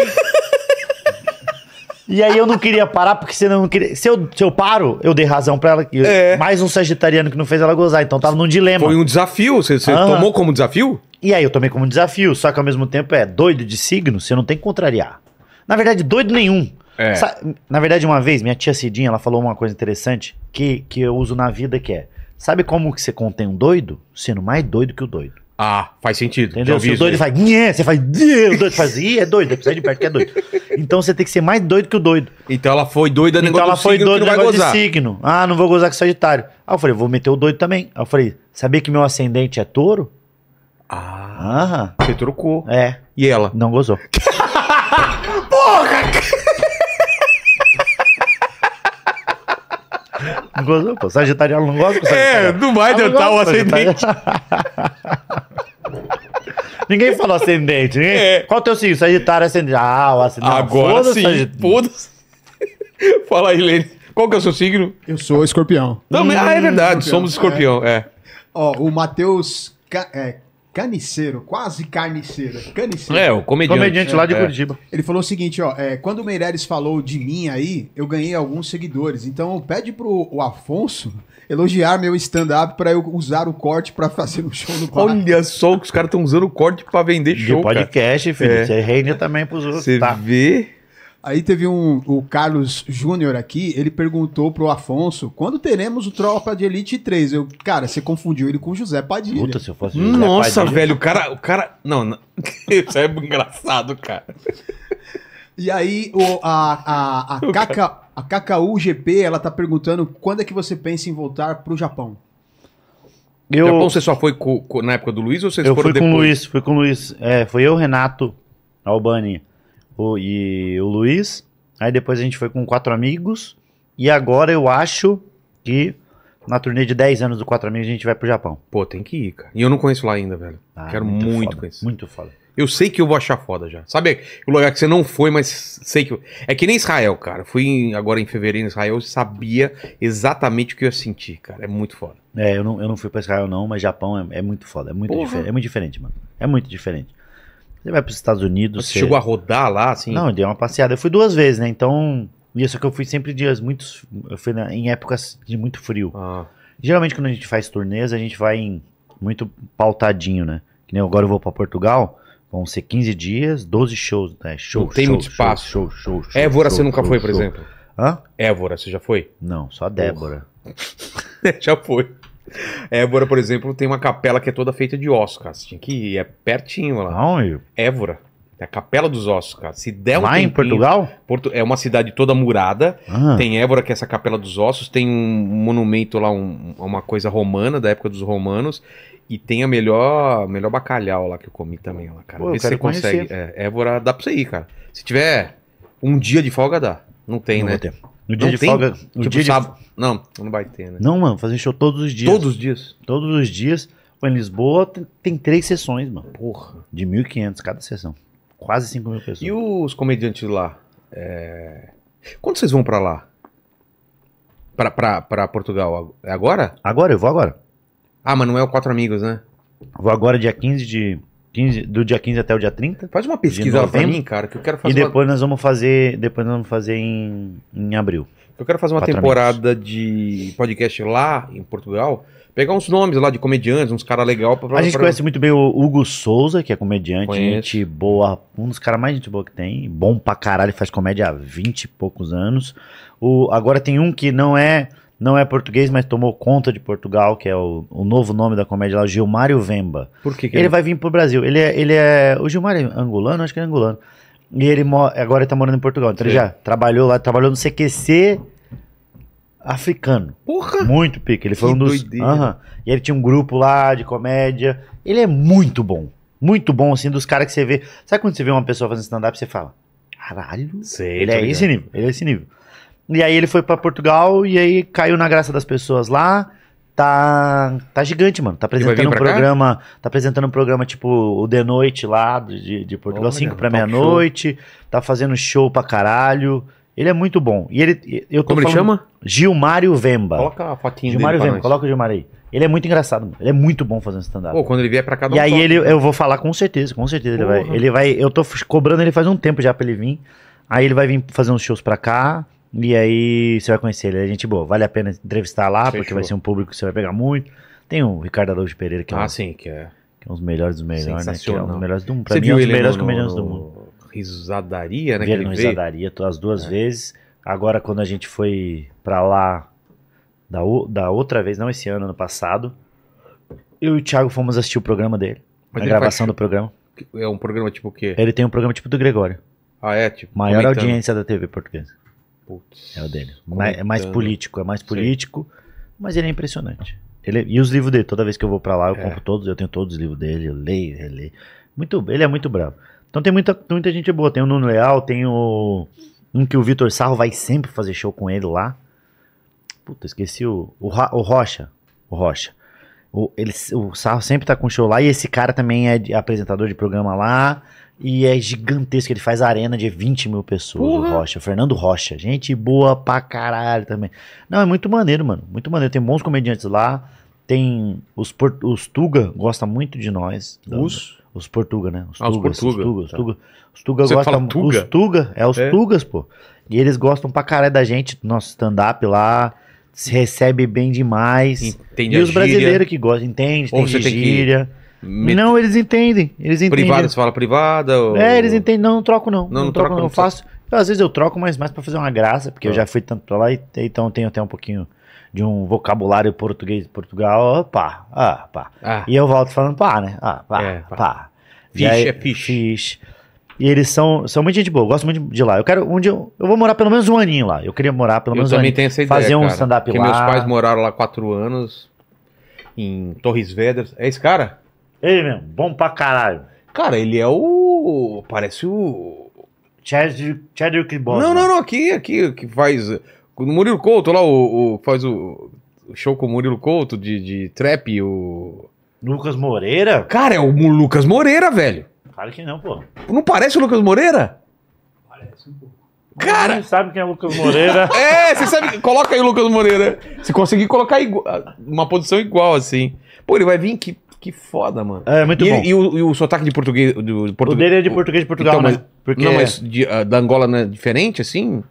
S3: E aí eu não queria parar, porque senão eu não queria. Se eu, se eu paro, eu dei razão pra ela. que eu-
S1: É.
S3: Mais um sagitariano que não fez ela gozar. Então tava num dilema.
S1: Foi um desafio? Você, você
S3: Aham.
S1: tomou como desafio?
S3: E aí eu tomei como desafio, só que ao mesmo tempo é doido de signo, você não tem que contrariar. Na verdade, doido nenhum.
S1: É.
S3: Sa- Na verdade, uma vez, minha tia Cidinha, ela falou uma coisa interessante que, que eu uso na vida, que é, sabe como que você contém um doido? Sendo mais doido que o doido.
S1: Ah, faz sentido. Já
S3: Entendeu?
S1: ouvi
S3: Se o
S1: isso
S3: doido
S1: aí.
S3: faz, "Nhê", você faz, "Nhê", o doido faz, ih, é doido, é precisar de perto que é doido. Então você tem que ser mais doido que o doido.
S1: Então ela foi doida no
S3: Então
S1: negócio
S3: ela
S1: do
S3: foi
S1: signo
S3: doida
S1: que não
S3: no
S1: vai
S3: negócio
S1: gozar.
S3: de signo. Ah, não vou gozar com Sagitário. Aí eu falei, vou meter o doido também. Aí eu falei, sabia que meu ascendente é touro?
S1: Ah,
S3: Aham.
S1: você trocou.
S3: É,
S1: E ela?
S3: não gozou.
S1: (laughs) Porra!
S3: Não gozou, pô. Sagitariano não gosta com
S1: É,
S3: sagitariano.
S1: não vai
S3: Ah, não
S1: adiantar o
S3: gosto de
S1: ascendente.
S3: (laughs) ninguém fala ascendente, ninguém.
S1: É.
S3: Qual o teu signo? Sagitário, ascendente. Ah, o ascendente.
S1: Agora sim, foda-se. (laughs) Fala aí, Lene. Qual que é o seu signo?
S2: Eu sou escorpião.
S1: Também, ah, é verdade,
S2: escorpião.
S1: somos escorpião, é.
S2: Ó, o Matheus Ca- é, Caniceiro, quase carniceiro, caniceiro.
S1: É, o comediante.
S3: Comediante lá de
S1: É.
S3: Curitiba.
S2: Ele falou o seguinte, ó, é, quando o Meireles falou de mim aí, eu ganhei alguns seguidores. Então pede pro o Afonso (laughs) elogiar meu stand-up pra eu usar o corte pra fazer um show no palco.
S1: Olha só que os caras estão usando o corte pra vender
S3: De
S1: show, cara.
S3: podcast, filho.
S1: É.
S3: Você reina também pros outros.
S1: Você
S3: tá.
S1: vê?
S2: Aí teve um, o Carlos Júnior aqui, ele perguntou pro Afonso, quando teremos o Tropa de Elite 3? Eu, cara, você confundiu ele com o José Padilha.
S3: Puta, se eu fosse. José
S1: Nossa,
S3: Padilha.
S1: velho, o cara, o cara... Não, (laughs) não. isso é engraçado, cara.
S2: E aí, o- a, a, a, KK a KKU GP, ela tá perguntando quando é que você pensa em voltar pro Japão?
S1: Eu... Japão,
S3: Eu,
S1: você só foi co- co- na época do Luiz ou vocês
S3: eu
S1: foram
S3: fui com
S1: depois?
S3: o Luiz, fui com o Luiz. É, foi eu, Renato, Albani o, e o Luiz. Aí depois a gente foi com quatro amigos. E agora eu acho que na turnê de 10 anos do Quatro Amigos a gente vai pro Japão.
S1: Pô, tem que ir, cara. E eu não conheço lá ainda, velho.
S3: Ah,
S1: Quero muito
S3: foda,
S1: conhecer.
S3: Muito foda.
S1: Eu sei que eu vou achar foda já. Sabe o lugar que você não foi, mas sei que. eu- É que nem Israel, cara. Eu Fui em- agora em fevereiro em Israel, eu sabia exatamente o que eu ia sentir, cara. É muito foda.
S3: É, eu não, eu não fui pra Israel não, mas Japão é, é muito foda, é muito,
S1: Porra.
S3: diferente, é muito diferente, mano. É muito diferente. Você vai pros Estados Unidos...
S1: Você
S3: você-
S1: chegou a rodar lá, assim?
S3: Não, eu dei uma passeada. Eu fui duas vezes, né? Então... E isso que eu fui sempre em dias muitos... Eu fui na- em épocas de muito frio.
S1: Ah,
S3: Geralmente quando a gente faz turnês, a gente vai em muito pautadinho, né? Que nem agora eu vou pra Portugal, vão ser 15 dias, 12 shows, né? Show,
S1: Não tem
S3: show,
S1: muito espaço.
S3: Show, show, show, show,
S1: Évora,
S3: show,
S1: você nunca
S3: show,
S1: foi, por
S3: show.
S1: exemplo?
S3: Hã?
S1: Évora, você já foi? (laughs)
S3: Não, só Débora.
S1: já foi. Évora, por exemplo, tem uma capela que é toda feita de ossos, cara. Você tinha que ir, é pertinho lá.
S3: Não, eu...
S1: Évora. É a capela dos ossos, cara. Se der um
S3: Lá em
S1: tempinho-
S3: Portugal?
S1: Porto- é uma cidade toda murada.
S3: Ah.
S1: Tem Évora, que é essa Capela dos Ossos, tem um monumento lá, um- uma coisa romana, da época dos romanos, e tem a melhor, melhor bacalhau lá que eu comi também lá, cara.
S3: Pô, eu
S1: Vê se você
S3: quero conhecer.
S1: consegue. É, Évora, dá pra você ir, cara. Se tiver um dia de folga, dá. Não tem,
S3: Não
S1: né?
S3: vou ter. No dia
S1: Não
S3: de
S1: tem?
S3: folga. No
S1: Tipo,
S3: dia de...
S1: sábado. Não, não vai ter, né?
S3: Não, mano, fazer show todos os dias.
S1: Todos os dias?
S3: Todos os dias. Pô, em Lisboa tem, tem três sessões, mano.
S1: Porra.
S3: De 1.500 cada sessão. Quase 5 mil pessoas.
S1: E os comediantes lá? É, Quando vocês vão pra lá? Pra, pra, pra Portugal? É agora?
S3: Agora, eu vou agora.
S1: Ah, mas não é o Quatro Amigos, né?
S3: Vou agora dia 15 de... 15, do dia 15 até o dia 30.
S1: Faz uma pesquisa lá pra
S3: novembro.
S1: mim, cara, que eu quero
S3: E
S1: fazer uma
S3: depois nós vamos fazer... Depois nós vamos fazer em, em abril.
S1: Eu quero fazer uma
S3: Quatro
S1: temporada de podcast lá em Portugal, pegar uns nomes lá de comediantes, uns caras legais pra, pra-
S3: A gente
S1: pra-
S3: conhece muito bem o Hugo Souza, que é comediante.
S1: Conheço.
S3: Gente boa. Um dos caras mais gente boa que tem. Bom pra caralho. Faz comédia há 20 e poucos anos. O, agora tem um que não é... Não é português, mas tomou conta de Portugal, que é o, o novo nome da comédia lá, Gilmário Vemba.
S1: Por que, é? que
S3: Ele vai vir pro Brasil. Ele é, ele é. O Gilmar é angolano, acho que ele é angolano. E ele mo- agora ele tá morando em Portugal. Então ele
S1: Sim.
S3: já trabalhou lá, trabalhou no CQC africano.
S1: Porra!
S3: Muito pique. Ele foi
S1: Que
S3: um dos.
S1: doideira.
S3: Aham. E ele tinha um grupo lá de comédia. Ele é muito bom. Muito bom, assim, dos caras que você vê. Sabe quando você vê uma pessoa fazendo stand-up, você fala: caralho,
S1: Sei,
S3: ele
S1: tá
S3: é
S1: ligado.
S3: esse nível, ele é esse nível. E aí ele foi pra Portugal e aí caiu na graça das pessoas lá. Tá, tá gigante, mano. Tá
S1: vai vir
S3: apresentando um
S1: pra cá?
S3: programa, tá apresentando um programa tipo o The Noite lá de, de Portugal,
S1: Olha,
S3: 5 pra
S1: talk
S3: meia-noite. Tá fazendo show pra caralho. Ele é muito bom. E ele e- eu tô
S1: Como ele
S3: falando-
S1: chama?
S3: Gilmário Vemba.
S1: Coloca a fotinha
S3: Gilmário
S1: dele. pra
S3: Vemba,
S1: nós.
S3: coloca o Gilmário aí. Ele é muito engraçado, mano. Ele é muito bom fazendo stand-up.
S1: Pô, quando ele vier pra cá, dá
S3: E
S1: um
S3: aí
S1: toque.
S3: ele, eu vou falar com certeza, com certeza ele vai.
S1: Porra.
S3: Ele vai, eu tô f- cobrando ele faz um tempo já pra ele vir. Aí ele vai vir fazer uns shows pra cá. E aí você vai conhecer ele. É gente boa. Vale a pena entrevistar lá, porque
S1: Fechou.
S3: vai ser um público que você vai pegar muito. Tem o Ricardo Araújo Pereira, que é, um,
S1: Ah, sim, que é.
S3: que é um dos melhores dos melhores, né? Que é um dos
S1: Sensacional.
S3: melhores do mundo. Pra mim, é um dos melhores comediantes do mundo.
S1: Risadaria, né?
S3: Vi
S1: Que
S3: ele
S1: ele
S3: no
S1: veio.
S3: Risadaria to- as duas vezes. Agora, quando a gente foi pra lá da, o- da outra vez, não esse ano, ano passado, eu e o Thiago fomos assistir o programa dele.
S1: Mas
S3: a
S1: ele
S3: gravação
S1: faz-
S3: do programa.
S1: É um programa tipo o quê?
S3: Ele tem um programa tipo do Gregório.
S1: Ah, é? Tipo,
S3: Maior
S1: comentando.
S3: audiência da TV portuguesa.
S1: Putz.
S3: É o dele. Ma- é mais
S1: Comentando.
S3: político, é mais
S1: Sei.
S3: político, mas ele é impressionante. Ele, e os livros dele, toda vez que eu vou pra lá, eu
S1: É.
S3: compro todos, eu tenho todos os livros dele, eu leio, releio. Muito, ele é muito bravo. Então tem muita, muita gente boa. Tem o Nuno Leal, tem o. Um que o Vitor Sarro vai sempre fazer show com ele lá. Puta, esqueci o. O, Ra- o Rocha. O Rocha. O, ele, o Sarro sempre tá com show lá. E esse cara também é de- apresentador de programa lá. E é gigantesco. Ele faz arena de 20 mil pessoas.
S1: Porra!
S3: O Rocha. O Fernando Rocha. Gente boa pra caralho também. Não, é muito maneiro, mano. Muito maneiro. Tem bons comediantes lá. Tem. Os, por- os Tuga gosta muito de nós. da-
S2: Os?
S3: os Portuga, né? Os
S1: Ah, os
S3: Tugas,
S1: Portuga,
S3: Os Tuga, os
S1: tá.
S3: Tuga. Os Tuga
S1: Você
S3: gostam.
S1: fala Tuga?
S3: Os Tuga, é os
S1: É.
S3: Tugas, pô. E eles gostam pra caralho da gente, do nosso stand-up lá. Se recebe bem demais.
S1: Entende
S3: E os brasileiros que gostam, entende,
S1: Ou
S3: tem
S1: você tem que
S3: gíria.
S1: Met...
S3: Não, eles entendem. Eles entendem.
S1: privada, você fala privada? Ou...
S3: É, eles entendem. Não, não troco não. Não,
S1: não
S3: troco
S1: troca,
S3: não.
S1: não
S3: Eu faço. eu, às vezes eu troco, mas mais pra fazer uma graça, porque eu
S1: Ah.
S3: já fui tanto pra lá, e, então eu tenho até um pouquinho de um vocabulário português de Portugal. Opa, ah, pá.
S1: Ah,
S3: E eu volto falando pá, né? Ah, pá,
S1: É, pá.
S3: pá.
S1: Fish
S3: E aí-
S1: é fish.
S3: fish. E eles são, são muito gente boa, eu gosto muito de lá. Eu quero um dia, eu eu vou morar pelo menos um aninho lá. Eu queria morar pelo
S1: eu
S3: menos um
S1: também
S3: aninho.
S1: tenho essa ideia.
S3: fazer um
S1: cara,
S3: stand-up
S1: porque
S3: lá.
S1: meus pais moraram lá quatro anos em Torres Vedras. É esse cara?
S3: Ei, meu, bom pra caralho.
S1: Cara, ele é o. Parece o.
S3: Chadwick Chadwick Boseman.
S1: não, não, não, aqui, aqui, que faz. O Murilo Couto lá, o, o- faz o, o show com o Murilo Couto de, de trap, o.
S3: Lucas Moreira?
S1: Cara, é o Lucas Moreira, velho.
S3: Claro que não, pô.
S1: Não parece o Lucas Moreira? Cara!
S3: Não sabe quem é
S1: (laughs)
S3: Lucas Moreira.
S1: É, você sabe, coloca aí o Lucas Moreira. Se conseguir colocar igua- uma posição igual, assim. Pô, ele vai vir, que, que foda, mano.
S3: é, muito
S1: e,
S3: bom.
S1: e o, e o sotaque de português. Do, de
S3: o
S1: português
S3: dele é de português de Portugal,
S1: Então,
S3: né? Porque
S1: Não, mas de- ah, da Angola não é diferente, assim?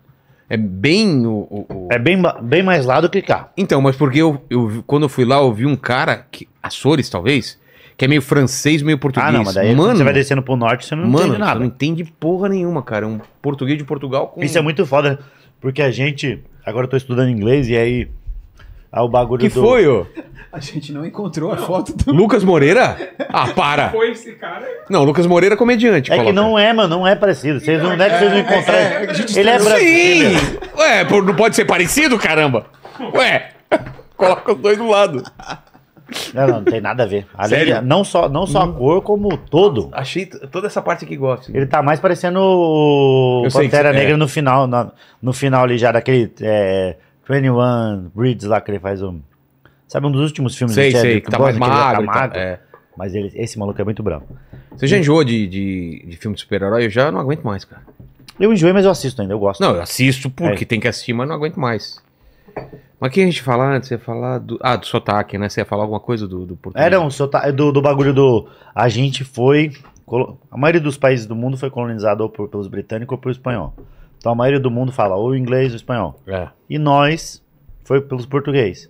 S1: É bem o. o- o-
S3: é bem, ma- bem mais lá do que cá.
S1: Então, mas porque eu, eu vi- quando eu fui lá, eu vi um cara, que, Açores talvez, que é meio francês, meio português.
S3: Ah, não, mas daí
S1: mano,
S3: você vai descendo pro norte, você não
S1: mano,
S3: entende nada.
S1: você não entende porra nenhuma, cara. É um português de Portugal com.
S3: Isso é muito foda, porque a gente. Agora eu tô estudando inglês e aí. ah, o bagulho
S1: que
S3: do.
S1: foi, ô?
S2: A gente não encontrou a foto do.
S1: Lucas Moreira? Ah,
S3: (laughs)
S1: para!
S4: (laughs) Foi esse cara.
S1: Não, Lucas Moreira é comediante.
S3: É que
S1: coloca.
S3: não é, mano, não é parecido. Vocês não, não é que vocês não encontraram.
S2: é, a gente
S3: ele é brasileiro.
S1: Sim! Ué, pô, não pode ser parecido, caramba? Ué, (laughs) coloca os dois do lado.
S3: Não, não, não tem nada a ver. Além
S1: Sério? Hum.
S3: de- não só, não só a cor, como o todo.
S1: Achei t- toda essa parte que gosto.
S3: Ele tá mais parecendo o
S1: Eu sei que
S3: Pantera
S1: cê- é.
S3: Negra no final, na- no, final ali já daquele é, 21 Bridges lá que ele faz um... Sabe um dos últimos filmes
S1: Sei,
S3: do
S1: sei,
S3: Chadwick
S1: que tá mais
S3: Boseman, que
S1: magro.
S3: ele
S1: e
S3: tá
S1: tal,
S3: magro.
S1: é.
S3: Mas ele- esse maluco é muito bravo.
S1: Você já enjoou de, de, de filme de super-herói? Eu já não aguento mais, cara.
S3: Eu enjoei, mas eu assisto ainda, eu gosto.
S1: Não, eu assisto
S3: É.
S1: porque tem que assistir, mas não aguento mais. Mas o que a gente falar antes? Você ia falar do. Ah, do sotaque, né? Você ia falar alguma coisa do, do português.
S3: Era um sota- do, do bagulho do. A gente foi. colo- A maioria dos países do mundo foi colonizado ou por- pelos britânicos ou pelo espanhol. Então a maioria do mundo fala ou inglês ou espanhol.
S1: É.
S3: E nós foi pelos português.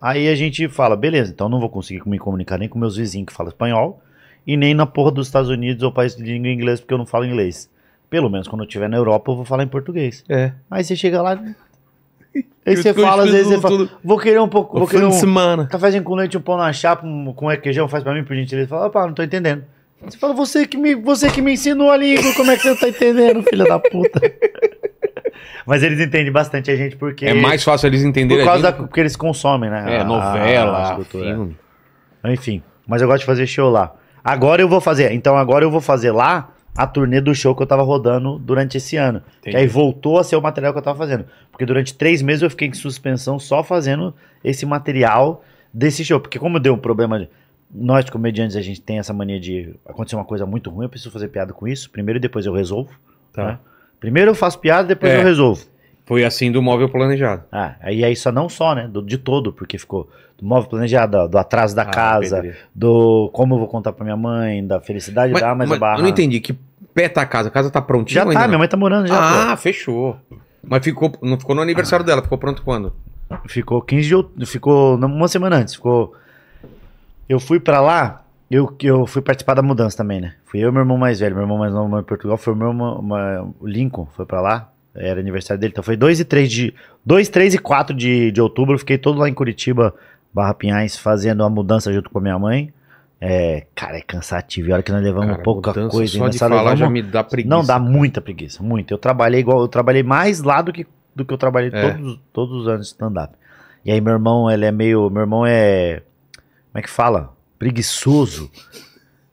S3: Aí a gente fala, beleza, então não vou conseguir me comunicar nem com meus vizinhos que falam espanhol e nem na porra dos Estados Unidos ou país de língua inglesa porque eu não falo inglês. Pelo menos quando eu estiver na Europa eu vou falar em português.
S1: É.
S3: Aí você chega lá. Aí você fala, às vezes você fala, vou querer um pouco.
S1: O
S3: Vou
S1: fim
S3: querer
S1: de
S3: um,
S1: semana.
S3: Cafézinho com leite, um pão na chapa, um, com requeijão, faz pra mim, por gentileza. Ele Fala, opa, não tô entendendo. Você fala, você que me, você que me ensinou a língua, como é que você não tá entendendo, filha da puta? (laughs) Mas eles entendem bastante a gente porque...
S1: É mais fácil eles entenderem
S3: Por
S1: a
S3: causa da,
S1: gente.
S3: porque eles consomem, né?
S1: É,
S3: a-
S1: novela,
S3: as culturas.
S1: filme.
S3: Enfim, mas eu gosto de fazer show lá. Agora eu vou fazer, então agora eu vou fazer lá a turnê do show que eu tava rodando durante esse ano.
S1: Entendi.
S3: Que aí voltou a ser o material que eu tava fazendo. Porque durante três meses eu fiquei em suspensão só fazendo esse material desse show. Porque como deu um problema. de- Nós, comediantes, a gente tem essa mania de acontecer uma coisa muito ruim, eu preciso fazer piada com isso. Primeiro e depois eu resolvo.
S1: Tá.
S3: né? Primeiro eu faço piada, depois
S1: É.
S3: eu resolvo.
S1: Foi assim do móvel planejado.
S3: Ah, aí aí só não só, né? do- de todo, porque ficou do móvel planejado, do atraso da
S1: Ah,
S3: casa,
S1: pedreiro.
S3: do como eu vou contar pra minha mãe, da felicidade
S1: Mas,
S3: da, mas,
S1: mas
S3: a barra.
S1: eu não entendi que pé tá a casa? A casa tá prontinha
S3: Já
S1: ou
S3: tá,
S1: ainda
S3: minha
S1: não?
S3: mãe tá morando já.
S1: Ah, fechou. Mas ficou, não ficou no aniversário dela, ficou pronto quando?
S3: pô. Ficou 15 de outubro. Ficou não, uma semana antes. Ficou. Eu fui pra lá, eu, eu fui participar da mudança também, né? Fui eu e meu irmão mais velho. Meu irmão mais novo mora em Portugal. Foi o meu irmão, uma- o Lincoln, foi pra lá. Era aniversário dele. Então foi 2 e 3 de. 2, 3 e 4 de, de outubro. eu Fiquei todo lá em Curitiba, Barra Pinhais, fazendo a mudança junto com a minha mãe. É, cara, é cansativo. E a hora que nós levamos
S1: Cara,
S3: pouca
S1: mudança,
S3: coisa
S1: só
S3: ainda,
S1: de
S3: só
S1: falar
S3: levamos
S1: já me dá preguiça.
S3: Não, dá muita preguiça, muito. Eu trabalhei igual, eu trabalhei mais lá do que, do que eu trabalhei
S1: É.
S3: todos, todos os anos de stand-up. E aí meu irmão, ele é meio, meu irmão é, como é que fala? Preguiçoso.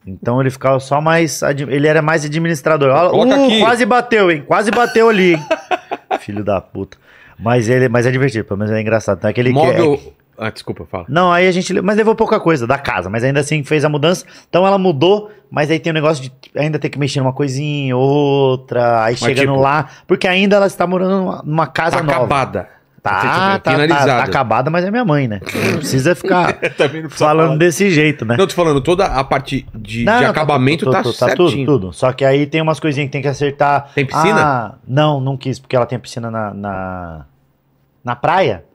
S3: Então ele ficava só mais, admi- ele era mais administrador. Olha,
S1: Coloca
S3: uh,
S1: aqui.
S3: quase bateu, hein? Quase bateu ali, hein? (laughs) Filho da puta. Mas ele, mas é divertido, pelo menos é engraçado. Então, é aquele que-
S1: Móvel. Ah, desculpa, fala.
S3: não, aí a gente. le- Mas levou pouca coisa da casa, mas ainda assim fez a mudança. Então ela mudou, mas aí tem o negócio de ainda ter que mexer numa coisinha, outra. Aí chegando
S1: tipo-
S3: lá. Porque ainda ela está morando numa, numa casa
S1: Tá
S3: nova.
S1: acabada.
S3: (laughs) Tá,
S1: Você
S3: tá,
S1: tá
S3: tá,
S1: finalizada.
S3: tá acabada, mas é minha mãe,
S1: (laughs)
S3: né? Não precisa ficar
S1: Também não precisa
S3: falando
S1: falar.
S3: desse jeito, né?
S1: Não, tô falando, toda a parte de,
S3: Não,
S1: de
S3: não,
S1: acabamento
S3: tu-
S1: tá,
S3: tu- tu-
S1: certinho.
S3: tudo, tudo. Só que aí tem umas coisinhas que tem que acertar.
S1: Tem piscina?
S3: Ah, não, não quis, porque ela tem piscina na, na, na praia.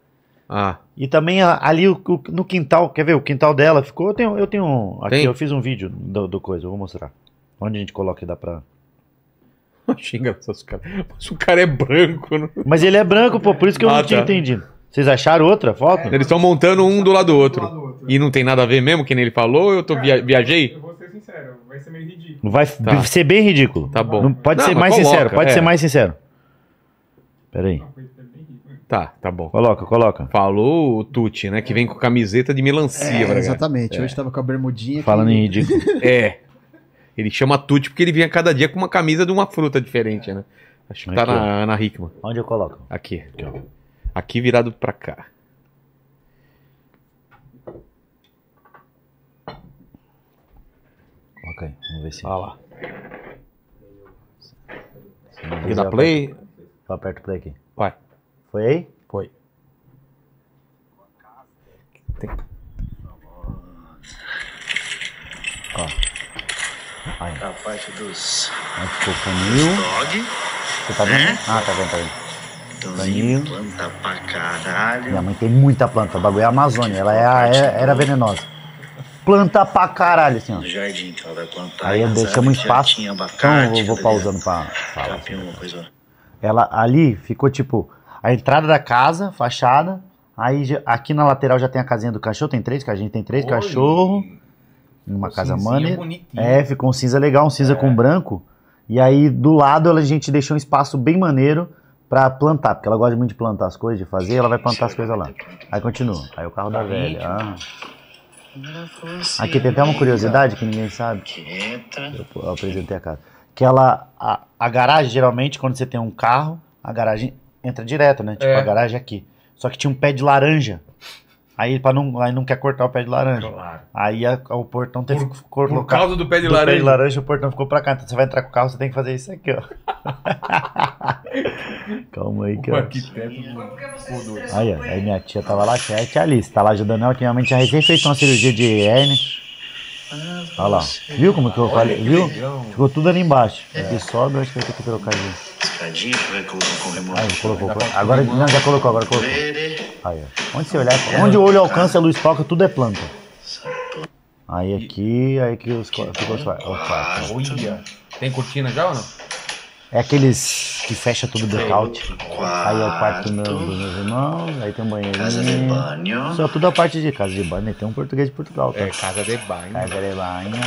S1: Ah, (laughs)
S3: E também a- ali o- o- no quintal, quer ver? O quintal dela ficou. Eu tenho, eu tenho um- aqui,
S1: Tem?
S3: eu fiz um vídeo do, do coisa, eu vou mostrar. Onde a gente coloca e dá pra.
S1: achei engraçado esse cara. Mas o cara é branco. Né?
S3: Mas ele é branco, pô, por isso que eu
S1: Ah,
S3: não tinha
S1: tá.
S3: entendido. Vocês acharam outra foto?
S1: Eles estão montando um do lado do outro.
S2: outro.
S1: E não tem nada a ver mesmo, que nem ele falou, eu tô via- viajei?
S4: Eu vou ser sincero, vai ser meio ridículo.
S3: Vai f-
S1: Tá.
S3: ser bem ridículo.
S1: Tá bom.
S3: Não, pode
S1: Não,
S3: ser
S1: mas
S3: mais
S1: coloca,
S3: sincero, pode
S1: é.
S3: ser mais sincero. Pera aí.
S4: Uma coisa bem ridícula.
S1: Tá, tá bom.
S3: Coloca, coloca.
S1: Falou o Tuti, né? Que vem com camiseta de melancia, tá
S2: É,
S1: pra cá.
S2: exatamente. Hoje tava com a bermudinha.
S3: Falando
S2: que-
S3: em ridículo.
S1: É. Ele chama Tuti porque ele vinha cada dia com uma camisa de uma fruta diferente, né? Acho que tá
S3: Aqui, ó.
S1: na Ana Hickman.
S3: Onde eu coloco?
S1: Aqui. Aqui virado pra cá.
S3: Coloca aí, vamos ver se.
S1: Olha lá.
S3: se não
S1: Aqui
S3: fizer,
S1: na Play.
S3: Eu aperto play aqui.
S1: Vai.
S3: Foi aí?
S1: Foi.
S5: A parte dos
S3: Aí ficou o funil.
S5: dog,
S3: um Você tá vendo? Ah, tá vendo, tá vendo.
S5: Tãozinho planta pra caralho.
S3: Minha mãe tem muita planta, o bagulho é a Amazônia, ela é a- é- era venenosa. Planta pra caralho, assim, ó.
S5: No jardim que ela vai plantar.
S3: Aí eu
S5: ela sabe
S3: deixamos
S5: que já
S3: espaço,
S5: Tinha
S3: então
S5: abacate,
S3: eu vou
S5: tá
S3: pausando
S5: ligado?
S3: pra falar. assim.
S5: Capim, uma coisa.
S3: Ela ali ficou tipo a entrada da casa, fachada. Aí já- aqui na lateral já tem a casinha do cachorro, tem três, que a gente tem três cachorro, uma casa maneira. É, ficou um cinza legal, um cinza com branco. E aí do lado ela- a gente deixou um espaço bem maneiro pra plantar, porque ela gosta muito de plantar as coisas, de fazer, ela vai plantar as coisas lá. Aí continua. Aí o carro da velha. ah. Aqui tem até uma curiosidade que ninguém sabe.
S5: Quieta.
S3: Eu, eu apresentei a casa. Que ela. A, a garagem, geralmente, quando você tem um carro, a garagem entra direto, né? Tipo,
S1: É.
S3: a garagem é aqui. Só que tinha um pé de laranja. Aí, pra não, aí não quer cortar o pé de laranja. Aí a- o portão teve que
S1: Por
S3: colocar.
S1: causa do pé de
S3: do pé de
S1: laranja.
S3: laranja, o portão ficou pra cá. Então você vai entrar com o carro, você tem que fazer isso aqui,
S1: (laughs)
S3: ó. Calma aí, que
S1: O
S3: eu...
S1: arquiteto do-
S3: Aí, ó, aí minha tia tava lá, que é a tia Alice, tá lá ajudando ela, que minha mãe tinha recém feito uma cirurgia de hernia. Olha lá, viu como que eu falei, viu? Ficou tudo ali embaixo.
S5: É.
S3: Aqui sobe, eu acho que vai ter que trocar de...
S5: Escadinha, vai colocar com remoto.
S3: Aí, colocou, colocou. Agora, não, já colocou, agora colocou.
S5: Verde.
S3: Aí, ó. Onde você olhar,
S5: É.
S3: onde o olho alcança, a luz toca, tudo é planta. Aí aqui, aí que os... co- Ficou é os... ó, os quartos.
S1: Olha. Tem cortina já ou não?
S3: É aqueles que fecha tudo blackout. Aí é o quarto do meu-
S5: Quarto.
S3: dos meus irmãos, aí tem um banheirinho.
S5: Casa de banho.
S3: Só tudo a parte de casa de banho, né? tem um português de Portugal, tá?
S1: É, casa de banho.
S3: Casa de banho.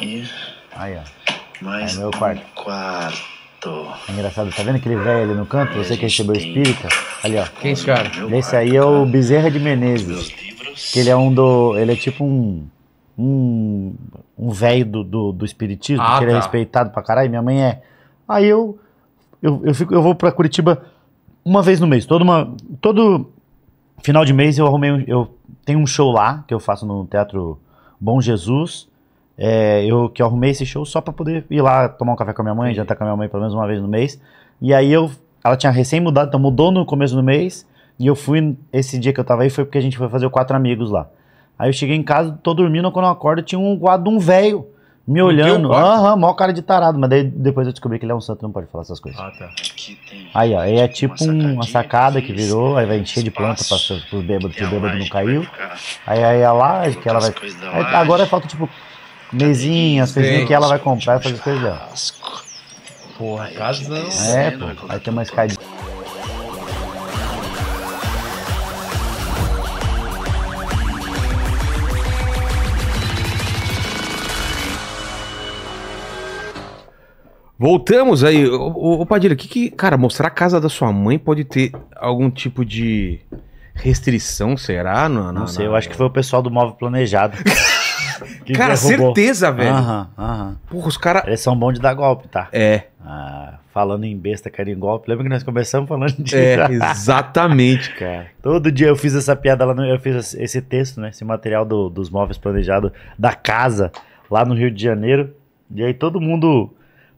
S5: E
S3: Aí, ó.
S5: mais
S3: É meu
S5: um
S3: quarto.
S5: quarto.
S3: É engraçado, tá vendo aquele velho ali no canto? Você que recebeu espírita? Ali, ó.
S1: Quem é esse cara?
S5: Meu
S3: Esse
S5: quarto, tá
S3: aí é o Bezerra de Menezes.
S5: Meus livros.
S3: Que ele é um do. Ele é tipo um. Um. Um velho do, do, do espiritismo,
S1: Ah,
S3: que ele é
S1: tá.
S3: respeitado pra caralho. Minha mãe é. Aí eu. Eu, eu, fico, eu vou pra Curitiba uma vez no mês. Todo, uma, todo final de mês eu arrumei. Um, eu tenho um show lá que eu faço no Teatro Bom Jesus. É, eu que eu arrumei esse show só pra poder ir lá tomar um café com a minha mãe, jantar com a minha mãe pelo menos uma vez no mês. E aí eu. Ela tinha recém mudado, então mudou no começo do mês. E eu fui. Esse dia que eu tava aí foi porque a gente foi fazer o quatro amigos lá. Aí eu cheguei em casa, tô dormindo, quando eu acordo, tinha um guarda de um velho me
S1: teu
S3: olhando.
S1: quarto?
S3: Aham, mó cara de tarado. Mas daí depois eu descobri que ele é um santo, não pode falar essas coisas.
S6: Ah, tá.
S5: Aqui tem
S3: Aí, ó, aí é tipo
S5: sacadinha
S3: uma sacada
S5: aqui,
S3: que virou, aí vai encher de planta pra,
S5: espaço.
S3: pros bêbados, que
S5: É
S3: o
S5: a
S3: bêbado não
S5: laje que vai
S3: caiu.
S5: ficar.
S3: Aí, aí a laje que ela vai.
S5: As coisas da
S3: Aí,
S5: laje.
S3: agora falta, tipo, mesinha, as coisinhas
S1: Sim.
S3: que ela vai comprar
S5: tipo,
S3: e fazer as coisas dela.
S5: Churrasco.
S6: Porra, casão.
S3: É,
S5: Não,
S3: pô. Aí tem uma escadinha.
S1: Voltamos aí. Ô, ô, ô, Padilha, que que. Cara, mostrar a casa da sua mãe pode ter algum tipo de restrição, será? Não,
S3: Não sei, eu acho que foi o pessoal do móvel planejado. que
S1: Cara,
S3: derrubou. Ah.
S1: certeza, velho.
S3: Aham, aham.
S1: Porra, os caras.
S3: Eles são bons de um dar golpe, tá?
S1: É,
S3: Ah, falando em besta caindo em golpe, lembra que nós começamos falando (laughs) de.
S1: é, exatamente.
S3: Cara, todo dia eu fiz essa piada lá, no, eu fiz esse- esse texto, né? Esse material do- dos móveis planejados da casa lá no Rio de Janeiro. E aí todo mundo,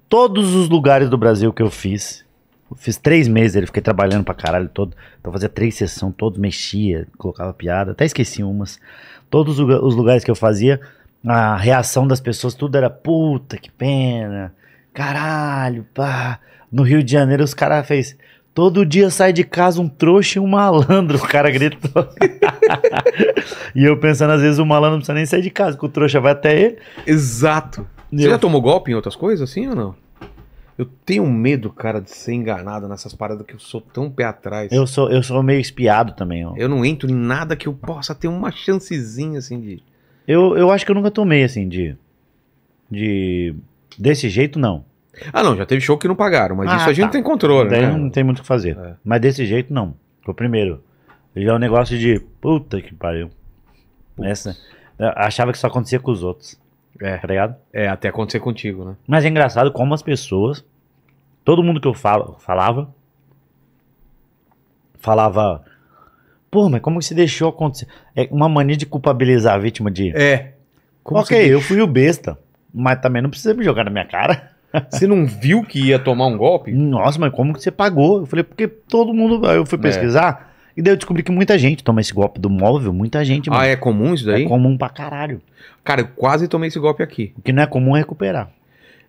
S3: todos os lugares do Brasil que eu fiz, eu fiz três meses, ele fiquei trabalhando pra caralho todo. Então fazia três sessões, todos mexia, colocava piada, até esqueci umas. Todos os lugar- os lugares que eu fazia, a reação das pessoas, tudo era puta, que pena, caralho, pá. No Rio de Janeiro os caras fez Todo dia sai de casa um trouxa e um malandro, o cara gritou. (laughs) e eu pensando, às vezes o malandro não precisa nem sair de casa, que o trouxa vai até ele.
S1: Exato. Você já tomou golpe em outras coisas assim ou não? Eu tenho medo, cara, de ser enganado nessas paradas que eu sou tão pé atrás.
S3: Eu sou, eu sou meio espiado também, ó.
S1: Eu não entro em nada que eu possa ter uma chancezinha assim de.
S3: Eu, eu acho que eu nunca tomei, assim, de. De. Desse jeito, não.
S1: Ah, não, já teve show que não pagaram, mas
S3: Ah,
S1: isso a gente
S3: tá.
S1: não tem controle,
S3: Daí
S1: né?
S3: não tem muito o que fazer.
S1: É.
S3: Mas desse jeito, não. Foi o primeiro. Já é um negócio de. Puta que pariu.
S1: Putz.
S3: Essa, eu achava que só acontecia com os outros.
S1: É.
S3: Tá ligado?
S1: É, até acontecer contigo, né?
S3: Mas é engraçado como as pessoas, todo mundo que eu falo, falava, falava, pô, mas como que se deixou acontecer? É uma mania de culpabilizar a vítima de,
S1: É.
S3: ok, eu fui o besta, mas também não precisa me jogar na minha cara.
S1: Você não viu que ia tomar um golpe?
S3: Nossa, mas como que você pagou? Eu falei, porque todo mundo, aí eu fui
S1: É.
S3: pesquisar, e daí eu descobri que muita gente toma esse golpe do móvel, muita gente, mano.
S1: Ah, é comum isso daí?
S3: É comum pra caralho.
S1: Cara, eu quase tomei esse golpe aqui.
S3: O que não é comum é recuperar.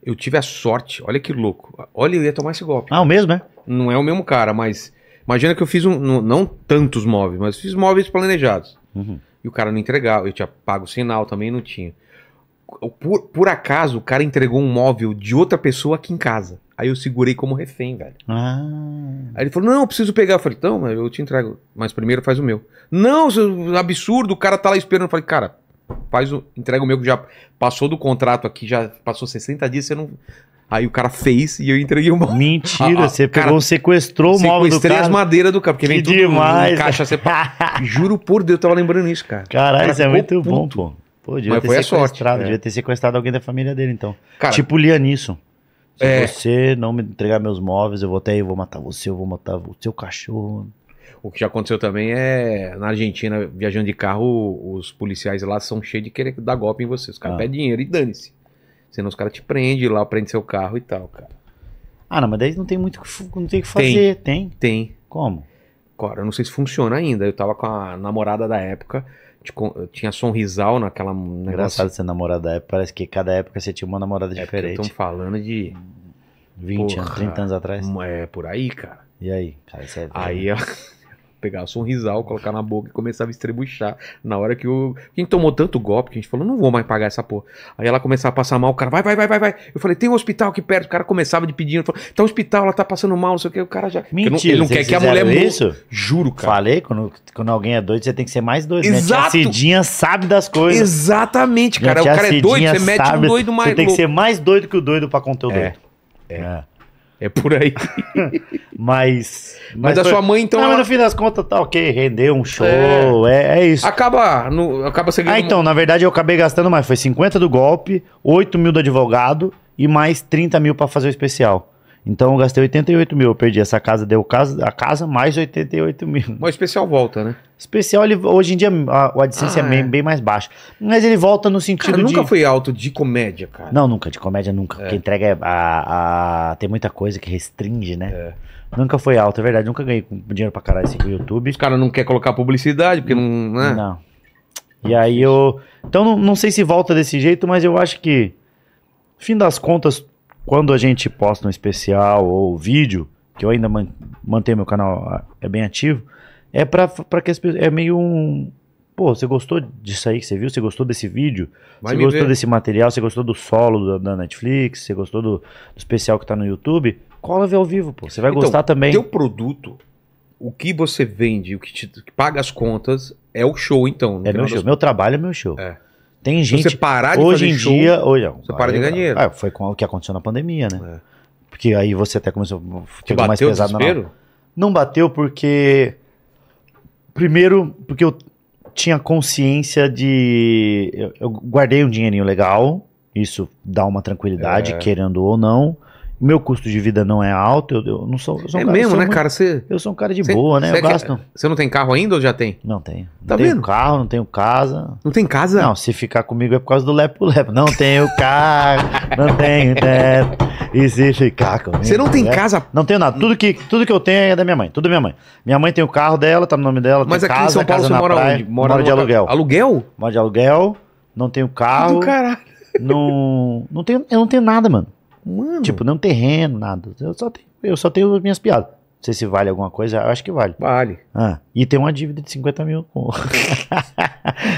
S1: Eu tive a sorte, olha que louco. Olha, eu ia tomar esse golpe.
S3: Ah, o mesmo, né?
S1: Não é o mesmo cara, mas. Imagina que eu fiz um. não- Não tantos móveis, mas fiz móveis planejados.
S3: Uhum.
S1: E o cara não entregava. Eu tinha pago o sinal também, não tinha. Por, por acaso, o cara entregou um móvel de outra pessoa aqui em casa. Aí eu segurei como refém, velho.
S3: Ah,
S1: Aí ele falou: Não, eu preciso pegar. Eu falei: Então, mas eu te entrego. Mas primeiro faz o meu. Não, seu absurdo, o cara tá lá esperando. Eu falei: Cara, faz o, entrega o meu que já passou do contrato aqui, já passou 60 dias, você não. Aí o cara fez e eu entreguei o móvel.
S3: mentira,
S1: (laughs) Ah, ah,
S3: você
S1: cara,
S3: pegou, sequestrou o móvel do
S1: Sequestrei
S3: cara.
S1: as madeiras do cara, porque
S3: Que
S1: vem tudo
S3: demais.
S1: em caixa separada.
S3: (laughs)
S1: Juro por Deus, eu tava lembrando isso, cara.
S3: Caralho, isso é
S1: Cara, ficou
S3: muito bom, pô. Pô, devia
S1: Mas
S3: ter
S1: foi a sorte,
S3: sequestrado,
S1: é.
S3: devia ter sequestrado alguém da família dele, então.
S1: Cara,
S3: tipo o Lianisson. Se
S1: É.
S3: você não me entregar meus móveis, eu vou até aí, eu vou matar você, eu vou matar o seu cachorro.
S1: O que já aconteceu também é, na Argentina, viajando de carro, os policiais lá são cheios de querer dar golpe em você. Os caras
S3: Ah.
S1: pedem dinheiro e dane-se. Senão os caras te prendem lá, prende seu carro e tal, cara.
S3: Ah, não, mas daí não tem muito o que fu- não tem o que
S1: Tem.
S3: fazer, tem.
S1: Tem.
S3: Como?
S1: Cara, eu não sei se funciona ainda. Eu tava com a namorada da época, de con- eu tinha sonrisal naquela negócio.
S3: Engraçado ser namorada da época, parece que cada época você tinha uma namorada
S1: É, porque
S3: diferente.
S1: estão falando de.
S3: 20 anos,
S1: Porra.
S3: 30 anos atrás.
S1: É por aí, cara.
S3: E aí? Cara, isso é velho.
S1: Aí (laughs) ela pegava sorrisal, colocar na boca e começava a estrebuchar. Na hora que o. Quem tomou tanto golpe que a gente falou, não vou mais pagar essa porra. Aí ela começava a passar mal, o cara, vai, vai, vai, vai, vai. Eu falei, tem um hospital aqui perto. O cara começava de pedir, falou, tá um hospital, ela tá passando mal, não sei o que. O cara já. Porque não-
S3: Mentira,
S1: ele não
S3: vocês
S1: quer que a
S3: fizeram
S1: mulher morra.
S3: isso?
S1: Juro, cara.
S3: Falei, quando, quando alguém é doido, você tem que ser mais doido. né? Tia
S1: Exato!
S3: Cidinha sabe das coisas.
S1: Exatamente, cara.
S3: Gente,
S1: o
S3: a
S1: cara é
S3: Cidinha
S1: doido, você mete um
S3: sabe,
S1: doido mais
S3: Você tem que
S1: louco.
S3: ser mais doido que o doido pra conter o
S1: É,
S3: doido. É.
S1: É por aí.
S3: Mas.
S1: Mas, a
S3: foi-
S1: sua mãe, então,
S3: Não, mas
S1: ela
S3: no fim das contas, tá ok, rendeu um show, é, é isso.
S1: acaba, no, acaba você
S3: Ah,
S1: ganhando
S3: então, na verdade eu acabei gastando mais. Foi 50 do golpe, 8 mil do advogado e mais 30 mil pra fazer o especial. Então eu gastei 88 mil. Eu perdi essa casa, deu casa, a casa mais 88 mil.
S1: uma especial volta, né?
S3: Especial, ele, hoje em dia a, o AdSense
S1: Ah,
S3: é bem,
S1: é.
S3: bem mais baixo. Mas ele volta no sentido
S1: Cara,
S3: de.
S1: nunca foi alto de comédia, cara.
S3: Não, nunca, de comédia nunca. Quem entrega é a, a- Tem muita coisa que restringe, né? Nunca foi alto, é verdade. Nunca ganhei com- dinheiro pra caralho assim com o YouTube.
S1: Os caras não querem colocar publicidade, porque não. Né?
S3: Não. E aí eu. Então não, não sei se volta desse jeito, mas eu acho que. Fim das contas, quando a gente posta um especial ou vídeo, que eu ainda man- mantenho meu canal ah, é bem ativo, é pra, pra que as pessoas. É meio um. Pô, você gostou disso aí que você viu? Você gostou desse vídeo?
S1: Vai
S3: você
S1: me
S3: gostou
S1: ver.
S3: desse material? Você gostou do solo da, da Netflix? Você gostou do, do especial que tá no YouTube? Cola ver ao vivo, pô. Você vai
S1: Então,
S3: gostar também.
S1: Teu produto, o que você vende, o que, te, que paga as contas, é o show, então. no
S3: É
S1: final
S3: meu
S1: das-
S3: show. Meu trabalho é meu show.
S1: É.
S3: Tem
S1: Se
S3: gente.
S1: você parar de
S3: hoje
S1: fazer
S3: em
S1: show,
S3: dia. Hoje,
S1: você para de ganhar dinheiro.
S3: Ah, foi com o que aconteceu na pandemia, né? Porque aí você até começou.
S1: te
S3: Ficou mais
S1: bateu o
S3: pesado na
S1: desespero?
S3: Não bateu porque. Primeiro, porque eu tinha consciência de. Eu, eu guardei um dinheirinho legal. Isso dá uma tranquilidade,
S1: É.
S3: querendo ou não. Meu custo de vida não é alto. Eu, eu não sou. eu sou um
S1: É
S3: cara- eu
S1: mesmo,
S3: sou
S1: né,
S3: muito-
S1: cara? Você,
S3: Eu sou um cara de
S1: Cê-
S3: boa, né?
S1: cê
S3: Eu
S1: que-
S3: gasto.
S1: você não tem carro ainda ou já tem?
S3: Não tenho. Não
S1: Tá
S3: tenho
S1: vendo?
S3: carro, não tenho casa.
S1: Não tem casa?
S3: Não, se ficar comigo é por causa do lepo-lepo. Não tenho carro, não tenho teto. E se ficar comigo.
S1: Você não tem
S3: é-
S1: casa?
S3: Não tenho nada. Tudo que, tudo que eu tenho é da minha mãe. Tudo da minha mãe. Minha mãe tem o carro dela, tá no nome dela.
S1: Mas
S3: tem
S1: aqui
S3: casa,
S1: em São Paulo
S3: casa
S1: você
S3: na
S1: mora
S3: praia.
S1: onde? Mora
S3: Moro de
S1: numa-
S3: aluguel. Ah,
S1: Aluguel?
S3: Moro de aluguel, não tenho carro.
S1: Do caralho.
S3: Não, não tenho, eu não tenho nada, mano.
S1: Hum. Mano.
S3: Tipo, não terreno, nada. Eu só tenho, eu só tenho as minhas piadas. Não sei se vale alguma coisa, eu acho que vale.
S1: vale.
S3: Ah, e tem uma dívida de 50 mil com,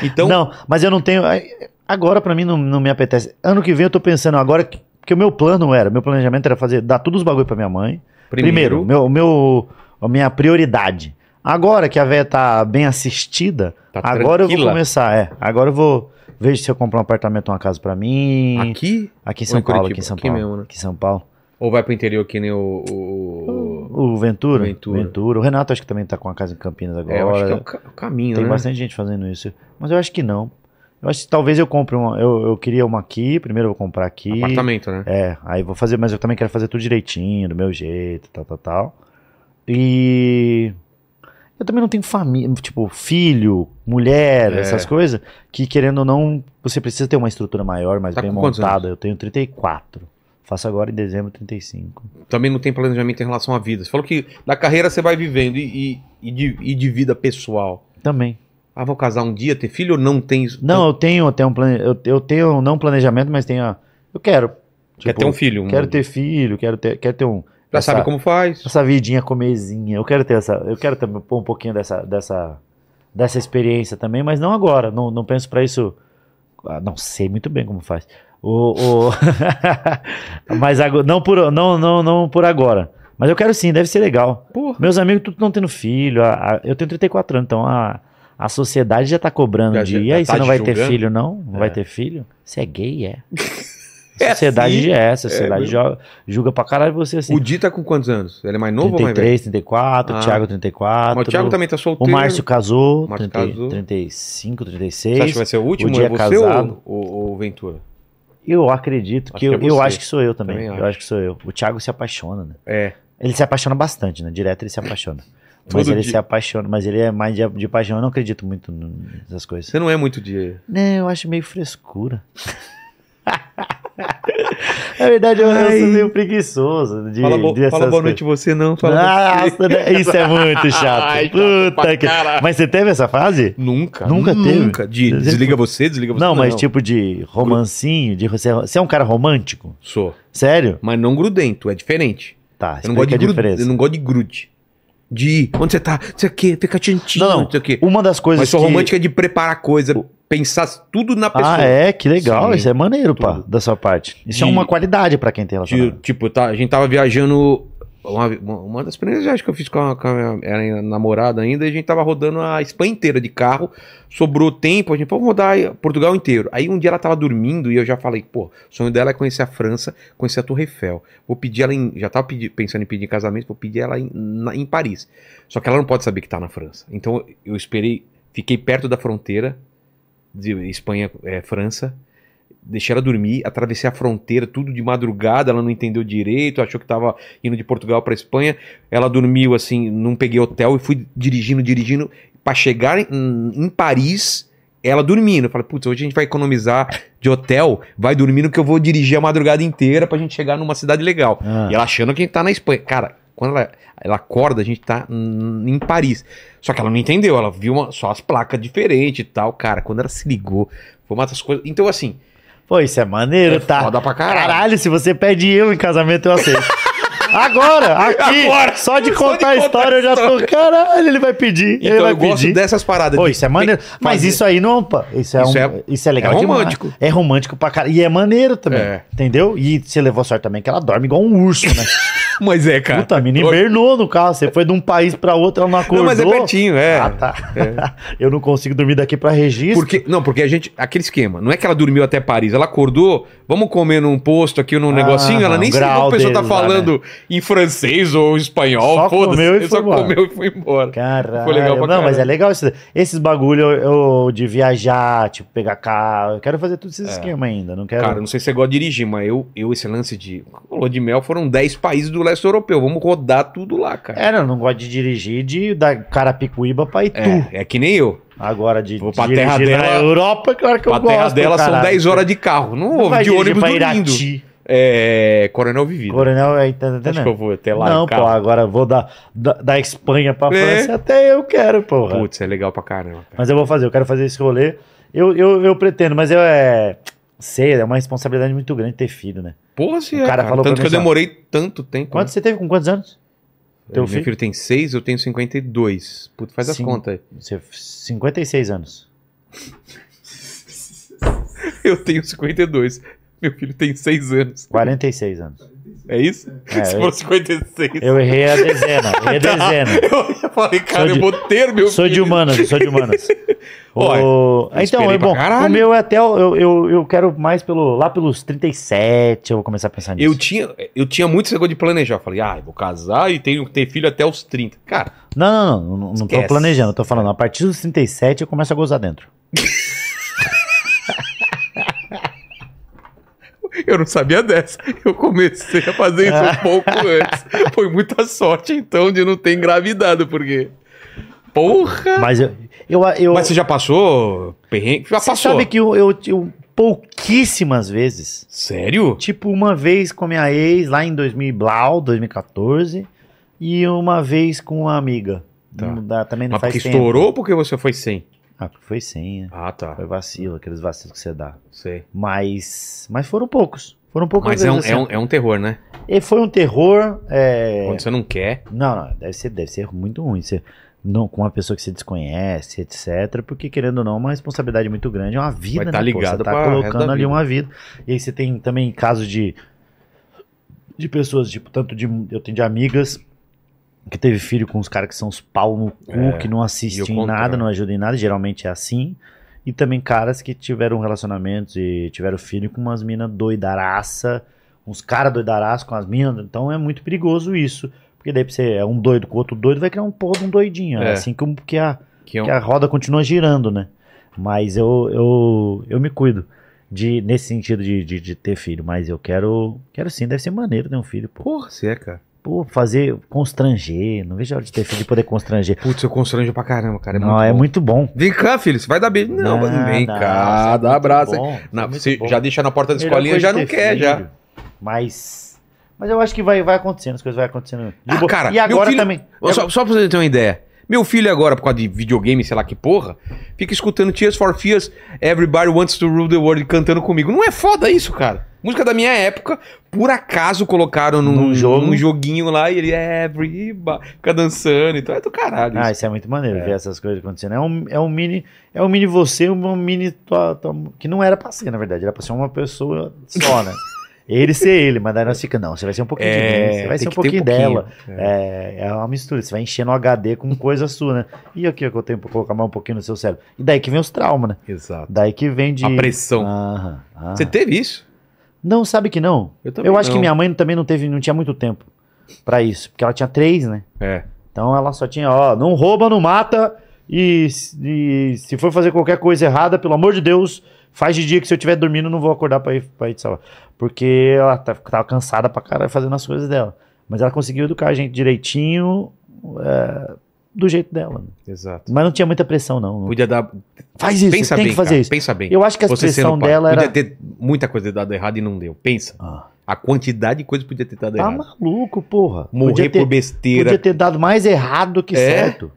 S1: Então,
S3: Não, mas eu não tenho. Agora pra mim não, não me apetece. Ano que vem eu tô pensando agora que, que o meu plano era, meu planejamento era fazer dar todos os bagulho pra minha mãe. Primeiro, meu, meu a minha prioridade. Agora que a véia tá bem assistida,
S1: Tá
S3: agora eu vou
S1: tranquila.
S3: começar, é. Agora eu vou vejo se eu compro um apartamento, uma casa pra mim, aqui,
S1: aqui
S3: em São
S1: ou em
S3: Paulo,
S1: Curitiba?
S3: aqui em São
S1: Aqui
S3: Paulo,
S1: mesmo, né?
S3: aqui em São Paulo.
S1: ou vai pro interior que nem o. o-
S3: O Ventura,
S1: Ventura.
S3: Ventura, o Renato acho que também tá com uma casa em Campinas agora.
S1: É, eu acho que é o, ca- o caminho,
S3: Tem
S1: né?
S3: bastante gente fazendo isso. Mas eu acho que não. Eu acho que talvez eu compre uma. Eu, eu queria uma aqui, primeiro eu vou comprar aqui.
S1: Apartamento, né?
S3: É, aí vou fazer, mas eu também quero fazer tudo direitinho, do meu jeito, tal, tal, tal. E. Eu também não tenho família, tipo, filho, mulher,
S1: É.
S3: essas coisas, que querendo ou não, você precisa ter uma estrutura maior, mais
S1: Tá
S3: bem
S1: com quantos
S3: montada. Eu tenho 34. Faço agora em dezembro 35.
S1: Também não tem planejamento em relação à vida. Você falou que da carreira você vai vivendo e, e, e de, e de vida pessoal.
S3: Também.
S1: Ah, vou casar um dia, ter filho ou não tem isso?
S3: Não, eu tenho até um plane... eu, eu tenho não planejamento, mas tenho a... Eu quero.
S1: quer
S3: Tipo,
S1: ter um filho? um-
S3: Quero ter filho, quero ter, quero ter um.
S1: Já
S3: essa,
S1: sabe como faz?
S3: Essa vidinha comezinha. Eu quero ter essa. Eu quero também pôr um pouquinho dessa, dessa, dessa experiência também, mas não agora. Não, não penso pra isso. Ah, não sei muito bem como faz. O, (laughs) o- mas ago- não por, não, não, não por agora. Mas eu quero sim, deve ser legal.
S1: Porra.
S3: Meus amigos, tudo não tendo filho. a- a- eu tenho 34 anos, então a, a sociedade já tá cobrando
S1: Já-
S3: de. E
S1: já
S3: aí,
S1: tá
S3: você não
S1: te
S3: vai ter
S1: julgando?
S3: filho, não? Não vai
S1: É.
S3: ter filho? Você é gay, é.
S1: (laughs) É,
S3: sociedade
S1: sim.
S3: já é, a sociedade
S1: É,
S3: já julga pra caralho você assim.
S1: O Di tá com quantos anos? Ele é mais novo ou mais velho?
S3: 33, 34,
S1: Ah.
S3: Thiago
S1: Mas
S3: 34.
S1: o Thiago também tá
S3: O
S1: solteiro.
S3: Márcio casou,
S1: O Márcio
S3: 30,
S1: casou.
S3: 35,
S1: Você acha que
S3: 36.
S1: vai ser o último?
S3: Di é
S1: é você
S3: casado.
S1: ou, ou, ou o Ventura?
S3: Eu acredito que,
S1: Acho
S3: eu,
S1: que é
S3: eu
S1: você.
S3: acho que sou eu também.
S1: Também
S3: eu
S1: acho.
S3: acho que sou eu. O Thiago se apaixona, né?
S1: É.
S3: Ele se apaixona bastante, né? Direto ele se apaixona. mas
S1: Todo
S3: ele
S1: dia.
S3: se apaixona, mas ele é mais de, de paixão. Eu não acredito muito n- nessas coisas.
S1: Você não é muito de.
S3: Né, eu acho meio frescura. (laughs) Na verdade, eu, eu
S1: Ai.
S3: sou meio preguiçoso. De,
S1: fala bo-
S3: dessas
S1: fala boa
S3: coisas.
S1: noite você não. Fala
S3: Nossa, né? isso
S1: (laughs)
S3: é muito chato.
S1: Ai, chato pra
S3: Puta que...
S1: caralho.
S3: Mas você teve essa fase?
S1: Nunca.
S3: Nunca teve?
S1: Nunca. De,
S3: Você
S1: desliga você, desliga você.
S3: Não, mas tipo de romancinho, de você, você é um cara romântico?
S1: Sou.
S3: Sério?
S1: Mas não grudento, é diferente.
S3: Tá,
S1: Eu não,
S3: explica
S1: gosto de
S3: a
S1: grude,
S3: diferença.
S1: eu não gosto de grude. De ir. Onde você tá? Não sei o quê, fica tintinho,
S3: Não, não.
S1: não sei o quê.
S3: Uma das coisas
S1: Mas sou
S3: que...
S1: romântico é de preparar coisa, pensar tudo na pessoa.
S3: Ah, é? Que legal.
S1: Sim.
S3: Isso é maneiro, pá,
S1: Tudo.
S3: da sua parte. Isso é
S1: De-
S3: uma qualidade pra quem tem
S1: De-
S3: relacionamento.
S1: tipo, tá, a gente tava viajando. Uma, uma- uma das primeiras viagens que eu fiz com a, com a minha era ainda namorada ainda, e a gente tava rodando a Espanha inteira de carro. Sobrou tempo, a gente falou, vamos rodar aí Portugal inteiro. Aí um dia ela tava dormindo e eu já falei, pô, o sonho dela é conhecer a França, conhecer a Torre Eiffel. Vou pedir ela em. Já tava pedi- pensando em pedir em casamento, vou pedir ela em, na- em Paris. Só que ela não pode saber que tá na França. Então eu esperei, fiquei perto da fronteira de Espanha, eh, França deixei ela dormir, atravessei a fronteira, tudo de madrugada, ela não entendeu direito, achou que tava indo de Portugal pra Espanha. Ela dormiu assim, não peguei hotel e fui dirigindo, dirigindo pra chegar em, em Paris. Ela dormindo, eu falei, putz, hoje a gente vai economizar de hotel, vai dormindo que eu vou dirigir a madrugada inteira pra gente chegar numa cidade legal.
S3: Ah,
S1: E ela achando que a gente tá na Espanha. Cara, quando ela, ela acorda, a gente tá hum, em Paris. Só que ela não entendeu, ela viu uma- só as placas diferentes e tal. Cara, quando ela se ligou, foi uma das coisas. Então, assim,
S3: Pô, isso é maneiro,
S1: É
S3: tá?
S1: foda pra caralho.
S3: Caralho, se você pede eu em casamento, eu
S1: (laughs)
S3: aceito. Agora, aqui,
S1: Agora,
S3: só de
S1: só de
S3: contar
S1: contar
S3: a história,
S1: a
S3: eu já tô.
S1: história.
S3: Caralho, ele vai pedir. ele
S1: Então
S3: vai
S1: eu gosto
S3: pedir.
S1: dessas paradas.
S3: Pô,
S1: de-
S3: isso é maneiro.
S1: tem que
S3: Mas
S1: fazer.
S3: isso aí não. pá, Isso é,
S1: Isso
S3: um-
S1: é-
S3: isso é legal.
S1: é
S3: demais.
S1: romântico.
S3: É romântico pra caralho. E é maneiro também.
S1: É.
S3: Entendeu? E você levou a sorte também que ela dorme igual um urso,
S1: (laughs)
S3: né?
S1: Mas é, cara.
S3: Puta, a mina
S1: Eu-
S3: hibernou no carro. Você foi de um país pra outro, ela não acordou.
S1: Não, mas é pertinho, é.
S3: Ah, tá. (laughs) Eu não consigo dormir daqui pra registro.
S1: Porque, não, porque a gente. Aquele esquema. Não é que ela dormiu até Paris. Ela acordou. Vamos comer num posto aqui, num
S3: Ah,
S1: negocinho. Ela nem
S3: o
S1: sabe
S3: grau
S1: o pessoal tá
S3: deles lá, né?
S1: falando em francês ou espanhol.
S3: Só
S1: foda-se,
S3: comeu e
S1: ele
S3: foi
S1: só
S3: embora.
S1: comeu e foi embora.
S3: Caralho.
S1: Foi legal pra
S3: não,
S1: caralho.
S3: mas é legal isso. Esses bagulho eu, eu de viajar, tipo, pegar carro. Eu quero fazer tudo esse esquema ainda. Não quero.
S1: É. Cara, não é. sei se você gosta de dirigir, mas eu, eu esse lance de. O Lua de Mel foram 10 países do leste europeu. Vamos rodar tudo lá, cara.
S3: é, não, eu não gosto de dirigir de da Carapicuíba pra Itu.
S1: É, é que nem eu.
S3: Agora de
S1: Vou pra
S3: dirigir
S1: terra
S3: na
S1: dela-
S3: Europa, claro que eu
S1: A
S3: gosto.
S1: terra dela são
S3: caralho.
S1: 10 horas de carro. Não,
S3: Não
S1: houve
S3: vai
S1: de
S3: dirigir
S1: ônibus
S3: pra
S1: dormindo.
S3: Irati.
S1: É. Coronel Vivido.
S3: Coronel, aí tá entendendo?
S1: Acho que eu vou até lá.
S3: Não,
S1: de carro.
S3: pô, agora eu vou da, da, da Espanha pra
S1: É.
S3: França, até eu quero, porra.
S1: Putz, é legal pra caramba. Cara.
S3: Mas eu vou fazer, eu quero fazer esse rolê. Eu, eu, eu pretendo, mas eu é. Sei, é uma responsabilidade muito grande ter filho, né?
S1: Porra, se
S3: O
S1: é,
S3: cara falou
S1: Tanto
S3: pra
S1: que eu
S3: mim, assim, ó.
S1: demorei tanto tempo.
S3: Quanto
S1: né?
S3: você teve? Com quantos anos? Teu
S1: Meu
S3: filho?
S1: filho tem 6, eu tenho 52. Putz, faz as
S3: Sim.
S1: contas aí. (laughs)
S3: Você, 56 anos.
S1: Eu tenho 52. Meu filho tem 6 anos.
S3: 46 anos.
S1: É isso?
S3: É,
S1: Se
S3: eu-
S1: for 56.
S3: Eu errei a dezena, errei a dezena.
S1: (laughs) Eu falei, cara,
S3: Sou de-
S1: eu vou ter Tá. meu
S3: Sou de
S1: filho.
S3: humanas, sou de humanas.
S1: Olha,
S3: O-
S1: eu
S3: Então,
S1: esperei
S3: é
S1: pra
S3: bom.
S1: caralho.
S3: O meu é até. o- Eu, eu, eu quero mais pelo. Lá pelos 37, eu vou começar a pensar nisso.
S1: (laughs) Eu tinha, eu tinha muito esse negócio de planejar. Eu falei, ah, eu vou casar e tenho que ter filho até os 30. Cara,
S3: Não, não, não, não, não tô
S1: Esquece.
S3: planejando, tô falando, a partir dos 37 eu começo a gozar dentro.
S1: eu não sabia dessa. Eu comecei a fazer isso
S3: (laughs)
S1: um pouco antes. Foi muita sorte, então, de não ter engravidado, porque. Porra!
S3: Mas eu. eu, eu
S1: Mas você já passou perrengue? Já
S3: você
S1: passou.
S3: sabe que eu, eu, eu pouquíssimas vezes.
S1: Sério?
S3: Tipo, uma vez com a minha ex lá em 2000, e blau, 2014, e uma vez com uma amiga.
S1: Tá.
S3: Não dá, também não
S1: Mas
S3: faz
S1: porque
S3: tempo.
S1: estourou ou porque você foi sem?
S3: Ah, foi senha.
S1: Ah, tá.
S3: Foi vacilo, aqueles vacilos que você dá.
S1: Sei.
S3: Mas. Mas foram poucos. Foram poucos. assim.
S1: Mas é um, é, um, é um terror, né?
S3: E foi um terror. é,
S1: Quando você não quer.
S3: Não, não, deve ser, deve ser muito ruim. Você, não, com uma pessoa que você desconhece, etc. Porque, querendo ou não, é uma responsabilidade muito grande. É uma vida,
S1: Vai tá
S3: né? pô?
S1: ligado
S3: você tá
S1: pra resto
S3: colocando
S1: da
S3: ali
S1: vida.
S3: uma vida. E aí você tem também casos de, de pessoas, tipo, tanto de. Eu tenho de amigas que teve filho com uns caras que são os pau no cu,
S1: É,
S3: que não
S1: e o
S3: assistem em
S1: contrário.
S3: nada, não ajudam em nada. Geralmente é assim. E também caras que tiveram relacionamentos e tiveram filho com umas minas doidaraça, uns caras doidaraça com as minas. Então é muito perigoso isso. Porque daí pra você é um doido com outro doido, vai criar um porra de um doidinho. É.
S1: É.
S3: Assim como que a,
S1: Que é um-
S3: que a roda continua girando, né? Mas eu, eu, eu me cuido de, nesse sentido de, de, de ter filho. Mas eu quero. Quero sim, deve ser maneiro ter um filho, pô.
S1: Porra, você é, cara.
S3: Pô, fazer, constranger. Não vejo a hora de ter filho e poder constranger.
S1: Putz, eu constranjo pra caramba, cara. É
S3: não,
S1: muito
S3: é
S1: bom.
S3: muito bom.
S1: Vem cá, filho, você vai dar beijo. Não, mas não vem
S3: não, isso
S1: cá, dá
S3: é muito
S1: abraço.
S3: bom, isso
S1: Não,
S3: é muito
S1: você
S3: bom.
S1: já deixa na porta da
S3: Melhor
S1: escolinha,
S3: coisa
S1: já
S3: de
S1: não
S3: ter
S1: quer,
S3: filho.
S1: já.
S3: Mas. Mas eu acho que vai, vai acontecendo, as coisas vão acontecendo. De
S1: Ah,
S3: boa.
S1: cara,
S3: e agora
S1: meu filho-
S3: também.
S1: Ó, Só, só pra você ter uma ideia. Meu filho agora, por causa de videogame, sei lá que porra, fica escutando Tears for Fears, Everybody Wants to Rule the World, cantando comigo. Não é foda isso, cara? Música da minha época, por acaso colocaram num,
S3: Num jogo.
S1: num joguinho lá e ele Everybody, fica dançando, então é do caralho.
S3: Ah,
S1: isso.
S3: isso é muito maneiro ver essas coisas acontecendo. É um, é um mini, é um mini você, um mini tua- tua- que não era pra ser, na verdade, era pra ser uma pessoa
S1: (laughs)
S3: só, né? ele ser ele, mas daí nós fica, não, você vai ser um pouquinho de mim, você vai
S1: É, tem
S3: ser um
S1: que ter
S3: pouquinho dela.
S1: pouquinho. É.
S3: É, é uma mistura, você vai enchendo o HD com coisa sua, né? E aqui ó, que eu tenho pra colocar mais um pouquinho no seu cérebro. E daí que vem os traumas, né?
S1: Exato.
S3: Daí que vem de.
S1: A pressão.
S3: Aham, aham.
S1: Você teve isso?
S3: Não, sabe que não?
S1: também
S3: Eu acho que
S1: não.
S3: minha mãe também não teve, não tinha muito tempo pra isso, porque ela tinha três, né?
S1: É.
S3: Então ela só tinha, ó, não rouba, não mata e, se- e se for fazer qualquer coisa errada, pelo amor de Deus, faz de dia que se eu estiver dormindo eu não vou acordar pra ir, pra ir te salvar. Porque ela tá- tava cansada pra caralho fazendo as coisas dela. Mas ela conseguiu educar a gente direitinho, é, do jeito dela. né?
S1: Exato.
S3: Mas não tinha muita pressão, não.
S1: Podia dar.
S3: Faz isso,
S1: pensa
S3: tem
S1: bem,
S3: que fazer
S1: cara,
S3: isso.
S1: Pensa bem.
S3: Eu acho que a
S1: Você
S3: pressão
S1: sendo pai,
S3: dela era...
S1: podia ter muita coisa dado errado e não deu. Pensa.
S3: Ah,
S1: A quantidade de coisa que podia ter dado
S3: tá
S1: errado.
S3: maluco, porra.
S1: Morrer
S3: Podia ter-
S1: por besteira.
S3: Podia ter dado mais errado que
S1: É?
S3: certo.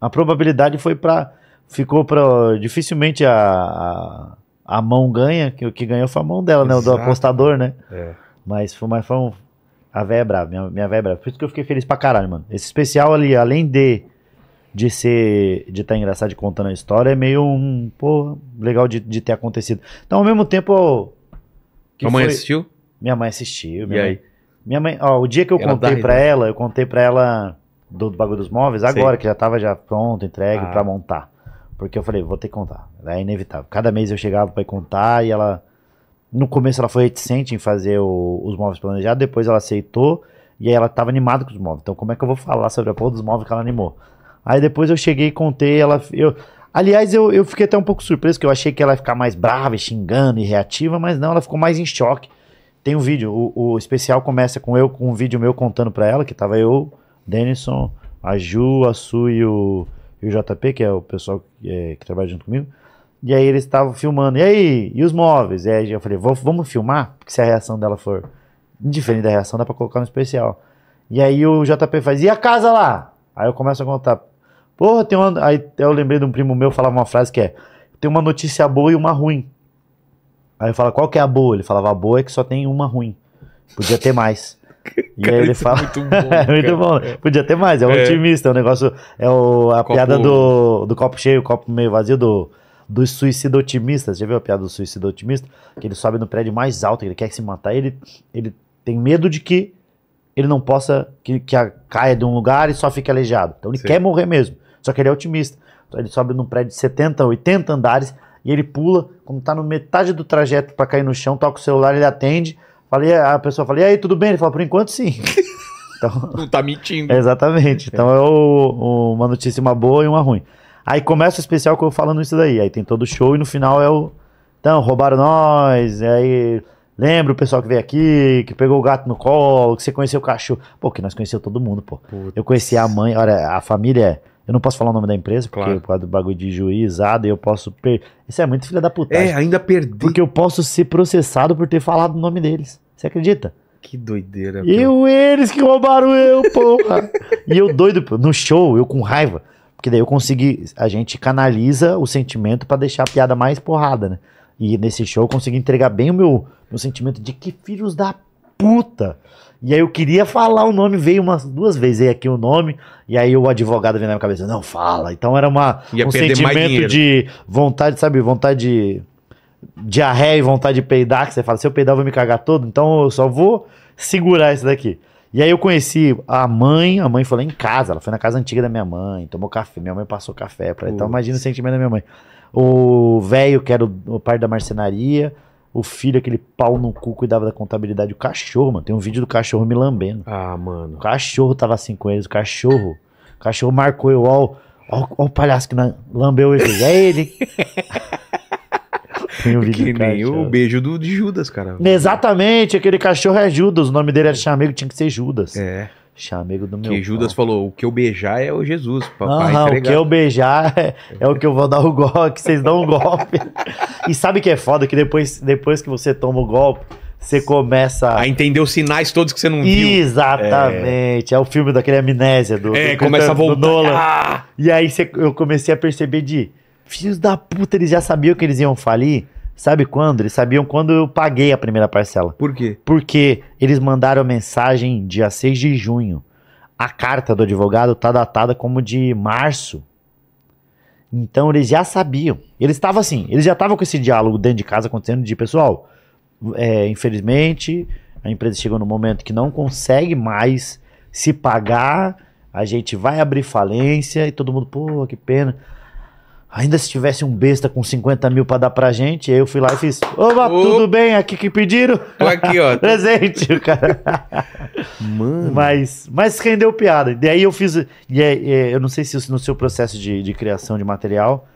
S3: A probabilidade foi pra. Ficou pra. Dificilmente a. a- a mão ganha, que o que ganhou foi a mão dela, né? O do
S1: Exato.
S3: apostador, né?
S1: É.
S3: Mas foi, mas foi um. A véia é brava, minha, minha véia é brava. Por isso que eu fiquei feliz pra caralho, mano. Esse especial ali, além de de ser. de estar engraçado de contando a história, é meio um. Pô, legal de, de ter acontecido. Então, ao mesmo tempo. que
S1: Tua mãe
S3: foi-
S1: assistiu?
S3: Minha mãe assistiu.
S1: E
S3: Minha mãe
S1: aí?
S3: minha mãe, ó, o dia que eu
S1: Ela dá
S3: contei pra
S1: risada.
S3: ela, eu contei pra ela do, do bagulho dos móveis agora, que já tava já pronto, entregue
S1: Ah.
S3: pra montar. Porque eu falei, vou ter que contar. É inevitável. Cada mês eu chegava pra ir contar e ela. No começo ela foi reticente em fazer o- os móveis planejados, depois ela aceitou e aí ela tava animada com os móveis. Então como é que eu vou falar sobre a porra dos móveis que ela animou? Aí depois eu cheguei e contei, ela. Eu, aliás, eu, eu fiquei até um pouco surpreso, que eu achei que ela ia ficar mais brava, e xingando e reativa, mas não, ela ficou mais em choque. Tem um vídeo, o, o especial começa com eu, com um vídeo meu contando pra ela, que tava eu, Denison, a Ju, a Su e o, e o JP, que é o pessoal que, é, que trabalha junto comigo. E aí eles estavam filmando. E aí, e os móveis? E aí eu falei, "Vou- vamos filmar? Porque se a reação dela for diferente da reação, dá pra colocar no especial. E aí o JP faz, e a casa lá? Aí eu começo a contar. Porra, tem uma. Aí eu lembrei de um primo meu falava uma frase que é: tem uma notícia boa e uma ruim. Aí eu falo, qual que é a boa? Ele falava, a boa é que só tem uma ruim. Podia ter mais. E aí
S1: Cara,
S3: ele
S1: isso
S3: fala.
S1: É muito bom.
S3: (laughs) É muito
S1: cara.
S3: bom. Podia ter mais, é um
S1: É.
S3: otimista, é um negócio. É o- a
S1: Copo- um.
S3: piada do, do copo cheio, copo meio vazio, do, do suicida otimista. Você já viu a piada do suicida otimista? Que ele sobe no prédio mais alto, que ele quer se matar. Ele, ele tem medo de que ele não possa. que, que a- caia de um lugar e só fique aleijado. Então ele
S1: Sim.
S3: quer morrer mesmo. Só que ele é otimista. Então ele sobe num prédio de 70, 80 andares e ele pula. Quando tá no metade do trajeto pra cair no chão, toca o celular, ele atende. Falei, a pessoa fala, e aí, tudo bem? Ele fala, por enquanto sim. Então,
S1: Não tá mentindo.
S3: é, Exatamente. Então é o- o- uma notícia uma boa e uma ruim. Aí começa o especial com eu falando isso daí. Aí tem todo o show e no final é o. Então, roubaram nós. Aí lembra o pessoal que veio aqui, que pegou o gato no colo, que você conheceu o cachorro. Pô, que nós conheceu todo mundo, pô. É, Eu conheci a mãe, olha, a família. é, Eu não posso falar o nome da empresa, porque
S1: Claro.
S3: por causa do bagulho de juizado, eu posso. Per... Isso é muito filha da putagem.
S1: É, ainda perdi.
S3: Porque eu posso ser processado por ter falado o nome deles. Você acredita?
S1: Que doideira. cara.
S3: Eu, eles que roubaram eu, porra. e eu doido, pô, no show, eu com raiva. Porque daí eu consegui. A gente canaliza o sentimento pra deixar a piada mais porrada, né? E nesse show eu consegui entregar bem o meu, meu sentimento de que filhos da puta. E aí eu queria falar o nome, veio umas duas vezes aí aqui o nome, e aí o advogado veio na minha cabeça, não fala. Então era uma,
S1: Ia
S3: um
S1: perder mais dinheiro.
S3: sentimento de vontade, sabe? Vontade de diarreia e vontade de peidar, que você fala, se eu peidar eu vou me cagar todo, então eu só vou segurar isso daqui. E aí eu conheci a mãe, a mãe foi lá em casa, ela foi na casa antiga da minha mãe, tomou café, minha mãe passou café pra ela, então
S1: Putz.
S3: imagina o sentimento da minha mãe. O velho, que era o, o pai da marcenaria, o filho, aquele pau no cu, cuidava da contabilidade, o cachorro, mano, tem um vídeo do cachorro me lambendo.
S1: Ah,
S3: O
S1: mano.
S3: cachorro tava assim com eles, o cachorro. O cachorro marcou eu, ó, o- ó, o- ó o palhaço que na- lambeu ele. É ele. Tem um vídeo
S1: Que
S3: do
S1: nem o
S3: cachorro.
S1: beijo do, de Judas, cara.
S3: Exatamente, aquele cachorro é Judas. O nome dele era Chamego, tinha que ser Judas.
S1: É,
S3: Chamego do meu.
S1: que Judas falou, o que eu beijar é o Jesus, papai
S3: Aham, o que
S1: entregar.
S3: eu beijar é, é o que eu vou dar o golpe, que vocês dão um golpe. e sabe o que é foda? Que depois, depois que você toma o golpe, você começa.
S1: A entender os sinais todos que você não viu.
S3: Exatamente. É. o filme daquele amnésia do,
S1: É,
S3: do
S1: começa a
S3: Christopher-
S1: voltar.
S3: do Nolan.
S1: Ah!
S3: E aí cê- eu comecei a perceber de filhos da puta, eles já sabiam que eles iam falir. Sabe quando? Eles sabiam quando eu paguei a primeira parcela.
S1: Por quê?
S3: Porque eles mandaram a mensagem dia 6 de junho. A carta do advogado tá datada como de março. Então eles já sabiam. Eles estavam assim, eles já estavam com esse diálogo dentro de casa acontecendo de pessoal. é, infelizmente, a empresa chegou no momento que não consegue mais se pagar, a gente vai abrir falência e todo mundo, pô, que pena. Ainda se tivesse um besta com 50 mil pra dar pra gente, aí eu fui lá e fiz: Opa,
S1: Ô.
S3: tudo bem? Aqui que pediram?
S1: Tô aqui,
S3: (laughs)
S1: ó.
S3: Presente, o cara.
S1: Mano.
S3: Mas, mas rendeu piada. E daí eu fiz. E é- é, eu não sei se no seu processo de, de criação de material,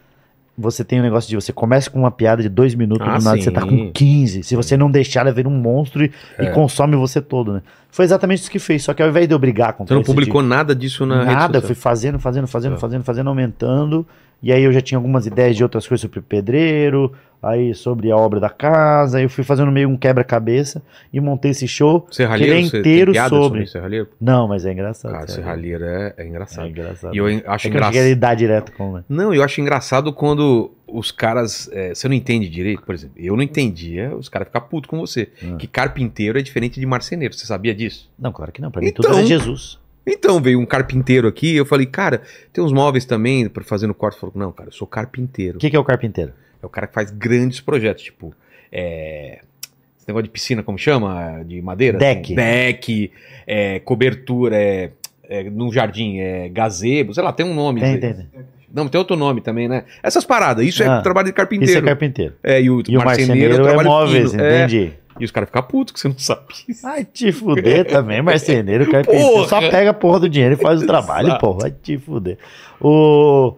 S3: você tem um negócio de você começa com uma piada de dois minutos,
S1: Ah,
S3: do nada
S1: sim.
S3: você tá com 15. Se você não deixar, ela vira um monstro e, e
S1: É.
S3: consome você todo, né? Foi exatamente isso que fez. Só que ao invés de eu brigar com
S1: Você não publicou nada disso na rede
S3: tipo- Nada, eu
S1: social?
S3: fui fazendo, fazendo, fazendo,
S1: Tá.
S3: fazendo, fazendo, aumentando. E aí eu já tinha algumas ideias de outras coisas sobre pedreiro, aí sobre a obra da casa. aí Eu fui fazendo meio um quebra-cabeça e montei esse show.
S1: Serralheiro,
S3: Ele é
S1: você tem
S3: inteiro
S1: piada
S3: sobre.
S1: Serralheiro?
S3: Não, mas é engraçado.
S1: Cara,
S3: sério.
S1: serralheiro é, é engraçado.
S3: É engraçado.
S1: E eu en-
S3: acho
S1: acho
S3: que eu não cheguei a
S1: engraçado.
S3: lidar direto com, né?
S1: Não, eu acho engraçado quando os caras. é, você não entende direito, por exemplo. Eu não entendia, os caras ficam putos com você.
S3: Ah.
S1: Que carpinteiro é diferente de marceneiro. Você sabia disso?
S3: Não, claro que não. Pra mim tudo
S1: Então.
S3: é Jesus.
S1: Então veio um carpinteiro aqui, eu falei, cara, tem uns móveis também pra fazer no quarto. Falou, não, cara, eu sou carpinteiro.
S3: O que, que é o carpinteiro?
S1: É o cara que faz grandes projetos, tipo, é, esse negócio de piscina, como chama? De madeira? Assim,
S3: Deck.
S1: Deck, é, cobertura, é, é, num jardim, é gazebo, sei lá, tem um nome.
S3: Tem, tem, tem.
S1: Não, tem outro nome também, né? Essas paradas, isso é
S3: Ah,
S1: trabalho de
S3: Isso é
S1: carpinteiro.
S3: carpinteiro.
S1: É, e o,
S3: E
S1: marceneiro
S3: o
S1: é
S3: marceneiro
S1: o
S3: é
S1: trabalho
S3: móveis,
S1: fino. É,
S3: entendi.
S1: e os caras ficam putos que você não sabe.
S3: Vai te fuder
S1: (laughs)
S3: também, marceneiro, carpinteiro.
S1: Porra!
S3: Só pega a porra do dinheiro e faz o trabalho,
S1: Exato.
S3: pô. Vai te fuder. O...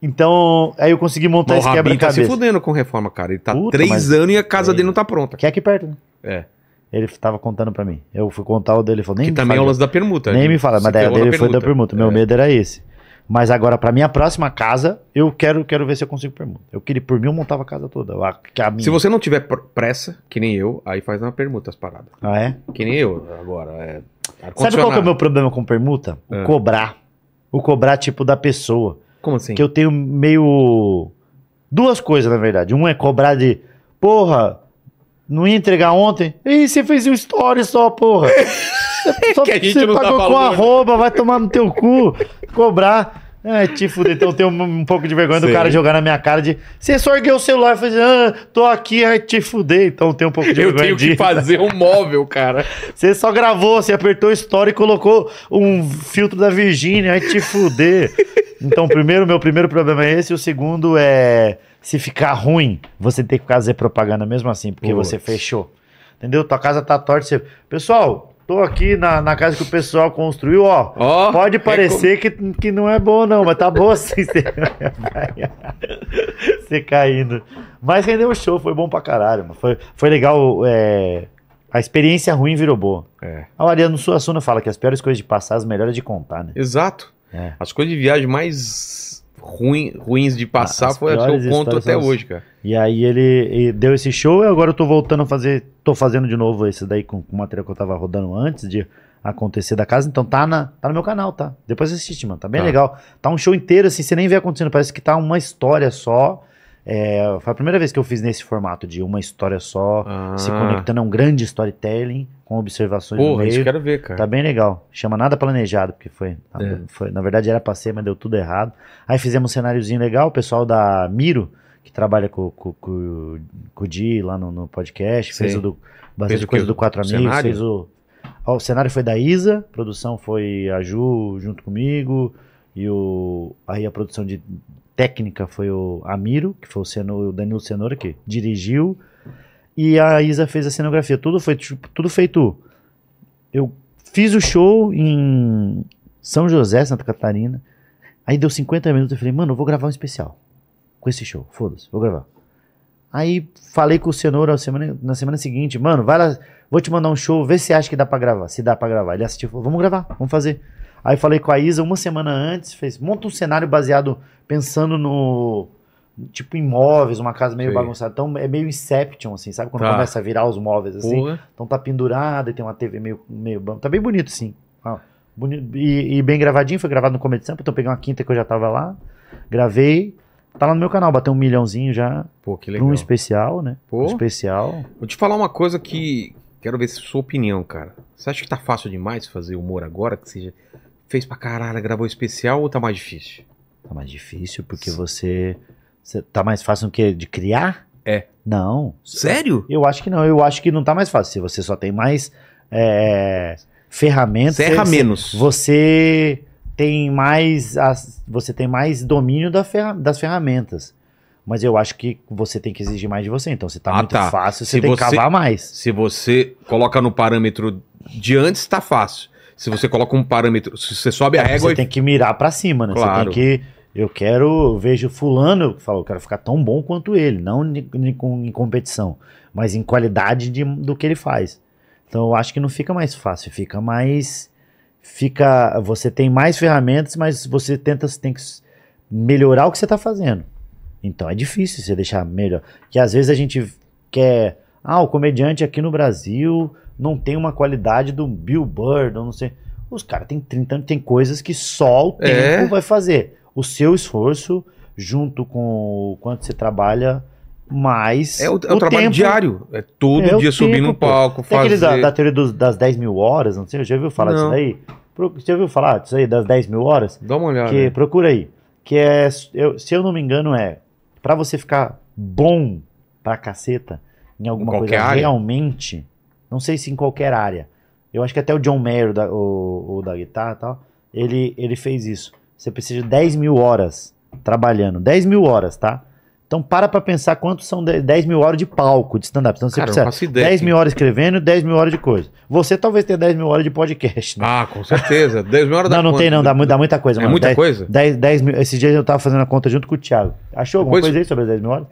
S3: Então, aí eu consegui montar
S1: Mas o
S3: esse
S1: Rabin tá se
S3: quebra-cabeça.
S1: fudendo com reforma, cara. Ele tá
S3: Puta,
S1: três
S3: mas-
S1: anos e a casa
S3: É.
S1: dele não tá pronta.
S3: que é aqui perto, né?
S1: É.
S3: Ele tava contando pra mim. Eu fui contar o dele, ele falou, nem
S1: que
S3: me
S1: também é o
S3: fala.
S1: lance da permuta.
S3: Nem
S1: Ele
S3: me fala,
S1: se
S3: mas daí
S1: ferrou na
S3: dele foi da permuta. Meu
S1: É.
S3: medo era esse. Mas agora, pra minha próxima casa, eu quero, quero ver se eu consigo permuta. Eu queria, por mim, eu montava a casa toda. A, a minha.
S1: Se você não tiver pr- pressa, que nem eu, aí faz uma permuta as paradas.
S3: Ah, é?
S1: Que nem eu agora. É...
S3: Sabe qual que é o
S1: Ar-condicionado.
S3: meu problema com permuta? O
S1: É.
S3: cobrar. O cobrar, tipo, da pessoa.
S1: Como assim?
S3: Que eu tenho meio. Duas coisas, na verdade. Um é cobrar de. Porra, não ia entregar ontem? Ih, você fez um story
S1: (laughs)
S3: só, porra. Só
S1: Que a gente
S3: você
S1: não dá
S3: pagou com
S1: valor, né?
S3: arroba, vai tomar no teu cu. Cobrar. É, te fuder. Então eu tenho um, um pouco de vergonha
S1: Sei.
S3: do cara jogar na minha cara de. Você só ergueu o celular e fez. Ah, tô aqui, ai, te fuder. Então eu tenho um pouco de
S1: (laughs) Eu
S3: vergonha
S1: tenho que
S3: disso.
S1: fazer um móvel, cara.
S3: Você só gravou, você apertou story e colocou um filtro da Virgínia, aí te fuder. Então, primeiro, meu primeiro problema é esse, e o segundo é se ficar ruim, você tem que fazer propaganda mesmo assim, porque
S1: Putz.
S3: você fechou. Entendeu? Tua casa tá torta, você... Pessoal, tô aqui na, na casa que o pessoal construiu, (laughs) ó.
S1: Ó,
S3: Pode
S1: é
S3: parecer que, que não é bom, não, mas tá bom assim. Você, você caindo. Mas rendeu o show, foi bom pra caralho. mano. Foi, foi legal. é, A experiência ruim virou boa.
S1: como- É.
S3: A Mariana Suassuna fala que as piores coisas de passar, as melhores de contar, né?
S1: Exato.
S3: É.
S1: As coisas de viagem mais ruim, ruins de passar
S3: As
S1: foi a que
S3: piores
S1: eu conto
S3: histórias
S1: até
S3: são as-
S1: hoje, cara.
S3: E aí ele e deu esse show e agora eu tô voltando a fazer. Tô fazendo de novo esse daí com, com o material que eu tava rodando antes de acontecer da casa. Então tá, na, tá no meu canal, tá? Depois assiste, mano. Tá bem
S1: Tá.
S3: legal. Tá um show inteiro, assim, você nem vê acontecendo. Parece que tá uma história só. É, foi a primeira vez que eu fiz nesse formato de uma história só, se
S1: Ah.
S3: conectando a um grande storytelling com observações no
S1: Porra,
S3: meio.
S1: isso eu quero ver, cara.
S3: Tá bem legal. Chama Nada Planejado, porque foi, tá,
S1: É.
S3: foi- Na verdade era pra ser, mas deu tudo errado. Aí fizemos um cenáriozinho legal. O pessoal da Miro, que trabalha com, com, com- com o Di lá no, no podcast, fez
S1: Sim.
S3: o do, bastante
S1: Fez o
S3: coisa
S1: quê?
S3: do Quatro
S1: O
S3: Amigos.
S1: cenário?
S3: Fez o, ó, o cenário foi da Isa, a produção foi a Ju junto comigo. E o, aí a produção de técnica foi o Amiro, que foi o, Ceno- o Danilo Cenoura, que dirigiu. E a Isa fez a cenografia. Tudo foi tipo, tudo feito. Eu fiz o show em São José, Santa Catarina. Aí deu 50 minutos. Eu falei, mano, eu vou gravar um especial com esse show. Foda-se, vou gravar. Aí falei com o Cenoura semana- na semana seguinte, mano, vai lá, vou te mandar um show, vê se acha que dá pra gravar, se dá pra gravar. Ele assistiu, falou, vamos gravar, vamos fazer. Aí falei com a Isa uma semana antes, fez, monta um cenário baseado, pensando no, tipo, em móveis, uma casa meio
S1: Sei.
S3: bagunçada. Então é meio Inception, assim, sabe? Quando
S1: Tá.
S3: começa a virar os móveis, assim.
S1: Porra.
S3: Então tá pendurado e tem uma TV meio. meio ban- tá bem bonito, sim. Ó, boni- E, e bem gravadinho, foi gravado no Comedy Sample, então peguei uma quinta que eu já tava lá, gravei. Tá lá no meu canal, bateu um milhãozinho já.
S1: Pô, que
S3: Pra
S1: legal.
S3: um especial, né?
S1: Pô.
S3: Um especial.
S1: Vou te falar uma coisa que quero ver se sua opinião, cara. Você acha que tá fácil demais fazer humor agora? Que você já fez pra caralho, gravou especial ou tá mais difícil?
S3: Tá mais difícil, porque você. você- tá mais fácil do que de criar?
S1: É.
S3: Não.
S1: Sério?
S3: Eu acho que não. Eu acho que não tá mais fácil. Se você só tem mais é, ferramentas.
S1: Você erra
S3: você-
S1: menos.
S3: você tem mais as- você tem mais domínio da ferra- das ferramentas. Mas eu acho que você tem que exigir mais de você. Então, se tá
S1: Ah,
S3: muito
S1: tá.
S3: fácil, você
S1: Se
S3: tem
S1: você-
S3: que cavar mais.
S1: Se você coloca no parâmetro de antes, tá fácil. Se você coloca um parâmetro, se você sobe
S5: É,
S1: a régua
S3: Você
S1: e
S3: tem que mirar pra cima, né?
S1: Claro.
S3: Você tem que. Eu quero. Eu vejo fulano, eu falo, eu quero ficar tão bom quanto ele. Não em, em- com- em competição, mas em qualidade de- do que ele faz. Então eu acho que não fica mais fácil, fica mais. Fica. Você tem mais ferramentas, mas você tenta você tem que s- melhorar o que você tá fazendo. Então é difícil você deixar melhor. Que às vezes a gente quer. Ah, o comediante aqui no Brasil não tem uma qualidade do Bill Bird, ou não sei. Os caras têm 30 anos, tem coisas que só o tempo
S1: É.
S3: vai fazer. O seu esforço
S5: junto com o quanto você trabalha, mas.
S1: É o, é o trabalho
S5: tempo-
S1: diário. É todo
S5: É o
S1: dia subir
S5: tempo,
S1: no
S5: pô.
S1: palco,
S5: Tem
S1: fazer.
S5: aquele da, da teoria dos- das 10 mil horas, não sei, já ouviu falar disso
S1: Não.
S5: daí? Pro- Já ouviu falar disso aí, das 10 mil horas?
S1: Dá uma olhada.
S5: Que, procura aí. Que é, eu- se eu não me engano, é pra você ficar bom pra caceta em alguma
S1: qualquer
S5: coisa
S1: área?
S5: realmente, não sei se em qualquer área. Eu acho que até o John Mayer, da, o, o da guitarra e tal, ele, ele fez isso. Você precisa de 10 mil horas trabalhando. 10 mil horas, tá? Então para pra pensar quanto são 10 10 mil horas de palco, de stand-up. Então você
S1: Cara, eu não
S5: precisa
S1: faço ideia.
S5: 10 mil horas escrevendo e 10 mil horas de coisa. Você talvez tenha 10 mil horas de podcast, né?
S1: Ah, com certeza. 10 mil horas
S5: não,
S1: da
S5: não
S1: conta.
S5: tem não, dá, mu- dá muita
S1: É
S5: coisa. mano.
S1: muita
S5: 10
S1: coisa?
S5: 10, 10 mil. Esses dias eu tava fazendo a conta junto com o Thiago. Achou alguma
S1: Depois-
S5: coisa aí sobre as 10 mil horas?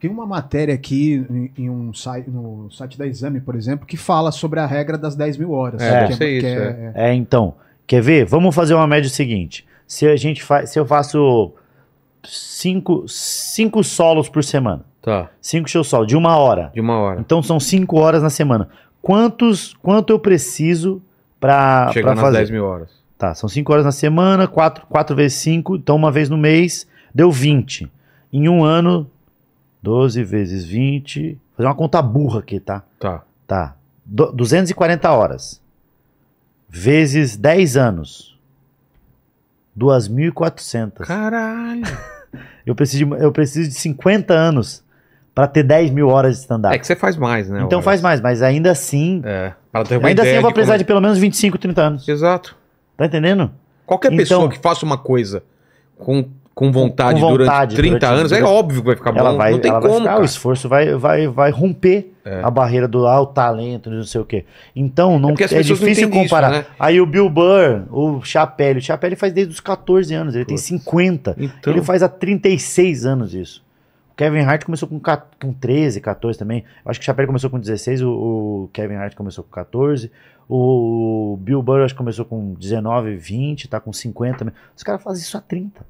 S2: Tem uma matéria aqui em- em um site, no site da Exame, por exemplo, que fala sobre a regra das 10 mil horas.
S1: É,
S2: que
S1: eu sei
S2: que
S1: isso,
S2: é-
S5: É, então. Quer ver? Vamos fazer uma média seguinte. Se a gente faz. Se eu faço 5 cinco solos por semana.
S1: Tá,
S5: 5 shows solo, de uma hora.
S1: de uma hora.
S5: Então são 5 horas na semana. Quantos, quanto eu preciso pra, pra
S1: Chegando nas
S5: fazer?
S1: 10 mil horas.
S5: Tá, são 5 horas na semana, 4 quatro vezes 5, então uma vez no mês, deu 20. Em um ano, 12 vezes 20. Vou fazer uma conta burra aqui, tá?
S1: Tá.
S5: Tá. Du- 240 horas. Vezes 10 anos. 2.400.
S1: Caralho.
S5: Eu preciso, de, eu preciso de 50 anos pra ter 10 mil horas de stand-up.
S1: É que você faz mais, né?
S5: então
S1: horas.
S5: faz mais, mas ainda assim.
S1: É. Pra ter uma
S5: Ainda assim
S1: ideia
S5: eu vou precisar
S1: como-
S5: de pelo menos 25, 30 anos.
S1: Exato.
S5: Tá entendendo?
S1: Qualquer
S5: Então-
S1: pessoa que faça uma coisa com, com, vontade,
S5: Com
S1: durante
S5: vontade
S1: 30
S5: durante-
S1: anos, é óbvio que vai ficar
S5: ela
S1: bom.
S5: vai,
S1: não tem
S5: ela vai
S1: como,
S5: ficar,
S1: cara.
S5: o esforço vai, vai, vai romper
S1: É.
S5: a barreira do ah, o talento, não sei o quê. Então não
S1: porque
S5: é,
S1: as pessoas não
S5: difícil
S1: entendem isso,
S5: comparar.
S1: né?
S5: Aí o Bill Burr, o Chapelle, o Chapelle faz desde os 14 anos, ele tem 50.
S1: Então,
S5: Ele faz há 36 anos isso. O Kevin Hart começou com, ca- com 13, 14 também. Acho que o Chapelle começou com 16, o, o Kevin Hart começou com 14. O Bill Burr acho que começou com 19, 20, tá com 50. também. Os caras fazem isso há 30.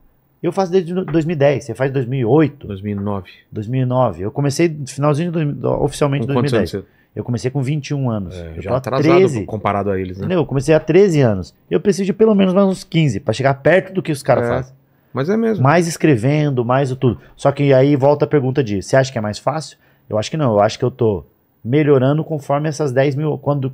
S5: Eu faço desde 2010, você faz 2008.
S1: 2009.
S5: 2009. Eu comecei no finalzinho de dois mil- oficialmente em
S1: Com quantos anos
S5: 2010.
S1: você...
S5: Eu comecei com 21 anos.
S1: É,
S5: eu
S1: já
S5: já
S1: atrasado
S5: 13.
S1: comparado a eles, né?
S5: Entendeu? Eu comecei há 13 anos. Eu preciso de pelo menos mais uns 15 para chegar perto do que os caras
S1: É.
S5: fazem.
S1: Mas é mesmo.
S5: Mais escrevendo, mais o tudo. Só que aí volta a pergunta de, você acha que é mais fácil? Eu acho que não. Eu acho que eu tô melhorando conforme essas 10 mil... Quando,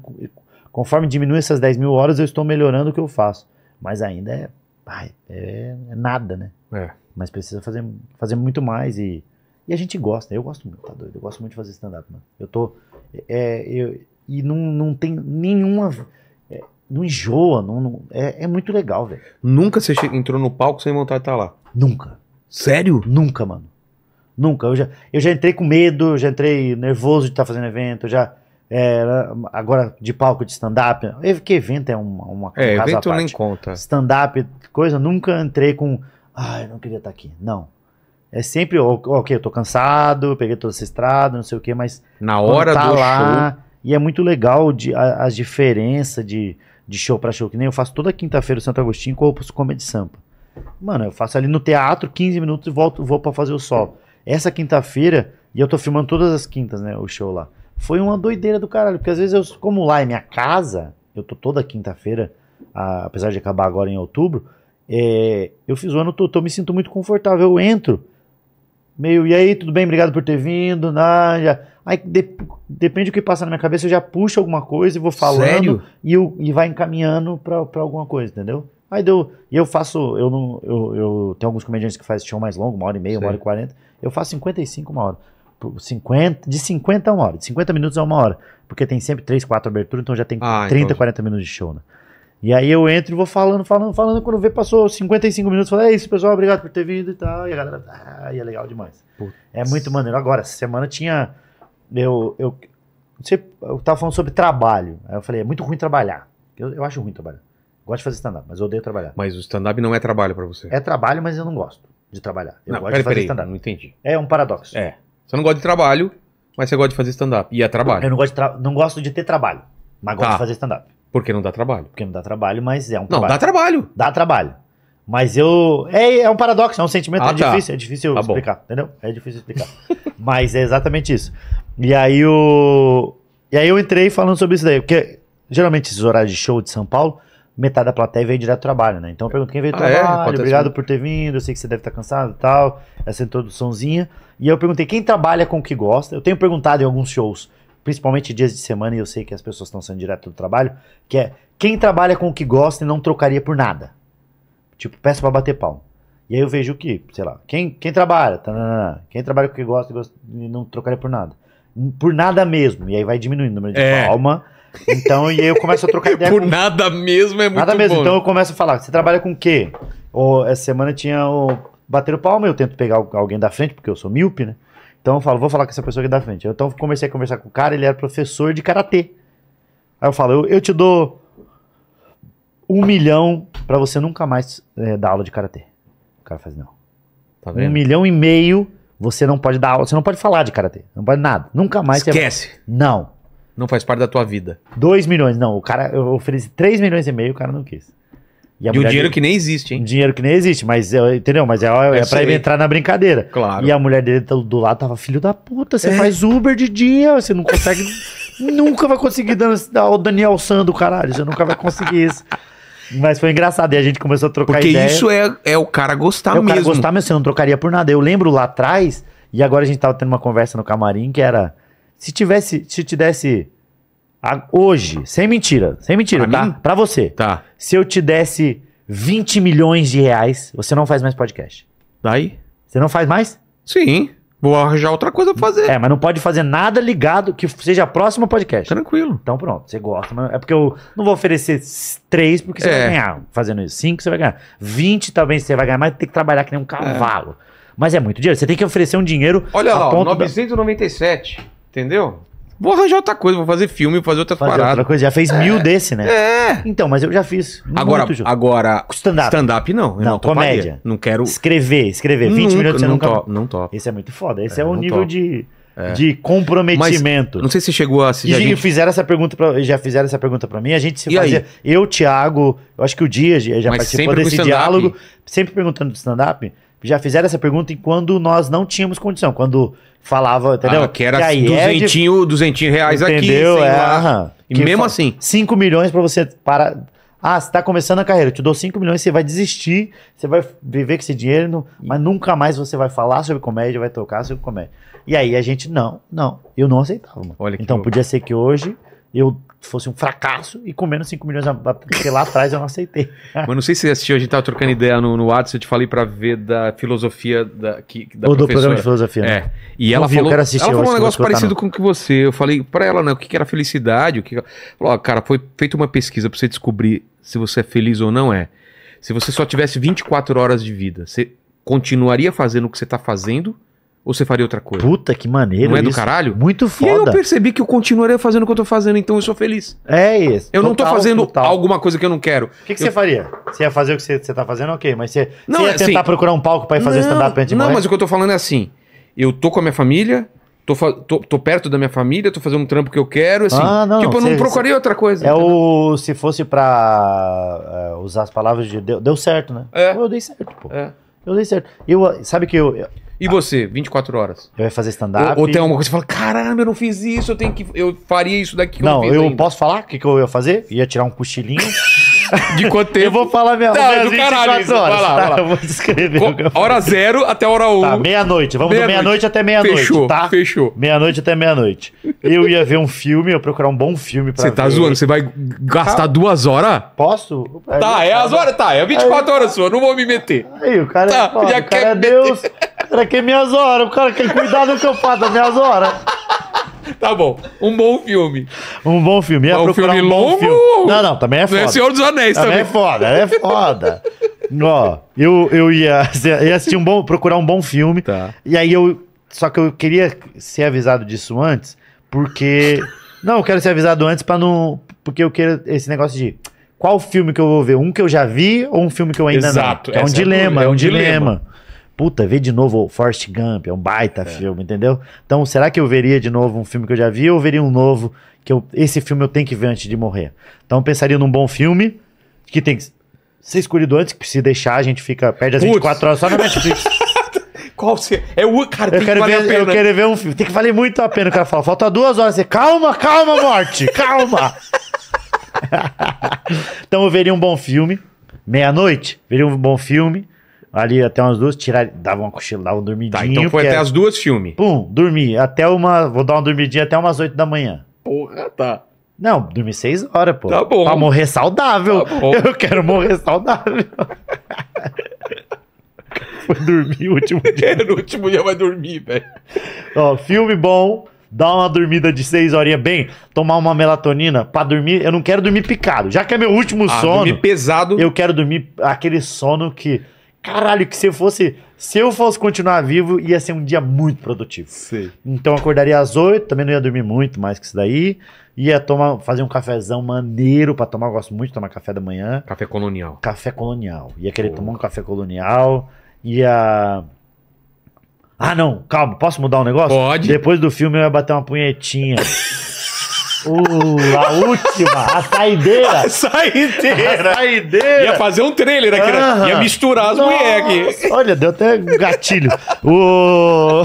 S5: conforme diminui essas 10 mil horas, eu estou melhorando o que eu faço. Mas ainda é... ai, é, é nada, né?
S1: É.
S5: Mas precisa fazer, fazer muito mais e... E a gente gosta, eu gosto muito, tá doido? Eu gosto muito de fazer stand-up, mano. Eu tô. é, eu, e não, não tem nenhuma. é, não enjoa, não, não- é, é muito legal, velho.
S1: Nunca você che- entrou no palco sem vontade de estar lá.
S5: Nunca,
S1: Sério?
S5: nunca, mano. Nunca. Eu já, eu já entrei com medo, eu já entrei nervoso de estar fazendo evento, eu já. é, agora de palco de stand-up. ev- Que evento é uma, uma
S1: É,
S5: um caso à
S1: evento nem
S5: parte.
S1: conta.
S5: stand-up, coisa, nunca entrei com. Ai, não queria estar aqui. Não. É sempre, ó, ok, eu tô cansado, eu peguei toda essa estrada, não sei o quê, mas
S1: Na
S5: quando
S1: hora
S5: tá
S1: do show.
S5: lá, E é muito legal de, a- as diferenças de, de show pra show. Que nem eu faço toda quinta-feira o Santo Agostinho com o Opus Comedy Sampa. Mano, eu faço ali no teatro 15 minutos e volto, vou pra fazer o solo. Essa quinta-feira, e eu tô filmando todas as quintas, né, o show lá. Foi uma doideira do caralho, porque às vezes eu, como lá é minha casa, eu tô toda quinta-feira, a- apesar de acabar agora em outubro, é, eu fiz o ano todo, eu me sinto muito confortável, eu entro, meio, e aí, tudo bem, obrigado por ter vindo, na, já, aí de- depende do que passa na minha cabeça, eu já puxo alguma coisa e vou falando,
S1: Sério?
S5: e, eu- e vai encaminhando pra, pra alguma coisa, entendeu? Aí deu, e eu faço, eu não, eu, eu tenho alguns comediantes que fazem show mais longo, uma hora e meia, uma
S1: Sei.
S5: hora e quarenta, eu faço 55 uma hora, Por 50, de 50 a uma hora, de 50 minutos a uma hora, porque tem sempre três, quatro aberturas, então já tem
S1: Ah,
S5: 30,
S1: então-
S5: 40 minutos de show, né? E aí eu entro e vou falando, falando, falando, quando vê passou 55 minutos, eu falo, é isso pessoal, obrigado por ter vindo e tal, e a galera, ah, e é legal demais.
S1: Putz.
S5: É muito maneiro. Agora, essa semana tinha, eu, eu, você, eu tava falando sobre trabalho, aí eu falei, é muito ruim trabalhar, eu, eu acho ruim trabalhar, gosto de fazer stand-up, mas eu odeio trabalhar.
S1: Mas o stand-up não é trabalho pra você.
S5: É trabalho, mas eu não gosto de trabalhar, eu
S1: não,
S5: gosto
S1: peraí,
S5: de fazer
S1: peraí.
S5: stand-up.
S1: Não entendi.
S5: É um paradoxo.
S1: É. Você não gosta de trabalho, mas você gosta de fazer stand-up. E é trabalho.
S5: Eu não gosto, de tra- não gosto de ter trabalho, mas gosto
S1: Tá.
S5: de fazer stand-up,
S1: Porque não dá trabalho.
S5: porque não dá trabalho, mas é um
S1: Não,
S5: trabalho.
S1: dá trabalho.
S5: Dá trabalho. Mas eu. É, é um paradoxo, é um sentimento.
S1: Ah,
S5: é
S1: tá.
S5: difícil, é difícil
S1: Tá bom.
S5: explicar, entendeu? É difícil explicar. (laughs) Mas é exatamente isso. E aí o. E aí eu entrei falando sobre isso daí, porque geralmente esses horários de show de São Paulo metade da plateia veio direto do trabalho, né? Então eu pergunto quem veio do
S1: Ah, é?
S5: trabalho,
S1: Acontece
S5: obrigado
S1: muito.
S5: por ter vindo, eu sei que você deve estar cansado e tal, essa introduçãozinha. E eu perguntei quem trabalha com o que gosta. Eu tenho perguntado em alguns shows, principalmente dias de semana, e eu sei que as pessoas estão saindo direto do trabalho, que é quem trabalha com o que gosta e não trocaria por nada. Tipo, peço pra bater pau. E aí eu vejo que, sei lá, quem, quem trabalha, tá, tananana, quem trabalha com o que gosta, e gosta- e não trocaria por nada. Por nada mesmo. E aí vai diminuindo o número de
S1: É.
S5: palma. Então, e aí eu
S1: (laughs)
S5: começo a trocar ideia
S1: Por
S5: com
S1: nada mesmo é muito
S5: Nada mesmo.
S1: bom.
S5: Então eu começo a falar, você trabalha com o quê? Ou, essa semana tinha o bater o palma, eu tento pegar al- alguém da frente, porque eu sou míope, né? Então eu falo, vou falar com essa pessoa aqui da frente. Eu, Então comecei a conversar com o cara, ele era professor de karatê. Aí eu falo, eu, eu te dou um milhão pra você nunca mais eh, dar aula de karatê. O cara faz, não.
S1: Tá
S5: Um
S1: vendo?
S5: milhão e meio, você não pode dar aula, você não pode falar de karatê. Não pode nada. Nunca mais é você-
S1: Esquece.
S5: Não.
S1: Não faz parte da tua vida.
S5: 2 milhões, não. O cara, eu ofereci 3 milhões e meio, o cara não quis. a
S1: E um
S5: mulher
S1: dinheiro
S5: dele-
S1: que nem existe,
S5: um
S1: hein?
S5: dinheiro que nem existe, mas é, entendeu? Mas é, é,
S1: Eu
S5: pra ele
S1: sei.
S5: entrar na brincadeira.
S1: Claro.
S5: Hum. E a mulher dele tá do do lado tava, filho da puta, você
S1: É.
S5: faz Uber de dia, você não consegue.
S1: (laughs)
S5: nunca vai conseguir dan- dar o Daniel San do caralho, você nunca vai conseguir isso. Mas foi engraçado, e a gente começou a trocar
S1: Porque
S5: ideia.
S1: isso é, é o cara gostar
S5: Eu
S1: mesmo.
S5: cara gostar, mas você não trocaria por nada. Eu lembro lá atrás, e agora a gente tava tendo uma conversa no camarim que era. Se tivesse. Se te desse. a- hoje, sem mentira, sem mentira,
S1: Pra
S5: tá?
S1: mim?
S5: Pra você.
S1: Tá.
S5: Se eu te desse 20 milhões de reais, você não faz mais podcast.
S1: Daí?
S5: Você não faz mais?
S1: Sim. Vou arranjar outra coisa pra fazer.
S5: É, mas não pode fazer nada ligado que seja próximo ao podcast.
S1: Tranquilo.
S5: Então pronto, você gosta, mas é porque eu não vou oferecer s- três porque você
S1: É.
S5: vai ganhar. Fazendo isso, cinco você vai ganhar. 20 talvez você vai ganhar, mas tem que trabalhar que nem um cavalo. Mas é muito dinheiro. Você tem que oferecer um dinheiro.
S1: Olha
S5: a
S1: lá, ó,
S5: ponto da-
S1: 997. Entendeu? Vou arranjar outra coisa, vou fazer filme, vou fazer outras
S5: Fazer
S1: paradas.
S5: outra coisa. Já fez mil desse, né?
S1: É.
S5: Então, mas eu já fiz. Muito,
S1: Agora,
S5: Ju.
S1: agora
S5: Stand-up.
S1: stand-up não. eu
S5: Não,
S1: toparia.
S5: comédia.
S1: Não quero.
S5: Escrever, escrever. 20
S1: nunca,
S5: milhões de você
S1: não
S5: nunca.
S1: top, Não top.
S5: Esse é muito foda. Esse
S1: É,
S5: é, o
S1: não
S5: nível
S1: topo. É.
S5: de, de comprometimento.
S1: Não sei se chegou a assistir.
S5: E
S1: a
S5: já
S1: gente-
S5: fizeram essa pergunta pra, já fizeram essa pergunta para mim, a gente se
S1: E
S5: fazia.
S1: aí?
S5: Eu, Thiago, eu acho que o Dias já
S1: Mas
S5: participou
S1: sempre com
S5: desse
S1: stand-up? Ah,
S5: diálogo, sempre perguntando do stand-up. Já fizeram essa pergunta em quando nós não tínhamos condição, quando falava, entendeu?
S1: Ah, que era
S5: E aí, é de-
S1: duzentinho, duzentinho reais
S5: entendeu?
S1: aqui, sei
S5: é,
S1: lá.
S5: aham.
S1: E
S5: Que
S1: mesmo
S5: fa-
S1: assim.
S5: 5 milhões pra você para. Ah, você tá começando a carreira, eu te dou 5 milhões, você vai desistir, você vai viver com esse dinheiro, não- mas nunca mais você vai falar sobre comédia, vai tocar sobre comédia. E aí a gente, não, não, eu não aceitava. mano.
S1: Olha que
S5: então
S1: louco.
S5: podia ser que hoje eu fosse um fracasso e com menos 5 milhões, porque lá atrás eu não aceitei.
S1: Mas não sei se você assistiu, a gente tava trocando ideia no, no WhatsApp, eu te falei pra ver da filosofia da, que, da
S5: Ou do
S1: professora.
S5: programa de filosofia. né?
S1: É. E
S5: Eu
S1: ela
S5: vi, eu
S1: falou,
S5: quero assistir,
S1: ela
S5: eu
S1: falou um
S5: acho que eu
S1: negócio
S5: vou escutar,
S1: parecido com o que você. Eu falei pra ela, né, o que que era felicidade, o que falou, ó, cara, foi feita uma pesquisa pra você descobrir se você é feliz ou não é. Se você só tivesse 24 horas de vida, você continuaria fazendo o que você tá fazendo ou você faria outra coisa?
S5: Puta que maneiro.
S1: não é do
S5: isso.
S1: caralho?
S5: Muito
S1: E aí eu
S5: foda.
S1: percebi que eu continuaria fazendo o que eu tô fazendo, então eu sou feliz.
S5: É isso.
S1: Eu não tô
S5: Total,
S1: fazendo
S5: total.
S1: alguma coisa que eu não quero.
S5: O que, que você faria? Você ia fazer o que você, você tá fazendo, ok, mas você,
S1: Não,
S5: você
S1: é
S5: ia tentar
S1: assim-
S5: procurar um palco pra ir fazer
S1: Não,
S5: stand-up antes de
S1: Não,
S5: morrer?
S1: mas o que eu tô falando é assim. Eu tô com a minha família, tô, fa- tô- tô perto da minha família, tô fazendo um trampo que eu quero, assim.
S5: Ah, não,
S1: tipo, eu
S5: não,
S1: não
S5: cê-
S1: procurei outra coisa.
S5: É
S1: entendeu?
S5: o. Se fosse pra é, usar as palavras de Deus. Deu certo, né?
S1: É.
S5: Pô, Eu dei certo, pô.
S1: É.
S5: Eu dei certo. Eu, sabe que eu, eu
S1: E você, 24 horas?
S5: ia fazer stand-up.
S1: Ou, ou tem um alguma coisa que você fala, caramba, eu não fiz isso, eu tenho que. Eu faria isso daqui. que
S5: Não,
S1: fiz
S5: eu
S1: ainda."
S5: posso falar o que, que eu ia fazer? Ia tirar um cochilinho.
S1: (laughs) De quanto
S5: (laughs) eu
S1: tempo?
S5: vou falar minha,
S1: Não, é
S5: minhas
S1: do caralho
S5: 24
S1: isso.
S5: horas.
S1: Vai lá,
S5: tá?
S1: vai lá.
S5: Eu vou descrever. o que eu
S1: Co- Hora zero até hora um.
S5: Tá, meia-noite. Vamos do
S1: Meia-noite.
S5: meia-noite até meia-noite,
S1: fechou,
S5: tá?
S1: fechou.
S5: Meia-noite até meia-noite. Eu ia ver um filme, eu ia procurar um bom filme pra
S1: Você
S5: ver.
S1: tá zoando, você vai gastar duas horas?
S5: Posso?
S1: Tá, é as horas, tá, é 24 horas sua, não vou me meter.
S5: Aí, o cara,
S1: Tá,
S5: é foda,
S1: já
S5: o cara
S1: quer (laughs)
S5: é Deus. O cara quer minhas horas. O cara quer cuidar do que eu faço das minhas horas.
S1: Tá bom, um bom filme.
S5: Um bom filme. Ia
S1: Mas um
S5: procurar
S1: filme
S5: um bom
S1: longo?
S5: filme. Não, não, também é
S1: Não
S5: foda.
S1: é Senhor dos Anéis
S5: também é
S1: também.
S5: foda, é foda. Ó, eu, eu ia, (laughs) ia assistir um bom, procurar um bom filme.
S1: Tá.
S5: E aí eu. Só que eu queria ser avisado disso antes, porque. Não, eu quero ser avisado antes pra não. Porque eu quero esse negócio de. Qual filme que eu vou ver? Um que eu já vi ou um filme que eu ainda
S1: Exato,
S5: não? É um
S1: essa é a
S5: dilema,
S1: dúvida,
S5: é um dilema. Puta, ver de novo o Forrest Gump, é um baita filme, entendeu? Então, será que eu veria de novo um filme que eu já vi ou eu veria um novo que eu, esse filme eu tenho que ver antes de morrer? Então, eu pensaria num bom filme que tem que ser escolhido antes, que se deixar a gente fica perde as
S1: Putz.
S5: 24 horas só na Netflix.
S1: Qual você. É o. Cara, tem
S5: Eu
S1: que
S5: quero,
S1: valer a
S5: ver, eu
S1: pena.
S5: quero ver um filme. Tem que valer muito a pena. O cara fala, falta duas horas. Você, calma, calma, morte. Calma. (laughs) então eu veria um bom filme, meia-noite, veria um bom filme, ali até umas duas, tirar, dava uma cochila, dava um dormidinho.
S1: Tá, então foi
S5: porque
S1: até
S5: era- tipo,
S1: as duas filme.
S5: Pum, dormi, até uma, vou dar uma dormidinha até umas oito da manhã.
S1: Porra, tá.
S5: Não, dormi seis horas, pô.
S1: Tá bom.
S5: Pra morrer saudável.
S1: Tá bom.
S5: (laughs) Eu quero morrer
S1: (laughs)
S5: saudável. Foi dormir o último dia.
S1: (laughs) no último dia vai dormir, velho.
S5: Ó, filme bom, dá uma dormida de seis horinhas bem, tomar uma melatonina pra dormir. Eu não quero dormir picado. Já que é meu último
S1: Ah,
S5: sono,
S1: dormir pesado.
S5: eu quero dormir aquele sono que. Caralho, que se eu fosse. Se eu fosse continuar vivo, ia ser um dia muito produtivo.
S1: Sei.
S5: Então eu acordaria às 8, também não ia dormir muito mais que isso daí. Ia tomar, fazer um cafezão maneiro pra tomar. Eu gosto muito de tomar café da manhã.
S1: Café (laughs) colonial.
S5: Café colonial. Ia querer
S1: Boa.
S5: tomar um café colonial. Ia. Ah, não, calma, posso mudar um negócio?
S1: Pode.
S5: Depois do filme eu ia bater
S1: (laughs)
S5: uma punhetinha. uh, a última, a saideira.
S1: Sai
S5: A
S1: inteira.
S5: saideira.
S1: Ia fazer um trailer aqui, né?
S5: Aham.
S1: Ia misturar as mulheres aqui.
S5: Nossa, Olha, deu até um gatilho. O-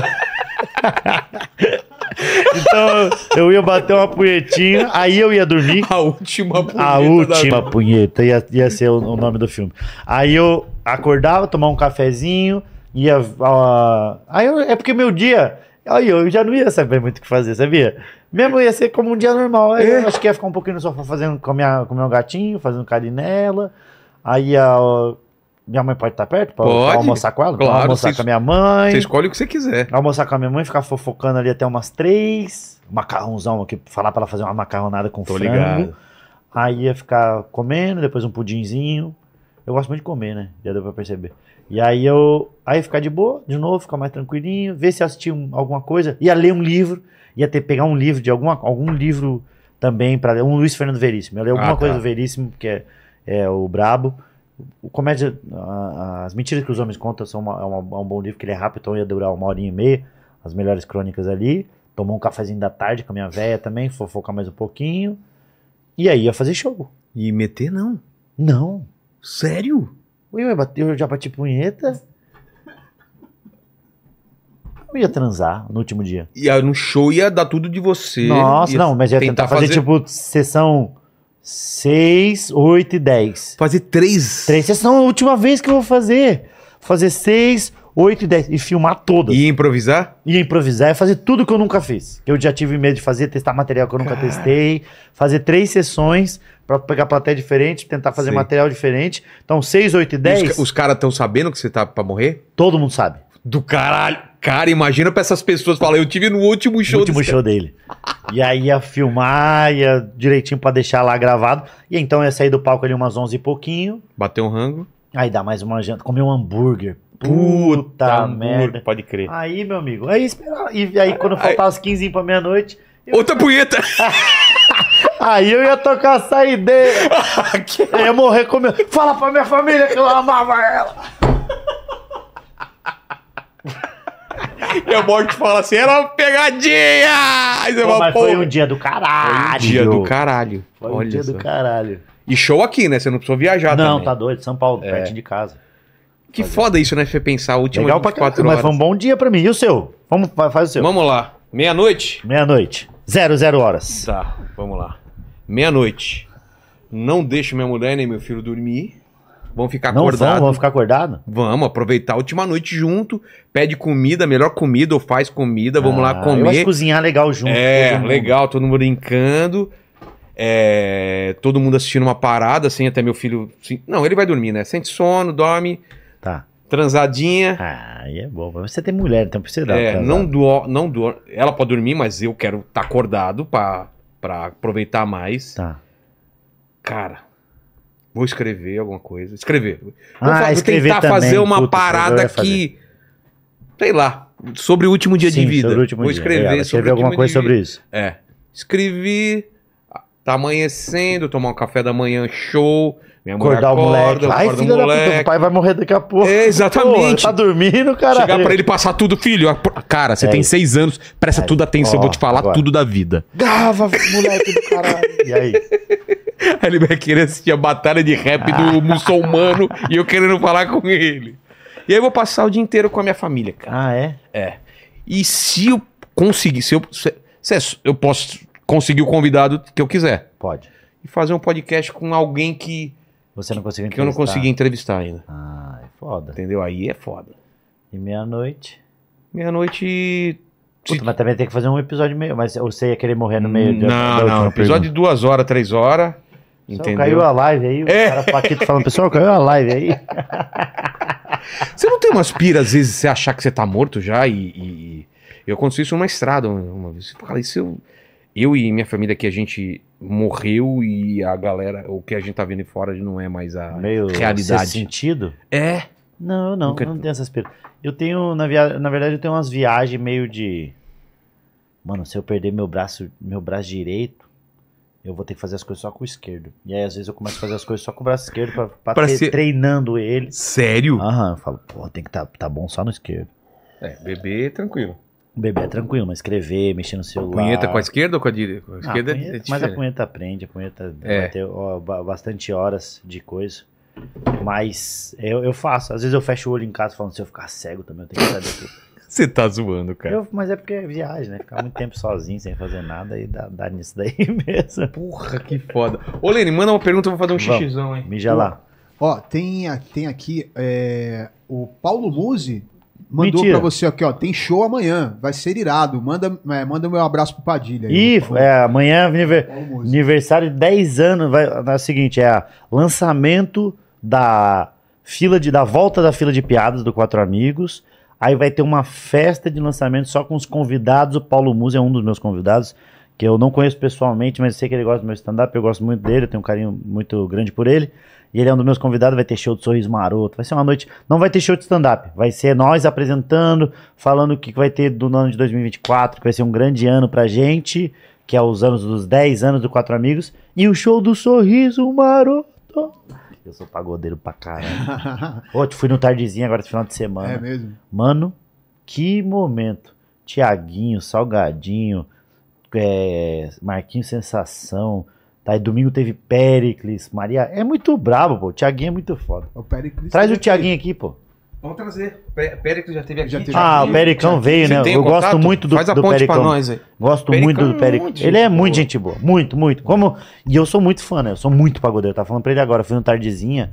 S5: (laughs) então, eu ia bater uma punhetinha, aí eu ia dormir.
S1: A última punheta
S5: A
S1: da-
S5: última punheta ia, ia ser o, o nome do filme. Aí eu acordava, tomava um cafezinho, ia. ó, aí eu- é porque meu dia. Aí eu já não ia saber muito o que fazer, sabia? Mesmo ia ser como um dia normal. Aí
S1: É.
S5: eu acho que ia ficar um pouquinho no sofá fazendo com, a minha, com o meu gatinho, fazendo carinela. Aí a. Minha mãe pode estar perto pra, pra
S1: Pode.
S5: almoçar com ela? Então,
S1: Claro,
S5: almoçar
S1: vocês-
S5: com a minha mãe.
S1: Você escolhe o que você quiser.
S5: Almoçar com a minha mãe, ficar fofocando ali até umas três. Macarrãozão aqui, falar pra ela fazer uma macarronada com
S1: Tô
S5: frango.
S1: ligado.
S5: Aí ia ficar comendo, depois um pudinzinho. Eu gosto muito de comer, né? Já deu pra perceber. E aí eu. Aí ia ficar de boa, de novo, ficar mais tranquilinho, ver se assistia um- alguma coisa. Ia ler um livro, ia ter pegar um livro de alguma, algum livro também para ler. Um Luiz Fernando Veríssimo. Eu li alguma
S1: Ah, tá.
S5: coisa do Veríssimo, que é, é o Brabo. O Comédia. a- As Mentiras que os Homens Contam são uma- é, uma- é um bom livro, que ele é rápido, então ia durar uma horinha e meia. As melhores crônicas ali. Tomar um cafezinho da tarde com a minha véia também, fofocar mais um pouquinho. E aí ia fazer show.
S1: E meter, não.
S5: Não.
S1: Sério?
S5: Eu, ia bater- eu já bati punheta. Eu ia transar no último dia.
S1: E aí, no show ia dar tudo de você.
S5: Nossa,
S1: Ia
S5: não, mas ia tentar, fazer, tipo sessão 6, 8 e 10.
S1: Fazer três.
S5: Três sessões é a última vez que eu vou fazer. Fazer 6, 8 e 10. E filmar todas.
S1: E improvisar?
S5: Ia improvisar e fazer tudo que eu nunca fiz. Que eu já tive medo de fazer, testar material que eu nunca testei, fazer três sessões pra pegar plateia diferente, tentar fazer
S1: Sim.
S5: material diferente. Então, 6, 8 e
S1: Os,
S5: 10,
S1: ca- os caras estão sabendo que você tá pra morrer?
S5: todo mundo sabe.
S1: Do caralho. Cara, imagina pra essas pessoas falar, eu tive no último show.
S5: o último
S1: desse
S5: show dele. E aí ia filmar, ia direitinho pra deixar lá gravado. E então ia sair do palco ali umas 11 e pouquinho.
S1: cara. Bateu um rango.
S5: Aí dá mais uma janta, comer um hambúrguer.
S1: Puta
S5: Puta merda.
S1: merda. Pode crer.
S5: Aí, meu amigo, aí esperava. E aí quando faltava os 15 pra meia-noite,
S1: Outra punheta.
S5: Aí eu ia tocar a (laughs) saideira. eu ia morrer comendo. Fala pra minha família que eu amava ela.
S1: e a morte fala assim, era uma pegadinha. Aí você
S5: Pô,
S1: fala,
S5: mas
S1: pô.
S5: foi um dia do caralho.
S1: Foi um dia do caralho.
S5: Foi um
S1: Olha
S5: dia
S1: só.
S5: do caralho.
S1: E show aqui, né? Você não precisou viajar
S5: não,
S1: também.
S5: tá doido. São Paulo, pertinho de casa.
S1: Que foda isso, né? Se você pensar, a última
S5: Legal pra caralho.
S1: 24
S5: Mas
S1: horas.
S5: foi um bom dia pra mim. E o seu? Vamos, fa- faz o seu.
S1: Vamos lá. Meia-noite?
S5: Meia-noite. Zero, zero horas.
S1: Tá, vamos lá. Meia-noite. Não deixo minha mulher nem meu filho dormir. Vão ficar
S5: Não vão,
S1: acordados.
S5: vão ficar acordado?
S1: Vamos aproveitar a última noite junto. Pede comida, melhor comida, ou faz comida. Vamos
S5: Ah,
S1: lá
S5: Eu acho
S1: comer.
S5: cozinhar legal junto.
S1: É,
S5: todo mundo.
S1: legal, todo mundo brincando. É, todo mundo assistindo uma parada, assim, até meu filho. sim- Não, ele vai dormir, né? Sente sono, dorme,
S5: Tá.
S1: transadinha.
S5: Ah, aí é bom. Mas Você tem mulher, então precisa dar.
S1: É,
S5: pra-
S1: não do, não do, ela pode dormir, mas eu quero estar acordado pra, pra aproveitar mais.
S5: Tá.
S1: Cara, vou escrever alguma coisa. Escrever. Vou fa-
S5: Ah,
S1: vou
S5: escrever
S1: tentar
S5: também.
S1: fazer uma
S5: Puta, eu
S1: parada
S5: ia fazer.
S1: que. Sei lá, sobre o último dia
S5: Sim,
S1: de vida.
S5: Sobre o último
S1: vou
S5: dia.
S1: escrever
S5: Legal,
S1: sobre
S5: escrever
S1: o
S5: alguma
S1: último
S5: coisa
S1: dia.
S5: sobre isso.
S1: É. Escrevi. Tá amanhecendo, tomar um café da manhã, show. Minha mulher
S5: Acordar o moleque.
S1: acorda
S5: Ai,
S1: o
S5: filha da puta, o pai vai morrer daqui a pouco.
S1: É, exatamente.
S5: Pô, tá dormindo, cara.
S1: Chegar pra ele e passar tudo, filho. Cara, você
S5: É
S1: tem
S5: isso.
S1: seis anos, presta
S5: É
S1: tudo atenção, eu vou
S5: Ó,
S1: te falar
S5: agora.
S1: tudo da vida. (laughs)
S5: Gava, moleque do caralho. E aí?
S1: Aí ele vai querer assistir a batalha de rap
S5: Ah.
S1: do muçulmano e eu querendo falar com ele. E aí eu vou passar o dia inteiro com a minha família, cara.
S5: Ah, é?
S1: E se é eu conseguir, se eu, se, se eu posso conseguir o convidado que eu quiser.
S5: Pode.
S1: e fazer um podcast com alguém que,
S5: Você não conseguiu
S1: que eu não
S5: entrevistar.
S1: consegui entrevistar ainda.
S5: Ah, é foda.
S1: Entendeu? Aí é foda.
S5: E meia-noite.
S1: Meia-noite.
S5: Puta, mas também tem que fazer um episódio meio. Mas você ia querer morrer no meio da- da
S1: Não,
S5: última
S1: não. Episódio
S5: pergunta.
S1: de duas horas, três horas.
S5: Pessoal, Caiu
S1: Entendeu?
S5: a live aí, o
S1: É.
S5: cara Paquito falando, pessoal, caiu a live aí.
S1: (laughs) Você não tem umas piras, às vezes, você achar que você tá morto já e. e- e- Eu aconteceu isso numa estrada uma uma vez. Cara, isso eu. Eu e minha família aqui, a gente morreu e a galera, o que a gente tá vendo fora não é mais a
S5: Meio
S1: realidade.
S5: sem sentido.
S1: É.
S5: Não, eu não,
S1: Nunca-
S5: eu não tenho essas piras. Eu tenho, na, via... na verdade, eu tenho umas viagens meio de. Mano, se eu perder meu braço, meu braço direito, eu vou ter que fazer as coisas só com o esquerdo. E aí, às vezes, eu começo a fazer as coisas só com o braço esquerdo pra, pra
S1: Pra
S5: ter-
S1: ser-
S5: treinando ele.
S1: Sério?
S5: Aham, eu falo, pô, tem que tá, tá bom só no esquerdo.
S1: É, bebê tranquilo.
S5: Bebê é tranquilo, mas escrever, mexer no celular.
S1: Punheta com a esquerda ou com a direita? Com a
S5: Ah,
S1: esquerda é-
S5: punheta-
S1: é
S5: mas a
S1: diferente.
S5: punheta aprende, a punheta
S1: É.
S5: vai ter ó, ba- bastante horas de coisa. Mas eu, eu faço. Às vezes eu fecho o olho em casa falando, se eu ficar cego também, eu tenho que
S1: (laughs)
S5: sair daqui.
S1: Você tá zoando, cara.
S5: Eu- mas é porque é viagem, né? Ficar muito tempo sozinho, sem fazer nada, e dá, dá nisso daí (laughs) mesmo.
S1: Porra, que foda. Ô, Lene, manda uma pergunta, eu vou fazer um
S5: Vamos.
S1: xixizão, hein?
S5: Mija lá.
S2: (laughs) Ó, tem, a- tem aqui é, o Paulo Musi mandou pra
S5: Mentira.
S2: você aqui, ó. Tem show amanhã, vai ser irado. Manda, é, manda o meu abraço pro Padilha. aí,
S5: Ih,
S2: Paulo-
S5: é, amanhã é aniver-
S2: Paulo Musi.
S5: aniversário de 10 anos. Vai, é o seguinte, é a lançamento da fila de da volta da fila de piadas do Quatro Amigos. Aí vai ter uma festa de lançamento só com os convidados. O Paulo Musi é um dos meus convidados, que eu não conheço pessoalmente, mas sei que ele gosta do meu stand-up, eu gosto muito dele, eu tenho um carinho muito grande por ele. E ele é um dos meus convidados, vai ter show de sorriso maroto. Vai ser uma noite. Não vai ter show de stand-up. Vai ser nós apresentando, falando o que que vai ter do ano de 2024, que vai ser um grande ano pra gente, que é os anos dos 10 anos do Quatro Amigos. E o show do sorriso maroto. Eu sou pagodeiro pra caralho. Ô, tu fui no tardezinho agora esse final de
S2: (laughs)
S5: semana.
S2: é mesmo.
S5: Mano, que momento. Tiaguinho, Salgadinho, é, Marquinhos Sensação. Tá, e domingo teve Péricles, Maria. É muito brabo, pô. O Tiaguinho é muito foda.
S2: O Pericles
S5: Traz o
S2: aqui.
S5: Tiaguinho aqui, pô.
S1: Vamos trazer. Pé- Péricles já teve aqui.
S2: Já teve
S5: Ah, o Pericão veio,
S1: Você
S5: né?
S1: tem
S5: Eu
S1: contato?
S5: gosto muito do,
S1: Faz a
S5: do
S1: ponte pra
S5: Pericão.
S1: nós aí.
S5: Gosto
S1: Pericão
S5: muito
S1: é
S5: do
S1: muito
S5: Pericão.
S1: gente
S5: Ele é muito
S1: boa.
S5: gente boa. Muito, muito. Como... E eu sou muito fã, né? Eu sou muito pagodeiro. Eu tava falando pra ele agora. Eu fui no Tardezinha.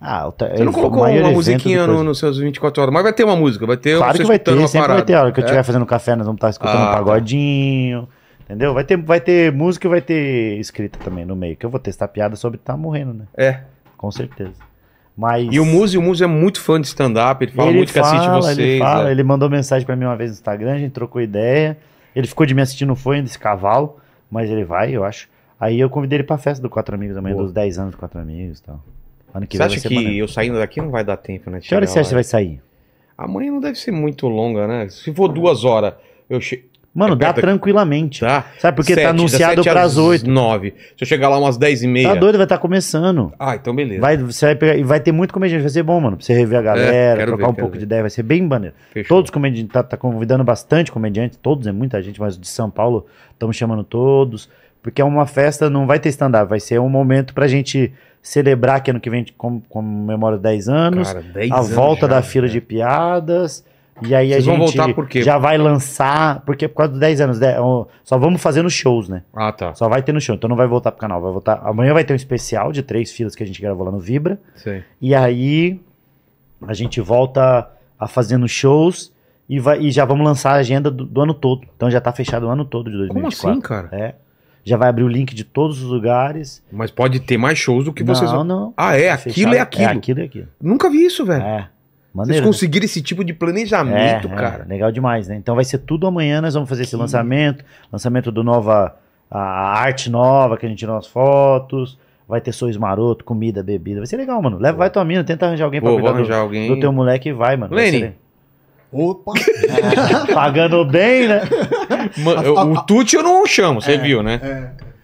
S5: Ah, o ta...
S1: Você não colocou uma musiquinha no, nos seus 24 horas, mas vai ter uma música, vai ter
S5: Claro
S1: você
S5: que vai ter,
S1: escutando uma
S5: sempre vai
S1: parada.
S5: ter. A hora que eu
S1: É?
S5: estiver fazendo café, nós vamos estar escutando
S1: Ah,
S5: um
S1: tá.
S5: pagodinho. Entendeu? Vai ter, vai ter música e vai ter escrita também no meio. Que eu vou testar piada sobre tá morrendo, né?
S1: É.
S5: Com certeza. Mas.
S1: E o Muzi, o Muzi é muito fã de stand-up, ele fala
S5: ele
S1: muito que assiste
S5: fala,
S1: vocês.
S5: Ele, fala,
S1: é.
S5: ele mandou mensagem pra mim uma vez no Instagram, a gente trocou ideia. Ele ficou de me assistir, não foi ainda esse cavalo, mas ele vai, eu acho. Aí eu convidei ele pra festa do Quatro Amigos amanhã,
S1: Boa.
S5: dos 10 anos do Quatro Amigos e tal. Ano que
S1: Você
S5: vem vai
S1: acha
S5: ser
S1: que
S5: maneiro.
S1: eu saindo daqui não vai dar tempo, né? de
S5: Que hora
S1: chegar
S5: você acha que
S1: lá?
S5: vai sair?
S1: Amanhã não deve ser muito longa, né? Se for duas horas, eu chego.
S5: Mano,
S1: É
S5: dá
S1: perto-
S5: tranquilamente.
S1: Tá?
S5: Sabe, porque tá anunciado pras 8.
S1: 9. Se eu chegar lá umas 10 e meia.
S5: Tá doido, vai estar começando.
S1: Ah, então beleza.
S5: Vai, você vai pegar, e vai ter muito comediante, vai ser bom, mano. Pra você rever a galera,
S1: É, quero
S5: trocar
S1: ver,
S5: um
S1: quero
S5: pouco
S1: ver.
S5: de ideia, vai ser bem maneiro.
S1: Fechou.
S5: Todos os comediantes, tá, tá convidando bastante comediante, todos, é muita gente, mas de São Paulo estamos chamando todos. Porque é uma festa, não vai ter stand-up, vai ser um momento pra gente celebrar que ano que vem a gente com- comemora 10 anos,
S1: Cara, 10
S5: a
S1: anos
S5: volta
S1: já,
S5: da fila
S1: né?
S5: de piadas. E aí
S1: Vocês
S5: a
S1: vão
S5: gente
S1: voltar por quê?
S5: já vai lançar, porque é por causa dos 10 anos, né, ó, só vamos fazer nos shows, né?
S1: Ah, tá.
S5: Só vai ter no show, então não vai voltar pro canal. Vai voltar. Amanhã vai ter um especial de três filas que a gente gravou lá no Vibra.
S1: Sei.
S5: E aí a gente volta a fazendo shows e, vai, e já vamos lançar a agenda do, do ano todo. Então já tá fechado o ano todo de
S1: Como
S5: 2024.
S1: assim, cara?
S5: É. Já vai abrir o link de todos os lugares.
S1: Mas pode ter mais shows do que
S5: não,
S1: vocês.
S5: não.
S1: Ah, é,
S5: Tá
S1: aquilo é aquilo.
S5: fechado. É aquilo é aquilo.
S1: Nunca vi isso, velho.
S5: É.
S1: Vocês
S5: Maneiro. né?
S1: conseguiram esse tipo de planejamento,
S5: É, é,
S1: cara.
S5: legal demais, né? Então vai ser tudo amanhã, nós vamos fazer esse lançamento, lançamento do nova, a arte nova que a gente tirou as fotos, vai ter sorriso maroto, comida, bebida, vai ser legal, mano. Leva, vai tua mina, tenta arranjar alguém pra
S1: Vou, vou
S5: cuidar do-
S1: arranjar
S5: do,
S1: alguém.
S5: teu moleque e vai, mano. Vai
S1: Lene.
S5: ser-
S2: Opa!
S5: Pagando bem, né?
S1: Ma- eu- o Tuti eu não chamo, você viu, né?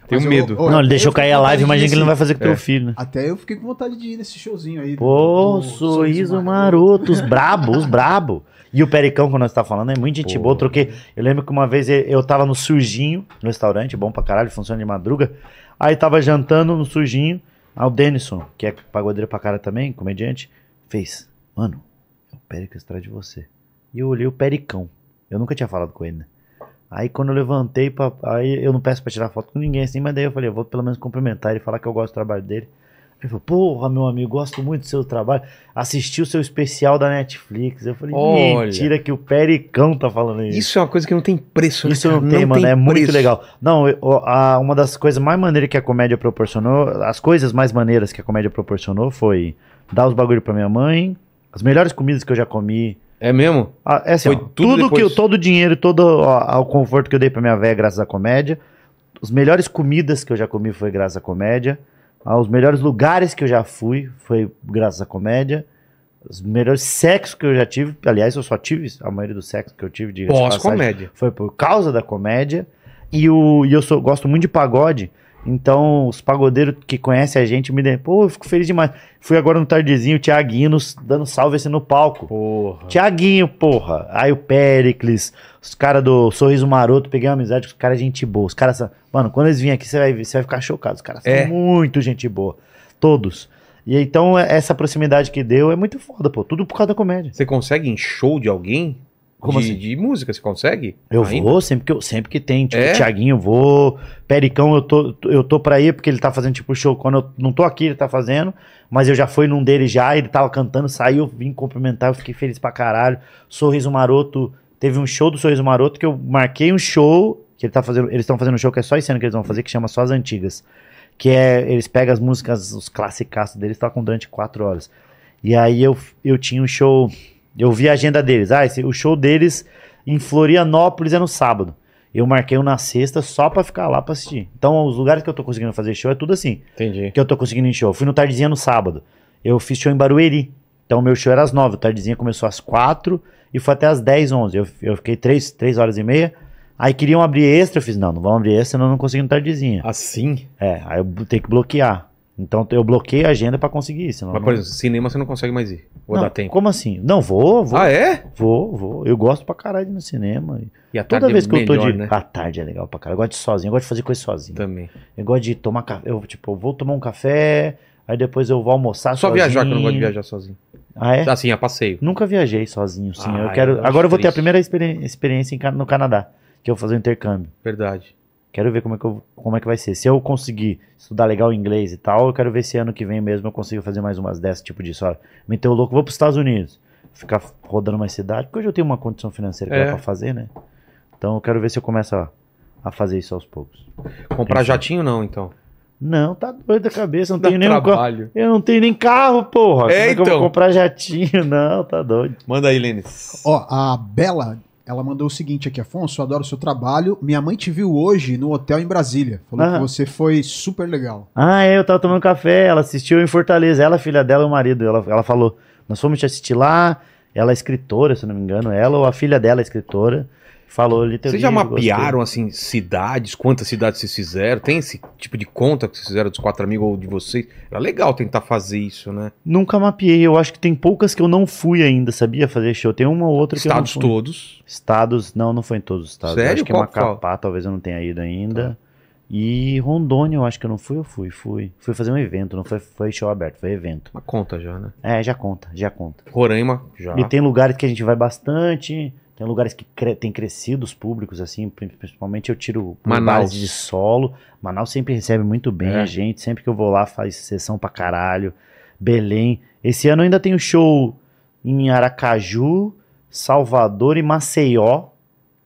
S1: Tenho
S2: é. Mas eu-
S1: medo.
S2: ó,
S5: não, ele
S2: eu
S5: deixou
S2: fiquei
S5: cair a
S2: com vontade
S5: live,
S2: de
S5: imagina
S2: ir
S5: que ele não vai
S2: nesse-
S5: fazer com
S1: É.
S5: teu filho, né?
S2: Até eu fiquei com vontade de ir nesse showzinho aí. do-
S5: Pô,
S2: do
S5: sorriso maroto, os brabo, os brabo. E o Pericão, quando nós tá falando, é muito gente
S1: Pô.
S5: boa. Eu Troquei. Eu lembro que uma vez eu- eu tava no sujinho, no restaurante, bom pra caralho, funciona de madruga. Aí tava jantando no sujinho. Aí o Denison, que é pagodeiro pra cara também, comediante, fez: Mano, é o Pericles atrás de você. E eu olhei o Pericão. Eu nunca tinha falado com ele, né? Aí quando eu levantei, pra, aí eu não peço pra tirar foto com ninguém assim, mas daí eu falei, eu vou pelo menos cumprimentar ele, falar que eu gosto do trabalho dele. Ele falou, porra, meu amigo, gosto muito do seu trabalho. Assisti o seu especial da Netflix. Eu falei,
S1: Olha.
S5: mentira que o Pericão tá falando isso.
S1: Isso é uma coisa que não tem preço, né,
S5: Isso
S1: cara?
S5: não tem, mano. É muito
S1: preço.
S5: legal. Não, eu- ó, a- uma das coisas mais maneiras que a comédia proporcionou, as coisas mais maneiras que a comédia proporcionou foi dar os bagulho pra minha mãe, as melhores comidas que eu já comi.
S1: É mesmo?
S5: Ah, é assim,
S1: Foi
S5: ó,
S1: tudo
S5: tudo que
S1: depois.
S5: eu, todo o dinheiro, todo ó, o conforto que eu dei pra minha véia graças à comédia. As melhores comidas que eu já comi foi graças à comédia. Ah, Os melhores lugares que eu já fui foi graças à comédia. Os melhores sexos que eu já tive, aliás, eu só tive a maioria do sexo que eu tive de passagem,
S1: Pós-comédia.
S5: foi por causa da comédia. E, o, e eu sou, gosto muito de pagode. Então, os pagodeiros que conhecem a gente me dão. Pô, eu fico feliz demais. Fui agora no Tardezinho, o Thiaguinho nos- dando salve assim no palco.
S1: Porra.
S5: Tiaguinho, porra. Aí o Pericles, os caras do Sorriso Maroto, peguei uma amizade com os caras gente boa. Os caras são. Mano, quando eles vêm aqui, você vai, ver- você vai ficar chocado. Os caras
S1: É.
S5: são muito gente boa. Todos. E então, é- essa proximidade que deu é muito foda, pô. Tudo por causa da comédia.
S1: Você consegue em show de alguém?
S5: Como
S1: de,
S5: assim?
S1: de música, você consegue?
S5: Eu
S1: Ainda?
S5: vou sempre que, eu, sempre que tem. Tipo,
S1: É?
S5: Tiaguinho, eu vou. Pericão, eu tô, eu tô pra ir porque ele tá fazendo tipo show. Quando eu não tô aqui, ele tá fazendo. Mas eu já fui num dele já, ele tava cantando, saiu, vim cumprimentar, eu fiquei feliz pra caralho. Sorriso Maroto. Teve um show do Sorriso Maroto que eu marquei um show. Que ele tá fazendo, eles estão fazendo um show que é só esse ano que eles vão fazer, que chama Só as Antigas. Que é, eles pegam as músicas, os classicaços deles, tocam durante quatro horas. E aí eu, eu tinha um show, eu vi a agenda deles. Ah, esse, o show deles em Florianópolis é no sábado. Eu marquei um na sexta só pra ficar lá pra assistir. Então, os lugares que eu tô conseguindo fazer show é tudo assim
S1: Entendi.
S5: que eu tô conseguindo em show. Eu fui no Tardezinha no sábado. Eu fiz show em Barueri. Então meu show era às nove. O Tardezinha começou às quatro e foi até às dez, onze. Eu, eu fiquei três, três horas e meia. Aí queriam abrir extra. Eu fiz, não, não vão abrir extra, senão eu não consigo no Tardezinha.
S1: Assim?
S5: É, aí eu bu- tenho que bloquear. Então eu bloqueei a agenda pra conseguir isso.
S1: Mas, por exemplo, cinema você não consegue mais ir. Ou dá tempo.
S5: Como assim? Não, vou, vou,
S1: Ah, é?
S5: vou, vou. Eu gosto pra caralho de ir no cinema.
S1: E a
S5: Toda
S1: tarde é
S5: vez que eu tô
S1: melhor,
S5: de.
S1: né? Tá.
S5: À tarde é legal pra caralho. Eu gosto de ir sozinho, eu gosto de fazer coisa sozinho.
S1: Também.
S5: Eu gosto de tomar café. Eu, tipo, eu vou tomar um café, aí depois eu vou almoçar.
S1: Só
S5: tá sozinho.
S1: viajar, que eu não gosto de viajar sozinho.
S5: Ah, é?
S1: Assim, a passeio.
S5: Nunca viajei sozinho, sim.
S1: Ah,
S5: eu quero.
S1: eu acho
S5: Agora eu vou ter a
S1: triste.
S5: primeira experi- experiência em Ca- no Canadá, que eu vou fazer um intercâmbio.
S1: Verdade.
S5: Quero ver como é, que eu- como é que vai ser. Se eu conseguir estudar legal inglês e tal, eu quero ver se ano que vem mesmo eu consigo fazer mais umas dessas, tipo disso. Ó, meteu o louco, vou pros Estados Unidos. Ficar rodando mais cidade, porque hoje eu tenho uma condição financeira que
S1: É.
S5: dá pra fazer, né? Então eu quero ver se eu começo a, a fazer isso aos poucos.
S1: Comprar
S5: Entendi.
S1: jatinho, não, então.
S5: Não, tá doido a cabeça, não
S1: Dá
S5: tenho nem um carro.
S1: trabalho.
S5: Eu não tenho nem carro, porra.
S1: É,
S5: Como é que eu
S1: então.
S5: vou comprar jatinho? (laughs) Não, tá doido.
S1: Manda aí, Lênis.
S2: Ó, a Bela, ela mandou o seguinte aqui, Afonso, eu adoro o seu trabalho. Minha mãe te viu hoje no hotel em Brasília. Falou
S5: Aham.
S2: que você foi super legal.
S5: Ah, é, eu tava tomando café, ela assistiu em Fortaleza, ela, a filha dela e o marido. Ela, ela falou, nós fomos te assistir lá, ela é escritora, se eu não me engano, ela ou a filha dela é escritora. Falou ali
S1: Vocês já mapearam, assim, cidades? Quantas cidades vocês fizeram? Tem esse tipo de conta que vocês fizeram dos quatro amigos ou de vocês? Era legal tentar fazer isso, né?
S5: Nunca mapeei, eu acho que tem poucas que eu não fui ainda, sabia? Fazer show. Tem uma ou outra que
S1: Estados
S5: eu não fui.
S1: todos.
S5: Estados, não, não foi em todos os estados. Eu
S1: Sério?
S5: Acho que é
S1: Qual que Tá.
S5: Macapá, talvez eu não tenha ido ainda. E Rondônia, eu acho que eu não fui, eu fui, fui. Fui fazer um evento, não foi, foi show aberto, foi evento.
S1: Uma conta já, né?
S5: É, já conta, já conta.
S1: Roraima, já.
S5: E tem lugares que a gente vai bastante, tem lugares que cre tem crescido os públicos, assim, pri- principalmente eu tiro por
S1: Manaus.
S5: bares de solo. Manaus sempre recebe muito bem
S1: É.
S5: a gente, sempre que eu vou lá faz sessão pra caralho. Belém. Esse ano ainda tem o show em Aracaju, Salvador e Maceió,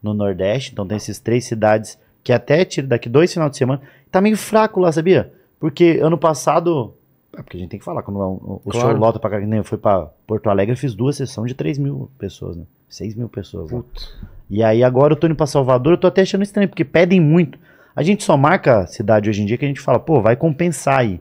S5: no Nordeste. Então tem essas três cidades que até tiro daqui dois final de semana. Tá meio fraco lá, sabia? Porque ano passado. É porque a gente tem que falar, quando é um- o
S1: Claro.
S5: show lota pra cá, que nem eu fui pra Porto Alegre, eu fiz duas sessões de 3 mil pessoas, né? 6 mil pessoas. lá.
S1: Putz.
S5: E aí agora eu tô indo pra Salvador, eu tô até achando estranho, porque pedem muito. A gente só marca a cidade hoje em dia que a gente fala, pô, vai compensar aí.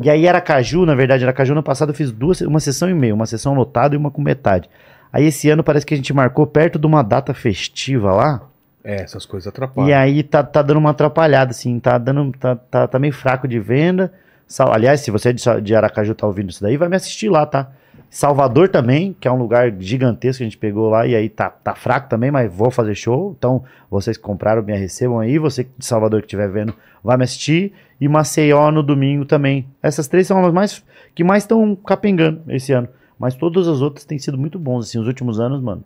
S5: E aí Aracaju, na verdade, Aracaju ano passado eu fiz duas, uma sessão e meia, uma sessão lotada e uma com metade. Aí esse ano parece que a gente marcou perto de uma data festiva lá.
S1: É, essas coisas
S5: E
S1: atrapalham.
S5: aí tá, tá dando uma atrapalhada, assim, tá dando. Tá, tá, tá meio fraco de venda. Sal- Aliás, se você é de, Sa- de Aracaju tá ouvindo isso daí, vai me assistir lá, tá? Salvador também, que é um lugar gigantesco que a gente pegou lá, e aí tá, tá fraco também, mas vou fazer show. Então, vocês que compraram, me recebam aí. Você de Salvador que estiver vendo, vai me assistir. E Maceió no domingo também. Essas três são as mais que mais estão capengando esse ano. Mas todas as outras têm sido muito bons, assim, os últimos anos, mano.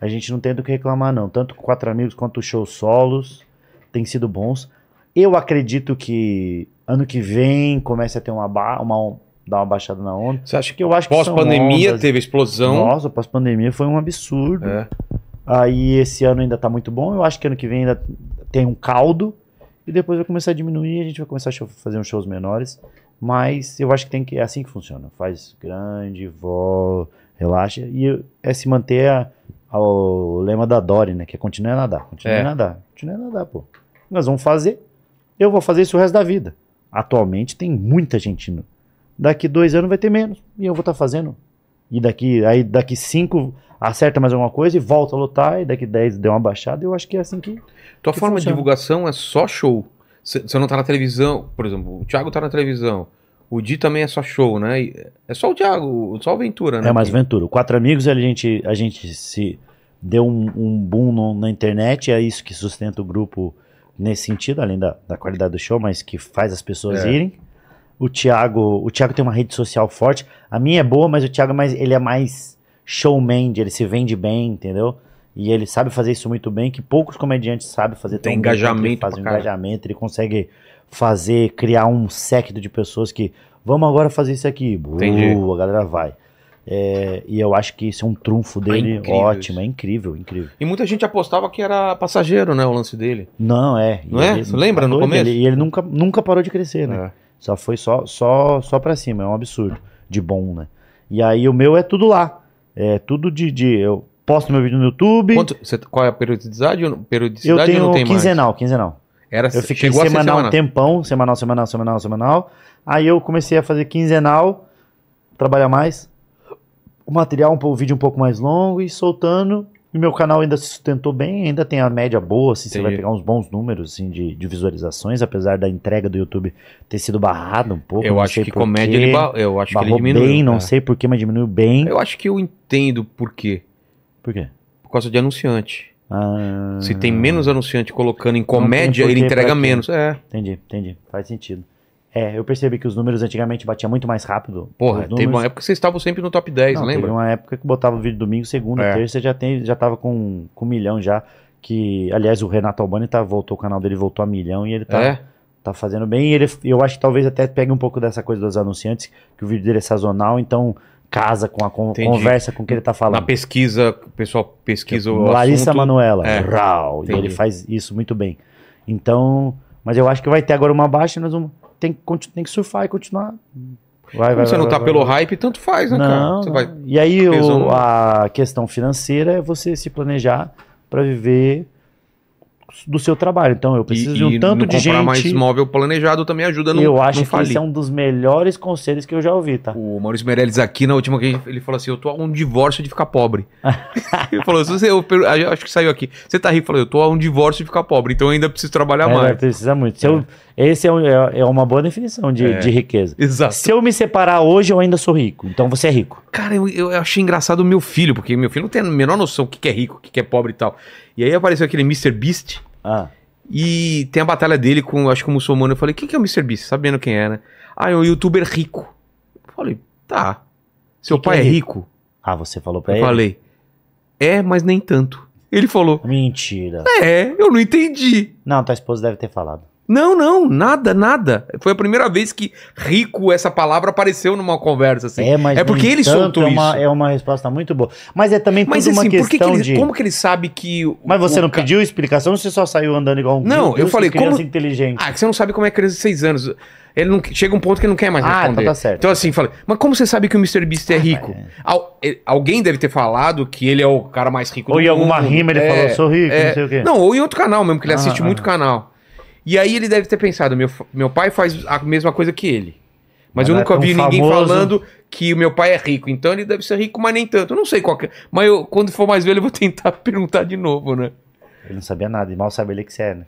S5: a gente não tem do que reclamar, não. Tanto com Quatro Amigos quanto os shows solos têm sido bons. Eu acredito que ano que vem comece a ter uma, ba uma on- dar uma baixada na onda.
S1: Você acha
S5: Que eu acho que são
S1: Pós-pandemia
S5: ondas.
S1: teve explosão.
S5: Nossa, pós-pandemia foi um absurdo.
S1: É.
S5: Aí esse ano ainda tá muito bom. Eu acho que ano que vem ainda tem um caldo. E depois vai começar a diminuir. A gente vai começar a show- fazer uns shows menores. Mas eu acho que tem que. É assim que funciona. Faz grande, vol, relaxa. E é se manter a- ao lema da Dory, né? Que é continue a nadar. Continue
S1: É.
S5: a nadar. Continue a nadar, pô. Nós vamos fazer. Eu vou fazer isso o resto da vida. Atualmente tem muita gente indo. Daqui dois anos vai ter menos. E eu vou estar fazendo. E daqui, aí daqui cinco acerta mais alguma coisa e volta a lutar. E daqui dez deu uma baixada. Eu acho que é assim que.
S1: Tua
S5: Que
S1: forma de
S5: funciona.
S1: divulgação é só show. Você você não tá na televisão, por exemplo, o Thiago tá na televisão. O Di também é só show, né? E É só o Thiago, só o Ventura, né?
S5: É mais Ventura. O Quatro Amigos, a gente, a gente se deu um, um boom no- na internet, é isso que sustenta o grupo nesse sentido, além da, da qualidade do show, mas que faz as pessoas
S1: É.
S5: irem. O Thiago, o Thiago tem uma rede social forte. A minha é boa, mas o Thiago é mais, ele é mais showman, ele se vende bem, entendeu? E ele sabe fazer isso muito bem, que poucos comediantes sabem fazer
S1: Tem
S5: tão bem quanto ele
S1: engajamento
S5: faz
S1: pra
S5: um
S1: caralho.
S5: engajamento, ele consegue fazer, criar um séquito de pessoas que vamos agora fazer isso aqui.
S1: Entendi.
S5: Boa, a galera vai. É, e eu acho que isso é um trunfo dele
S1: Ah, incrível
S5: ótimo,
S1: isso.
S5: é incrível, incrível.
S1: E muita gente apostava que era passageiro, né? O lance dele.
S5: Não, é.
S1: Não
S5: E
S1: é? Você lembra no
S5: doido,
S1: começo? É.
S5: ele- E ele, nunca, nunca parou de crescer, né? Só foi só, só, só pra cima, é um absurdo de bom, né? E aí o meu é tudo lá. É tudo de. de eu posto meu vídeo no YouTube.
S1: Quanto- você- qual é a periodicidade? ou não-
S5: eu
S1: Periodicidade
S5: tenho
S1: ou não tem
S5: quinzenal, quinzenal.
S1: mais? Era,
S5: Eu fiquei
S1: chegou a ser
S5: semanal, um
S1: semanal.
S5: tempão, semanal, semanal, semanal, semanal. Aí eu comecei a fazer quinzenal, trabalhar mais, o material, um, po- o vídeo um pouco mais longo e soltando. E meu canal ainda se sustentou bem, ainda tem a média boa, assim, você
S1: Entendi.
S5: vai pegar uns bons números assim, de, de visualizações, apesar da entrega do YouTube ter sido barrada um pouco.
S1: Eu
S5: não
S1: acho
S5: sei
S1: que
S5: por
S1: comédia
S5: quê.
S1: ele, ba- eu acho que ele
S5: barrou
S1: diminuiu.
S5: bem, não
S1: é.
S5: sei porquê, mas diminuiu bem.
S1: Eu acho que eu entendo por quê.
S5: Por quê?
S1: Por causa de anunciante.
S5: Ah,
S1: Se tem menos anunciante colocando em
S5: tem
S1: comédia,
S5: porquê
S1: ele entrega
S5: pra quê.
S1: menos. É.
S5: Entendi, entendi. Faz sentido. É, eu percebi que os números antigamente batiam muito mais rápido.
S1: Porra,
S5: os
S1: teve
S5: números.
S1: uma época que vocês estavam sempre no top 10,
S5: Não,
S1: lembra?
S5: Teve um uma época que botava o vídeo domingo, segunda,
S1: É.
S5: terça, já, tem, já tava com, com um milhão já. Que, aliás, o Renato Albani tá, voltou, o canal dele voltou a milhão e ele tá,
S1: É.
S5: tá fazendo bem. E ele, eu acho que talvez até pegue um pouco dessa coisa dos anunciantes, que o vídeo dele é sazonal, então casa com a con-
S1: Entendi.
S5: conversa com o que ele tá
S1: Na
S5: falando.
S1: pesquisa, o pessoal pesquisa o
S5: Larissa
S1: assunto.
S5: Manoela,
S1: É.
S5: Rau, e
S1: Entendi.
S5: ele faz isso muito bem. Então, mas eu acho que vai ter agora uma baixa, nós vamos, tem, que conti- tem que surfar e continuar. Vai,
S1: Como você não tá
S5: vai,
S1: pelo
S5: vai.
S1: hype, tanto faz, né, cara?
S5: Não,
S1: Você
S5: não.
S1: vai...
S5: E aí o-
S1: pesou no-
S5: a questão financeira é você se planejar para viver do seu trabalho. Então eu preciso de um tanto
S1: não
S5: de
S1: comprar mais
S5: gente.
S1: móvel planejado também ajuda a não
S5: eu acho
S1: não
S5: que
S1: falir.
S5: esse é um dos melhores conselhos que eu já ouvi, tá?
S1: O Maurício Meirelles aqui, na última que ele falou assim, eu tô a um divórcio de ficar
S5: (laughs)
S1: pobre. ele falou, se você, eu, per- eu acho que saiu aqui. Você tá rindo? Eu falei, eu tô a um divórcio de ficar pobre, então eu ainda preciso trabalhar
S5: É,
S1: mais.
S5: precisa muito. Se eu- esse é, um- é- é uma boa definição de,
S1: É.
S5: de riqueza.
S1: Exato.
S5: Se eu me separar hoje, eu ainda sou rico. Então você é rico.
S1: Cara, eu, eu achei engraçado o meu filho, porque meu filho não tem a menor noção do que, que é rico, o que, que é pobre e tal. E aí apareceu aquele Mr. Beast,
S5: Ah,
S1: E tem a batalha dele com, acho que o muçulmano. Eu falei, quem que é o Mr. Beast? Sabendo quem é, né? Ah, é um youtuber rico. Eu falei, tá. Seu
S5: Quem que
S1: pai
S5: é
S1: é rico?
S5: ah você falou
S1: Eu
S5: pra ele?
S1: falei, é, mas nem tanto. Ele falou,
S5: Mentira.
S1: é, eu não entendi.
S5: Não, tua esposa deve ter falado.
S1: Não, não, nada, nada. Foi a primeira vez que rico, essa palavra, apareceu numa conversa assim.
S5: É, mas
S1: É porque
S5: no
S1: ele
S5: entanto,
S1: soltou
S5: é uma,
S1: isso.
S5: É uma resposta muito boa. Mas é também
S1: mas
S5: tudo
S1: assim,
S5: uma
S1: por que que
S5: questão
S1: ele,
S5: de...
S1: como que ele sabe que. o-
S5: Mas você
S1: o
S5: não
S1: ca-
S5: pediu explicação, você só saiu andando igual um
S1: Não,
S5: Meu Deus,
S1: eu falei,
S5: que criança
S1: como-
S5: inteligente.
S1: Ah, que você não sabe como é criança de 6 anos. Ele não... Chega um ponto que ele não quer mais
S5: Ah,
S1: responder.
S5: então tá certo.
S1: Então assim, fala, mas como você sabe que o Mr. Beast é rico?
S5: é.
S1: Al- eh, alguém deve ter falado que ele é o cara mais rico
S5: Ou em alguma
S1: mundo.
S5: rima ele
S1: É,
S5: falou, sou rico,
S1: é.
S5: não sei o quê.
S1: Não, ou em outro canal mesmo, que ele
S5: Ah,
S1: assiste
S5: ah.
S1: muito canal. E aí ele deve ter pensado, meu, f- meu pai faz a mesma coisa que ele. Mas
S5: Mas
S1: eu
S5: não é
S1: nunca
S5: tão
S1: vi ninguém
S5: famoso.
S1: falando que o meu pai é rico. Então ele deve ser rico, mas nem tanto. Eu não sei qual que é. Mas eu, quando for mais velho, eu vou tentar (laughs) perguntar de novo, né?
S5: Ele não sabia nada, e mal sabia ele que você é, né?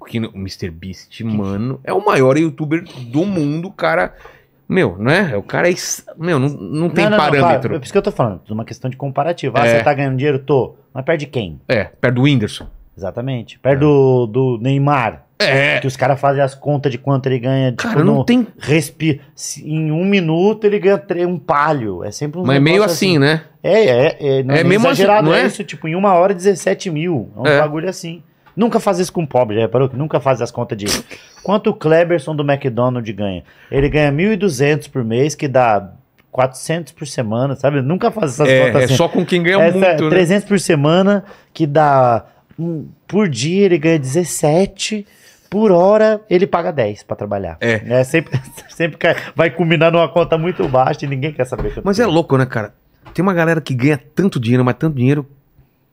S1: O que no- o Mr. Beast, mano, é o maior youtuber do mundo, cara. Meu, né? O cara é. es- Meu, não, não tem
S5: Não, não, não,
S1: parâmetro.
S5: claro, é por isso que eu tô falando, tudo uma questão de comparativo. Ah,
S1: É.
S5: você tá ganhando dinheiro? Tô. Mas perto de quem?
S1: É, perto do Whindersson.
S5: Exatamente. Perto do, do Neymar.
S1: É.
S5: Que os caras fazem as contas de quanto ele ganha. Tipo,
S1: Cara, não
S5: no-
S1: tem.
S5: respi- se- Em um minuto ele ganha tre- um palho. É sempre um
S1: Mas é meio
S5: negócio
S1: assim, né?
S5: É, é, é, não
S1: É
S5: é,
S1: mesmo assim,
S5: exagerado,
S1: não é?
S5: é isso, tipo, em uma hora 17 mil. É um
S1: É.
S5: bagulho assim. Nunca faz isso com pobre, já reparou que nunca faz as contas de (coughs) quanto o Kleberson do McDonald's ganha. Ele ganha 1.200 por mês, que dá 400 por semana, sabe? Nunca faz essas
S1: É,
S5: contas
S1: é
S5: assim.
S1: só com quem ganha
S5: Essa é
S1: muito, né?
S5: 300 por semana, que dá um, por dia ele ganha 17, por hora ele paga 10 pra trabalhar.
S1: É.
S5: sempre (laughs) sempre cai- vai combinar numa conta muito baixa e ninguém quer saber. quanto
S1: Mas é
S5: ganha.
S1: louco, né, cara? Tem uma galera que ganha tanto dinheiro, mas tanto dinheiro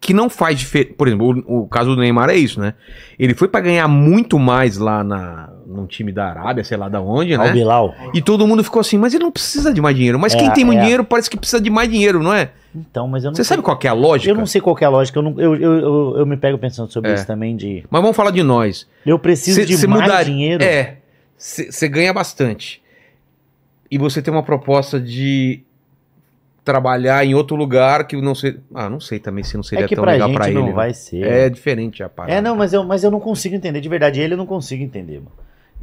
S1: que não faz diferença. Por exemplo, o, o caso do Neymar é isso, né? Ele foi pra ganhar muito mais lá na, num time da Arábia, sei lá da onde, né?
S5: Al Bilal.
S1: E todo mundo ficou assim, mas ele não precisa de mais dinheiro. Mas
S5: É,
S1: quem tem muito
S5: é.
S1: dinheiro parece que precisa de mais dinheiro, não é?
S5: Então, mas eu não
S1: Você
S5: sei-
S1: sabe qual que é a lógica?
S5: Eu não sei qual que é a lógica. Eu, não- eu, eu, eu, eu me pego pensando sobre
S1: É.
S5: isso também de.
S1: Mas vamos falar de nós.
S5: Eu preciso
S1: Cê-
S5: de
S1: cê
S5: mais
S1: mudar-
S5: dinheiro.
S1: É, você ganha bastante. E você tem uma proposta de trabalhar em outro lugar que não sei. Ah, não sei também se não
S5: É
S1: seria
S5: que
S1: tão
S5: pra
S1: legal
S5: gente
S1: pra ele.
S5: não
S1: né?
S5: vai ser.
S1: É diferente a parada.
S5: É, não, mas eu, mas eu não consigo entender. De verdade, ele eu não consigo entender, mano.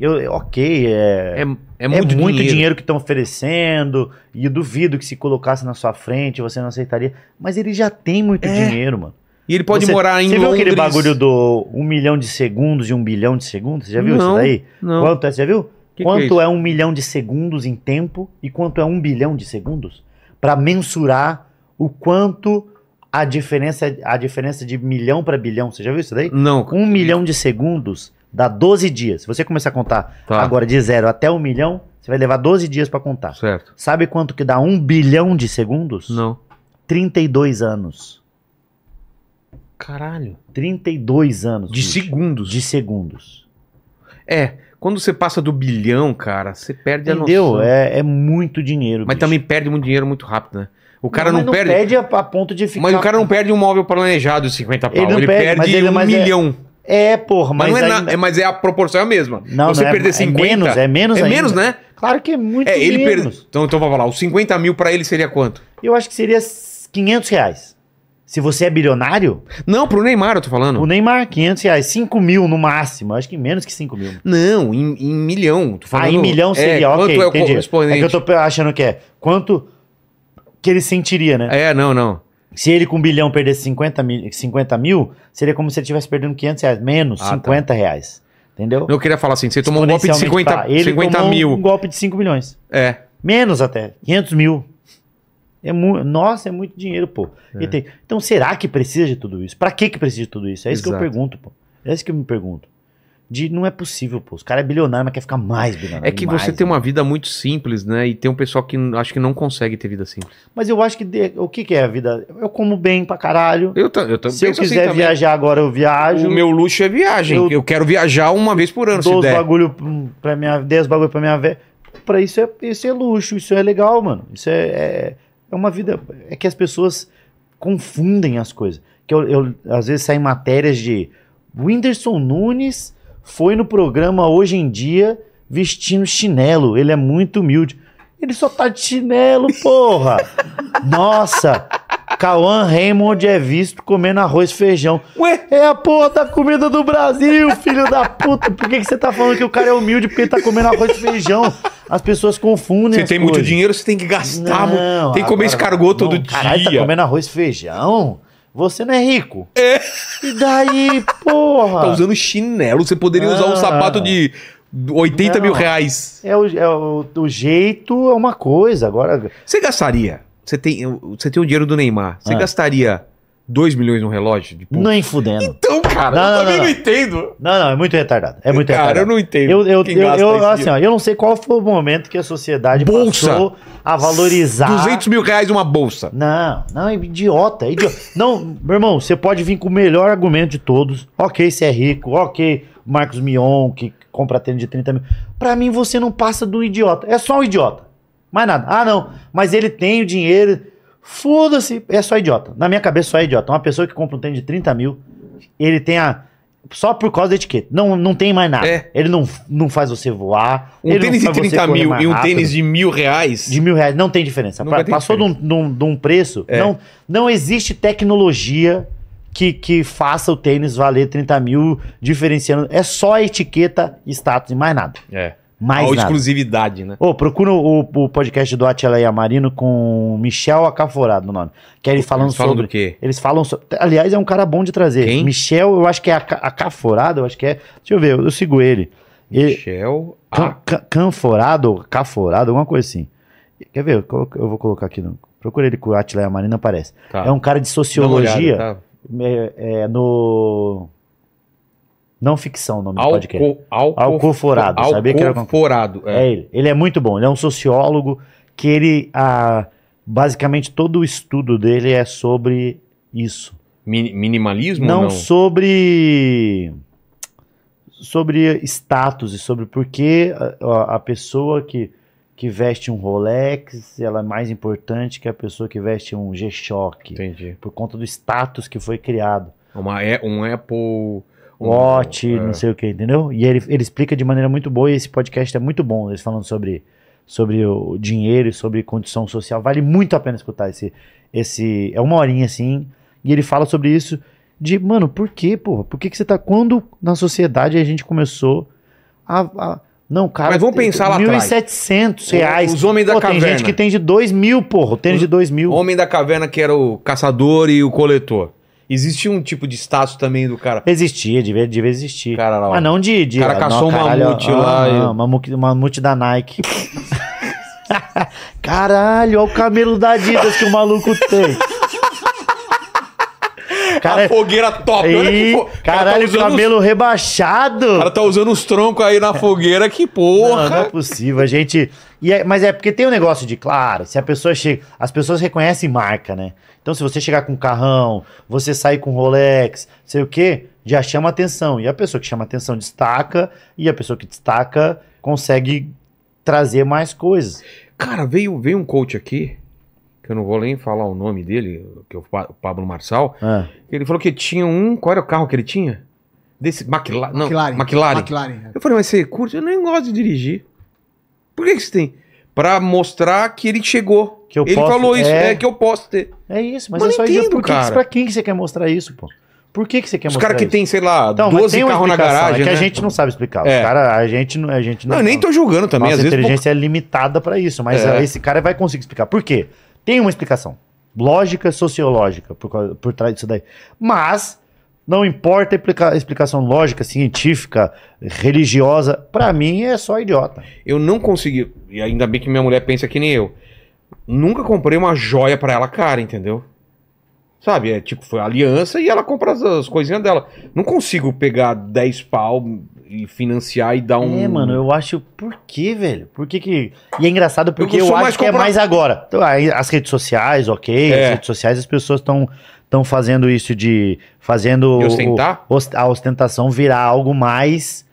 S5: Eu, eu- ok, é,
S1: É, é
S5: é
S1: muito, dinheiro.
S5: que estão oferecendo. E eu duvido que se colocasse na sua frente você não aceitaria. Mas ele já tem muito
S1: É.
S5: dinheiro, mano.
S1: E ele pode
S5: Você-
S1: morar em
S5: Você viu
S1: Londres.
S5: aquele bagulho do um milhão de segundos e um bilhão de segundos? Você já viu
S1: Não,
S5: isso daí?
S1: Não.
S5: Quanto é? Você já viu?
S1: Que que
S5: quanto
S1: isso?
S5: é, um milhão de segundos em tempo e quanto é um bilhão de segundos? Pra mensurar o quanto a diferença, a diferença de milhão pra bilhão. Você já viu isso daí?
S1: Não.
S5: Um milhão de segundos dá 12 dias. Se você começar a contar
S1: Tá.
S5: agora de zero até um milhão, você vai levar 12 dias pra contar.
S1: Certo.
S5: Sabe quanto que dá um bilhão de segundos?
S1: Não.
S5: 32 anos.
S1: Caralho.
S5: 32 anos.
S1: De
S5: bicho.
S1: segundos.
S5: De segundos.
S1: É. Quando você passa do bilhão, cara, você perde a
S5: Entendeu?
S1: noção.
S5: É, é muito dinheiro.
S1: Mas
S5: bicho.
S1: também perde muito dinheiro muito rápido, né? O cara não,
S5: mas
S1: perde.
S5: a, a ponto de ficar.
S1: Mas o cara não perde um móvel planejado de 50 pau.
S5: Ele
S1: Ele,
S5: não perde,
S1: perde,
S5: mas ele-
S1: um
S5: mas é-
S1: milhão.
S5: É, porra,
S1: Mas,
S5: mas.
S1: não é, na-
S5: ainda-
S1: é- mas é a proporção é a mesma.
S5: Não,
S1: Você
S5: não, é-
S1: perder 50.
S5: É menos, é menos
S1: é
S5: ainda.
S1: menos, né?
S5: Claro que é muito
S1: É, ele
S5: menos.
S1: perdeu. Então, então vamos lá. Os 50 mil pra ele seria quanto?
S5: Eu acho que seria 500 reais. Se você é bilionário,
S1: Não, pro Neymar eu tô falando.
S5: o Neymar, 500 reais. 5 mil no máximo. Eu Acho que menos que 5 mil.
S1: Não, em, em milhão. Tô falando,
S5: Aí Ah, milhão seria,
S1: é,
S5: ok,
S1: Quanto é o
S5: entendi. É
S1: correspondente?
S5: que eu tô achando que é. Quanto que ele sentiria, né?
S1: É, não, não.
S5: Se ele com um bilhão perdesse 50 mil, 50 mil, seria como se ele estivesse perdendo 500 reais. Menos
S1: Ah, tá.
S5: 50 reais. Entendeu?
S1: Eu queria falar assim, você tomou um golpe de
S5: Exponencialmente
S1: 50,
S5: pra- ele
S1: 50
S5: tomou
S1: mil.
S5: Um golpe de 5 milhões.
S1: É.
S5: Menos até, 500 mil. É mu Nossa, é muito dinheiro, pô. E
S1: É.
S5: tem- Então, será que precisa de tudo isso? Pra que que precisa de tudo isso? É isso
S1: Exato.
S5: que eu pergunto, pô. É isso que eu me pergunto. De, não é possível, pô. Os caras é bilionário, mas quer ficar mais bilionário.
S1: É que
S5: mais,
S1: você tem
S5: né?
S1: uma vida muito simples, né? E tem um pessoal que n- acho que não consegue ter vida simples.
S5: né? Mas eu acho que... de- O que que é a vida? Eu como bem pra caralho.
S1: Eu, ta- eu também
S5: Se eu
S1: penso assim
S5: quiser
S1: também.
S5: viajar agora, eu viajo.
S1: O meu luxo é viagem. Eu,
S5: Eu-
S1: quero viajar uma vez por ano, se
S5: dou os
S1: der.
S5: bagulho hum, pra minha... Dei os bagulho pra minha velha. Pra isso é, isso é luxo, isso é legal, mano. Isso é, é, é uma vida... É que as pessoas confundem as coisas. Que eu, eu, às vezes saem matérias de... Whindersson Nunes foi no programa Hoje em Dia vestindo chinelo. Ele é muito humilde. Ele só tá de chinelo, porra! Nossa! Cauã Raymond é visto comendo arroz e feijão.
S1: Ué?
S5: É a porra da comida do Brasil, filho da puta! Por que, que você tá falando que o cara é humilde porque ele tá comendo arroz e feijão? As pessoas confundem.
S1: Você
S5: as
S1: tem muito
S5: coisas.
S1: dinheiro, você tem que gastar. mu-
S5: Não,
S1: tem que comer
S5: agora-
S1: escargot todo
S5: não, Caralho, tá
S1: dia.
S5: comendo arroz e feijão? Você não é rico. É. E daí, porra?
S1: Tá usando chinelo. Você poderia usar um
S5: Ah.
S1: sapato de 80 mil
S5: Não.
S1: reais.
S5: É, o, é o, o jeito é uma coisa. Agora,
S1: Você gastaria? Você tem, você tem o dinheiro do Neymar. Você
S5: Ah.
S1: gastaria 2 milhões num relógio? de pulso?
S5: nem fudendo.
S1: Então, cara,
S5: Não,
S1: eu
S5: não,
S1: também não,
S5: não, não.
S1: entendo.
S5: Não, não, é muito retardado. É muito
S1: Cara, eu
S5: retardado.
S1: não entendo.
S5: Eu, eu,
S1: quem
S5: eu,
S1: gasta
S5: eu-
S1: esse
S5: assim,
S1: dinheiro.
S5: ó, eu não sei qual foi o momento que a sociedade
S1: Bolsa.
S5: passou a valorizar.
S1: 200 mil reais uma bolsa.
S5: Não, não, é idiota, é idiota. (laughs) Não, meu irmão, você pode vir com o melhor argumento de todos. Ok, você é rico, ok, Marcos Mion, que compra tênis de 30 mil. Pra mim, você não passa de um idiota. É só um idiota. Mais nada. Ah, não, mas ele tem o dinheiro. Foda-se, é só idiota. Na minha cabeça, só é idiota. Uma pessoa que compra um tênis de 30 mil, ele tem a. Só por causa da etiqueta. Não, não tem mais nada.
S1: É.
S5: Ele não, não faz você voar.
S1: Um
S5: ele não
S1: tênis de
S5: faz você
S1: 30
S5: correr
S1: mil
S5: mais
S1: e um
S5: rápido.
S1: tênis de mil reais.
S5: De mil reais, não tem diferença.
S1: Nunca
S5: Pa-
S1: tem
S5: Passou de um, de um- de um preço,
S1: É.
S5: não, não existe tecnologia que, que faça o tênis valer 30 mil, diferenciando. É só etiqueta, status e mais nada.
S1: É.
S5: Mais
S1: Ou
S5: nada.
S1: exclusividade, né?
S5: Ô, procura o, o podcast do Atila e Amarino com Michel Acaforado, o nome. Que é ele falando
S1: Eles falam
S5: sobre.
S1: do quê?
S5: Eles falam sobre. Aliás, é um cara bom de trazer.
S1: Quem?
S5: Michel, eu acho que é Aca- Acaforado, eu acho que é. Deixa eu ver, eu, eu sigo ele. ele
S1: Michel. ah,
S5: Can- Can- Canforado, Caforado, alguma coisa assim. Quer ver? Eu, colo- eu vou colocar aqui. No, procura ele com o Atila e Amarino, aparece.
S1: Ah, tá.
S5: É um cara de
S1: Dá uma olhada,
S5: sociologia.
S1: tá?
S5: é, é, no. Não ficção, o nome do podcast.
S1: Alco, alco,
S5: Alcoforado, sabia que era alguma
S1: Alcoforado, é.
S5: É ele. Ele é muito bom. Ele é um sociólogo que ele. ah, basicamente, todo o estudo dele é sobre isso.
S1: Mi- Minimalismo
S5: Não,
S1: ou não?
S5: sobre. Sobre status e sobre por que a, a pessoa que, que veste um Rolex ela é mais importante que a pessoa que veste um G-Shock.
S1: Entendi.
S5: Por conta do status que foi criado.
S1: Uma, é- um Apple... um-
S5: Watch,
S1: é.
S5: não sei o que, entendeu? E ele, ele explica de maneira muito boa e esse podcast é muito bom, eles falando sobre, sobre o dinheiro e sobre condição social. Vale muito a pena escutar esse, esse. É uma horinha assim, e ele fala sobre isso de, mano, por quê, porra? Por que, que você tá. Quando na sociedade a gente começou a. a- não, cara.
S1: Mas vamos pensar lá atrás.
S5: 1.700 reais.
S1: Os homens da
S5: Pô, tem
S1: caverna.
S5: gente que tem de 2 mil, porra. Tênis de 2 mil.
S1: Homem da caverna que era o caçador e o coletor. Existia um tipo de status também do cara...
S5: Existia, devia, devia existir.
S1: Cara lá, ó.
S5: Ah, não de. de
S1: O cara
S5: ah,
S1: caçou um
S5: não, caralho,
S1: mamute
S5: ah,
S1: lá e-
S5: Não, mamute, mamute da Nike. (laughs) caralho, olha o camelo da Adidas que o maluco
S1: (laughs)
S5: tem.
S1: a
S5: Cara, é-
S1: fogueira top, olha que
S5: Ih,
S1: fo- o cara tá
S5: caralho,
S1: usando
S5: camelo
S1: os- O
S5: rebaixado.
S1: cara tá usando os troncos aí na fogueira, que porra!
S5: Não, não é possível, a gente. e é- mas é porque tem um negócio de, claro, se a pessoa chega. As pessoas reconhecem marca, né? Então, se você chegar com um carrão, você sair com um Rolex, sei o quê, já chama atenção. E a pessoa que chama atenção destaca, e a pessoa que destaca consegue trazer mais coisas.
S1: Cara, veio, veio um coach aqui, que eu não vou nem falar o nome dele, que é o Pa- o Pablo Marçal.
S5: Ah,
S1: Ele falou que tinha um. Qual era o carro que ele tinha? Desse. Maquila- não, McLaren.
S2: McLaren. é.
S1: Eu falei, mas você curte? Eu nem gosto de dirigir. Por que, que você tem? Pra mostrar que ele chegou.
S5: Que eu
S1: ele
S5: posso-
S1: falou isso,
S5: é.
S1: é que eu posso ter.
S5: é isso, mas
S1: Mas
S5: é só
S1: eu
S5: isso.
S1: entendo,
S5: Por que, que-
S1: cara.
S5: pra quem que você quer mostrar isso, pô? Por que, que você quer
S1: Os
S5: mostrar
S1: caras que
S5: isso?
S1: tem, sei lá,
S5: Então, mas
S1: 12
S5: tem uma
S1: carros na
S5: explicação,
S1: garagem.
S5: É que
S1: né?
S5: a gente não sabe explicar.
S1: É.
S5: Os caras, a gente, não- a gente não.
S1: Não, eu nem tô julgando também,
S5: Nossa
S1: às vezes.
S5: inteligência é limitada para isso, mas
S1: É.
S5: ah, esse cara vai conseguir explicar. Por quê? Tem uma explicação. Lógica sociológica por, causa- por trás disso daí. Mas não importa a explica- explicação lógica, científica, religiosa, para mim é só idiota.
S1: Eu não consegui. E ainda bem que minha mulher pensa que nem eu. Nunca comprei uma joia pra ela, cara, entendeu? Sabe? É tipo, foi aliança e ela compra as, as coisinhas dela. Não consigo pegar 10 pau e financiar e dar um.
S5: É, mano, eu acho por quê, velho? Por que que E é engraçado porque
S1: Eu
S5: eu,
S1: sou
S5: acho
S1: mais
S5: que é
S1: compra-
S5: mais agora. Então, aí, As redes sociais, OK,
S1: É.
S5: as redes sociais as pessoas estão estão fazendo isso de fazendo
S1: De
S5: o-
S1: ostentar?
S5: ost- a ostentação virar algo mais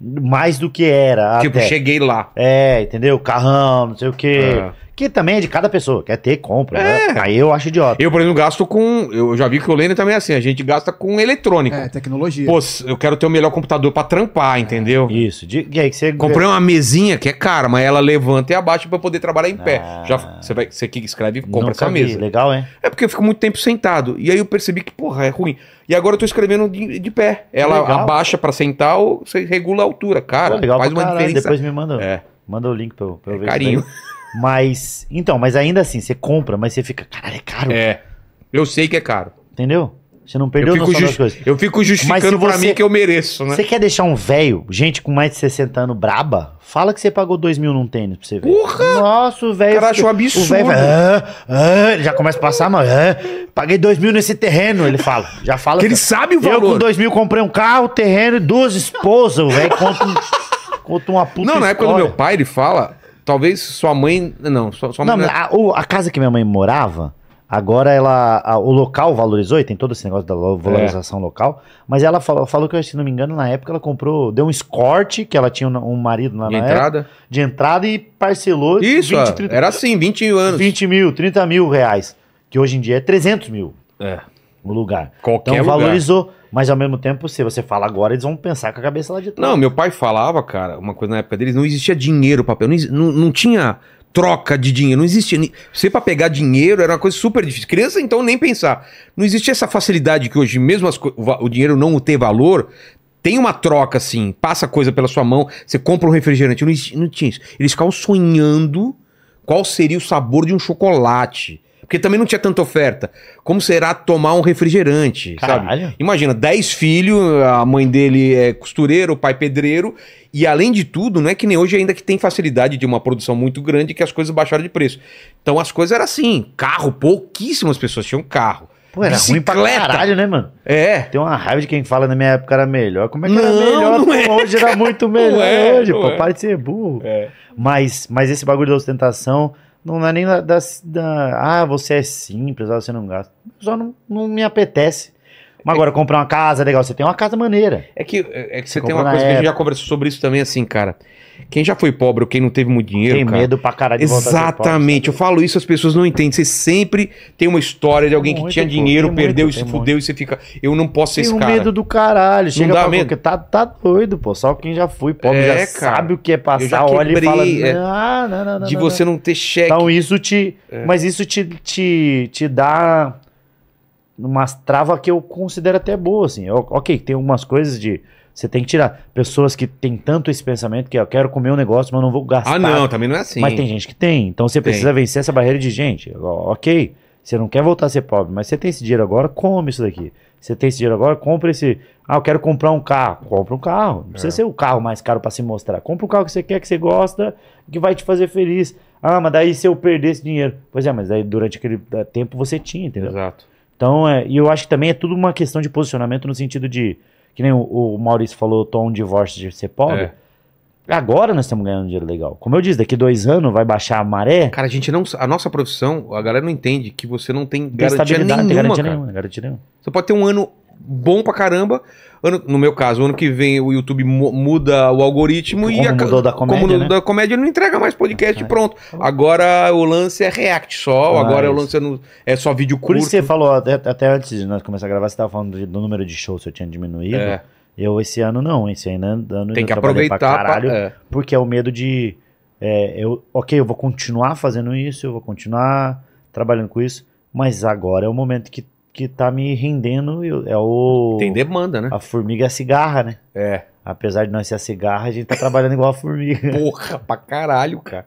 S5: mais do que era.
S1: Tipo,
S5: até.
S1: cheguei lá.
S5: É, entendeu? Carrão, não sei o quê.
S1: É.
S5: Que também é de cada pessoa. Quer ter, compra. né? Aí eu acho idiota.
S1: Eu, por exemplo, gasto com. Eu já vi que o Lênin também é assim, a gente gasta com eletrônico.
S2: É, tecnologia.
S1: Pô, eu quero ter o melhor computador pra trampar, entendeu?
S5: Isso. De, e aí que você.
S1: Comprei uma mesinha que é cara, mas ela levanta e abaixa pra eu poder trabalhar em pé.
S5: Ah.
S1: Já você vai, você que escreve, compra
S5: Nunca
S1: essa
S5: vi. né?
S1: mesa.
S5: Legal, hein?
S1: É porque eu fico muito tempo sentado. E aí eu percebi que, porra, é ruim. E agora eu tô escrevendo de, de pé. Ela
S5: Legal.
S1: abaixa pra sentar ou você regula a altura. Cara,
S5: Pô, legal
S1: faz
S5: pra
S1: uma
S5: caralho.
S1: diferença.
S5: Depois me manda,
S1: É,
S5: manda o link pra eu, pra eu
S1: é
S5: ver.
S1: carinho.
S5: isso daí. Mas. Então, mas ainda assim, você compra, mas você fica. Caralho, é caro.
S1: É. Eu sei que é caro.
S5: Entendeu? Você não perdeu
S1: eu,
S5: noção
S1: fico
S5: das
S1: justi-
S5: coisas.
S1: eu fico justificando
S5: Mas se
S1: pra
S5: você-
S1: mim que eu mereço, né?
S5: Você quer deixar um velho, gente com mais de 60 anos braba? Fala que você pagou 2 mil num tênis pra você ver.
S1: Porra!
S5: Nossa, o
S1: O
S5: velho.
S1: cara acha um
S5: O
S1: absurdo.
S5: velho vai, "Ah, ah", ele já começa a passar mal. "Ah, paguei dois mil nesse terreno, ele fala. Já fala.
S1: Que ele
S5: cara.
S1: sabe o
S5: eu
S1: valor.
S5: com dois mil comprei um carro, terreno e duas esposas. O velho conta, um- conta uma puta
S1: Não, na época do
S5: história.
S1: meu pai, ele fala. Talvez sua mãe. Não, sua, sua mãe.
S5: Não,
S1: não é-
S5: a, o- a casa que minha mãe morava, agora ela. a- o local valorizou, e tem todo esse negócio da lo-
S1: É.
S5: valorização local. Mas ela falou, falou que, se não me engano, na época ela comprou, deu um escorte, que ela tinha um, um marido lá
S1: de
S5: na época,
S1: entrada.
S5: de entrada e parcelou
S1: Isso,
S5: 20,
S1: é,
S5: 30
S1: era assim, 20 anos.
S5: 20 mil, 30 mil reais. Que hoje em dia é 300 mil
S1: É.
S5: o lugar.
S1: Qualquer
S5: Então
S1: lugar.
S5: valorizou. Mas ao mesmo tempo, se você fala agora, eles vão pensar com a cabeça lá de trás.
S1: Não, meu pai falava, cara, uma coisa na época deles, não existia dinheiro, papel. Não, exi- não, não tinha troca de dinheiro. Não existe. ni- Você para pegar dinheiro era uma coisa super difícil. Criança, então, nem pensar. Não existe essa facilidade que hoje, mesmo as co- o va- o dinheiro não ter valor, tem uma troca, assim. Passa coisa pela sua mão, você compra um refrigerante. Não, exi- não tinha isso. Eles ficavam sonhando qual seria o sabor de um chocolate. Porque também não tinha tanta oferta. Como será tomar um refrigerante, sabe?
S5: Caralho.
S1: Imagina, 10 filhos, a mãe dele é costureiro, o pai pedreiro, e além de tudo, não é que nem hoje ainda que tem facilidade de uma produção muito grande que as coisas baixaram de preço. Então as coisas eram assim, carro, pouquíssimas pessoas tinham carro.
S5: Pô, era ruim pra
S1: Bicicleta.
S5: caralho, né, mano?
S1: É.
S5: Tem uma raiva de quem fala na minha época era melhor. Como é que era
S1: Não,
S5: melhor?
S1: não
S5: pô?
S1: é,
S5: Hoje era muito melhor.
S1: é,
S5: hoje,
S1: não
S5: pô,
S1: é.
S5: para de ser burro.
S1: É.
S5: Mas, mas esse bagulho da ostentação não é nem da, da- da- Ah, você é simples, ah, você não gasta. Só não, não me apetece. Mas agora, comprar uma casa legal, você tem uma casa maneira.
S1: É que, é é que você tem
S5: Comprou
S1: uma
S5: na
S1: coisa que a gente já
S5: época.
S1: conversou sobre isso também, assim, cara. Quem já foi pobre ou quem não teve muito dinheiro,
S5: tem
S1: cara,
S5: medo pra caralho de voltar a ser pobre,
S1: um Exatamente, eu falo isso, as pessoas não entendem. Você sempre tem uma história de alguém que
S5: Muito,
S1: tinha
S5: pô,
S1: dinheiro,
S5: tem
S1: perdeu
S5: muito,
S1: e se
S5: tem
S1: fudeu e você fica. Eu não posso ser
S5: Tem
S1: esse
S5: um
S1: cara.
S5: medo do caralho. Chega
S1: dá
S5: pra
S1: medo?
S5: porque tá, tá doido, pô. Só quem já foi pobre
S1: É,
S5: já
S1: cara.
S5: sabe o que é
S1: Eu já
S5: passar, olha e
S1: quebrei,
S5: fala.
S1: é.
S5: Ah, não, não, não.
S1: de
S5: não,
S1: você não ter cheque. É.
S5: Então isso te. Mas isso te, te, te dá umas travas que eu considero até boa, assim. Eu- ok, tem algumas coisas de. Você tem que tirar. Pessoas que têm tanto esse pensamento que eu quero comer um negócio, mas não vou gastar.
S1: ah, não, também não é assim.
S5: Mas tem gente que tem. Então você
S1: Tem.
S5: precisa vencer essa barreira de gente. Ó, Ok, você não quer voltar a ser pobre, mas você tem esse dinheiro agora, come isso daqui. Você tem esse dinheiro agora, compra esse. Ah, eu quero comprar um carro. Compra um carro. Não
S1: É.
S5: precisa ser o carro mais caro pra se mostrar. Compra um carro que você quer, que você gosta, que vai te fazer feliz. Ah, mas daí se eu perder esse dinheiro. Pois é, mas daí durante aquele eh, tempo você tinha, entendeu?
S1: Exato.
S5: Então, é, e eu acho que também é tudo uma questão de posicionamento no sentido de. Que nem o, o Maurício falou, tom de divórcio de ser pobre.
S1: É.
S5: Agora nós estamos ganhando dinheiro legal. Como eu disse, daqui dois anos vai baixar a maré.
S1: Cara, a gente não. A nossa profissão, a galera não entende que você não tem
S5: tem
S1: garantia
S5: estabilidade,
S1: nenhuma.
S5: tem garantia
S1: cara.
S5: nenhuma, garantia nenhuma.
S1: Você pode ter um ano bom pra caramba. ano- no meu caso, o ano que vem o YouTube mu- muda o algoritmo e
S5: Como
S1: a,
S5: mudou da comédia,
S1: como no-
S5: né?
S1: da comédia não entrega mais podcast
S5: É.
S1: e pronto. Agora o lance é React só,
S5: Ah,
S1: agora o
S5: isso.
S1: lance é, no- é só vídeo
S5: Por
S1: curto.
S5: isso que você falou, até, até antes de nós começar a gravar, você estava falando de- do número de shows que eu tinha diminuído.
S1: É,
S5: Eu esse ano não, esse ano, ano
S1: tem
S5: eu
S1: que
S5: trabalhei
S1: aproveitar.
S5: pra
S1: pra-
S5: caralho,
S1: é.
S5: porque é o medo de é, eu, ok, eu vou continuar fazendo isso, eu vou continuar trabalhando com isso, mas agora é o momento que, que tá me rendendo, eu- é o
S1: Tem demanda, né?
S5: a formiga e a cigarra, né?
S1: É.
S5: Apesar de nós ser a cigarra, a gente tá trabalhando igual a formiga.
S1: Porra, pra caralho, cara.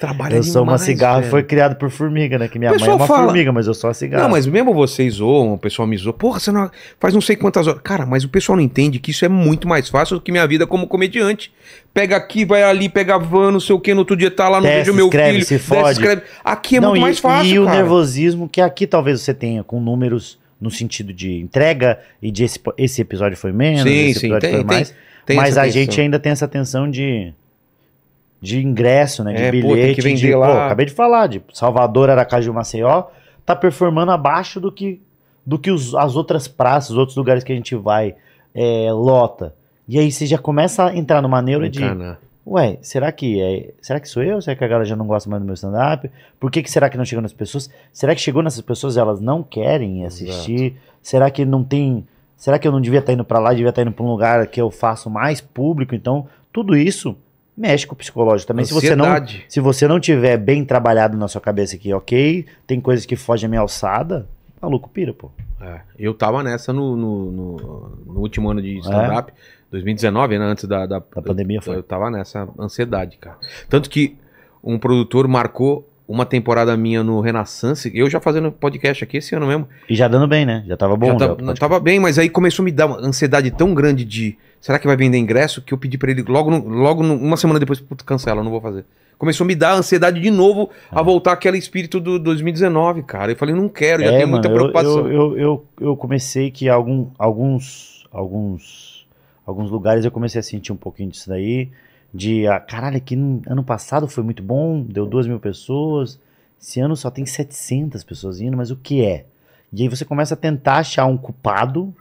S1: Trabalha
S5: eu sou
S1: é
S5: uma
S1: demais,
S5: cigarra
S1: velho.
S5: foi criado por formiga, né? Que minha
S1: O
S5: mãe é
S1: pessoal
S5: uma
S1: fala-
S5: formiga, mas eu sou uma cigarra.
S1: Não, mas mesmo vocês zoam, o pessoal me zoa. Porra, você não faz não sei quantas horas. Cara, mas o pessoal não entende que isso é muito mais fácil do que minha vida como comediante. Pega aqui, vai ali, pega van, não sei o que, no outro dia tá lá, não
S5: Desce,
S1: vejo meu
S5: escreve,
S1: filho.
S5: É, se fode.
S1: escreve. Aqui é muito
S5: e,
S1: mais fácil,
S5: E o
S1: cara.
S5: nervosismo que aqui talvez você tenha com números no sentido de entrega e de esse, esse episódio foi menos,
S1: Sim,
S5: esse
S1: sim,
S5: episódio
S1: tem-
S5: foi
S1: tem-
S5: é mais.
S1: Tem
S5: mas
S1: essa
S5: a
S1: tensão.
S5: gente é ainda tem essa tensão de de ingresso, né, de
S1: É, pô,
S5: bilhete,
S1: tem que vender
S5: de,
S1: lá.
S5: acabei de falar de Salvador, Aracaju, Maceió, tá performando abaixo do que do que os- as outras praças, os outros lugares que a gente vai é, lota. E aí você já começa a entrar numa neura de
S1: Bacana.
S5: Ué, será que é, será que sou eu? Será que a galera já não gosta mais do meu stand-up? Por que, que será que não chegou nas pessoas? Será que chegou nessas pessoas e elas não querem assistir? Será que não tem. Será que eu não devia estar indo pra lá, devia estar indo pra um lugar que eu faço mais público? Então, tudo isso mexe com o psicológico também. Se você não
S1: Ansiedade.
S5: se você não tiver bem trabalhado na sua cabeça aqui, ok, tem coisas que fogem à minha alçada, maluco pira, pô.
S1: É, eu tava nessa no, no- no- no último ano
S5: É?
S1: de stand-up, 2019, né? Antes da, da,
S5: A pandemia foi.
S1: Eu tava nessa ansiedade, cara. Tanto que um produtor marcou uma temporada minha no Renaissance, eu já fazendo podcast aqui esse ano mesmo.
S5: E já dando bem, né? Já tava bom.
S1: já tava,
S5: já,
S1: não tá tava bem, mas aí começou a me dar uma ansiedade tão grande de será que vai vender ingresso que eu pedi pra ele logo, no- logo no- uma semana depois, puto, cancela, eu não vou fazer. Começou a me dar ansiedade de novo
S5: Ah.
S1: a voltar aquele espírito do 2019, cara. Eu falei, não quero, já
S5: É,
S1: tenho muita
S5: mano, eu-
S1: preocupação.
S5: Eu, eu, eu, eu comecei que algum, alguns, alguns, alguns lugares eu comecei a sentir um pouquinho disso daí. De, ah, caralho, aqui no- ano passado foi muito bom, deu duas mil pessoas. Esse ano só tem 700 pessoas indo, mas o que é? E aí você começa a tentar achar um culpado.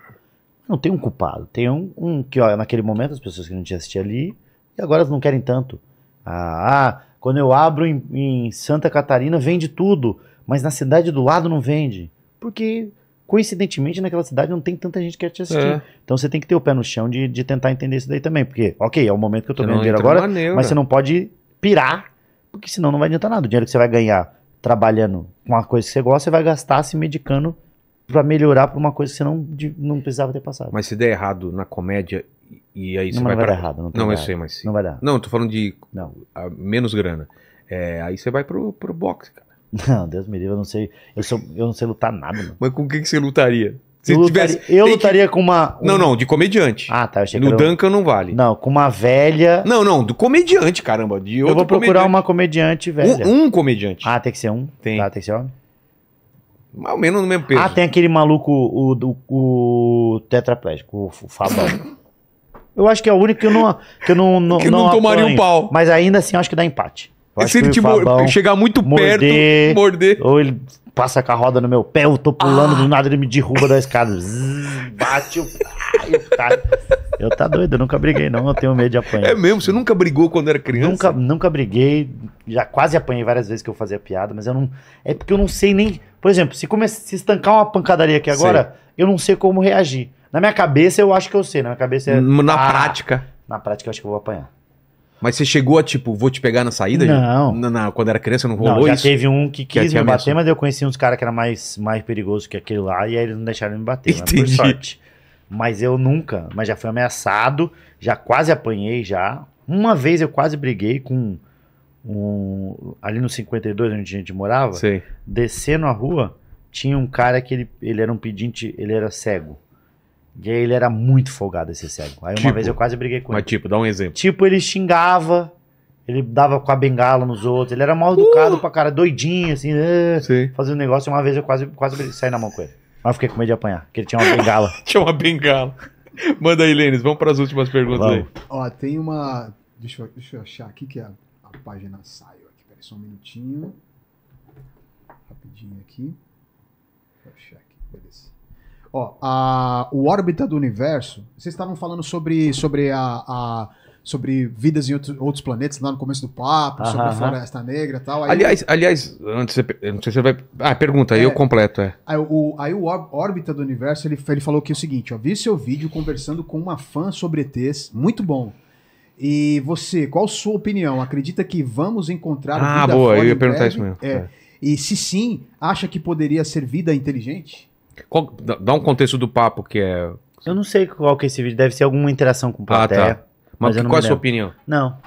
S5: Não tem um culpado, tem um, um que, ó, naquele momento as pessoas que não tinham assistido ali, e agora elas não querem tanto. Ah, ah, quando eu abro em, em Santa Catarina, vende tudo, mas na cidade do lado não vende. Porque, coincidentemente, naquela cidade não tem tanta gente que quer te assistir.
S1: É.
S5: Então você tem que ter o pé no chão de, de tentar entender isso daí também. Porque, ok, é o momento que eu tô
S1: Você
S5: ganhando
S1: não
S5: dinheiro
S1: entra
S5: agora,
S1: numa neura.
S5: mas você não pode pirar. porque senão não vai adiantar nada. O dinheiro que você vai ganhar trabalhando com uma coisa que você gosta, você vai gastar se medicando pra melhorar pra uma coisa que você não, de- não precisava ter passado.
S1: Mas se der errado na comédia, e aí você
S5: não,
S1: vai
S5: mas não vai
S1: pra...
S5: dar errado. Não, tem
S1: Não, eu
S5: errado.
S1: sei, mas...
S5: Não vai dar. (laughs)
S1: Não, eu tô falando de
S5: Não.
S1: ah, menos grana. É, aí você vai pro, pro boxe, cara.
S5: Não, Deus me livre, eu não sei. Eu, sou, eu não sei lutar nada, mano.
S1: Mas com o que, que você lutaria? (laughs) Se
S5: eu
S1: tivesse...
S5: lutaria, eu
S1: tem que-
S5: lutaria com uma. um-
S1: Não, não, de comediante.
S5: Ah, tá. Eu achei que
S1: no
S5: era um-
S1: Duncan não vale.
S5: Não, com uma velha.
S1: Não, não, do comediante, caramba. De
S5: eu
S1: outro
S5: vou procurar
S1: comediante.
S5: uma comediante velha.
S1: Um, um comediante.
S5: Ah, tem que ser um?
S1: Tem.
S5: Tá, tem que ser homem?
S1: Mais ou menos no mesmo peso.
S5: Ah, tem aquele maluco, o, do- o tetraplégico, o, F-
S1: (laughs)
S5: Fabão. eu acho que é o único que eu não. Que eu não, não,
S1: Que não tomaria um pau.
S5: Mas ainda assim, eu acho que dá empate. Eu
S1: E
S5: acho
S1: se ele
S5: que
S1: te
S5: o
S1: mor- (laughs)
S5: Fabão,
S1: chegar muito
S5: morder-
S1: perto, morder.
S5: Ou ele passa com a roda no meu pé, eu tô pulando,
S1: Ah.
S5: do nada ele me derruba da escada. Zzz, bate o. Ah, eu, tá, eu tá doido, eu nunca briguei, não. Eu tenho medo de apanhar.
S1: É mesmo, você nunca brigou quando era criança?
S5: Nunca, nunca briguei, já quase apanhei várias vezes que eu fazia piada, mas eu não. É porque eu não sei nem. Por exemplo, se, come... se estancar uma pancadaria aqui agora, eu não sei como reagir. Na minha cabeça eu acho que eu sei, na minha cabeça é.
S1: Na
S5: Ah,
S1: prática.
S5: Na prática eu acho que eu vou apanhar.
S1: Mas você chegou a tipo, vou te pegar na saída?
S5: Não.
S1: Na, na- quando era criança não rolou
S5: Não, já
S1: isso?
S5: teve um que
S1: Que é
S5: quis
S1: te
S5: me
S1: ameaçou.
S5: bater, mas eu conheci uns caras que era mais, mais perigoso que aquele lá, e aí eles não deixaram ele me bater, mas por
S1: Entendi.
S5: sorte. Mas eu nunca, mas já fui ameaçado, já quase apanhei já. Uma vez eu quase briguei com um. Ali no 52, onde a gente morava.
S1: Sei.
S5: descendo a rua, tinha um cara que ele, ele era um pedinte, ele era cego. E aí ele era muito folgado esse cego. Aí uma
S1: Tipo?
S5: vez eu quase briguei com
S1: Mas
S5: ele.
S1: tipo, dá um exemplo.
S5: Tipo, ele xingava, ele dava com a bengala nos outros, ele era mal educado
S1: Uh!
S5: pra cara, doidinho, assim, eh,
S1: Sei.
S5: fazendo um negócio. Uma vez eu quase, quase briguei- saí na mão com ele. Mas eu fiquei com medo de apanhar, porque ele tinha uma
S1: (laughs)
S5: bengala.
S1: Tinha uma bengala. Manda aí, Lênis, vamos para as últimas perguntas
S5: Vamos.
S1: aí.
S2: Ó, tem uma. Deixa eu, deixa eu achar aqui que a, a página saiu aqui. Peraí, só um minutinho. Rapidinho aqui. Deixa eu achar aqui, beleza. Ó, a, o órbita do universo. Vocês estavam falando sobre, sobre a. a- sobre vidas em outros, outros planetas lá no começo do papo,
S5: Aham,
S2: sobre a
S5: aham.
S2: Floresta Negra e tal. Aí,
S1: Aliás, aliás, antes você, eu não sei se você vai. Ah, pergunta, aí
S2: É.
S1: eu completo, é.
S2: Aí o, aí o Or- Órbita do Universo, ele, ele falou que é o seguinte, ó, vi seu vídeo conversando com uma fã sobre ETs, muito bom. E você, qual sua opinião? Acredita que vamos encontrar
S1: Ah,
S2: vida
S1: boa,
S2: fora
S1: eu ia
S2: em
S1: perguntar
S2: breve?
S1: isso mesmo.
S2: É. E se sim, acha que poderia ser vida inteligente?
S1: Qual- dá- dá um contexto do papo que é.
S5: Eu não sei qual que é esse vídeo, deve ser alguma interação com
S1: Ah,
S5: plateia.
S1: tá.
S5: Mas
S1: Mas,
S5: eu
S1: que-
S5: não
S1: qual é
S5: me
S1: a sua
S5: lembro.
S1: opinião?
S5: Não,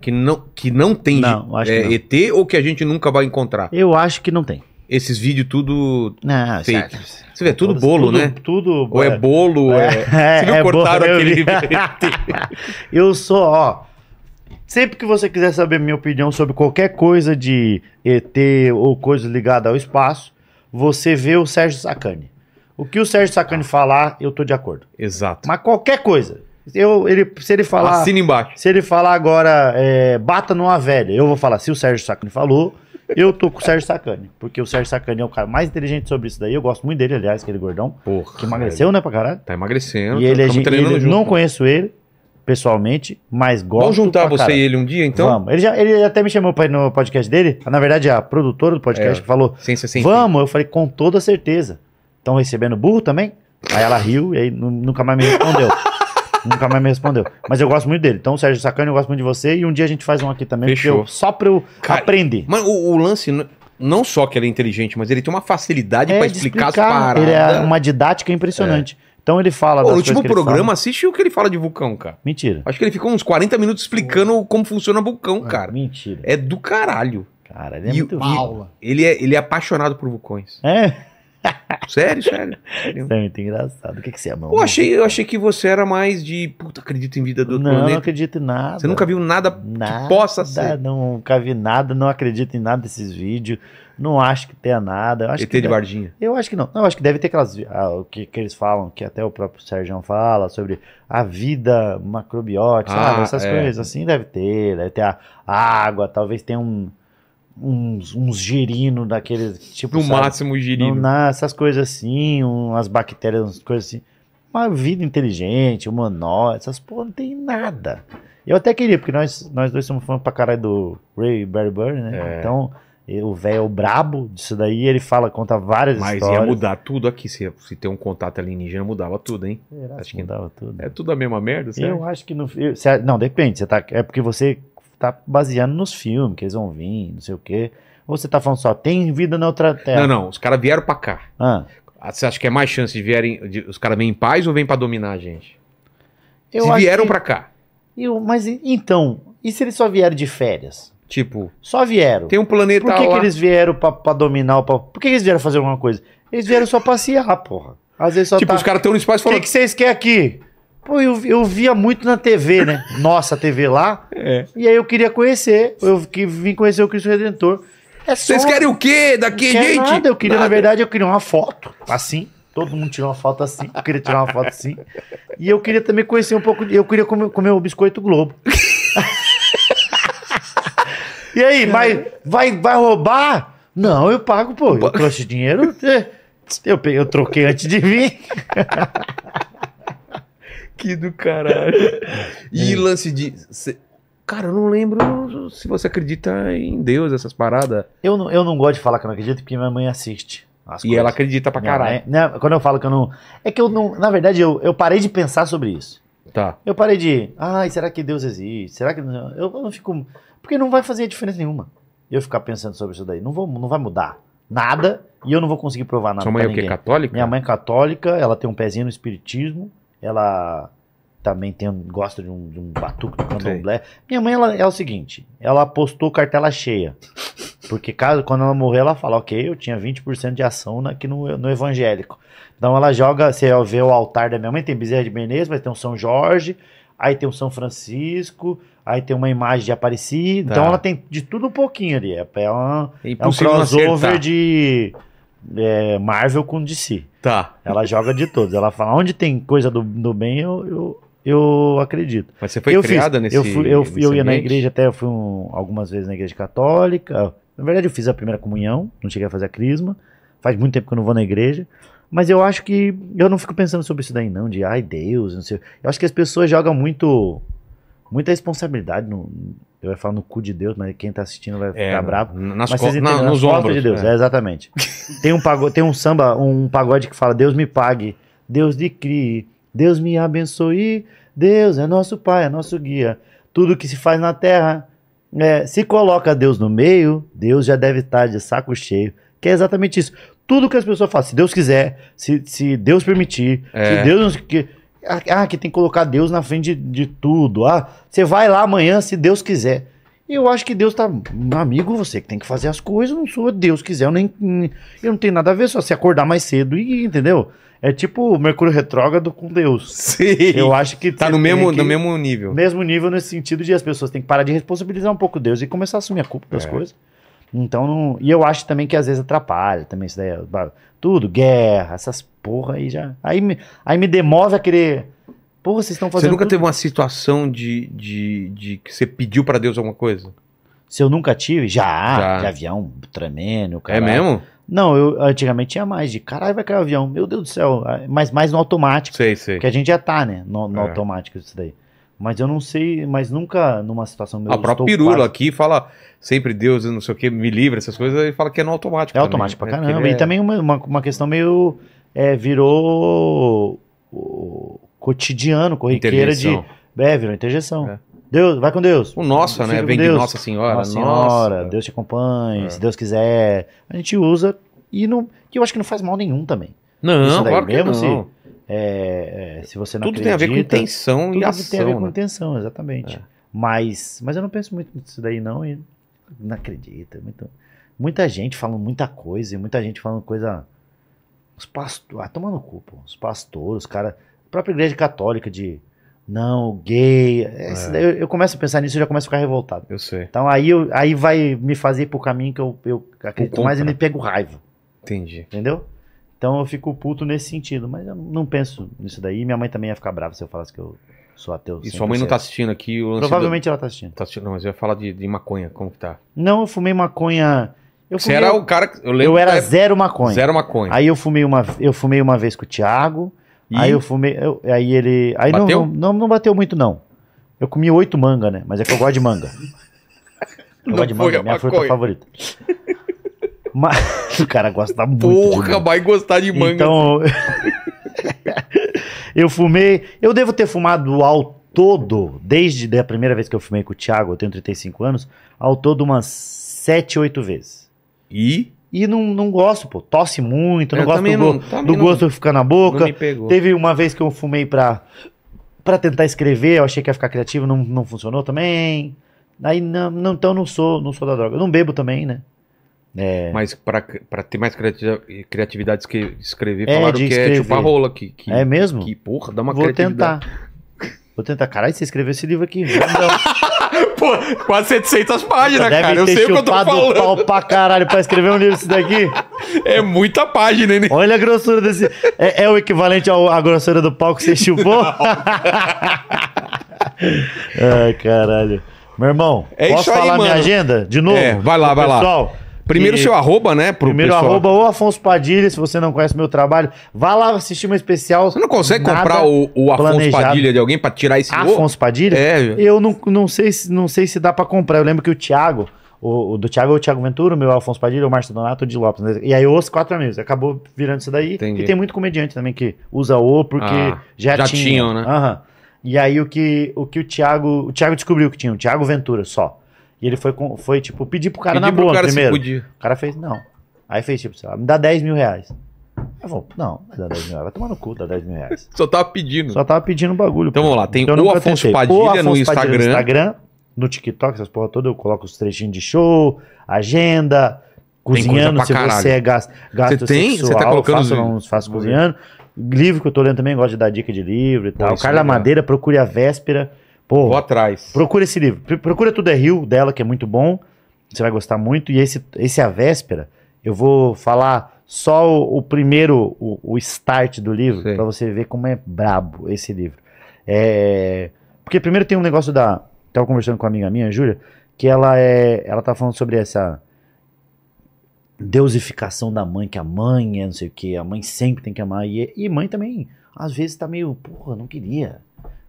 S1: Que não, que não tem
S5: Não, acho que
S1: é,
S5: não.
S1: ET ou que a gente nunca vai encontrar?
S5: eu acho que não tem.
S1: Esses vídeos tudo.
S2: É
S5: Não,
S1: Fake.
S5: sabe?
S1: Você vê, tudo
S5: Todos-
S1: bolo,
S5: tudo-
S1: né?
S5: Tudo.
S1: Ou é bolo, é. Você viu, cortaram
S5: bom, eu
S1: aquele-
S5: vi. (laughs) eu sou, ó. Sempre que você quiser saber minha opinião sobre qualquer coisa de ET ou coisa ligada ao espaço, você vê o Sérgio Sacani. O que o Sérgio Sacani falar, eu tô de acordo.
S1: Exato.
S5: Mas qualquer coisa. Eu, ele, se ele falar.
S1: Assina embaixo.
S5: Se ele falar agora, é, bata numa velha, eu vou falar, se o Sérgio Sacani falou, eu tô com o Sérgio Sacani. Porque o Sérgio Sacani é o cara mais inteligente sobre isso daí. Eu gosto muito dele, aliás, aquele gordão.
S1: Porra.
S5: Que emagreceu, né, pra caralho?
S1: Tá emagrecendo.
S5: E ele, é
S1: tamo
S5: gente-
S1: treinando
S5: ele-
S1: junto.
S5: não conheço ele pessoalmente, mas gosto.
S1: Vamos juntar
S5: pra
S1: você
S5: caralho.
S1: e ele um dia, então?
S5: Vamos. Ele, já, ele até me chamou pra ir no podcast dele. Na verdade, a produtora do podcast
S1: É,
S5: que falou:
S1: Ciência sem fim.
S5: Vamos. Eu falei: Com toda certeza. Estão recebendo burro também? Aí ela riu e aí nu- nunca mais me
S1: (laughs)
S5: respondeu. nunca mais me respondeu. Mas eu gosto muito dele. Então, Sérgio Sacani, eu gosto muito de você. E um dia a gente faz um aqui também. porque
S1: Fechou.
S5: eu- só pra eu
S1: Cara,
S5: aprender.
S1: Mas o, o lance, n- não só que ele é inteligente, mas ele tem uma facilidade pra
S5: É de
S1: explicar, as paradas.
S5: Ele é uma didática impressionante. Então, ele fala.
S1: Pô,
S5: das
S1: no
S5: coisas
S1: último
S5: que ele
S1: programa,
S5: fala.
S1: assiste o que ele fala de vulcão, cara.
S5: Mentira.
S1: Acho que ele ficou uns 40 minutos explicando como funciona
S5: Ah,
S1: vulcão, cara.
S5: Mentira.
S1: É do caralho.
S5: Cara, ele é
S1: E
S5: muito
S1: o-
S2: Uma
S5: rico.
S2: aula.
S1: Ele é, ele é apaixonado por vulcões.
S5: É.
S1: Sério, sério.
S5: (laughs)
S1: sério.
S5: Isso é muito engraçado. O que, que você ama?
S1: Eu achei, eu achei que você era mais de. Puta, acredito em vida do
S5: Não,
S1: outro
S5: não
S1: planeta.
S5: acredito em nada.
S1: Você nunca viu nada
S5: nada,
S1: que possa ser.
S5: Não, nunca vi nada, não acredito em nada desses vídeos. Não acho que tenha nada. Eu acho
S1: ET
S5: que
S1: de
S5: deve-
S1: Varginha.
S5: Eu acho que não. Não, eu acho que deve ter aquelas. vi- ah, o que, que eles falam, que até o próprio Sérgio fala, sobre a vida macrobiótica,
S1: Ah,
S5: sabe? Essas
S1: é.
S5: coisas assim deve ter. Deve ter a água, talvez tenha um, uns, uns girino daqueles. Tipo,
S1: No
S5: sabe?
S1: máximo, girino.
S5: Não, na- essas coisas assim, umas bactérias, umas coisas assim. Uma vida inteligente, humanoide, essas porra não tem nada. Eu até queria, porque nós, nós dois somos fãs pra caralho do Ray Bradbury, né?
S1: É.
S5: Então, e- o velho é o brabo disso daí, ele fala, conta várias
S1: Mas é
S5: histórias.
S1: ia mudar tudo aqui. Se, se ter um contato alienígena, mudava tudo, hein?
S5: Será
S1: Acho
S5: que
S1: que-
S5: mudava assim, tudo?
S1: É tudo a mesma merda, sério?
S5: eu acho que não. eu- se- não, depende. Você tá, é porque você tá baseando nos filmes, que eles vão vir, não sei o quê. Ou você tá falando só, tem vida na outra terra?
S1: Não, não, os caras vieram pra cá.
S5: Ah,
S1: Ah, Você acha que é mais chance de vierem. de- os caras vêm em paz ou vêm pra dominar a gente?
S5: eu
S1: Se
S5: acho
S1: vieram
S5: que-
S1: pra cá.
S5: Eu, mas e- então, e se eles só vieram de férias?
S1: Tipo,
S5: Só vieram.
S1: tem um planeta
S5: Por que, que
S1: lá.
S5: eles vieram pra, pra dominar o pau? Por que, que eles vieram fazer alguma coisa? Eles vieram só passear, porra. Às vezes só
S1: tipo,
S5: tá...
S1: os caras estão no espaço
S5: O que,
S1: falando.
S5: que vocês querem aqui? Pô, eu, eu via muito na TV, né? (laughs) Nossa, a TV lá.
S1: É.
S5: E aí eu queria conhecer. Eu que vim conhecer o Cristo Redentor. É só
S1: Vocês querem o quê
S5: não
S1: daqui,
S5: quero
S1: gente?
S5: é Nada. Eu queria,
S1: Nada.
S5: na verdade, eu queria uma foto. Assim. Todo mundo tirou uma foto assim. Eu queria tirar uma foto assim. E eu queria também conhecer um pouco. de- Eu queria comer, comer o biscoito Globo. (laughs) e aí, mas vai, vai roubar? Não, eu pago, pô. Eu trouxe dinheiro. é, Eu, pe- eu troquei antes de vir.
S1: Que do
S5: (laughs)
S1: caralho. E lance de. cê- Cara, eu não lembro se você acredita em Deus, essas paradas.
S5: Eu não, eu não gosto de falar que eu não acredito, porque minha mãe assiste. as
S1: E
S5: coisas.
S1: ela acredita pra
S5: Minha
S1: caralho.
S5: mãe- né, quando eu falo que eu não. É que eu não. Na verdade, eu, eu parei de pensar sobre isso.
S1: Tá.
S5: Eu parei de. Ai, será que Deus existe? Será que. não?" Eu, eu não fico. Porque não vai fazer diferença nenhuma eu ficar pensando sobre isso daí. Não, vou, não vai mudar nada e eu não vou conseguir provar nada.
S1: Sua mãe é
S5: pra
S1: o quê?
S5: ninguém.
S1: Católica?
S5: Minha mãe é católica, ela tem um pezinho no espiritismo, ela também tem, um- gosta de um, de um batuque do candomblé. Minha mãe ela, é o seguinte, ela apostou cartela cheia. Porque caso, quando ela morrer, ela fala, ok, eu tinha 20% de ação na- aqui no, no evangélico. Então ela joga, você vê o altar da minha mãe, tem Bezerra de Menezes, mas tem um São Jorge, aí tem um São Francisco, aí tem uma imagem de Aparecida.
S1: Tá.
S5: Então ela tem de tudo um pouquinho ali. É, é uma-
S1: É
S5: é um
S1: impossível não
S5: crossover
S1: acertar.
S5: de é, Marvel com DC.
S1: Tá.
S5: Ela joga de todos. Ela fala, onde tem coisa do, do bem, eu, eu, eu acredito.
S1: Mas você foi
S5: eu
S1: criada
S5: fiz,
S1: nesse.
S5: eu, fui, eu, fui-
S1: nesse
S5: eu ia na
S1: ambiente?
S5: igreja, até eu fui um- algumas vezes na igreja católica. Na verdade, eu fiz a primeira comunhão, não cheguei a fazer a crisma. Faz muito tempo que eu não vou na igreja. Mas eu acho que eu não fico pensando sobre isso daí, não, de ai Deus, não sei. Eu acho que as pessoas jogam muito. Muita responsabilidade no. Eu ia falar no cu de Deus, mas quem tá assistindo vai
S1: É,
S5: ficar bravo.
S1: Nas
S5: Mas
S1: co-
S5: vocês
S1: na-
S5: entendem, nas
S1: nos
S5: costas
S1: ombros.
S5: de Deus,
S1: é.
S5: é, exatamente. Tem um, pagode, tem um samba, um pagode que fala, Deus me pague, Deus me crie, Deus me abençoe, Deus é nosso Pai, é nosso guia. Tudo que se faz na terra, é, se coloca Deus no meio, Deus já deve estar de saco cheio. Que é exatamente isso. Tudo que as pessoas falam, se Deus quiser, se, se Deus permitir,
S1: É.
S5: se Deus... Que, ah, que tem que colocar Deus na frente de, de tudo. Ah, você vai lá amanhã se Deus quiser. E eu acho que Deus tá. Meu amigo, você que tem que fazer as coisas, não sou Deus quiser, eu nem. Eu não tenho nada a ver, só se acordar mais cedo e, entendeu? É tipo Mercúrio retrógrado com Deus.
S1: Sim.
S5: Eu acho que.
S1: Tá
S5: você
S1: no mesmo,
S5: tem que-
S1: no mesmo nível.
S5: mesmo nível nesse sentido de as pessoas têm que parar de responsabilizar um pouco Deus e começar a assumir a culpa das
S1: É.
S5: coisas. Então, não, e eu acho também que às vezes atrapalha também isso daí, ba- tudo, guerra, essas porra aí já. Aí me, aí me demove a querer. Porra, vocês estão
S1: Você
S5: fazendo.
S1: nunca
S5: tudo-
S1: teve uma situação de, de, de que você pediu pra Deus alguma coisa?
S5: Se eu nunca tive, já,
S1: Já.
S5: de avião, tremendo,
S1: É
S5: caralho.
S1: mesmo?
S5: Não, eu antigamente tinha mais de caralho, vai cair o avião, meu Deus do céu, mas mais no automático.
S1: Sei, sei.
S5: Porque a gente já tá, né? No, no
S1: É.
S5: automático isso daí. Mas eu não sei, mas nunca numa situação meu.
S1: A própria
S5: estou
S1: Pirula
S5: quase-
S1: aqui fala sempre Deus, não sei o que, me livra, essas coisas, e fala que é no automático.
S5: É
S1: também,
S5: automático pra
S1: né?
S5: caramba.
S1: Porque ele
S5: E também uma, uma, uma questão meio. é, virou. o- cotidiano,
S1: é
S5: corriqueira de.
S1: intervenção.
S5: É, virou interjeição.
S1: É.
S5: Deus, vai com Deus.
S1: O Nossa, né?
S5: Fica com
S1: Vem de
S5: Deus.
S1: Nossa Senhora.
S5: Nossa Senhora,
S1: nossa.
S5: Deus te acompanhe,
S1: É.
S5: se Deus quiser. A gente usa e não, que eu acho que não faz mal nenhum também.
S1: Não,
S5: Isso daí
S1: claro que
S5: mesmo,
S1: não.
S5: sim. É, é, se você não
S1: Tudo tem a ver com
S5: acredita,
S1: intenção
S5: tudo
S1: e
S5: tem a ver
S1: ação.
S5: com
S1: né?
S5: intenção, exatamente. Mas, mas eu não penso muito nisso daí não e não acredita. Muito, muita gente falando muita coisa e muita gente falando coisa... Os pastores... Ah, toma no cu, pô. Os pastores, os caras... A própria igreja católica de... Não, gay... é, isso
S1: É.
S5: daí, eu, eu começo a pensar nisso e já começo a ficar revoltado.
S1: Eu sei.
S5: Então aí, eu- aí vai me fazer ir pro caminho que eu, eu acredito
S1: contra.
S5: mais e me pego raiva,
S1: Entendi.
S5: entendeu? Então eu fico puto nesse sentido, mas eu não penso nisso daí. Minha mãe também ia ficar brava se eu falasse que eu sou ateu.
S1: E sua mãe não tá
S5: 100%.
S1: assistindo aqui o lance do-
S5: Provavelmente ela tá assistindo.
S1: Tá assistindo, não, mas eu ia falar de, de maconha, como que tá?
S5: Não, eu fumei maconha. Eu
S1: Você
S5: fumei,
S1: era o cara que. Eu lembro
S5: É eu era
S1: da época-
S5: zero maconha.
S1: zero maconha.
S5: Aí eu fumei uma, eu fumei uma vez com o Thiago.
S1: E-
S5: Aí eu fumei, eu- aí ele, aí não,
S1: Bateu?
S5: não, não, não bateu muito não. Eu comi oito manga, né? Mas é que eu gosto de manga. Eu
S1: Não
S5: gosto de
S1: foi
S5: manga,
S1: a
S5: minha fruta
S1: maconha.
S5: favorita. (laughs) Mas o cara gosta muito. de
S1: Porra,
S5: manga.
S1: vai gostar de manga. assim.
S5: (laughs) Então eu fumei, eu devo ter fumado alto todo, desde a primeira vez que eu filmei com o Thiago, eu tenho 35 anos, ao todo umas 7, 8 vezes.
S1: E.
S5: E não, não gosto, pô. Tosse muito, não
S1: Eu
S5: gosto do,
S1: É, também
S5: go-
S1: não- também
S5: do
S1: não-
S5: gosto que fica na
S1: Não
S5: boca.
S1: me pegou.
S5: Teve uma vez que eu fumei pra, pra tentar escrever, eu achei que ia ficar criativo, não, não funcionou também. Aí, não, não, então não sou, não sou da droga. Eu não bebo também, né?
S1: É, Mas pra, pra ter mais criati- criatividade esque- escrever,
S5: É,
S1: falaram
S5: de
S1: que é
S5: escrever.
S1: chupar rola. Que, que,
S5: é mesmo?
S1: que porra, dá uma
S5: Vou
S1: criatividade.
S5: tentar. Vou tentar. Caralho, você escreveu esse livro
S1: (laughs)
S5: aqui. Não,
S1: Pô, quase 700 páginas,
S5: deve
S1: cara. Eu
S5: ter
S1: sei o que eu tô
S5: chupado o
S1: falando.
S5: pau pra caralho pra escrever um livro isso daqui.
S1: É muita página, né?
S5: Olha a grossura desse. É, é o equivalente ao- à grossura do pau que você chupou? (laughs) Ai, caralho. Meu irmão,
S1: É
S5: posso
S1: isso aí,
S5: falar minha
S1: mano.
S5: agenda de novo?
S1: É, vai lá, vai lá.
S5: Pessoal,
S1: Primeiro
S5: e-
S1: seu arroba, né? Pro
S5: Primeiro
S1: pessoal.
S5: arroba ou Afonso Padilha, se você não conhece meu trabalho, vá lá assistir meu especial.
S1: Você não consegue
S5: Nada
S1: comprar o, o Afonso
S5: planejado.
S1: Padilha de alguém pra tirar esse o?
S5: Afonso Padilha?
S1: É.
S5: Eu não, não, sei, se- não sei se dá pra comprar. Eu lembro que o Thiago, o, o do Thiago é o Thiago Ventura, o meu é o Afonso Padilha, o Márcio Donato, o de Lopes. né? E aí os quatro amigos. Acabou virando isso daí.
S1: Entendi.
S5: E tem muito comediante também que usa o porque
S1: Ah,
S5: já,
S1: já
S5: tinha.
S1: tinham, né?
S5: Aham. E aí o que o, que o Thiago. O Thiago descobriu que tinha, o Thiago Ventura só. E ele foi, com- foi tipo, pedir pro cara
S1: Pedi
S5: na
S1: pro
S5: boa
S1: cara se
S5: primeiro.
S1: fudir.
S5: O cara fez, não. Aí fez tipo, sei lá, me dá 10 mil reais. Eu vou, não, não vai dar 10 mil reais. Vai tomar no cu, dá 10 mil reais.
S1: Só tava pedindo.
S5: Só tava pedindo bagulho.
S1: Então
S5: pô.
S1: vamos lá, tem
S5: Então eu
S1: o
S5: nunca
S1: Afonso
S5: tentei.
S1: Padilha
S5: O
S1: no
S5: Afonso
S1: Instagram.
S5: Padilha no Instagram, no TikTok, essas porra toda, eu coloco os trechinhos de show, agenda,
S1: coisa
S5: cozinhando,
S1: pra
S5: se
S1: caralho.
S5: você é gas- gasto
S1: Você tem?
S5: sexual,
S1: Você tá colocando
S5: faço,
S1: os-
S5: não faço
S1: Vamos
S5: cozinhando. Livro que eu tô lendo também, gosto de dar dica de livro e tal.
S1: isso é
S5: Carla
S1: legal.
S5: Madeira, procure a véspera. Pô,
S1: Vou atrás.
S5: Procura esse livro. Pr- Procura Tudo é Rio dela, que é muito bom. Você vai gostar muito. E esse, esse é a véspera. Eu vou falar só o, o primeiro, o, o start do livro,
S1: Sei.
S5: pra você ver como é brabo esse livro. É, Porque primeiro tem um negócio da. Tava conversando com uma amiga minha, a Júlia, que ela é. Ela tá falando sobre essa deusificação da mãe, que a mãe é não sei o que, a mãe sempre tem que amar. E, e mãe também, às vezes, tá meio, porra, não queria.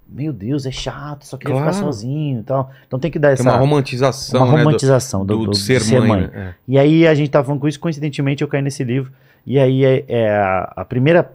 S5: Meu Deus, é chato, só queria
S1: Claro.
S5: ficar sozinho e tal. Então tem que dar
S1: Tem
S5: essa.
S1: uma
S5: Uma,
S1: romantização, né, do-
S5: romantização do,
S1: do,
S5: do-
S1: de
S5: de
S1: ser, mãe. né?
S5: E aí a gente tava falando com isso, coincidentemente eu caí nesse livro. E aí é, é a, a primeira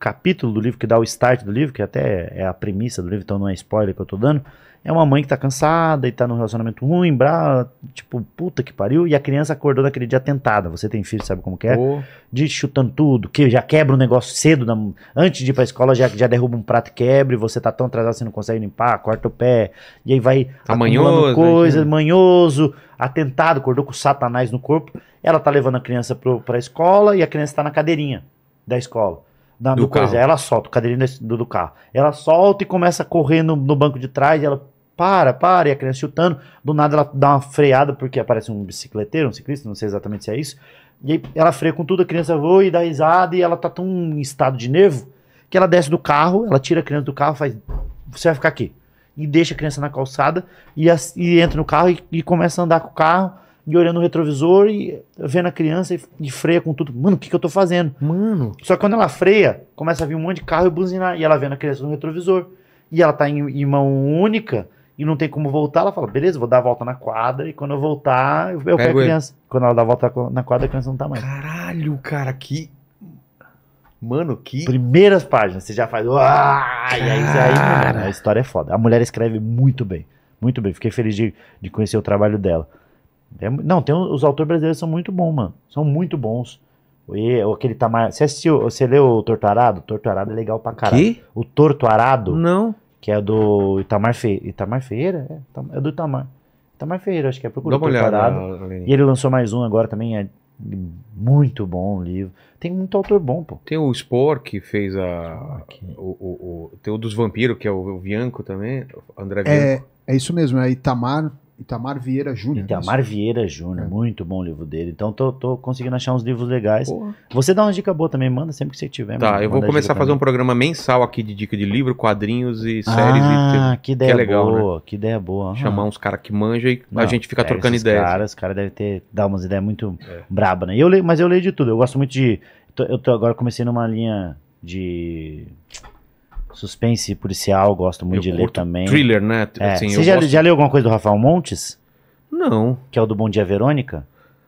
S5: capítulo do livro que dá o start do livro, que até é a premissa do livro, então não é spoiler que eu tô dando. É uma mãe que tá cansada e tá num relacionamento ruim, brava, tipo, puta que pariu, e a criança acordou naquele dia tentada. Você tem filho, sabe como que é?
S1: É. Pô,
S5: de chutando tudo, que já quebra um negócio cedo, na- antes de ir pra escola já, já derruba um prato e quebra, e você tá tão atrasado que você não consegue limpar, corta o pé, e aí vai
S1: Tá
S5: acumulando
S1: manhoso,
S5: coisa,
S1: né?
S5: manhoso, atentado, acordou com satanás no corpo, ela tá levando a criança pro, pra escola e a criança tá na cadeirinha da escola. Da,
S1: Do
S5: do coisa.
S1: carro.
S5: Ela solta, o cadeirinho da- do, do carro. Ela solta e começa a correr no, no banco de trás, e ela para, para, e a criança chutando. Do nada ela dá uma freada, porque aparece um bicicleteiro, um ciclista, não sei exatamente se é isso. E aí ela freia com tudo, a criança voa e dá risada, e ela tá tão em estado de nervo que ela desce do carro, ela tira a criança do carro e faz. Você vai ficar aqui. E deixa a criança na calçada e, as- e entra no carro e, e começa a andar com o carro e olhando o retrovisor e vendo a criança e, e freia com tudo. Mano, o que, que eu tô fazendo?
S1: Mano,
S5: Só que quando ela freia, começa a vir um monte de carro e buzinar. E ela vendo a criança no retrovisor. E ela tá em, em mão única e não tem como voltar. Ela fala, beleza, vou dar a volta na quadra. E quando eu voltar, eu, eu
S1: Pego
S5: pego
S1: ele.
S5: a criança. Quando ela dá a volta na quadra, a criança não tá mais.
S1: caralho, cara, que. Mano, que.
S5: Primeiras páginas, você já faz. "Uá!" E aí, você- aí,
S1: Cara.
S5: mano, a história é foda. A mulher escreve muito bem. Muito bem. Fiquei feliz de, de conhecer o trabalho dela. É mu- não, tem um- os autores brasileiros são muito bons, mano. São muito bons. E, o- aquele tamanho. Você assistiu, você leu o Torturado? O Torturado é legal pra caralho.
S1: Que?
S5: O Torto Arado,
S1: Não.
S5: que é do Itamar, Fe... Itamar Ferreira? É, Itam- é do Itamar. Itamar Ferreira, acho que é. Procura
S1: Dá uma
S5: o Torto
S1: olhada.
S5: Arado.
S1: Aline.
S5: E ele lançou mais um agora também, é muito bom o livro. Tem muito autor bom, pô.
S1: Tem o Spor que fez a.
S5: Aqui.
S1: O, o, o- tem o dos vampiros, que é o, o Bianco também. o André Bianco.
S2: É, é isso mesmo, é Itamar, Itamar Vieira Júnior.
S5: Itamar Vieira Júnior,
S2: É.
S5: muito bom o livro dele. Então tô, tô conseguindo achar uns livros legais.
S1: Porra.
S5: Você dá uma dica boa também, manda sempre que você tiver.
S1: Tá,
S5: é, mano,
S1: eu vou
S5: manda
S1: começar a
S5: dica
S1: fazer um
S5: pra
S1: programa mensal aqui de dica de livro, quadrinhos e
S5: mim.
S1: séries.
S5: Ah, que ideia
S1: legal,
S5: boa, que ideia boa.
S1: e
S5: aham.
S1: te- chamar uns caras que manja e a
S5: Não,
S1: gente fica
S5: pega
S1: trocando
S5: esses
S1: ideias. É.
S5: Caras, os caras devem ter, dar umas ideias muito braba, né? E Eu leio, mas eu leio de tudo. Eu gosto muito de. tô- eu tô agora comecei numa linha de suspense policial, gosto muito
S1: Eu
S5: de ler
S1: curto
S5: também.
S1: Thriller, né?
S5: É,
S1: Assim,
S5: você
S1: eu
S5: já,
S1: gosto-
S5: já leu alguma coisa do Rafael Montes?
S1: Não.
S5: Que é o do Bom Dia Verônica?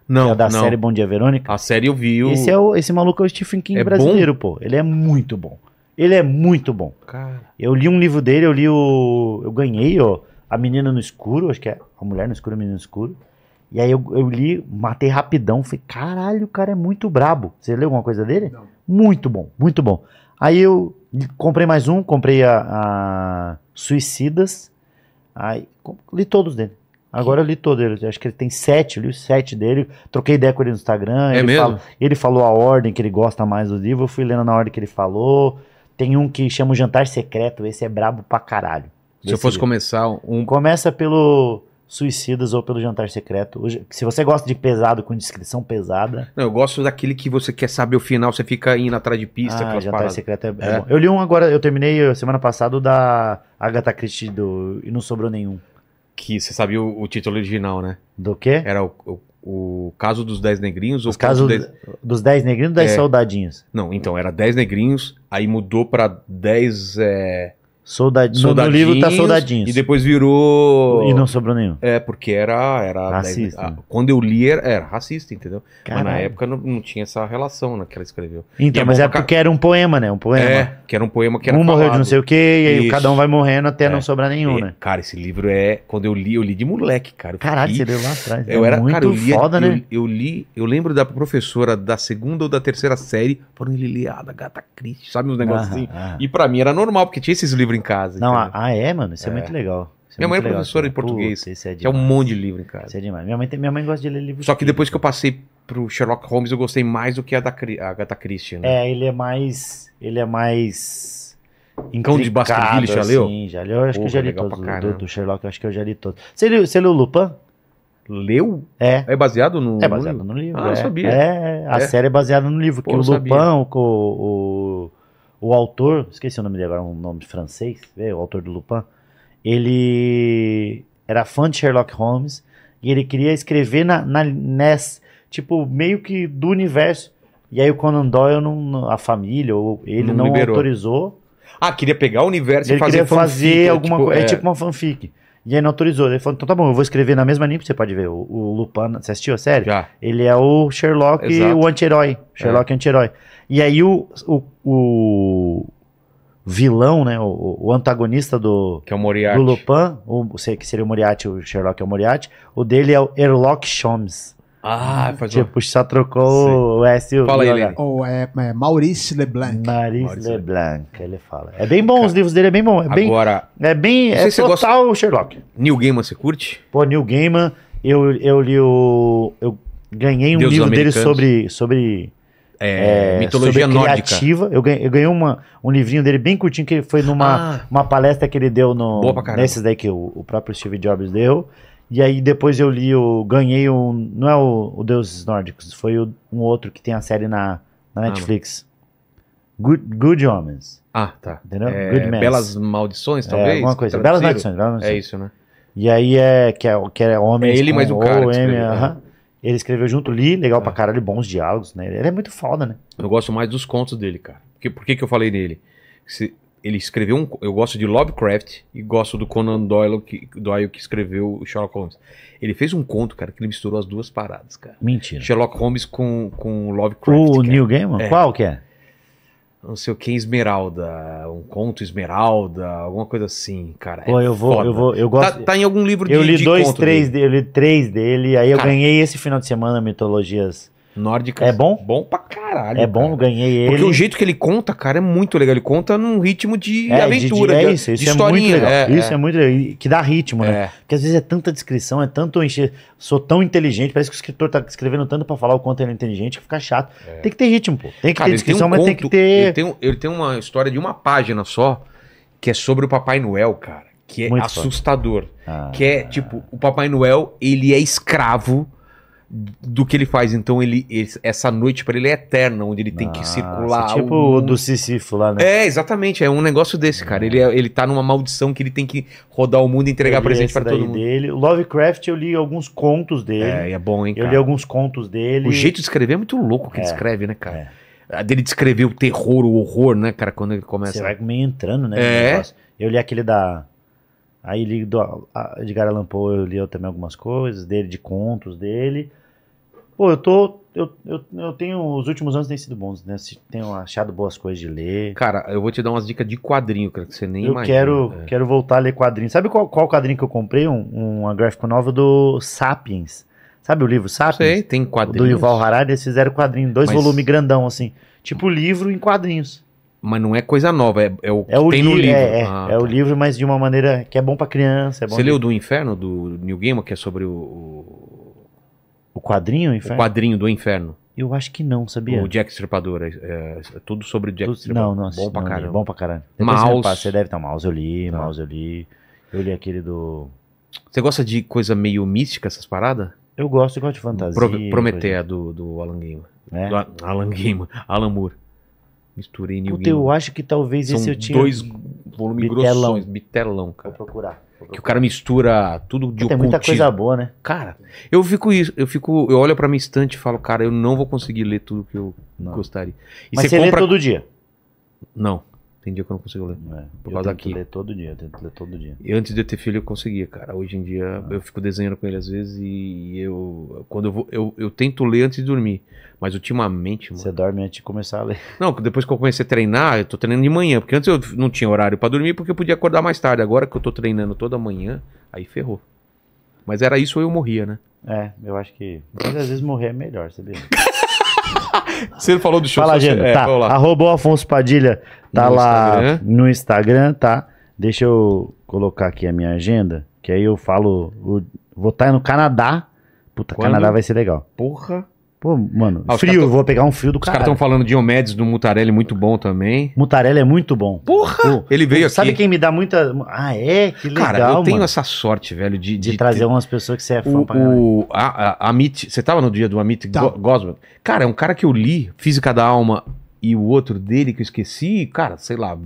S5: que
S1: Não,
S5: é da
S1: não.
S5: série Bom Dia Verônica?
S1: A série eu vi. o-
S5: Esse, é o, esse maluco é o Stephen King
S1: É
S5: brasileiro, pô. Ele é muito bom. Ele é muito bom.
S1: Cara.
S5: Eu li um livro dele, eu li o. Eu ganhei, ó. A Menina no Escuro, acho que é. A Mulher no Escuro, a Menina no Escuro. E aí eu, eu li, matei rapidão. Falei, caralho, o cara é muito brabo. Você leu alguma coisa dele?
S2: Não.
S5: Muito bom, muito bom. Aí eu comprei mais um, comprei a, a Suicidas. Aí com- li todos dele. Agora eu li todo ele. Acho que ele tem sete, eu li os sete dele. Troquei ideia com ele no Instagram.
S1: É
S5: ele
S1: mesmo?
S5: fala- ele falou a ordem que ele gosta mais do livro. Eu fui lendo na ordem que ele falou. Tem um que chama o Jantar Secreto. Esse é brabo pra caralho.
S1: Se eu
S5: Esse
S1: fosse
S5: livro.
S1: começar um.
S5: Começa pelo Suicidas ou pelo Jantar Secreto. Hoje, Se você gosta de pesado, com descrição pesada,
S1: Não, eu gosto daquele que você quer saber o final, você fica indo atrás de pista,
S5: Ah,
S1: aquelas
S5: Jantar
S1: paradas.
S5: Secreto é, é
S1: É.
S5: bom. Eu li um agora, eu terminei eh, semana passada o da Agatha Christie do, e não sobrou nenhum.
S1: Que você sabia o, o título original, né?
S5: Do quê?
S1: Era o, o- o Caso dos Dez Negrinhos ou
S5: Os casos
S1: Dos Dez...
S5: dos 10 negrinhos e 10
S1: É.
S5: soldadinhos.
S1: Não, então, era Dez Negrinhos, aí mudou pra Dez é,
S5: Solda- no- No,
S1: Soldadinhos.
S5: livro tá soldadinhos.
S1: E depois virou...
S5: E não sobrou nenhum.
S1: É, porque era... era
S5: Racista.
S1: dez- ah, quando eu li, era, era racista, entendeu? Mas na
S5: Caralho.
S1: época não, não tinha essa relação né, que ela escreveu.
S5: Então,
S1: é
S5: mas
S1: bom
S5: é
S1: pra
S5: porque era um poema, né? Um poema.
S1: É, que era um poema que era
S5: um morreu de
S1: falado.
S5: não sei o que, e aí
S1: Isso.
S5: cada um vai morrendo até
S1: É.
S5: não sobrar nenhum,
S1: É,
S5: né?
S1: Cara, esse livro é... Quando eu li, eu li de moleque, cara. Eu
S5: Caralho,
S1: fiquei-
S5: você deu lá atrás. né?
S1: Eu era,
S5: muito
S1: cara, eu lia,
S5: foda,
S1: eu,
S5: né?
S1: eu li, eu lembro da professora da segunda ou da terceira série, falando ele lia ah, da Gata Christie, sabe uns negócios assim.
S5: Aham, aham.
S1: E pra mim era normal, porque tinha esses livros em casa.
S5: Não, ah,
S1: entendeu?
S5: ah, é, mano? Isso é, muito legal. Isso
S1: Minha mãe
S5: muito
S1: é
S5: legal,
S1: professora
S5: cara.
S1: de português.
S5: Putz, esse é
S1: tinha um
S5: demais.
S1: monte de livro em casa.
S5: Isso é demais. Minha mãe, tem- minha mãe gosta de ler livros.
S1: Só que depois que eu passei pro Sherlock Holmes, eu gostei mais do que a da Cri- a Gata Christie, né?
S5: É, ele é mais. Ele é mais.
S1: Um Cão de Baskerville, já leu?
S5: Sim, já leu. Eu acho que eu
S1: Porra,
S5: já li
S1: legal
S5: todos.
S1: pra
S5: Do,
S1: caramba.
S5: do Sherlock, eu acho que eu já li todos. Você leu, você leu Lupin?
S1: Leu?
S5: É.
S1: É baseado no.
S5: É baseado no livro.
S1: Ah, eu
S5: é.
S1: sabia.
S5: É, a
S1: É.
S5: série é baseada no livro.
S1: Pô,
S5: que o
S1: eu sabia.
S5: Lupin, o, o, o autor, esqueci o nome dele agora, um nome francês, é, o autor do Lupin, ele era fã de Sherlock Holmes e ele queria escrever na, na ness, tipo, meio que do universo. E aí o Conan Doyle, não- não, a família, ou ele
S1: Não
S5: não,
S1: liberou.
S5: autorizou
S1: Ah, queria pegar o universo
S5: ele
S1: e fazer
S5: queria fazer
S1: fanfic,
S5: alguma
S1: tipo,
S5: coisa. É,
S1: é.
S5: tipo uma fanfic. E aí não autorizou. Ele falou: então tá bom, eu vou escrever na mesma linha, porque você pode ver. O, o Lupin, você assistiu a série?
S1: Já.
S5: Ele é o Sherlock,
S1: Exato. É.
S5: o anti-herói. Sherlock anti-herói. E aí o, o, o vilão, né? O, o antagonista do,
S1: Que é o
S5: do
S1: Moriarty.
S5: Lupin, o, sei que seria o Moriarty, o Sherlock é o Moriarty, o dele é o Sherlock Holmes.
S1: Ah, faz uma-
S5: Tipo, só trocou o S e o
S1: Fala aí,
S5: o
S1: Lene.
S5: H.
S2: Ou é, é Maurice Leblanc.
S5: Maurice
S1: Maurice
S5: Leblanc, ele fala. É bem bom, os livros dele é bem bom. É bem,
S1: Agora,
S5: é bem.
S1: Não
S5: É
S1: sei se você gosta-
S5: total Sherlock.
S1: New Gaiman, você curte?
S5: Pô, Neil Gaiman, eu, eu li o. Eu ganhei um
S1: Deuses
S5: livro dele
S1: Americanos.
S5: sobre. sobre
S1: É,
S5: é,
S1: mitologia
S5: sobre
S1: nórdica.
S5: criativa. Eu ganhei, eu ganhei uma, um livrinho dele bem curtinho, que ele foi numa
S1: Ah,
S5: uma palestra que ele deu
S1: Boa
S5: no,
S1: pra caramba.
S5: nesses daí que o, o próprio Steve Jobs deu. E aí depois eu li o. Ganhei um. Não é o, o Deuses Nórdicos, foi o- um outro que tem a série na,
S1: Ah,
S5: na Netflix. Good, Good Homens.
S1: Ah, tá.
S5: Entendeu?
S1: É,
S5: né? Good Mans.
S1: belas maldições,
S5: É,
S1: talvez?
S5: alguma coisa.
S1: Traduziram?
S5: Belas Maldições. Belas Maldições.
S1: É isso, né?
S5: E aí é que é, que é homem.
S1: É ele mais o cara que escreveu, né?
S5: Ele escreveu junto, li, legal pra
S1: É.
S5: caralho, bons diálogos, né? Ele é muito foda, né?
S1: Eu gosto mais dos contos dele, cara. Porque, por que, que eu falei nele? Se- ele escreveu um. Eu gosto de Lovecraft e gosto do Conan Doyle que, Doyle que escreveu o Sherlock Holmes. Ele fez um conto, cara, que ele misturou as duas paradas, cara.
S5: Mentira.
S1: Sherlock Holmes com, com Lovecraft.
S5: O
S1: cara.
S5: Neil Gaiman?
S1: É.
S5: Qual que é?
S1: Não sei o que, Esmeralda. Um conto Esmeralda, alguma coisa assim, cara.
S5: Pô,
S1: É
S5: eu vou,
S1: foda.
S5: eu vou, eu
S1: Tá,
S5: gosto.
S1: tá em algum livro
S5: eu
S1: de
S5: li
S1: de
S5: dois,
S1: conto
S5: três
S1: dele.
S5: dele. eu li três dele, aí eu
S1: Cara.
S5: ganhei esse final de semana Mitologias.
S1: Nórdicas.
S5: É bom?
S1: Bom pra caralho.
S5: é bom,
S1: cara.
S5: ganhei ele.
S1: Porque o jeito que ele conta, cara, é muito legal. Ele conta num ritmo de
S5: é,
S1: aventura,
S5: de,
S1: de,
S5: é isso,
S1: de
S5: isso é muito
S1: historinha.
S5: legal.
S1: é,
S5: isso é. muito legal. e Que dá ritmo, né?
S1: é.
S5: Porque às vezes é tanta descrição, é tanto encher. Sou tão inteligente, parece que o escritor tá escrevendo tanto pra falar o quanto ele é inteligente que fica chato. Tem que ter ritmo, pô. Tem que
S1: É. Cara,
S5: ter
S1: ele tem um
S5: descrição,
S1: conto,
S5: mas tem que
S1: Ele
S5: ter.
S1: tem, um- ele tem uma história de uma página só, que é sobre o Papai Noel, cara. Que é
S5: Muito foda.
S1: assustador.
S5: Ah.
S1: Que é, tipo, o Papai Noel, ele é escravo do que ele faz. Então, ele, ele- essa noite pra ele é eterna, onde ele tem que
S5: Nossa,
S1: circular.
S5: Tipo
S1: o
S5: o
S1: mundo.
S5: do Sisifo lá, né?
S1: É, exatamente. É um negócio desse, cara. Ele, é- ele tá numa maldição que ele tem que rodar o mundo e entregar
S5: Eu li
S1: presente
S5: esse
S1: pra
S5: daí
S1: todo mundo.
S5: Dele. O Lovecraft, eu li alguns contos dele.
S1: É, é bom, hein,
S5: eu
S1: cara.
S5: li alguns contos dele.
S1: O jeito de escrever é muito louco que ele
S5: É,
S1: escreve, né, cara? A Dele descrever o terror, o horror, né, cara, quando ele começa.
S5: Você vai meio entrando, né? no
S1: É.
S5: negócio. Eu li aquele da. Aí li do a- Edgar Allan Poe, eu li também algumas coisas dele, de contos dele. Pô, eu tô. Eu, eu, eu tenho. Os últimos anos têm sido bons, né? Se- Tenho achado boas coisas de ler.
S1: Cara, eu vou te dar umas dicas de quadrinho, cara, que você nem é.
S5: eu
S1: imagina.
S5: quero,
S1: cara.
S5: quero voltar a ler quadrinhos. Sabe qual, qual quadrinho que eu comprei? Um, uma graphic novel do Sapiens. Sabe o livro Sapiens?
S1: Sei, tem
S5: Do
S1: quadrinho.
S5: Yuval Harari, eles fizeram quadrinho, dois
S1: Mas-
S5: volumes grandão, assim. Tipo livro em quadrinhos.
S1: Mas não é coisa nova, é, é o que
S5: É o,
S1: tem
S5: li
S1: no livro.
S5: É, é,
S1: Ah,
S5: é o
S1: tá.
S5: livro, mas de uma maneira que é bom pra criança. É bom
S1: Você leu do Inferno, do New Gaiman, que é sobre o, o-
S5: o quadrinho,
S1: o
S5: inferno?
S1: quadrinho do Inferno?
S5: Eu acho que não, sabia?
S1: O Jack Stripador. É, é tudo sobre o Jack
S5: Tu-
S1: Stripador.
S5: Não, não, assisti,
S1: Bom pra
S5: não li,
S1: caramba.
S5: Bom pra caralho. Depois você me
S1: Mouse.
S5: passa, Você deve estar mouse, eu li,
S1: Tá.
S5: mouse eu li. Eu li aquele do.
S1: Você gosta de coisa meio mística, essas paradas?
S5: Eu gosto, eu gosto de fantasia.
S1: Pro-
S5: coisa-
S1: Prometeia do, do Alan Gaiman.
S5: né?
S1: Do A- Alan Gaiman. (laughs) Alan Moore. Misturei New
S5: assim. Puta, eu
S1: Gaiman.
S5: acho que talvez esse
S1: São
S5: eu tinha.
S1: dois volumes
S5: Bitelão.
S1: grossões. Bitelão,
S5: Vou
S1: cara.
S5: procurar. vou
S1: Que o
S5: procurar.
S1: cara mistura tudo de
S5: Tem é muita
S1: ocultismo.
S5: coisa boa, né?
S1: Cara, eu fico isso, eu fico, eu olho pra minha estante e falo, cara, eu não vou conseguir ler tudo que eu
S5: Não.
S1: gostaria. E
S5: Mas
S1: você
S5: você
S1: compra
S5: lê todo dia.
S1: Não, tem dia que eu não consigo ler.
S5: É,
S1: Por
S5: eu
S1: causa
S5: tento
S1: aqui.
S5: ler todo dia, eu tento ler todo dia.
S1: E antes de eu ter filho eu conseguia, cara. Hoje em dia eu fico desenhando com ele às vezes e eu quando eu vou eu, eu tento ler antes de dormir, mas ultimamente, mano.
S5: Você dorme antes de começar a ler.
S1: Não, depois que eu comecei a treinar, eu tô treinando de manhã, porque antes eu não tinha horário pra dormir porque eu podia acordar mais tarde. Agora que eu tô treinando toda manhã, aí ferrou. Mas era isso ou eu morria, né?
S5: É, eu acho que. Mas às vezes morrer é melhor, sabia?
S1: Você falou do É,
S5: Fala, Geno. tá. Arroba o Afonso Padilha. Tá
S1: No
S5: lá
S1: Instagram.
S5: no Instagram, tá? Deixa eu colocar aqui a minha agenda, que aí eu falo. o- vou estar no Canadá. Puta,
S1: Quando?
S5: Canadá vai ser legal.
S1: Porra.
S5: Pô, mano,
S1: Ah, os
S5: frio,
S1: caras tão-
S5: vou pegar um frio do
S1: Os caras
S5: caralho.
S1: estão falando de Omedes do Mutarelli, muito bom também.
S5: Mutarela é muito bom.
S1: Porra! Ele veio aqui.
S5: Sabe quem me dá muita. Ah, é? Que legal.
S1: Cara, eu tenho
S5: mano,
S1: essa sorte, velho, de,
S5: de, trazer
S1: ter-
S5: umas pessoas que você é fã pra caralho.
S1: o, o a, a- Amit. Você tava no dia do Amit
S2: Tava.
S1: Go- Gosman? Cara, é um cara que eu li, Física da Alma, e o outro dele que eu esqueci, cara, sei lá,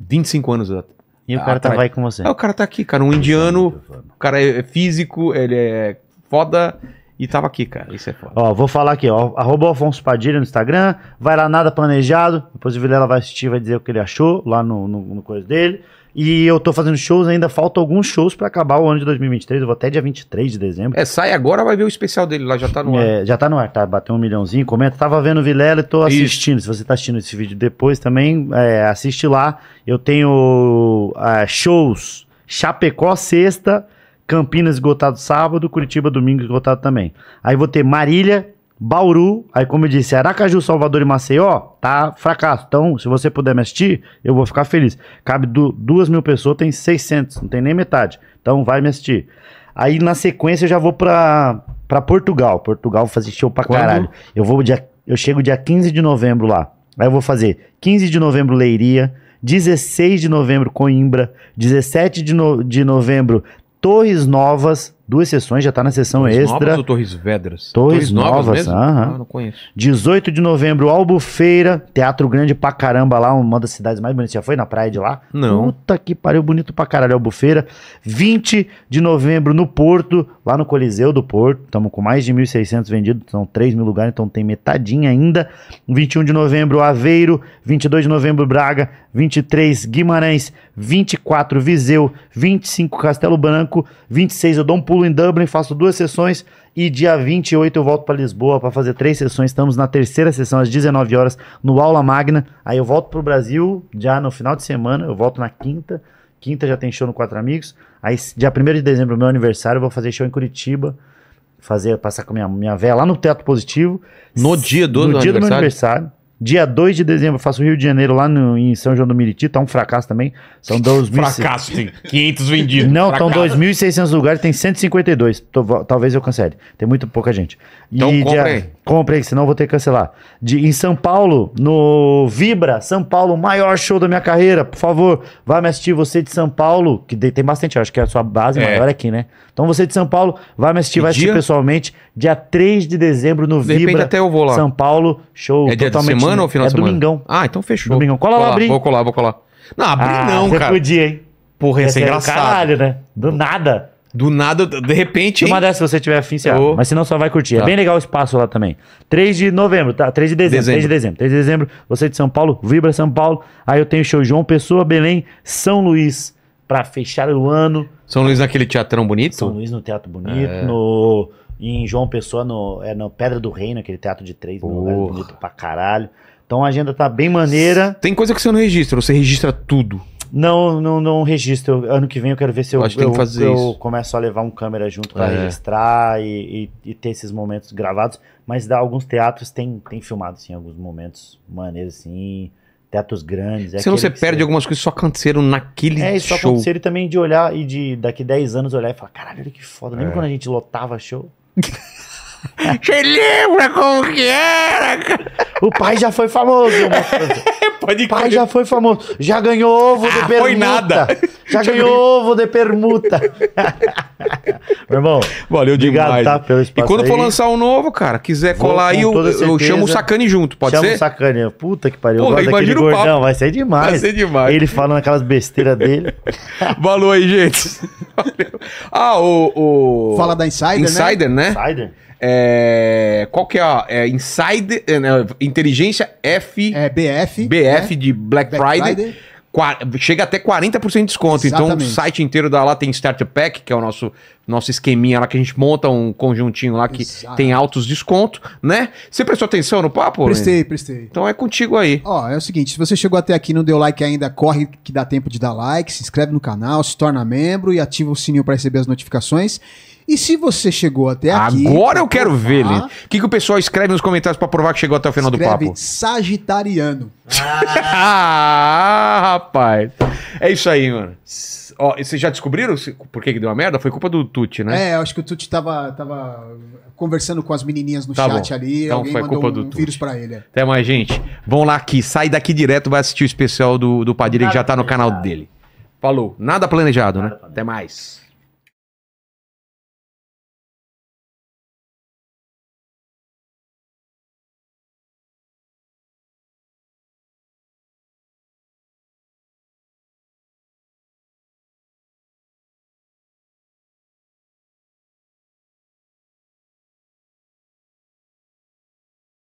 S1: 25 anos. at-
S5: E o cara tá
S1: atrás.
S5: vai com você.
S1: Ah, o cara tá aqui, cara, um indiano, o cara é físico, ele é foda e tava aqui, cara. Isso é foda.
S5: Ó, vou falar aqui, ó. Arroba o Afonso Padilha no Instagram. Vai lá, nada planejado. Depois o Vilela vai assistir, vai dizer o que ele achou lá no, no, no coisa dele. E eu tô fazendo shows ainda, faltam alguns shows pra acabar o ano de 2023. Eu vou até dia 23 de dezembro.
S1: É, sai agora, vai ver o especial dele lá, já tá no ar.
S5: É, já tá no ar, tá? Bateu um milhãozinho. Comenta, tava vendo o Vilela e tô
S1: Isso.
S5: assistindo. Se você tá assistindo esse vídeo depois também, é, assiste lá. Eu tenho ah, shows Chapecó sexta, Campinas esgotado sábado, Curitiba domingo esgotado também. Aí vou ter Marília, Bauru, aí como eu disse, Aracaju, Salvador e Maceió, tá fracasso. Então, se você puder me assistir, eu vou ficar feliz. Cabe du duas mil pessoas, tem 600, não tem nem metade. Então, vai me assistir. Aí, na sequência, eu já vou pra, pra Portugal. Portugal vou fazer show pra
S1: Quando?
S5: caralho. Eu, vou dia, eu chego dia 15 de novembro lá. Aí eu vou fazer 15 de novembro Leiria, 16 de novembro Coimbra, 17 de, no- de novembro Torres Novas, duas sessões, já tá na sessão
S1: Torres
S5: extra.
S1: Novas ou Torres Vedras?
S5: Torres Novas, aham.
S1: Ah, não conheço.
S5: 18 de novembro, Albufeira, teatro grande pra caramba lá, uma das cidades mais bonitas. Já foi na praia de lá?
S1: Não.
S5: Puta que pariu, bonito pra caralho, Albufeira. 20 de novembro no Porto, lá no Coliseu do Porto. Estamos com mais de 1.600 vendidos, são 3 mil lugares, então tem metadinha ainda. 21 de novembro, Aveiro. 22 de novembro, Braga. 23, Guimarães. 24, Viseu. 25, Castelo Branco. 26, eu dou um pulo em Dublin, faço duas sessões. E dia 28 eu volto pra Lisboa pra fazer três sessões. Estamos na terceira sessão, às 19 horas, no Aula Magna. Aí eu volto pro Brasil já no final de semana. Eu volto na quinta. Quinta já tem show no Quatro Amigos. Aí, s- dia 1 de dezembro, meu aniversário, eu vou fazer show em Curitiba. Fazer, passar com a minha, minha véia lá no Teatro Positivo.
S1: No dia do,
S5: No
S1: do
S5: dia do meu
S1: aniversário?
S5: aniversário. Dia 2 de dezembro, eu faço Rio de Janeiro, lá no- em São João do Meriti. Tá um fracasso também. São 2.600.
S1: Fracasso, tem 500 vendidos.
S5: Não, estão
S1: Fracasso.
S5: 2.600 lugares, tem 152. Tô- talvez eu cancele. Tem muito pouca gente.
S1: Então compra
S5: dia-
S1: aí.
S5: compra aí, senão eu vou ter que cancelar. De, em São Paulo, no Vibra, São Paulo, maior show da minha carreira. Por favor, vai me assistir você de São Paulo, que de- tem bastante, acho que a sua base
S1: É.
S5: maior é aqui, né? Então você de São Paulo, vai me assistir,
S1: Que
S5: vai assistir
S1: dia?
S5: pessoalmente, dia 3 de dezembro no
S1: De repente
S5: Vibra,
S1: até eu vou lá.
S5: São Paulo, show
S1: É dia de semana ou final
S5: é
S1: de semana?
S5: domingão.
S1: Ah, então fechou.
S5: Domingão. Cola
S1: Vou
S5: lá, Bri.
S1: Vou colar, vou colar. Não, abri
S5: Ah,
S1: não,
S5: você
S1: cara.
S5: podia, hein?
S1: Porra, ia
S5: Esse
S1: ser
S5: é do
S1: engraçado.
S5: Caralho, né? Do nada.
S1: Do nada, de repente. hein?
S5: Uma dessas, se você tiver afim, você
S1: Eu-
S5: abre. Mas se não, só vai curtir.
S1: Tá.
S5: É bem legal o espaço lá também. 3 de novembro, tá? 3 de dezembro,
S1: Dezembro.
S5: 3 de dezembro. 3 de dezembro, você de São Paulo, Vibra São Paulo. Aí eu tenho show João Pessoa, Belém, São Luís. Pra fechar o ano.
S1: São Luís naquele teatrão bonito? É.
S5: São Luís no Teatro Bonito, no, E em João Pessoa, no, é no Pedra do Reino, aquele teatro de três, um lugar
S1: Porra.
S5: bonito pra caralho. Então a agenda tá bem maneira.
S1: Tem coisa que você não registra, você registra tudo.
S5: Não, não, não registro. Ano que vem eu quero ver se eu,
S1: Acho que tem
S5: eu-
S1: que fazer
S5: eu
S1: isso.
S5: começo a levar um câmera junto pra
S1: É.
S5: registrar e, e- e ter esses momentos gravados. Mas dá alguns teatros tem, tem filmado sim alguns momentos maneiros assim, teatros grandes. é
S1: Senão você
S5: aquele que
S1: perde algumas coisas que só aconteceram naquele
S5: É, isso
S1: show.
S5: aconteceu e também de olhar e de daqui 10 anos olhar e falar, caralho, olha que foda. Lembra
S1: É.
S5: quando a gente lotava show?
S1: Você lembra como que era?
S5: O pai já foi famoso.
S1: Pode
S5: O pai já foi famoso. Já ganhou ovo de
S1: Ah,
S5: permuta.
S1: foi nada.
S5: Já ganhou ovo de permuta. (laughs) Meu irmão,
S1: Valeu
S5: obrigado
S1: demais.
S5: tá, pelo
S1: E
S5: espaço
S1: quando for
S5: aí.
S1: lançar um novo, cara, quiser
S5: Vou
S1: colar aí,
S5: com
S1: eu,
S5: toda
S1: eu
S5: certeza.
S1: chamo o Sacane junto, pode
S5: Chama
S1: ser?
S5: o sacaninha. Puta que pariu.
S1: Porra,
S5: Porra, daquele
S1: imagina o papo.
S5: gordão. Vai ser demais.
S1: Vai ser demais.
S5: Ele falando aquelas besteiras dele.
S1: Valeu aí, gente. (laughs) Valeu. Ah, o. o...
S2: Fala da Insider, né?
S1: Insider, né?
S5: Insider?
S1: É... Qual que é? a- é Insider. é, não, Inteligência F.
S2: É BF.
S1: BF
S2: né?
S1: de Black,
S2: Black
S1: Friday,
S2: Friday.
S1: Qua- chega até 40% de desconto. Então,
S2: Exatamente.
S1: o site inteiro da lá tem Starter Pack, que é o nosso, nosso esqueminha lá que a gente monta um conjuntinho lá que
S2: Exato.
S1: tem altos descontos, né? Você prestou atenção no papo? Lene?
S2: Prestei, prestei.
S1: Então é contigo aí.
S2: Ó, é o seguinte, se você chegou até aqui e não deu like ainda, corre que dá tempo de dar like, se inscreve no canal, se torna membro e ativa o sininho para receber as notificações. E se você chegou até É aqui... tá
S1: Agora
S2: pra
S1: eu quero ver,
S2: provar,
S1: Lene. O que, que o pessoal escreve nos comentários pra provar que chegou até o final
S2: escreve
S1: do papo?
S2: Sagitariano.
S1: ah, rapaz. É isso aí, mano. S- Ó, e vocês já descobriram se- por que, que deu a merda? Foi culpa do Tuti, né?
S2: É, eu acho que o Tuti tava, tava conversando com as menininhas no
S1: Tá
S2: chat
S1: bom.
S2: ali,
S1: Então
S2: alguém
S1: foi
S2: mandou
S1: culpa do
S2: um
S1: Tuti.
S2: vírus pra ele. é.
S1: Até mais, gente. Vão lá aqui, sai daqui direto, vai assistir o especial do, do Padilha que já tá no canal dele. Falou. Nada planejado, né? Até mais.